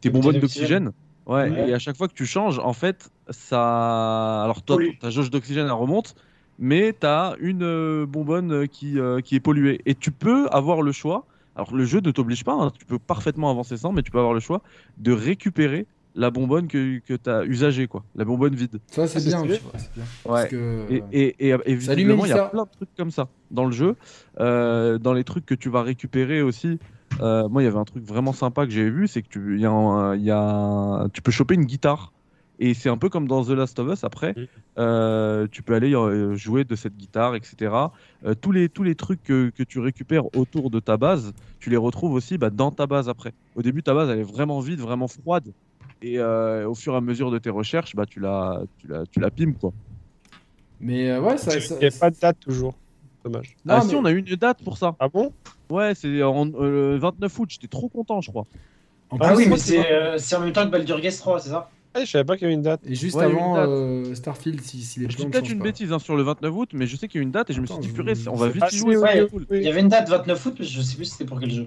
Speaker 2: tes
Speaker 3: Tes
Speaker 2: bonbonnes
Speaker 3: d'oxygène.
Speaker 2: d'oxygène ouais,
Speaker 3: Ouais.
Speaker 2: et à chaque fois que tu changes en fait ça alors toi
Speaker 3: Pollue.
Speaker 2: ta jauge d'oxygène elle remonte mais tu as une euh, bonbonne euh, qui, euh, qui est polluée. Et tu peux avoir le choix, alors le jeu ne t'oblige pas, hein, tu peux parfaitement avancer sans, mais tu peux avoir le choix de récupérer la bonbonne que, que tu as usagée, quoi. la bonbonne vide.
Speaker 1: ça c'est
Speaker 4: Ah, c'est
Speaker 1: bien,
Speaker 4: stylé.
Speaker 1: tu vois, c'est bien.
Speaker 2: Ouais.
Speaker 1: Parce que,
Speaker 2: Et, et, et, et
Speaker 1: Euh, Salut,
Speaker 2: visiblement, il y a
Speaker 1: Mélissa.
Speaker 2: plein de trucs comme ça dans le jeu. Euh, dans les trucs que tu vas récupérer aussi, euh, moi, il y avait un truc vraiment sympa que j'avais vu, c'est que tu, il y a un- il y a un- tu peux choper une guitare. Et c'est un peu comme dans The Last of Us, après,
Speaker 4: Mhm.
Speaker 2: euh, tu peux aller euh, jouer de cette guitare, etc. Euh, tous, les, tous les trucs que, que tu récupères autour de ta base, tu les retrouves aussi bah, dans ta base après. Au début, ta base, elle est vraiment vide, vraiment froide. Et euh, au fur et à mesure de tes recherches, bah, tu la, tu la, tu la pimes, quoi.
Speaker 1: mais euh, ouais ça, ça-
Speaker 4: Il n'y a pas de date toujours. Dommage.
Speaker 1: Non,
Speaker 2: ah
Speaker 1: mais-
Speaker 2: si, on a eu une date pour ça.
Speaker 4: Ah bon
Speaker 2: Ouais, c'est en- euh, le 29 août, j'étais trop content, je crois.
Speaker 1: en
Speaker 3: Ah
Speaker 1: plus,
Speaker 3: oui, mais
Speaker 1: c'est-
Speaker 3: c'est euh, c'est en même temps que Baldur's Gate 3, c'est ça
Speaker 4: ah, Je savais pas qu'il y avait une date.
Speaker 1: et juste
Speaker 2: Ouais, il y a eu
Speaker 1: avant
Speaker 2: une date.
Speaker 1: euh, Starfield si, si les
Speaker 2: Je dis
Speaker 1: plans ne
Speaker 2: peut-être
Speaker 1: changent
Speaker 2: une
Speaker 1: pas.
Speaker 2: bêtise hein, sur le 29 août, mais je sais qu'il y a eu une date et je me suis
Speaker 1: Attends,
Speaker 2: dit,
Speaker 1: je-
Speaker 2: purée,
Speaker 1: je
Speaker 2: on va
Speaker 1: sais
Speaker 2: vite
Speaker 1: pas
Speaker 2: y
Speaker 4: si,
Speaker 2: jouer.
Speaker 4: oui,
Speaker 2: c'est
Speaker 4: oui,
Speaker 2: cool.
Speaker 4: oui.
Speaker 3: Il y avait une date 29 août, mais je sais plus c'était pour quel jeu.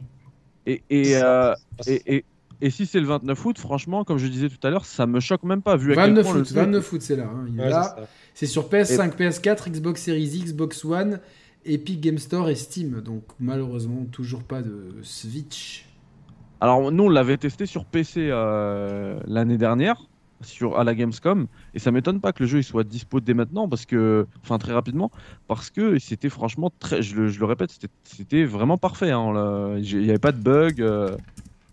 Speaker 2: Et, et, euh, et, et, et si c'est le 29 août, franchement, comme je disais tout à l'heure, ça me choque même pas, vu à quel
Speaker 1: 29
Speaker 2: point le
Speaker 1: août,
Speaker 2: jeu-
Speaker 1: 29 août, c'est là. hein, il est
Speaker 4: Ouais,
Speaker 1: là.
Speaker 4: c'est ça.
Speaker 1: C'est sur PS5, PS4, Xbox Series X, Xbox One, Epic Game Store et Steam. Donc malheureusement toujours pas de Switch.
Speaker 2: Alors nous, on l'avait testé sur PC euh, l'année dernière, sur à la Gamescom, et ça m'étonne pas que le jeu il soit dispo dès maintenant, parce que, enfin très rapidement, parce que c'était franchement très, je le, je le répète, c'était- c'était vraiment parfait. hein, on l'a- j'ai- Il n'y avait pas de bug. euh,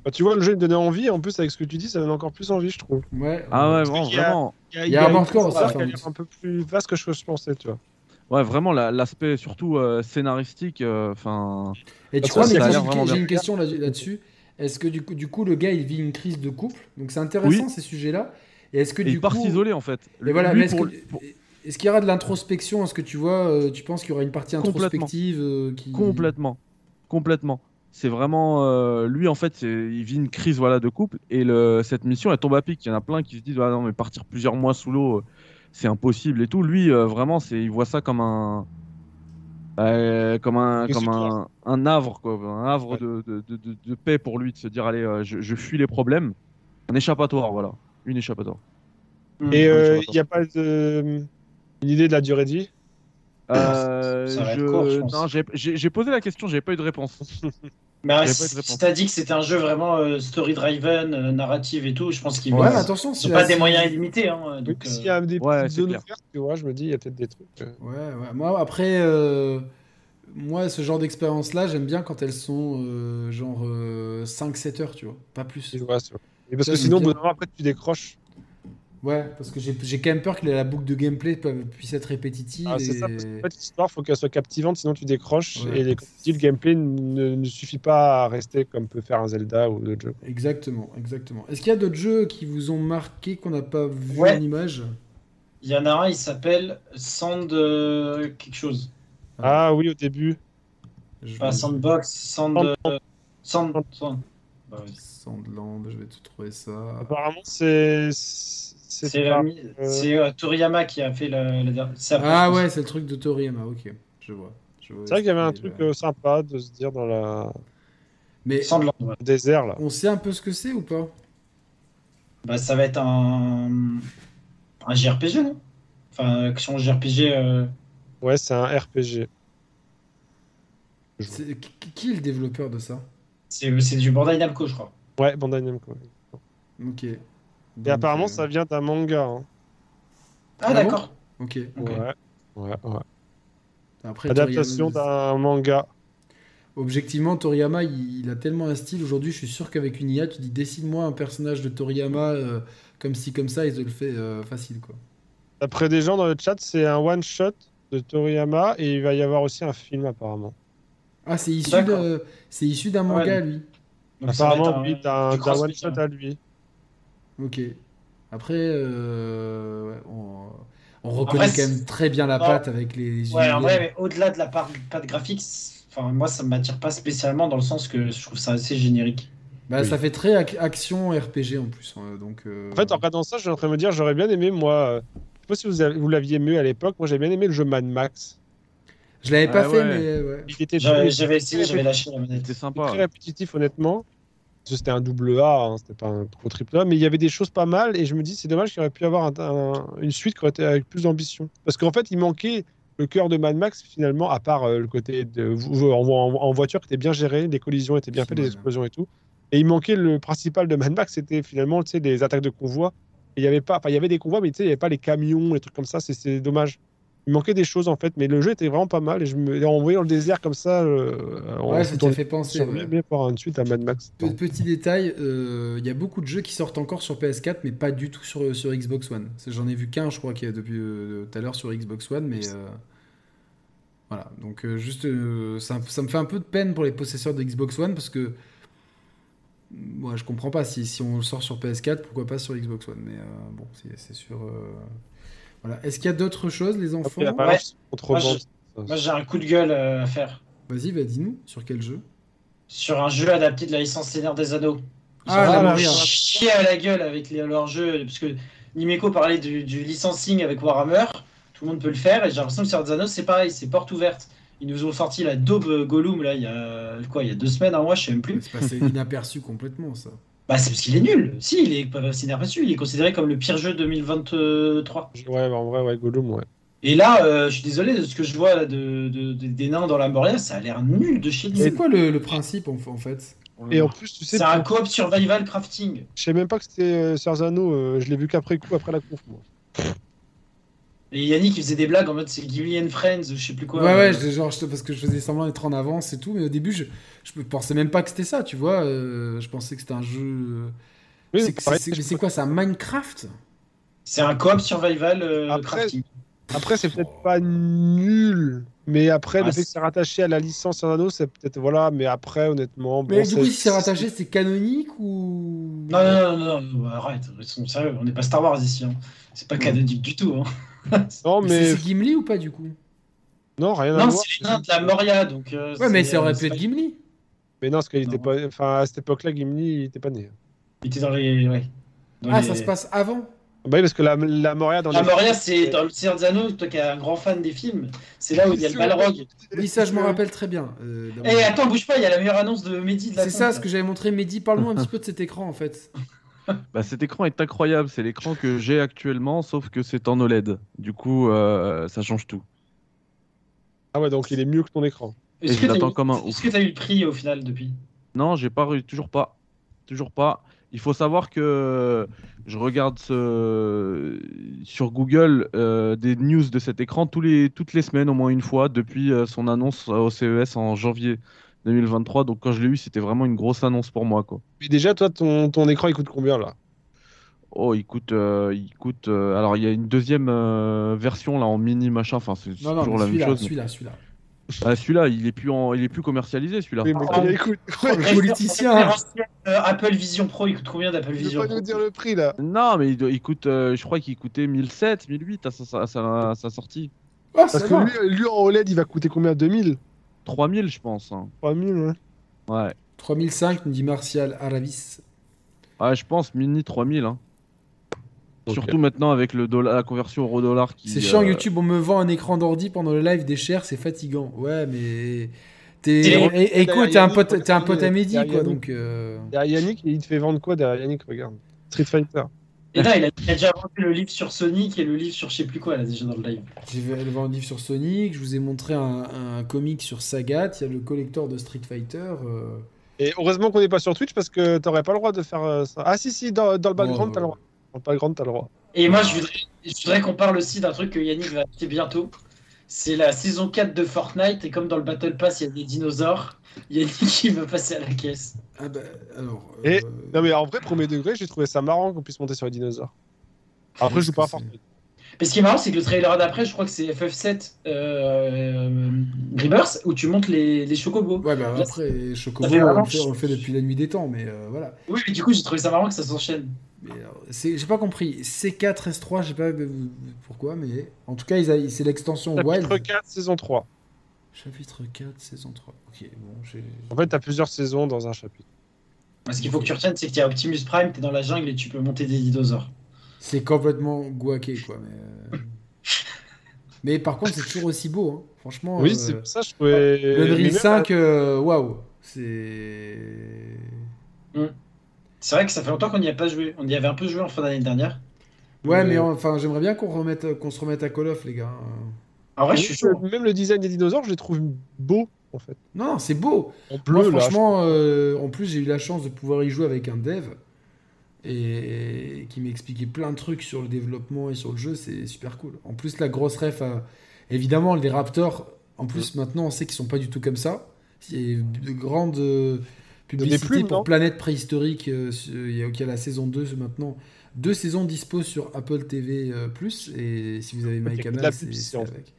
Speaker 4: Bah, tu vois, le jeu il me donnait envie. En plus, avec ce que tu dis, ça donne encore plus envie, je trouve.
Speaker 1: Ouais.
Speaker 2: Ah ouais, vraiment,
Speaker 4: Parce qu'il y a-
Speaker 2: vraiment.
Speaker 1: Il y a un
Speaker 4: une
Speaker 1: manque encore, ça,
Speaker 4: histoire qui a
Speaker 1: sans
Speaker 4: l'air
Speaker 1: doute.
Speaker 4: un peu plus vaste que je je pensais, tu vois.
Speaker 2: Ouais, vraiment la- l'aspect surtout euh, scénaristique. Enfin,
Speaker 1: Et tu
Speaker 4: Parce
Speaker 1: crois,
Speaker 4: que
Speaker 1: mais
Speaker 4: ça a
Speaker 1: j'ai
Speaker 2: l'air
Speaker 1: une-
Speaker 2: vraiment
Speaker 1: j'ai
Speaker 2: bien.
Speaker 1: une question là- là-dessus. Est-ce que du coup, du coup, le gars, il vit une crise de couple Donc c'est intéressant
Speaker 2: Oui.
Speaker 1: ces sujets-là. Et est-ce que
Speaker 2: Et
Speaker 1: du
Speaker 2: il part
Speaker 1: coup,
Speaker 2: s'isoler en fait.
Speaker 1: et voilà,
Speaker 2: Lui,
Speaker 1: mais est-ce
Speaker 2: pour-
Speaker 1: que-
Speaker 2: pour-
Speaker 1: est-ce qu'il y aura de l'introspection Est-ce que tu vois, euh, tu penses qu'il y aura une partie
Speaker 2: Complètement.
Speaker 1: introspective euh, qui...
Speaker 2: Complètement, complètement. C'est vraiment euh, lui en fait, c'est- il vit une crise voilà de couple et le, cette mission elle tombe à pic. Il y en a plein qui se disent ah non mais partir plusieurs mois sous l'eau, euh, c'est impossible et tout. Lui euh, vraiment c'est, il voit ça comme un euh, comme un
Speaker 4: Une
Speaker 2: comme un,
Speaker 4: souffrance.
Speaker 2: un havre quoi, un havre
Speaker 4: Ouais.
Speaker 2: de, de, de- de- de paix pour lui de se dire allez euh, je, je fuis les problèmes, un échappatoire voilà, une échappatoire.
Speaker 4: Et
Speaker 2: Hum, je
Speaker 4: euh,
Speaker 2: m'attends.
Speaker 4: il n'y a pas de- une idée de la durée de vie
Speaker 2: Euh,
Speaker 3: Ça va être
Speaker 2: je-
Speaker 3: court, je pense.
Speaker 2: non, j'ai- j'ai j'ai posé la question, j'ai pas eu de réponse.
Speaker 3: Mais euh,
Speaker 2: J'avais pas eu de
Speaker 3: si
Speaker 2: réponse.
Speaker 3: si t'as dit que c'était un jeu vraiment euh, story-driven, euh, narrative et tout, je pense qu'ils
Speaker 1: Ouais,
Speaker 3: vont-
Speaker 1: mais attention,
Speaker 3: ils
Speaker 1: si
Speaker 3: ont
Speaker 1: la-
Speaker 3: pas des moyens illimités. Hein,
Speaker 4: Oui,
Speaker 3: donc, euh,
Speaker 4: S'il y a des
Speaker 2: ouais,
Speaker 4: petites
Speaker 2: c'est
Speaker 4: zones
Speaker 2: clair.
Speaker 4: ouvertes, tu vois, je me dis, il y a peut-être des trucs. euh.
Speaker 1: Ouais, ouais. Moi, après, euh, moi, ce genre d'expérience-là, j'aime bien quand elles sont euh, genre 5-7 heures, tu vois, pas plus.
Speaker 4: Et ouais, c'est vrai. Et parce
Speaker 1: Ça,
Speaker 4: que
Speaker 1: c'est
Speaker 4: sinon, au
Speaker 1: bien.
Speaker 4: bout d'un moment, après, tu décroches.
Speaker 1: Ouais, parce que j'ai j'ai quand même peur que la boucle de gameplay pu- puisse être répétitive.
Speaker 4: Ah, c'est
Speaker 1: et-
Speaker 4: ça, parce qu'en fait, l'histoire, faut qu'elle soit captivante, sinon tu décroches.
Speaker 1: Ouais.
Speaker 4: Et les, comme tu dis, le gameplay ne, ne suffit pas à rester comme peut faire un Zelda ou d'autres jeux.
Speaker 1: Exactement, exactement. Est-ce qu'il y a d'autres jeux qui vous ont marqué qu'on n'a pas vu
Speaker 3: Ouais.
Speaker 1: en image
Speaker 3: euh, Il y en a un, il s'appelle Sand euh, quelque chose.
Speaker 1: Ah.
Speaker 4: Ah, oui, au début.
Speaker 1: Je
Speaker 4: Bah,
Speaker 3: Pas
Speaker 1: vais-
Speaker 3: Sandbox, Sand.
Speaker 4: Sand-
Speaker 3: euh, Sand. Sand- Bah oui.
Speaker 1: Sandland, je vais te trouver ça.
Speaker 4: Apparemment, c'est. C'est
Speaker 3: C'est
Speaker 4: pas-
Speaker 3: l'ami- c'est, euh, Toriyama qui a fait la, la dernière. c'est après,
Speaker 1: Ah
Speaker 3: je pense.
Speaker 1: ouais, c'est le truc de Toriyama, ok. Je vois. je vois
Speaker 4: c'est vrai qu'il y avait un
Speaker 1: ce
Speaker 4: truc
Speaker 1: là.
Speaker 4: euh, sympa de se dire dans la...
Speaker 1: Mais
Speaker 3: Sandland, ouais.
Speaker 4: le désert, là.
Speaker 1: on sait un peu ce que c'est ou pas
Speaker 3: Bah, ça va être un. Un JRPG, non Enfin, action JRPG. euh,
Speaker 4: Ouais, c'est un RPG.
Speaker 1: C'est- qui- Qui est le développeur de ça
Speaker 3: c'est c'est du Bandai Namco, je crois.
Speaker 4: Ouais, Bandai Namco.
Speaker 1: Ok. euh, Et
Speaker 3: euh,
Speaker 4: Et apparemment, ça vient d'un manga. hein.
Speaker 3: Ah,
Speaker 1: Ah bon
Speaker 3: d'accord.
Speaker 1: Ok.
Speaker 3: Ok.
Speaker 4: Ouais. Ouais, ouais.
Speaker 1: Après,
Speaker 4: Adaptation
Speaker 1: Toriyama-
Speaker 4: d'un manga.
Speaker 1: Objectivement, Toriyama, il, il a tellement un style. Aujourd'hui, je suis sûr qu'avec une IA, tu dis dessine-moi un personnage de Toriyama euh, comme ci, comme ça, et te le fait euh, facile, quoi.
Speaker 4: D'après des gens dans le chat, c'est un one-shot de Toriyama et il va y avoir aussi un film apparemment.
Speaker 1: Ah, c'est issu
Speaker 3: D'accord.
Speaker 1: de- c'est issu d'un
Speaker 3: Ouais.
Speaker 1: manga, lui.
Speaker 3: Donc, ça va
Speaker 4: apparemment,
Speaker 3: être
Speaker 4: lui, t'as un,
Speaker 3: du hein.
Speaker 4: t'as un
Speaker 3: cross-media.
Speaker 4: one-shot à lui.
Speaker 1: Ok. Après, euh, ouais, on, on reconnaît
Speaker 3: Après,
Speaker 1: quand même très bien la
Speaker 3: Non.
Speaker 1: patte avec les.
Speaker 3: Ouais,
Speaker 1: univers.
Speaker 3: en vrai, mais au-delà de la part de graphique, c'est- enfin, moi, ça m'attire pas spécialement dans le sens que je trouve ça assez générique.
Speaker 1: Bah,
Speaker 4: Oui.
Speaker 1: ça fait très ac- action RPG en plus. hein, donc. euh,
Speaker 4: En fait, en regardant ça, je suis en train de me dire, j'aurais bien aimé, moi, euh, je sais pas si vous, avez- vous l'aviez mieux à l'époque, moi j'ai bien aimé le jeu Mad Max.
Speaker 1: je l'avais pas
Speaker 2: Ah
Speaker 1: fait,
Speaker 2: ouais.
Speaker 1: mais euh, ouais.
Speaker 4: Il était
Speaker 3: J'avais
Speaker 4: très,
Speaker 3: j'avais essayé, j'avais lâché la manette.
Speaker 2: C'était sympa.
Speaker 4: très répétitif, honnêtement. Parce que C'était un double A, hein, c'était pas un gros triple A, mais il y avait des choses pas mal et je me dis, c'est dommage qu'il aurait pu avoir un- un- une suite qui aurait été avec plus d'ambition. Parce qu'en fait, il manquait le cœur de Mad Max finalement, à part euh, le côté de, en, en- en voiture qui était bien géré, les collisions étaient bien faites, les
Speaker 1: Ouais.
Speaker 4: explosions et tout. Et il manquait le principal de Mad Max, c'était finalement tu sais, les attaques de convois. Et Il y avait pas, enfin, il y avait des convois, mais tu sais, il n'y avait pas les camions, les trucs comme ça. c'est- C'est dommage. Il manquait des choses en fait, mais le jeu était vraiment pas mal. Et je me, et en voyant le désert comme ça, euh, en
Speaker 1: Ouais, ça
Speaker 4: foutant
Speaker 1: t'a
Speaker 4: les-
Speaker 1: fait penser.
Speaker 4: j'aimerais
Speaker 1: ouais.
Speaker 4: bien voir une suite à Mad Max.
Speaker 1: Pe- Petit détail, euh, il y a beaucoup de jeux qui sortent encore sur PS4, mais pas du tout sur, sur Xbox One. C'est- J'en ai vu qu'un, je crois, qu'il y a depuis euh, tout à l'heure sur Xbox One, mais euh, voilà. Donc euh, juste, euh, ça, ça me fait un peu de peine pour les possesseurs de Xbox One parce que moi, je comprends pas si, si on le sort sur PS4, pourquoi pas sur Xbox One. Mais euh, bon, c'est c'est sûr. euh, Voilà. Est-ce qu'il y a d'autres choses, les enfants
Speaker 4: Après, la balance contre
Speaker 3: Moi,
Speaker 4: vente.
Speaker 3: Moi, j'ai un coup de gueule euh, à faire
Speaker 1: Vas-y, bah, dis-nous sur quel jeu.
Speaker 3: sur un jeu adapté de la licence Seigneur des Anneaux. Ils
Speaker 1: Ah,
Speaker 3: ont
Speaker 1: la
Speaker 3: vraiment
Speaker 1: mourir.
Speaker 3: chié à la gueule avec les- leurs jeux, parce que Nimeco parlait du, du licensing avec Warhammer, tout le monde peut le faire, et j'ai l'impression que Seigneur des Anneaux, c'est pareil, c'est porte ouverte. Ils nous ont sorti la daube Gollum, là, il y a, quoi, il y a deux semaines, un mois, je sais même plus.
Speaker 1: C'est passé inaperçu complètement, ça.
Speaker 3: Bah, c'est parce qu'il est nul. Si, il est pas c'est perçu, il est considéré comme le pire jeu 2023.
Speaker 4: Ouais, bah, en vrai, ouais, Gollum, ouais.
Speaker 3: Et là, euh, je suis désolé de ce que je vois là, de, de- de- des nains dans la Moria, ça a l'air nul de chez
Speaker 1: C'est
Speaker 3: nul.
Speaker 1: quoi le, le principe en, en fait
Speaker 3: Mm.
Speaker 4: Et en plus, tu sais,
Speaker 3: C'est un coop survival crafting.
Speaker 4: je sais même pas que c'était euh, Serzano, euh, je l'ai vu qu'après coup, après la conf. Moi.
Speaker 3: Et Yannick, il faisait des blagues en mode c'est Ghibli and Friends, ou je sais plus quoi.
Speaker 1: Ouais,
Speaker 3: Euh,
Speaker 1: ouais, je- genre, je- parce que je faisais semblant d'être en avance et tout, mais au début, je, je pensais même pas que c'était ça, tu vois. euh, je pensais que c'était un jeu.
Speaker 4: Oui,
Speaker 1: c'est, c'est-
Speaker 4: pareil,
Speaker 1: c'est-
Speaker 4: je-
Speaker 1: mais c'est quoi, c'est un Minecraft
Speaker 3: C'est un coop survival euh,
Speaker 4: Après-
Speaker 3: crafting.
Speaker 4: Après, c'est peut-être pas nul, mais après,
Speaker 3: Ah,
Speaker 4: le fait que
Speaker 3: c'est-
Speaker 4: c'est rattaché à la licence Serrano, c'est peut-être. Voilà, mais après, honnêtement.
Speaker 1: Mais
Speaker 4: bon,
Speaker 1: du coup, si c'est rattaché, c'est canonique ou.
Speaker 3: Non, non, non, non, non, bah, arrête, sont sérieux, on n'est pas Star Wars ici. hein. C'est pas canonique du tout. hein.
Speaker 4: Non,
Speaker 1: Mais
Speaker 4: mais.
Speaker 1: c'est- C'est Gimli ou pas du coup
Speaker 4: Non, rien à
Speaker 3: Non,
Speaker 4: voir.
Speaker 3: c'est les nains de la Moria, donc. euh,
Speaker 1: Ouais, mais ça aurait
Speaker 3: euh,
Speaker 1: pu être Gimli.
Speaker 4: Mais non, parce qu'il était
Speaker 3: Non.
Speaker 4: pas. Enfin, à cette époque-là, Gimli, il était pas né.
Speaker 3: Il était dans les. ouais, dans
Speaker 1: Ah,
Speaker 3: les-
Speaker 1: ça se passe avant
Speaker 4: Bah oui, parce que la, la Moria dans
Speaker 3: La
Speaker 4: les-
Speaker 3: Ah, Moria, c'est dans le Seigneur des Anneaux, toi qui es un grand fan des films, c'est là où il y a le Balrog.
Speaker 1: Oui, ça, je m'en rappelle très bien. euh,
Speaker 3: Eh,
Speaker 1: d'avoir-
Speaker 3: attends, bouge pas, il y a la meilleure annonce de Mehdi de la
Speaker 1: c'est ça
Speaker 3: compte,
Speaker 1: ce
Speaker 3: là.
Speaker 1: que j'avais montré. Mehdi, parle-nous un petit peu de cet écran en fait.
Speaker 2: Bah, cet écran est incroyable, c'est l'écran que j'ai actuellement, sauf que c'est en OLED. Du coup, euh, ça change tout.
Speaker 4: Ah ouais, donc il est mieux que ton écran.
Speaker 2: Et
Speaker 3: Est-ce
Speaker 2: je
Speaker 3: que t'as
Speaker 2: l'attends
Speaker 3: eu-
Speaker 2: comme un
Speaker 3: Est-ce
Speaker 2: ouf.
Speaker 3: que t'as eu le prix au final depuis
Speaker 2: Non, j'ai pas, re- toujours pas, toujours pas. Il faut savoir que je regarde ce- sur Google euh, des news de cet écran tous les, toutes les semaines, au moins une fois, depuis euh, son annonce au CES en janvier 2023. Donc quand je l'ai eu, c'était vraiment une grosse annonce pour moi, quoi.
Speaker 4: Mais déjà, toi, ton, ton écran, il coûte combien là
Speaker 2: Oh, il coûte, euh, il coûte. euh, alors, il y a une deuxième euh, version là en mini machin. Enfin, c'est
Speaker 1: Non, non,
Speaker 2: toujours la
Speaker 1: mais celui-là,
Speaker 2: même chose.
Speaker 1: celui-là, celui-là.
Speaker 2: Ah, celui-là, il est plus en, il est plus commercialisé, celui-là.
Speaker 4: Oui, mais
Speaker 3: Ah,
Speaker 4: combien
Speaker 3: ouais.
Speaker 4: il coûte
Speaker 1: Le
Speaker 4: Eh,
Speaker 1: politicien
Speaker 3: Euh, Apple Vision Pro, il coûte combien d'Apple
Speaker 4: Il
Speaker 3: Vision
Speaker 4: veut pas
Speaker 3: Pro
Speaker 4: nous dire le prix là.
Speaker 2: Non, mais il, doit- il coûte, euh, je crois qu'il coûtait 1007, 1008 à sa, sa- sa- sa sortie.
Speaker 1: Ah,
Speaker 4: Parce
Speaker 1: ça
Speaker 4: que
Speaker 1: va.
Speaker 4: lui, lui en OLED, il va coûter combien 2000
Speaker 2: 3000, je pense. hein.
Speaker 4: 3000, ouais.
Speaker 2: Ouais.
Speaker 1: 3005, nous dit Martial Aravis.
Speaker 2: Ouais, Ah, je pense mini 3000. hein.
Speaker 4: Ok.
Speaker 2: Surtout maintenant avec le dollar, la conversion euro-dollar qui.
Speaker 1: C'est chiant
Speaker 2: euh,
Speaker 1: YouTube, on me vend un écran d'ordi pendant le live des chairs, c'est fatigant. Ouais, mais. T'es...
Speaker 3: T'es-
Speaker 1: Eh, eh, écoute, t'es un
Speaker 4: Yannick,
Speaker 1: pote, t'es un pote à Mehdi,
Speaker 4: derrière
Speaker 1: quoi,
Speaker 4: Yannick.
Speaker 1: donc. euh,
Speaker 4: Derrière Yannick, il te fait vendre quoi derrière Yannick Regarde. Street Fighter.
Speaker 3: Et là, il a, il a déjà vendu le livre sur Sonic et le livre sur je sais plus quoi, là, déjà dans le live.
Speaker 1: J'ai vu le vendre un livre sur Sonic, je vous ai montré un, un comic sur Sagat, il y a le collector de Street Fighter. euh,
Speaker 4: Et heureusement qu'on n'est pas sur Twitch parce que t'aurais pas le droit de faire euh, ça. Ah si, si, dans, dans le background,
Speaker 1: Oh.
Speaker 4: t'as le droit. Dans le background, t'as le droit.
Speaker 3: Et moi, je voudrais, je voudrais qu'on parle aussi d'un truc que Yannick va acheter bientôt. C'est la saison 4 de Fortnite, et comme dans le Battle Pass, il y a des dinosaures, Yannick, (laughs) il veut passer à la caisse.
Speaker 1: Ah bah, alors.
Speaker 4: Et-
Speaker 1: euh,
Speaker 4: Non mais en vrai, premier degré, j'ai trouvé ça marrant qu'on puisse monter sur les dinosaures. Après, je joue pas à Fortnite.
Speaker 3: Mais ce qui est marrant, c'est que le trailer d'après, je crois que c'est FF7 euh, Rebirth, où tu montes les, les chocobos.
Speaker 1: Ouais, bah
Speaker 3: Là,
Speaker 1: après, Chocobo,
Speaker 3: fait
Speaker 1: on
Speaker 3: vraiment
Speaker 1: le, fait, on le fait depuis la nuit des temps, mais euh, voilà.
Speaker 3: Oui, mais du coup, j'ai trouvé ça marrant que ça s'enchaîne.
Speaker 1: Mais, alors, c'est- j'ai pas compris. C4, S3, j'ai pas euh, pourquoi, mais. En tout cas, ils a- c'est l'extension Wild.
Speaker 4: Chapitre 4, saison 3.
Speaker 1: Chapitre 4, saison 3. Ok, bon, j'ai.
Speaker 4: En fait, t'as plusieurs saisons dans un chapitre.
Speaker 3: Ce qu'il faut que tu retiennes, c'est qu'il y a Optimus Prime, t'es dans la jungle et tu peux monter des dinosaures.
Speaker 1: C'est complètement guaqué, quoi. Mais, euh, mais par contre, c'est toujours aussi beau. hein. Franchement,
Speaker 4: oui,
Speaker 1: euh,
Speaker 4: c'est pour ça que je trouvais...
Speaker 1: le
Speaker 4: Mais
Speaker 1: Drill
Speaker 4: même-
Speaker 1: 5, euh, waouh, c'est.
Speaker 3: C'est vrai que ça fait longtemps qu'on n'y a pas joué. On y avait un peu joué en fin d'année dernière.
Speaker 1: Ouais,
Speaker 4: Mais-
Speaker 1: mais enfin, j'aimerais bien qu'on remette, qu'on se remette à Call of, les gars. hein.
Speaker 3: En vrai, je suis
Speaker 4: Même
Speaker 3: chaud.
Speaker 4: le- Même le design des dinosaures, je les trouve beaux, en fait.
Speaker 1: Non, non, c'est beau.
Speaker 4: En
Speaker 1: Moi,
Speaker 4: bleu, là.
Speaker 1: franchement, euh, en plus, j'ai eu la chance de pouvoir y jouer avec un dev et qui m'expliquait plein de trucs sur le développement et sur le jeu. C'est super cool. En plus, la grosse ref, a- évidemment, les Raptors, en
Speaker 4: Mm.
Speaker 1: plus, maintenant, on sait qu'ils sont pas du tout comme ça. Il y a de grandes euh, publicités
Speaker 4: plumes,
Speaker 1: pour
Speaker 4: non
Speaker 1: Planète Préhistorique. euh, sur- Il y a il y a la saison 2 ce maintenant. Deux saisons dispo sur Apple TV+. euh, plus, et si vous avez
Speaker 4: de
Speaker 1: MyCanal,
Speaker 4: la
Speaker 1: c'est
Speaker 4: pub,
Speaker 1: c'est
Speaker 4: en fait.
Speaker 1: avec.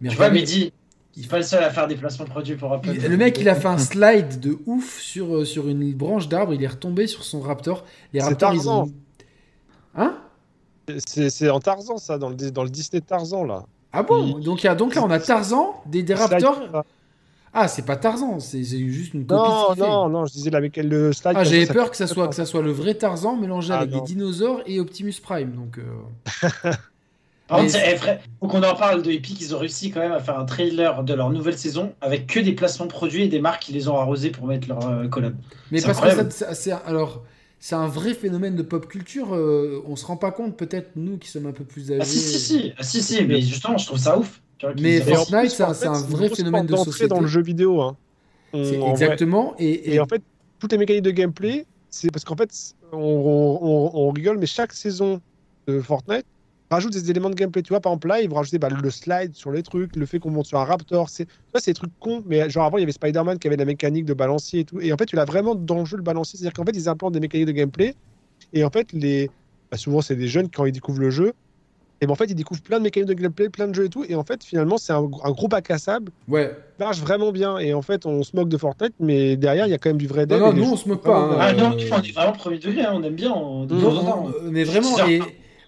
Speaker 1: Mais
Speaker 3: Tu vois,
Speaker 1: regardez-
Speaker 3: Mehdi, il est pas le seul à faire des placements de produits pour Apple.
Speaker 1: il- Le mec, il a fait un slide de ouf sur, euh, sur une branche d'arbre. Il est retombé sur son raptor. Les
Speaker 4: C'est
Speaker 1: raptors, ils
Speaker 4: Tarzan.
Speaker 1: ont. Hein
Speaker 4: C'est c'est en Tarzan, ça, dans le, dis- dans le Disney Tarzan, là.
Speaker 1: Ah bon donc, il y a- donc là, on a Tarzan, des, des raptors.
Speaker 4: Slide-
Speaker 1: Ah, c'est pas Tarzan, c'est c'est juste une copie. de
Speaker 4: Non,
Speaker 1: ce qu'il fait.
Speaker 4: non, non, je disais la, le slide...
Speaker 1: Ah,
Speaker 4: parce
Speaker 1: j'avais
Speaker 4: ça
Speaker 1: peur
Speaker 4: fait-
Speaker 1: que ça, soit, que ça soit le vrai Tarzan mélangé
Speaker 4: Ah,
Speaker 1: avec
Speaker 4: non.
Speaker 1: des dinosaures et Optimus Prime. Donc, euh,
Speaker 3: Par contre,
Speaker 1: Mais-
Speaker 3: c'est- eh, frère, faut qu'on en parle de Epic. Ils ont réussi quand même à faire un trailer de leur nouvelle saison avec que des placements de produits et des marques qui les ont arrosés pour mettre leur euh, collab.
Speaker 1: Mais
Speaker 3: C'est
Speaker 1: parce
Speaker 3: incroyable.
Speaker 1: que ça, ça- c'est un- alors c'est un vrai phénomène de pop culture. euh, on se rend pas compte, peut-être nous qui sommes un peu plus âgés.
Speaker 3: Ah si, si, si, ah, si, si, mais justement, je trouve ça ouf. Tu vois, qu'ils
Speaker 1: Mais
Speaker 3: aient
Speaker 4: Et en
Speaker 3: réussi.
Speaker 1: Fortnite,
Speaker 4: plus,
Speaker 1: c'est un-
Speaker 4: Fortnite,
Speaker 1: c'est un
Speaker 4: une
Speaker 1: vrai
Speaker 4: grosse
Speaker 1: phénomène
Speaker 4: porte
Speaker 1: de
Speaker 4: d'entrée
Speaker 1: société.
Speaker 4: dans le jeu vidéo. Hein. On-
Speaker 1: C'est
Speaker 4: en vrai.
Speaker 1: exactement. Et,
Speaker 4: Et en fait, toutes les mécaniques de gameplay, c'est parce qu'en fait, c'est- on, on- on- on rigole, mais chaque saison de Fortnite rajoute des éléments de gameplay. Tu vois, par exemple, là, ils vont rajouter bah, le slide sur les trucs, le fait qu'on monte sur un raptor. C'est, tu vois, c'est des trucs cons, mais genre avant, il y avait Spider-Man qui avait la mécanique de balancier et tout. Et en fait, tu l'as vraiment dans le jeu, le balancier. C'est-à-dire qu'en fait, ils implantent des mécaniques de gameplay. Et en fait, les... bah, souvent, c'est des jeunes quand ils découvrent le jeu. Et ben, en fait, ils découvrent plein de mécanismes de gameplay, plein de jeux et tout. Et en fait, finalement, c'est un, un gros bac à sable
Speaker 1: Ouais.
Speaker 4: qui marche vraiment bien. Et en fait, on se moque de Fortnite, mais derrière, il y a quand même du vrai dev.
Speaker 1: Non, non,
Speaker 4: et des
Speaker 1: nous,
Speaker 4: choses
Speaker 1: on se moque
Speaker 4: vraiment
Speaker 1: pas, hein.
Speaker 4: bien.
Speaker 3: Ah
Speaker 1: Euh, Mm.
Speaker 3: non, on est vraiment premier degré, hein, on aime bien. On... de
Speaker 1: Non,
Speaker 3: temps en temps, on-
Speaker 1: non, mais vraiment, et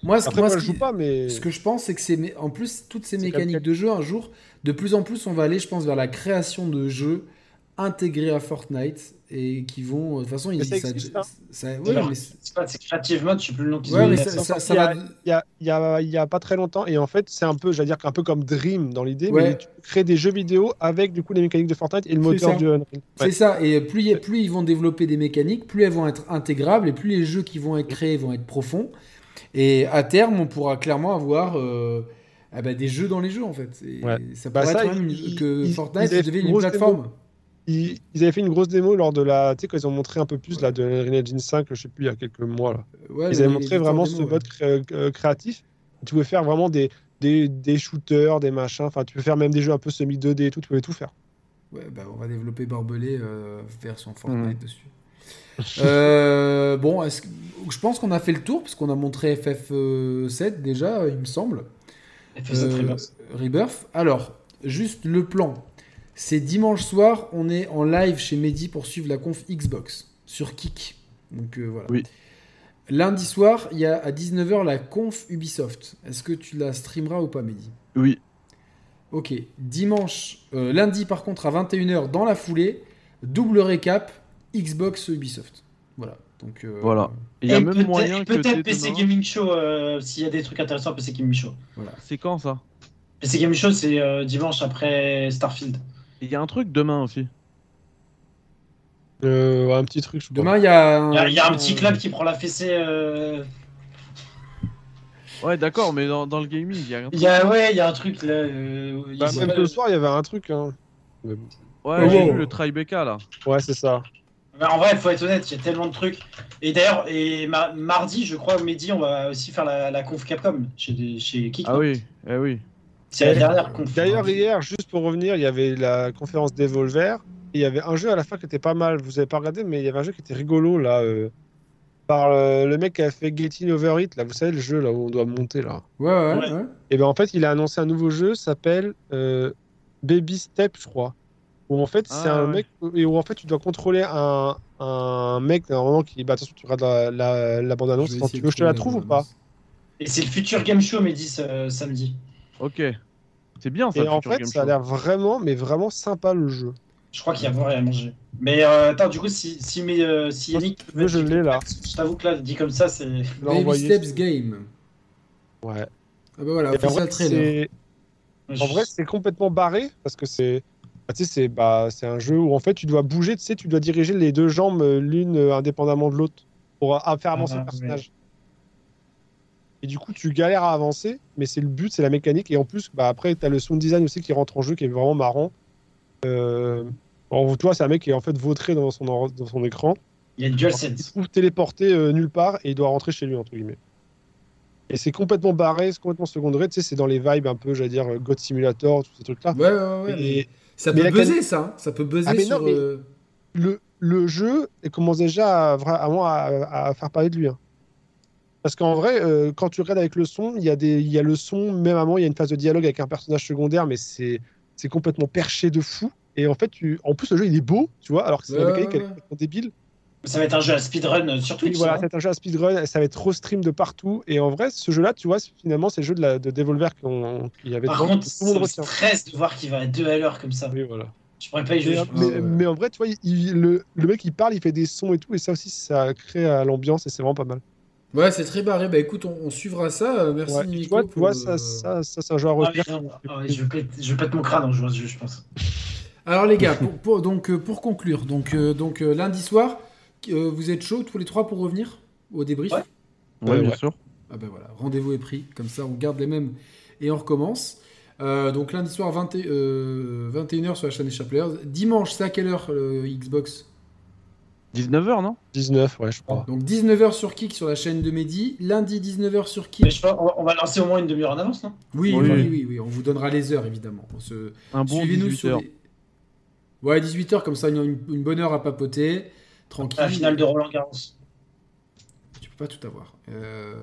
Speaker 1: moi, ce,
Speaker 4: Après,
Speaker 1: moi,
Speaker 4: moi,
Speaker 1: ce
Speaker 4: je
Speaker 1: qui-
Speaker 4: joue pas, mais.
Speaker 1: Ce que je pense, c'est que c'est mé- en plus toutes ces
Speaker 4: C'est
Speaker 1: mécaniques
Speaker 4: Cuphead.
Speaker 1: de jeu, un jour, de plus en plus, on va aller, je pense, vers la création de jeux intégrés à Fortnite et qui vont, euh, de toute façon, ils
Speaker 4: Mais ça
Speaker 1: ça-
Speaker 4: existe, hein.
Speaker 1: ça-
Speaker 3: C'est
Speaker 1: ouais,
Speaker 3: leur-
Speaker 1: mais c'est-
Speaker 3: C'est pas- c'est Creative Mode, je sais plus le nom qu'ils
Speaker 1: ouais,
Speaker 3: ont.
Speaker 1: mais
Speaker 3: mis
Speaker 1: ça,
Speaker 3: là-dedans.
Speaker 1: ça-
Speaker 4: sorti
Speaker 1: ça va.
Speaker 4: il y a, il y a- il y a pas très longtemps. Et en fait, c'est un peu, j'allais dire, un peu comme Dream dans l'idée,
Speaker 1: Ouais.
Speaker 4: mais tu crées des jeux vidéo avec du coup les mécaniques de Fortnite et le
Speaker 1: C'est ça.
Speaker 4: moteur du Unreal.
Speaker 1: C'est ça, et plus, y- plus ils vont développer des mécaniques, plus elles vont être intégrables, et plus les jeux qui vont être créés vont être profonds. Et à terme, on pourra clairement avoir euh, ah bah, des jeux dans les jeux, en fait. Et
Speaker 4: Ouais.
Speaker 1: Ça
Speaker 4: Bah
Speaker 1: pourrait
Speaker 4: ça,
Speaker 1: être même
Speaker 4: ils-
Speaker 1: que
Speaker 4: ils-
Speaker 1: Fortnite
Speaker 4: ils avaient
Speaker 1: devienne
Speaker 4: fait une
Speaker 1: une
Speaker 4: grosse
Speaker 1: plateforme.
Speaker 4: Ils, ils avaient fait une grosse démo lors de la. Tu sais, quand ils ont montré un peu plus là, de Unreal Engine 5, je sais plus, il y a quelques mois. Là.
Speaker 1: Ouais,
Speaker 4: ils
Speaker 1: les-
Speaker 4: avaient
Speaker 1: les
Speaker 4: montré vraiment
Speaker 1: démos,
Speaker 4: ce
Speaker 1: ouais.
Speaker 4: mode cré- euh, créatif. Tu pouvais faire vraiment des, des, des shooters, des machins. Enfin, tu peux faire même des jeux un peu semi-2D et tout. Tu pouvais tout faire.
Speaker 1: Ouais, bah, on va développer Barbelé euh, vers
Speaker 4: Mhm.
Speaker 1: son Fortnite
Speaker 4: (laughs)
Speaker 1: dessus. Euh, bon, est-ce que- je pense qu'on a fait le tour, parce qu'on a montré FF7 déjà, euh, il me semble.
Speaker 3: Et puis ça,
Speaker 1: Euh,
Speaker 3: très bien.
Speaker 1: Rebirth. Alors, juste le plan. C'est dimanche soir, on est en live chez Mehdi pour suivre la conf Xbox sur Kik. Donc euh, voilà.
Speaker 2: Oui.
Speaker 1: Lundi soir, il y a à 19h la conf Ubisoft. Est-ce que tu la streameras ou pas, Mehdi
Speaker 2: Oui,
Speaker 1: Ok, dimanche, euh, lundi par contre à 21h dans la foulée, double récap, Xbox Ubisoft. Voilà, donc euh,
Speaker 2: Voilà. Et il y a
Speaker 3: Et
Speaker 2: même
Speaker 3: peut-être-
Speaker 2: moyen que
Speaker 3: Peut-être
Speaker 2: dès
Speaker 3: PC
Speaker 2: demain-
Speaker 3: Gaming Show, euh, s'il y a des trucs intéressants, PC Gaming Show.
Speaker 2: C'est quand ça
Speaker 3: PC Gaming Show, c'est euh, dimanche après Starfield.
Speaker 2: Il y a un truc demain aussi.
Speaker 4: Euh, un petit truc, je crois.
Speaker 1: Demain, il y a un,
Speaker 3: Il y a- il y, a un petit club qui prend la fessée. euh,
Speaker 2: Ouais, d'accord, mais dans, dans le gaming, il y a un
Speaker 3: Il
Speaker 2: truc.
Speaker 3: y a, ouais, il y a un truc là. euh, il
Speaker 4: Bah,
Speaker 3: s'est
Speaker 4: même
Speaker 3: pas-
Speaker 4: le soir, il y avait un truc. hein.
Speaker 2: Ouais,
Speaker 1: Oh,
Speaker 2: j'ai
Speaker 1: wow.
Speaker 2: vu le Tribeca là.
Speaker 4: Ouais, c'est ça.
Speaker 3: Bah, en vrai, il faut être honnête, il y a tellement de trucs. Et d'ailleurs, et ma- mardi, je crois, Mehdi, on va aussi faire la, la conf Capcom chez, des- chez Kik.
Speaker 2: Ah oui, eh oui.
Speaker 3: C'est la dernière conf. hein.
Speaker 4: D'ailleurs,
Speaker 3: mardi.
Speaker 4: hier, juste pour revenir, il y avait la conférence Devolver. et Il y avait un jeu à la fin qui était pas mal. Vous avez pas regardé, mais il y avait un jeu qui était rigolo là. euh, par euh, le mec qui a fait Getting Over It, là, vous savez, le jeu là où on doit monter là.
Speaker 1: Ouais, ouais,
Speaker 3: Ouais.
Speaker 1: ouais.
Speaker 4: Et ben en fait, il a annoncé un nouveau jeu, s'appelle euh, Baby Step, je crois. Où en fait, c'est
Speaker 2: Ah,
Speaker 4: un
Speaker 2: ouais.
Speaker 4: mec et où en fait, tu dois contrôler un, un mec normalement qui. Bah, attention, tu regardes la, la, la bande annonce.
Speaker 1: vais
Speaker 4: Quand
Speaker 1: essayer
Speaker 4: tu
Speaker 1: de
Speaker 4: veux, je te la
Speaker 1: trouver
Speaker 4: trouve ou pas
Speaker 1: bande-annonce.
Speaker 3: Et c'est le futur Game Show, Mehdi, ce- euh, samedi.
Speaker 2: Ok. C'est bien ça.
Speaker 4: Et
Speaker 2: le
Speaker 4: en
Speaker 2: Future
Speaker 4: fait,
Speaker 2: Game
Speaker 4: ça a
Speaker 2: Show.
Speaker 4: l'air vraiment, mais vraiment sympa le jeu.
Speaker 3: Je crois qu'il y a à boire et à manger. Mais euh, attends, du coup, si, si, mais, euh, si Yannick.
Speaker 4: Tu veux, je l'ai là.
Speaker 3: Je t'avoue que là, dit comme ça, c'est.
Speaker 4: Je l'ai
Speaker 1: Baby
Speaker 4: envoyé.
Speaker 1: Steps Game.
Speaker 4: Ouais.
Speaker 1: Ah bah voilà,
Speaker 4: Et
Speaker 1: fais
Speaker 4: en
Speaker 1: ça le
Speaker 4: vrai,
Speaker 1: trailer.
Speaker 4: c'est- en vrai, c'est complètement barré parce que c'est bah, tu sais, c'est bah, c'est un jeu où en fait tu dois bouger, tu sais, tu dois diriger les deux jambes euh, l'une euh, indépendamment de l'autre pour euh, faire avancer
Speaker 3: Ah,
Speaker 4: le personnage. Et du coup, tu galères à avancer, mais c'est le but, c'est la mécanique. Et en plus, bah, après, tu as le sound design aussi qui rentre en jeu qui est vraiment marrant. Euh... bon, tu vois, c'est un mec qui est en fait vautré dans son, or- dans son écran.
Speaker 3: Il y a
Speaker 4: Il se
Speaker 3: DualSense.
Speaker 4: trouve téléporté euh, nulle part et il doit rentrer chez lui, entre guillemets. Et c'est complètement barré, c'est complètement secondé. Tu sais, c'est dans les vibes un peu, j'allais dire, euh, God Simulator, tous ces trucs-là.
Speaker 1: Ouais, ouais, ouais. mais
Speaker 4: Et
Speaker 1: ça
Speaker 4: mais
Speaker 1: peut
Speaker 4: la
Speaker 1: buzzer, ça. hein. Ça peut buzzer
Speaker 4: Ah, mais
Speaker 1: sur.
Speaker 4: non, mais-
Speaker 1: euh,
Speaker 4: le, le jeu il commence déjà à, vra- vraiment à, à- à faire parler de lui. hein. Parce qu'en vrai, euh, quand tu regardes avec le son, il y, a des- il y a le son, même à un moment, il y a une phase de dialogue avec un personnage secondaire, mais c'est c'est complètement perché de fou. Et en fait, tu, en plus, le jeu, il est beau, tu vois, alors que c'est
Speaker 1: Ouais,
Speaker 4: la mécanique,
Speaker 1: ouais,
Speaker 4: elle est
Speaker 1: ouais.
Speaker 4: complètement débile.
Speaker 3: Ça va être un jeu à speedrun euh, sur
Speaker 4: Oui,
Speaker 3: Twitch.
Speaker 4: voilà,
Speaker 3: ça,
Speaker 4: c'est un jeu à speedrun, ça va être stream de partout. Et en vrai, ce jeu-là, tu vois, c'est- finalement, c'est le jeu de, la, de Devolver qu'on- qu'il y avait
Speaker 3: Par
Speaker 4: dedans,
Speaker 3: contre,
Speaker 4: que
Speaker 3: ça
Speaker 4: tout le monde
Speaker 3: me
Speaker 4: retient.
Speaker 3: stresse de voir qu'il va à 2 à l'heure comme ça.
Speaker 4: Oui, voilà.
Speaker 3: Je pourrais pas y jouer.
Speaker 4: Mais,
Speaker 3: je pense.
Speaker 1: ouais.
Speaker 4: mais- mais en vrai, tu vois, il- il- le, le mec, il parle, il fait des sons et tout, et ça aussi, ça crée euh, l'ambiance, et c'est vraiment pas mal.
Speaker 1: Ouais, c'est très barré. Bah écoute, on, on suivra ça. Euh, Merci,
Speaker 4: Ouais, et tu
Speaker 1: Nico.
Speaker 4: vois, tu
Speaker 1: pour
Speaker 4: vois
Speaker 1: le-
Speaker 4: ça, ça, ça, c'est un jeu à
Speaker 3: Ah, mais
Speaker 4: retenir.
Speaker 3: non, ah ouais, je, vais pète- je pète mon crâne en jouant à ce jeu, je pense.
Speaker 1: Alors les
Speaker 4: (laughs)
Speaker 1: gars, pour, pour- donc, euh, pour conclure, donc, euh, donc euh, lundi soir, euh, vous êtes chauds tous les trois pour revenir au débrief
Speaker 3: Ouais.
Speaker 2: Ouais,
Speaker 4: Euh,
Speaker 2: bien
Speaker 4: ouais.
Speaker 2: sûr.
Speaker 1: Ah ben voilà, rendez-vous est pris, comme ça on garde les mêmes et on recommence. Euh, donc lundi soir 20 et- euh, 21h sur la chaîne des Sharp Players. Dimanche, c'est à quelle heure le Xbox
Speaker 2: 19h, non
Speaker 4: 19, ouais, je crois.
Speaker 1: Donc 19h sur Kick sur la chaîne de Mehdi. Lundi 19h sur
Speaker 3: Mais
Speaker 1: Kick.
Speaker 3: je pense, on va- on va lancer au moins une demi-heure en avance, non
Speaker 1: Oui, oui,
Speaker 2: Oui.
Speaker 1: oui, oui, on vous donnera les heures évidemment. On se-
Speaker 2: Un bon
Speaker 1: Suivez-nous
Speaker 2: 18h.
Speaker 1: sur. les- Ouais, 18h, comme ça, une, une bonne heure à papoter. Tranquille.
Speaker 3: La finale de Roland Garros.
Speaker 1: Tu peux pas tout avoir. Euh,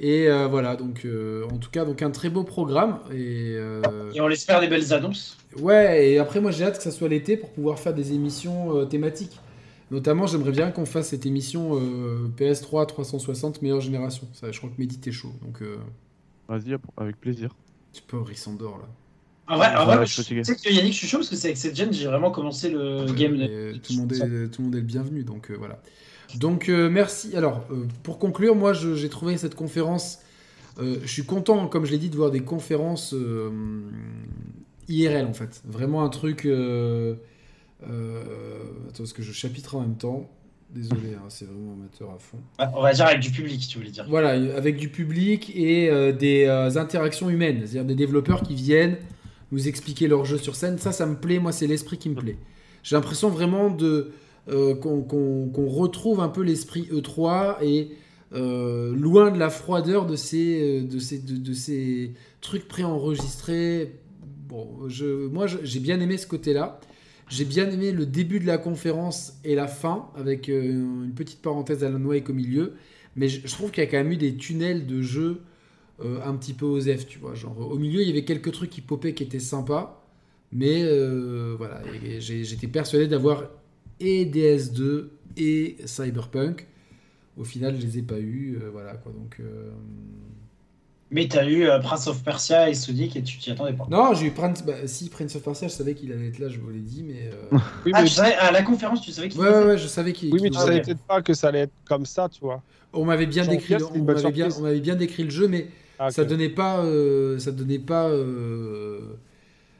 Speaker 1: Et euh, voilà, donc euh, en tout cas, donc un très beau programme. Et, euh,
Speaker 3: Et on laisse faire des belles annonces.
Speaker 1: ouais, et après, moi j'ai hâte que ça soit l'été pour pouvoir faire des émissions euh, thématiques. Notamment, j'aimerais bien qu'on fasse cette émission euh, PS3 360 meilleure génération. Ça, je crois que Mehdi t'es chaud. Donc, euh,
Speaker 2: Vas-y, hop, avec plaisir.
Speaker 1: tu peux, il s'endort là.
Speaker 3: En vrai, en
Speaker 2: Voilà,
Speaker 3: vrai
Speaker 2: je
Speaker 3: je
Speaker 2: suis fatigué.
Speaker 3: sais que Yannick, je suis chaud parce que c'est avec cette gen, j'ai vraiment commencé le game.
Speaker 1: Mais, euh, tout, le monde est, tout le monde est le bienvenu, donc euh, voilà. Donc euh, merci. Alors, euh, pour conclure, moi je- j'ai trouvé cette conférence. euh, je suis content, comme je l'ai dit, de voir des conférences euh, IRL en fait. Vraiment un truc. euh, euh, attends, parce que je chapitre en même temps. Désolé, hein, c'est vraiment amateur à fond.
Speaker 3: Ah, On va dire avec du public, tu voulais dire.
Speaker 1: Voilà, avec du public et euh, des euh, interactions humaines, c'est-à-dire des développeurs qui viennent nous expliquer leur jeu sur scène. Ça, ça me plaît, moi, c'est l'esprit qui me plaît. J'ai l'impression vraiment de euh, qu'on qu'on- qu'on retrouve un peu l'esprit E3 et euh, loin de la froideur de ces, euh, de ces, de, de ces trucs préenregistrés. Bon, je, moi, je- j'ai bien aimé ce côté-là. J'ai bien aimé le début de la conférence et la fin, avec euh, une petite parenthèse Alan Wake au milieu. Mais je, je trouve qu'il y a quand même eu des tunnels de jeu euh, un petit peu OZEF, tu vois. Genre, au milieu, il y avait quelques trucs qui popaient qui étaient sympas. Mais euh, voilà, et- et j'ai- j'étais persuadé d'avoir et DS2 et Cyberpunk. Au final, je les ai pas eus. euh, voilà quoi. Donc. euh,
Speaker 3: Mais t'as eu euh, Prince of Persia et Sonic et tu t'y attendais pas.
Speaker 1: Non, j'ai eu Prince. bah, si, Prince of Persia, je savais qu'il allait être là, je vous l'ai dit, mais. euh,
Speaker 4: (laughs) Oui,
Speaker 3: Ah,
Speaker 4: mais,
Speaker 3: tu savais, à la conférence, tu savais qu'il
Speaker 1: Ouais, ouais, ah, ouais, je savais qu'il.
Speaker 4: oui, mais
Speaker 1: qu'il
Speaker 4: tu
Speaker 1: allait
Speaker 4: savais
Speaker 1: être là.
Speaker 4: peut-être pas que ça allait être comme ça, tu vois.
Speaker 1: On m'avait bien,
Speaker 4: Jean
Speaker 1: décrit
Speaker 4: Pierre,
Speaker 1: le-
Speaker 4: c'était une
Speaker 1: on
Speaker 4: bonne
Speaker 1: m'avait bien,
Speaker 4: surprise.
Speaker 1: on m'avait bien décrit le jeu, mais
Speaker 4: Ah,
Speaker 1: ça
Speaker 4: ok.
Speaker 1: donnait pas euh, ça donnait pas euh,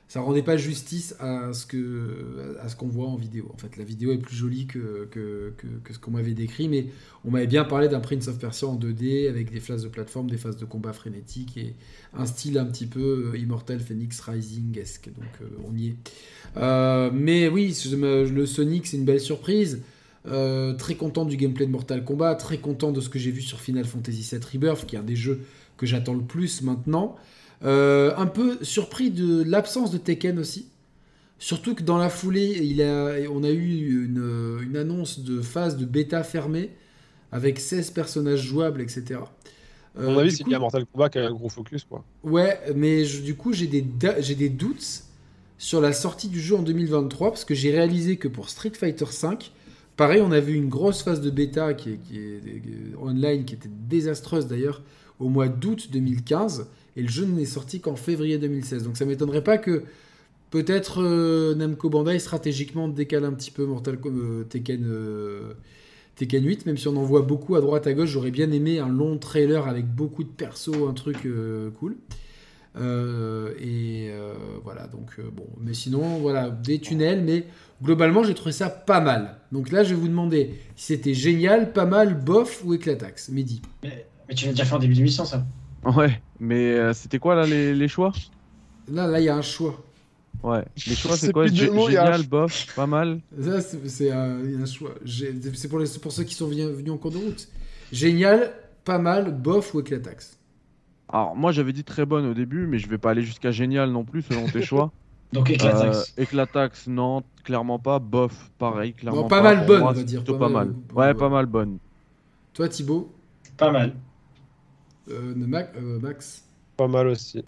Speaker 1: ça rendait pas justice à ce que à ce qu'on voit en vidéo en fait la vidéo est plus jolie que que, que, que ce qu'on m'avait décrit mais on m'avait bien parlé d'un Prince of Persia en 2D avec des phases de plateforme des phases de combat frénétiques et un style un petit peu euh, Immortal Phoenix Rising esque donc euh, on y est Euh, mais oui je me- le Sonic c'est une belle surprise Euh, très content du gameplay de Mortal Kombat, très content de ce que j'ai vu sur Final Fantasy VII Rebirth, qui est un des jeux que j'attends le plus maintenant. Euh, un peu surpris de l'absence de Tekken aussi. Surtout que dans la foulée, il a, on a eu une, une annonce de phase de bêta fermée avec 16 personnages jouables, etc.
Speaker 4: À
Speaker 1: Euh,
Speaker 4: mon avis,
Speaker 1: du
Speaker 4: c'est
Speaker 1: coup-
Speaker 4: bien Mortal Kombat qui a un gros focus, quoi.
Speaker 1: Ouais, mais je- du coup, j'ai des, da- j'ai des doutes sur la sortie du jeu en 2023 parce que j'ai réalisé que pour Street Fighter V, pareil, on a vu une grosse phase de bêta qui est, qui est- qui est online, qui était désastreuse d'ailleurs, au mois d'août 2015 et le jeu n'est sorti qu'en février 2016. Donc ça m'étonnerait pas que peut-être euh, Namco Bandai stratégiquement décale un petit peu Mortal Kombat euh, Tekken. euh, Tekken 8, même si on en voit beaucoup à droite à gauche, j'aurais bien aimé un long trailer avec beaucoup de persos, un truc euh, cool. Euh, et euh, voilà, donc euh, bon. Mais sinon, voilà, des tunnels, mais globalement, j'ai trouvé ça pas mal. Donc là, je vais vous demander si c'était génial, pas mal, bof ou éclataxe. Mehdi.
Speaker 3: Mais tu l'as déjà fait en début d'émission, ça.
Speaker 2: Ouais, mais euh, c'était quoi là les, les choix
Speaker 1: Là, là, il y a un choix.
Speaker 2: Ouais, les choix
Speaker 4: Je sais
Speaker 2: c'est quoi
Speaker 4: plus du
Speaker 2: Gé-
Speaker 4: mot, il y a un
Speaker 2: Génial, bof, pas mal.
Speaker 1: Ça, c'est c'est un, il y a un choix. J'ai- C'est pour, les- c'est pour ceux qui sont vi- venus en cours de route. Génial, pas mal, bof ou éclataxe.
Speaker 2: Alors moi j'avais dit très bonne au début, mais je vais pas aller jusqu'à génial non plus selon tes
Speaker 4: (laughs)
Speaker 2: choix.
Speaker 3: Donc éclataxe.
Speaker 2: Euh, Éclataxe, non, clairement pas. Bof, pareil, clairement
Speaker 1: Non, pas mal bonne,
Speaker 2: Moi,
Speaker 1: on va
Speaker 2: c'est
Speaker 1: dire,
Speaker 2: plutôt
Speaker 1: pas
Speaker 2: Pas,
Speaker 1: mal.
Speaker 2: mal.
Speaker 1: Ouais.
Speaker 2: Ouais, pas mal bonne.
Speaker 1: Toi, Thibaut,
Speaker 3: Pas mal.
Speaker 1: euh, ne- Mac- euh, Max.
Speaker 4: Pas mal aussi.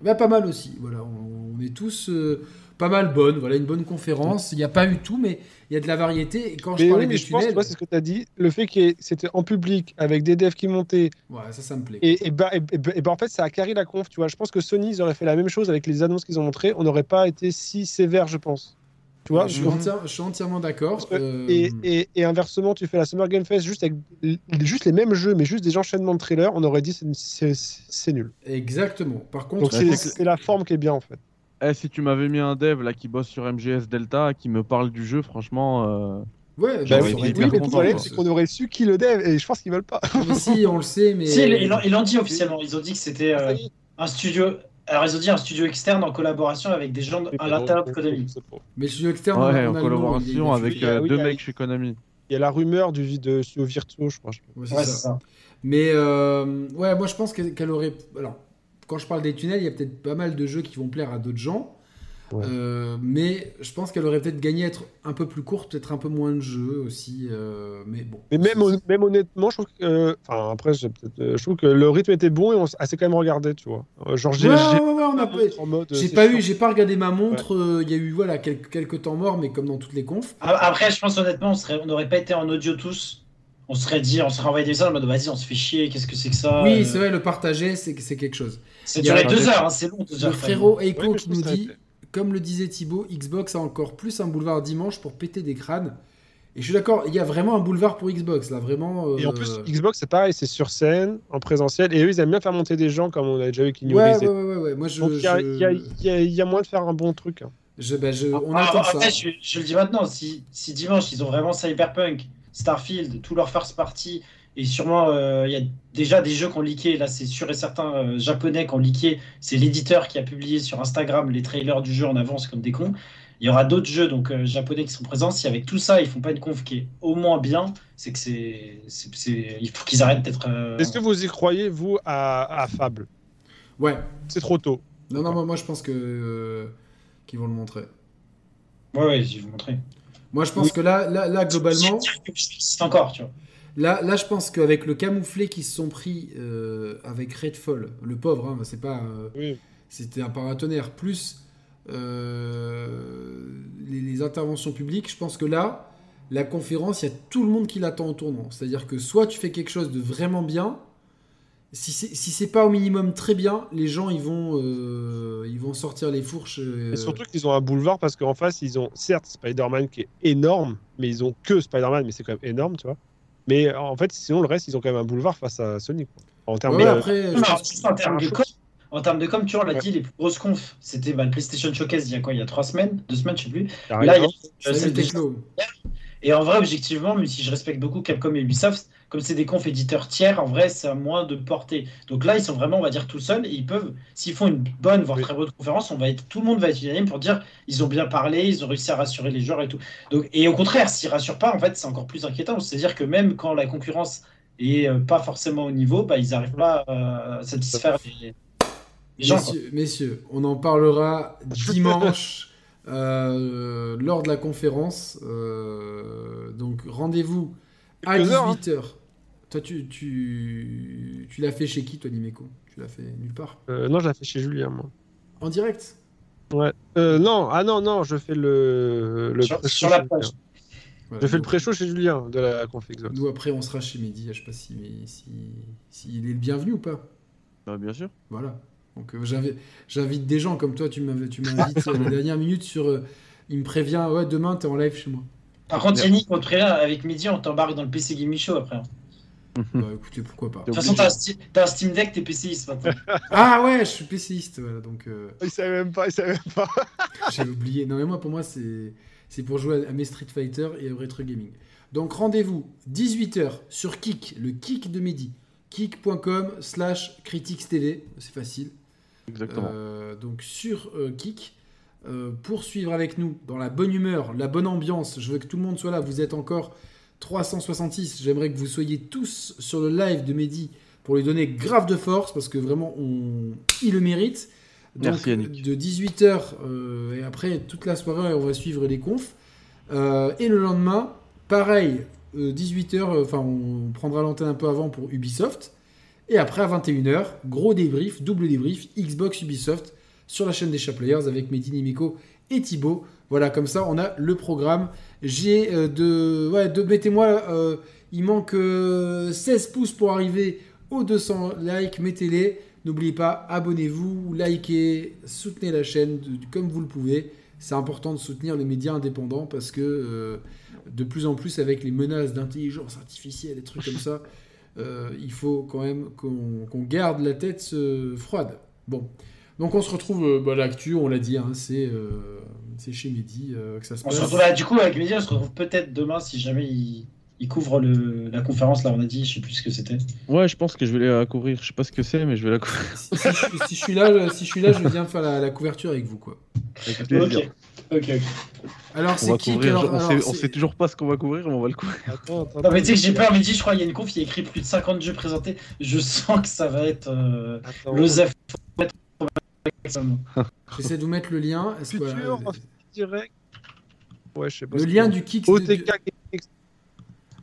Speaker 1: Bah, pas mal aussi. Voilà, on, on est tous euh, pas mal bonnes. Voilà, une bonne conférence. Il n'y a pas eu tout, mais il y a de la variété. Et quand je
Speaker 4: mais
Speaker 1: parlais
Speaker 4: oui, mais
Speaker 1: des
Speaker 4: je pense,
Speaker 1: tunnels,
Speaker 4: tu vois, c'est ce que tu as dit. Le fait que c'était en public, avec des devs qui montaient,
Speaker 1: ouais, ça, ça me plaît.
Speaker 4: et, et, bah, et, et bah- et bah, en fait, ça a carré la conf, tu vois. Je pense que Sony, ils auraient fait la même chose avec les annonces qu'ils ont montrées. On n'aurait pas été si sévère, je pense. Tu vois
Speaker 1: je, suis
Speaker 4: je-
Speaker 1: entière- je suis entièrement d'accord.
Speaker 4: Parce que-
Speaker 1: Euh,
Speaker 4: et, et- et inversement, tu fais la Summer Game Fest juste avec l- juste les mêmes jeux, mais juste des enchaînements de trailers, on aurait dit c'est- c'est c'est nul.
Speaker 1: Exactement. Par
Speaker 4: Donc
Speaker 1: contre,
Speaker 4: c'est
Speaker 2: c'est
Speaker 4: c'est la forme qui est bien en fait.
Speaker 2: Eh, si tu m'avais mis un dev là qui bosse sur MGS Delta, qui me parle du jeu, franchement. euh,
Speaker 1: ouais, bah,
Speaker 2: J'aurais
Speaker 1: ça
Speaker 2: été
Speaker 1: aurait
Speaker 4: oui,
Speaker 1: été
Speaker 2: hyper
Speaker 4: mais le
Speaker 1: cool,
Speaker 2: content,
Speaker 4: problème
Speaker 2: moi.
Speaker 1: hein.
Speaker 4: c'est qu'on aurait su qui le dev et je pense qu'ils veulent pas.
Speaker 1: Mais (laughs) si, on le sait, mais.
Speaker 3: Si, ils ils l'ont- ils l'ont dit officiellement. Ils ont dit que c'était euh,
Speaker 4: Ça y est.
Speaker 3: un studio. Alors, ils ont dit un studio externe en collaboration avec des gens de- à l'intérieur de Konami.
Speaker 1: Mais le studio externe, on a-
Speaker 2: ouais,
Speaker 1: on
Speaker 2: en
Speaker 1: a le nom, il est- il
Speaker 2: collaboration
Speaker 1: est
Speaker 2: avec
Speaker 4: il a-
Speaker 2: euh,
Speaker 4: Ah oui, il
Speaker 2: deux
Speaker 4: a-
Speaker 2: mecs chez Konami.
Speaker 4: Il y a la rumeur du de studio Virtuo, je crois.
Speaker 1: Ouais, c'est
Speaker 3: Ouais,
Speaker 1: ça.
Speaker 3: c'est ça.
Speaker 1: Mais euh, ouais, moi je pense qu'elle qu'elle aurait. Alors, quand je parle des tunnels, il y a peut-être pas mal de jeux qui vont plaire à d'autres gens.
Speaker 4: Ouais.
Speaker 1: Euh, mais je pense qu'elle aurait peut-être gagné à être un peu plus courte, peut-être un peu moins de jeu aussi. euh, mais bon.
Speaker 4: Mais même, hon- même honnêtement, je trouve que. euh, Enfin, après, j'ai peut-être, euh, je trouve que le rythme était bon et on s- elle s'est quand même regardée, tu vois. Euh, Genre, j'ai.
Speaker 1: Ouais,
Speaker 4: j'ai-
Speaker 1: ouais, ouais, on a pas-
Speaker 4: en mode, euh,
Speaker 1: J'ai
Speaker 4: c'est
Speaker 1: pas
Speaker 4: chiant.
Speaker 1: eu, j'ai pas regardé ma montre. euh, Il y a eu voilà quelques, quelques temps morts, mais comme dans toutes les confs.
Speaker 3: A- Après, je pense honnêtement, on serait- on n'aurait pas été en audio tous. On serait dit, on serait envoyé des messages en mode vas-y, on se fait chier, qu'est-ce que c'est que ça
Speaker 4: Ah,
Speaker 1: oui,
Speaker 3: euh,
Speaker 1: c'est vrai, le partager, c'est c'est quelque chose.
Speaker 3: Ça
Speaker 1: Il y a
Speaker 3: durait
Speaker 2: un
Speaker 3: deux
Speaker 2: dé-
Speaker 3: heures, hein, c'est long, deux
Speaker 1: Le
Speaker 3: heures.
Speaker 1: frérot
Speaker 4: Ouais,
Speaker 1: Eiko
Speaker 4: mais je
Speaker 1: qui
Speaker 4: pense
Speaker 1: nous
Speaker 4: que ça a
Speaker 1: dit,
Speaker 4: été-
Speaker 1: comme le disait Thibaut, Xbox a encore plus un boulevard dimanche pour péter des crânes. Et je suis d'accord, il y a vraiment un boulevard pour Xbox là, vraiment.
Speaker 4: Et en
Speaker 1: euh,
Speaker 4: plus, Xbox, c'est pareil, c'est sur scène, en présentiel. Et eux, ils aiment bien faire monter des gens, comme on a déjà vu qu'ils
Speaker 1: Ouais, ouais, ouais, ouais, ouais, Moi, je.
Speaker 4: Donc, il y a-
Speaker 1: je-
Speaker 4: il y, a- il y a- il y a moyen de faire un bon truc. hein.
Speaker 1: je- bah, je- on
Speaker 3: Ah,
Speaker 1: attend
Speaker 3: après,
Speaker 1: ça.
Speaker 3: je, je le dis maintenant, si, si dimanche ils ont vraiment Cyberpunk, Starfield, tout leur first party, et sûrement euh, il y a déjà des jeux qui ont leaké, là c'est sûr et certain, euh, japonais qui ont leaké, c'est l'éditeur qui a publié sur Instagram les trailers du jeu en avance comme des cons. Il y aura d'autres jeux donc euh, japonais qui sont présents. Si avec tout ça ils font pas une conf qui est au moins bien, c'est que c'est, c'est- c'est- il faut qu'ils arrêtent d'être. euh,
Speaker 4: Est-ce que vous y croyez, vous, à, à Fable
Speaker 1: Ouais.
Speaker 4: C'est trop tôt.
Speaker 1: Non, non, moi, moi, je pense que euh, qu'ils vont le montrer.
Speaker 3: Ouais ouais, je vais vous montrer.
Speaker 1: Moi, je pense
Speaker 4: Oui.
Speaker 1: que là, là, là, globalement,
Speaker 3: c'est encore tu vois.
Speaker 1: là, là, je pense qu'avec le camouflet qu'ils se sont pris euh, avec Redfall, le pauvre, hein, c'est pas, euh,
Speaker 4: Oui.
Speaker 1: c'était un paratonnerre, plus euh, les, les interventions publiques, je pense que là, la conférence, il y a tout le monde qui l'attend au tournant. C'est-à-dire que soit tu fais quelque chose de vraiment bien, si c'est si c'est pas au minimum très bien, les gens ils vont euh, ils vont sortir les fourches. euh,
Speaker 4: Et surtout qu'ils ont un boulevard parce qu'en face, ils ont certes Spider-Man qui est énorme, mais ils ont que Spider-Man, mais c'est quand même énorme, tu vois. Mais euh, en fait, sinon, le reste, ils ont quand même un boulevard face à Sony. quoi. En termes
Speaker 1: Ouais,
Speaker 4: de-
Speaker 1: après, je
Speaker 3: Non,
Speaker 1: pense-
Speaker 3: en termes de com, en termes de com, tu vois, on l'a
Speaker 4: Ouais.
Speaker 3: dit, les plus grosses confs, c'était bah, le PlayStation Showcase il y a quoi Il y a trois semaines, deux semaines, je sais plus.
Speaker 4: t'as
Speaker 3: Là, il y
Speaker 4: raison.
Speaker 3: a
Speaker 1: je
Speaker 3: euh,
Speaker 1: sais
Speaker 3: c'est
Speaker 1: le
Speaker 3: des-
Speaker 1: techno.
Speaker 3: Et en vrai, objectivement, même si je respecte beaucoup Capcom et Ubisoft, comme c'est des confs éditeurs tiers, en vrai, c'est à moins de portée. Donc là, ils sont vraiment, on va dire, tout seuls. Et ils peuvent, s'ils font une bonne, voire
Speaker 4: Oui.
Speaker 3: très bonne conférence, on va être, tout le monde va être unanime pour dire ils ont bien parlé, ils ont réussi à rassurer les joueurs et tout. Donc, et au contraire, s'ils rassurent pas, en fait, c'est encore plus inquiétant. C'est-à-dire que même quand la concurrence est euh, pas forcément au niveau, bah, ils n'arrivent pas euh, à satisfaire les, les gens. quoi.
Speaker 1: Messieurs, messieurs, on en parlera
Speaker 4: (laughs)
Speaker 1: dimanche euh, lors de la conférence. Euh, donc rendez-vous à
Speaker 4: Quelques heures, hein.
Speaker 1: 18h. Toi, tu, tu, tu l'as fait chez qui, toi, Nimeco Tu l'as fait nulle part
Speaker 4: Euh, non, je la fais chez Julien, moi.
Speaker 1: En direct
Speaker 4: Ouais. Euh, non, ah non, non, je fais le, le
Speaker 3: Sur-
Speaker 4: pré-show
Speaker 3: sur la
Speaker 4: chez
Speaker 3: page.
Speaker 4: Julien.
Speaker 1: Voilà,
Speaker 4: Je fais le
Speaker 1: donc,
Speaker 4: pré-show chez Julien de la config.
Speaker 1: Nous, après, on sera chez Mehdi. Je sais pas si, mais si, si il est le bienvenu ou pas.
Speaker 2: Bah, bien sûr.
Speaker 1: Voilà. Donc euh, j'invi- j'invite des gens comme toi. Tu m'inv- tu m'invites à la
Speaker 4: (laughs)
Speaker 1: dernière minute sur. euh, il me prévient. Ouais, demain, t'es en live chez moi.
Speaker 3: Par contre, Yannick, au préalable, avec Midi, on t'embarque dans le PC Gaming Show après. hein.
Speaker 1: Bah, écoutez, pourquoi pas.
Speaker 3: De toute façon, t'as un, Steam- t'as un Steam Deck, t'es PCiste maintenant.
Speaker 1: Ah ouais, je suis PCiste, voilà, donc euh,
Speaker 4: Il savait même pas, il savait même pas.
Speaker 1: j'ai oublié. Non mais moi, pour moi, c'est c'est pour jouer à mes Street Fighter et au Retro Gaming. Donc rendez-vous 18h sur Kik, le Kik de midi. Kik.com slash critiques TV, c'est facile.
Speaker 2: Exactement.
Speaker 1: Euh, donc sur euh, Kik, euh, pour suivre avec nous dans la bonne humeur, la bonne ambiance, je veux que tout le monde soit là, vous êtes encore 366, j'aimerais que vous soyez tous sur le live de Mehdi pour lui donner grave de force, parce que vraiment, on... il le mérite. Donc,
Speaker 2: Merci, Yannick.
Speaker 1: De 18h et après toute la soirée, on va suivre les confs. Euh, et le lendemain, pareil, euh, 18h, enfin on prendra l'antenne un peu avant pour Ubisoft. Et après à 21h, gros débrief, double débrief, Xbox Ubisoft sur la chaîne des Chat Players avec Mehdi Nimiko et Thibaut. Voilà, comme ça on a le programme. J'ai euh, de... Ouais, de mettez-moi, euh, il manque euh, 16 pouces pour arriver aux 200 likes, mettez-les. N'oubliez pas, abonnez-vous, likez, soutenez la chaîne de- comme vous le pouvez. C'est important de soutenir les médias indépendants parce que euh, de plus en plus avec les menaces d'intelligence artificielle, des trucs comme ça, euh, il faut quand même qu'on qu'on garde la tête euh, froide. Bon, donc on se retrouve, euh, bah, l'actu, on l'a dit, hein, c'est euh, c'est chez Mehdi euh, que ça se
Speaker 3: On
Speaker 1: passe.
Speaker 3: se retrouve là, du coup, avec Midi, on se retrouve peut-être demain si jamais ils ils couvrent le, la conférence. Là, on a dit, je sais plus ce que c'était.
Speaker 2: Euh, Ouais, je pense que je vais la courir. Je sais pas ce que c'est, mais je vais la courir.
Speaker 1: Si, si je- si je suis là, je- si je suis là, je viens faire la, la couverture avec vous, quoi.
Speaker 2: Avec
Speaker 3: Ok,
Speaker 2: plaisir.
Speaker 3: ok, ok.
Speaker 1: Alors
Speaker 2: On va
Speaker 1: c'est qui
Speaker 2: courir.
Speaker 1: alors-
Speaker 2: genre, on,
Speaker 1: alors,
Speaker 2: sait, on
Speaker 1: c'est-
Speaker 2: sait toujours pas ce qu'on va courir, mais on va le courir.
Speaker 4: Attends, attends.
Speaker 3: Non, mais tu sais que j'ai peur, Midi, je crois, il y a une conf, il y a écrit plus de 50 jeux présentés. Je sens que ça va être euh,
Speaker 4: attends.
Speaker 3: l'osef. Exactement.
Speaker 1: J'essaie de vous mettre le lien. Est-ce que- euh,
Speaker 4: Futur, direct. Ouais, je sais pas.
Speaker 1: le
Speaker 4: ce
Speaker 1: lien
Speaker 4: que-
Speaker 1: du Kix. de-
Speaker 4: OTK.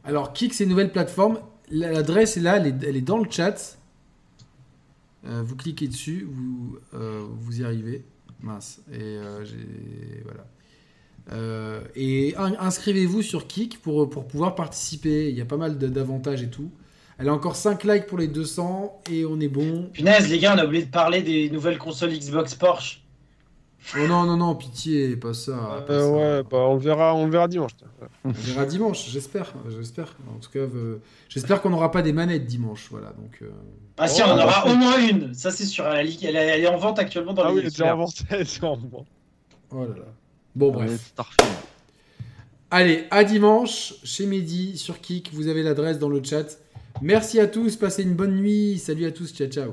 Speaker 1: Alors, Kik, c'est une nouvelle plateforme. L'adresse est là, elle est, elle est dans le chat. Euh, vous cliquez dessus, vous, euh, vous y arrivez. Mince. Et euh, j'ai. Voilà. Euh, et in- inscrivez-vous sur Kik pour, pour pouvoir participer. Il y a pas mal de- d'avantages et tout. Elle a encore 5 likes pour les 200 et on est bon.
Speaker 3: Punaise, les gars, on a oublié de parler des nouvelles consoles Xbox Porsche.
Speaker 1: Oh non, non, non, pitié, pas
Speaker 3: Ah,
Speaker 1: ça. pas ça.
Speaker 4: Euh, ouais, bah, on le verra, on le verra dimanche. tiens.
Speaker 1: On verra dimanche, j'espère. J'espère. En tout cas, euh, j'espère qu'on n'aura pas des manettes dimanche. Voilà, donc. euh,
Speaker 3: Ah si,
Speaker 4: Oh,
Speaker 3: on en
Speaker 4: bah,
Speaker 3: aura
Speaker 4: c'est-
Speaker 3: au moins une. Ça, c'est sur la ligue. Elle, est- elle est en vente actuellement dans
Speaker 4: Ah
Speaker 3: les
Speaker 4: oui, j'ai
Speaker 3: libraires.
Speaker 4: (laughs) inventé, j'ai inventé.
Speaker 1: Oh là là. Bon, bref.
Speaker 2: Ouais, Starfield.
Speaker 1: Allez, à dimanche, chez Mehdi, sur Kik. Vous avez l'adresse dans le chat. Merci à tous. Passez une bonne nuit. Salut à tous. Ciao, ciao.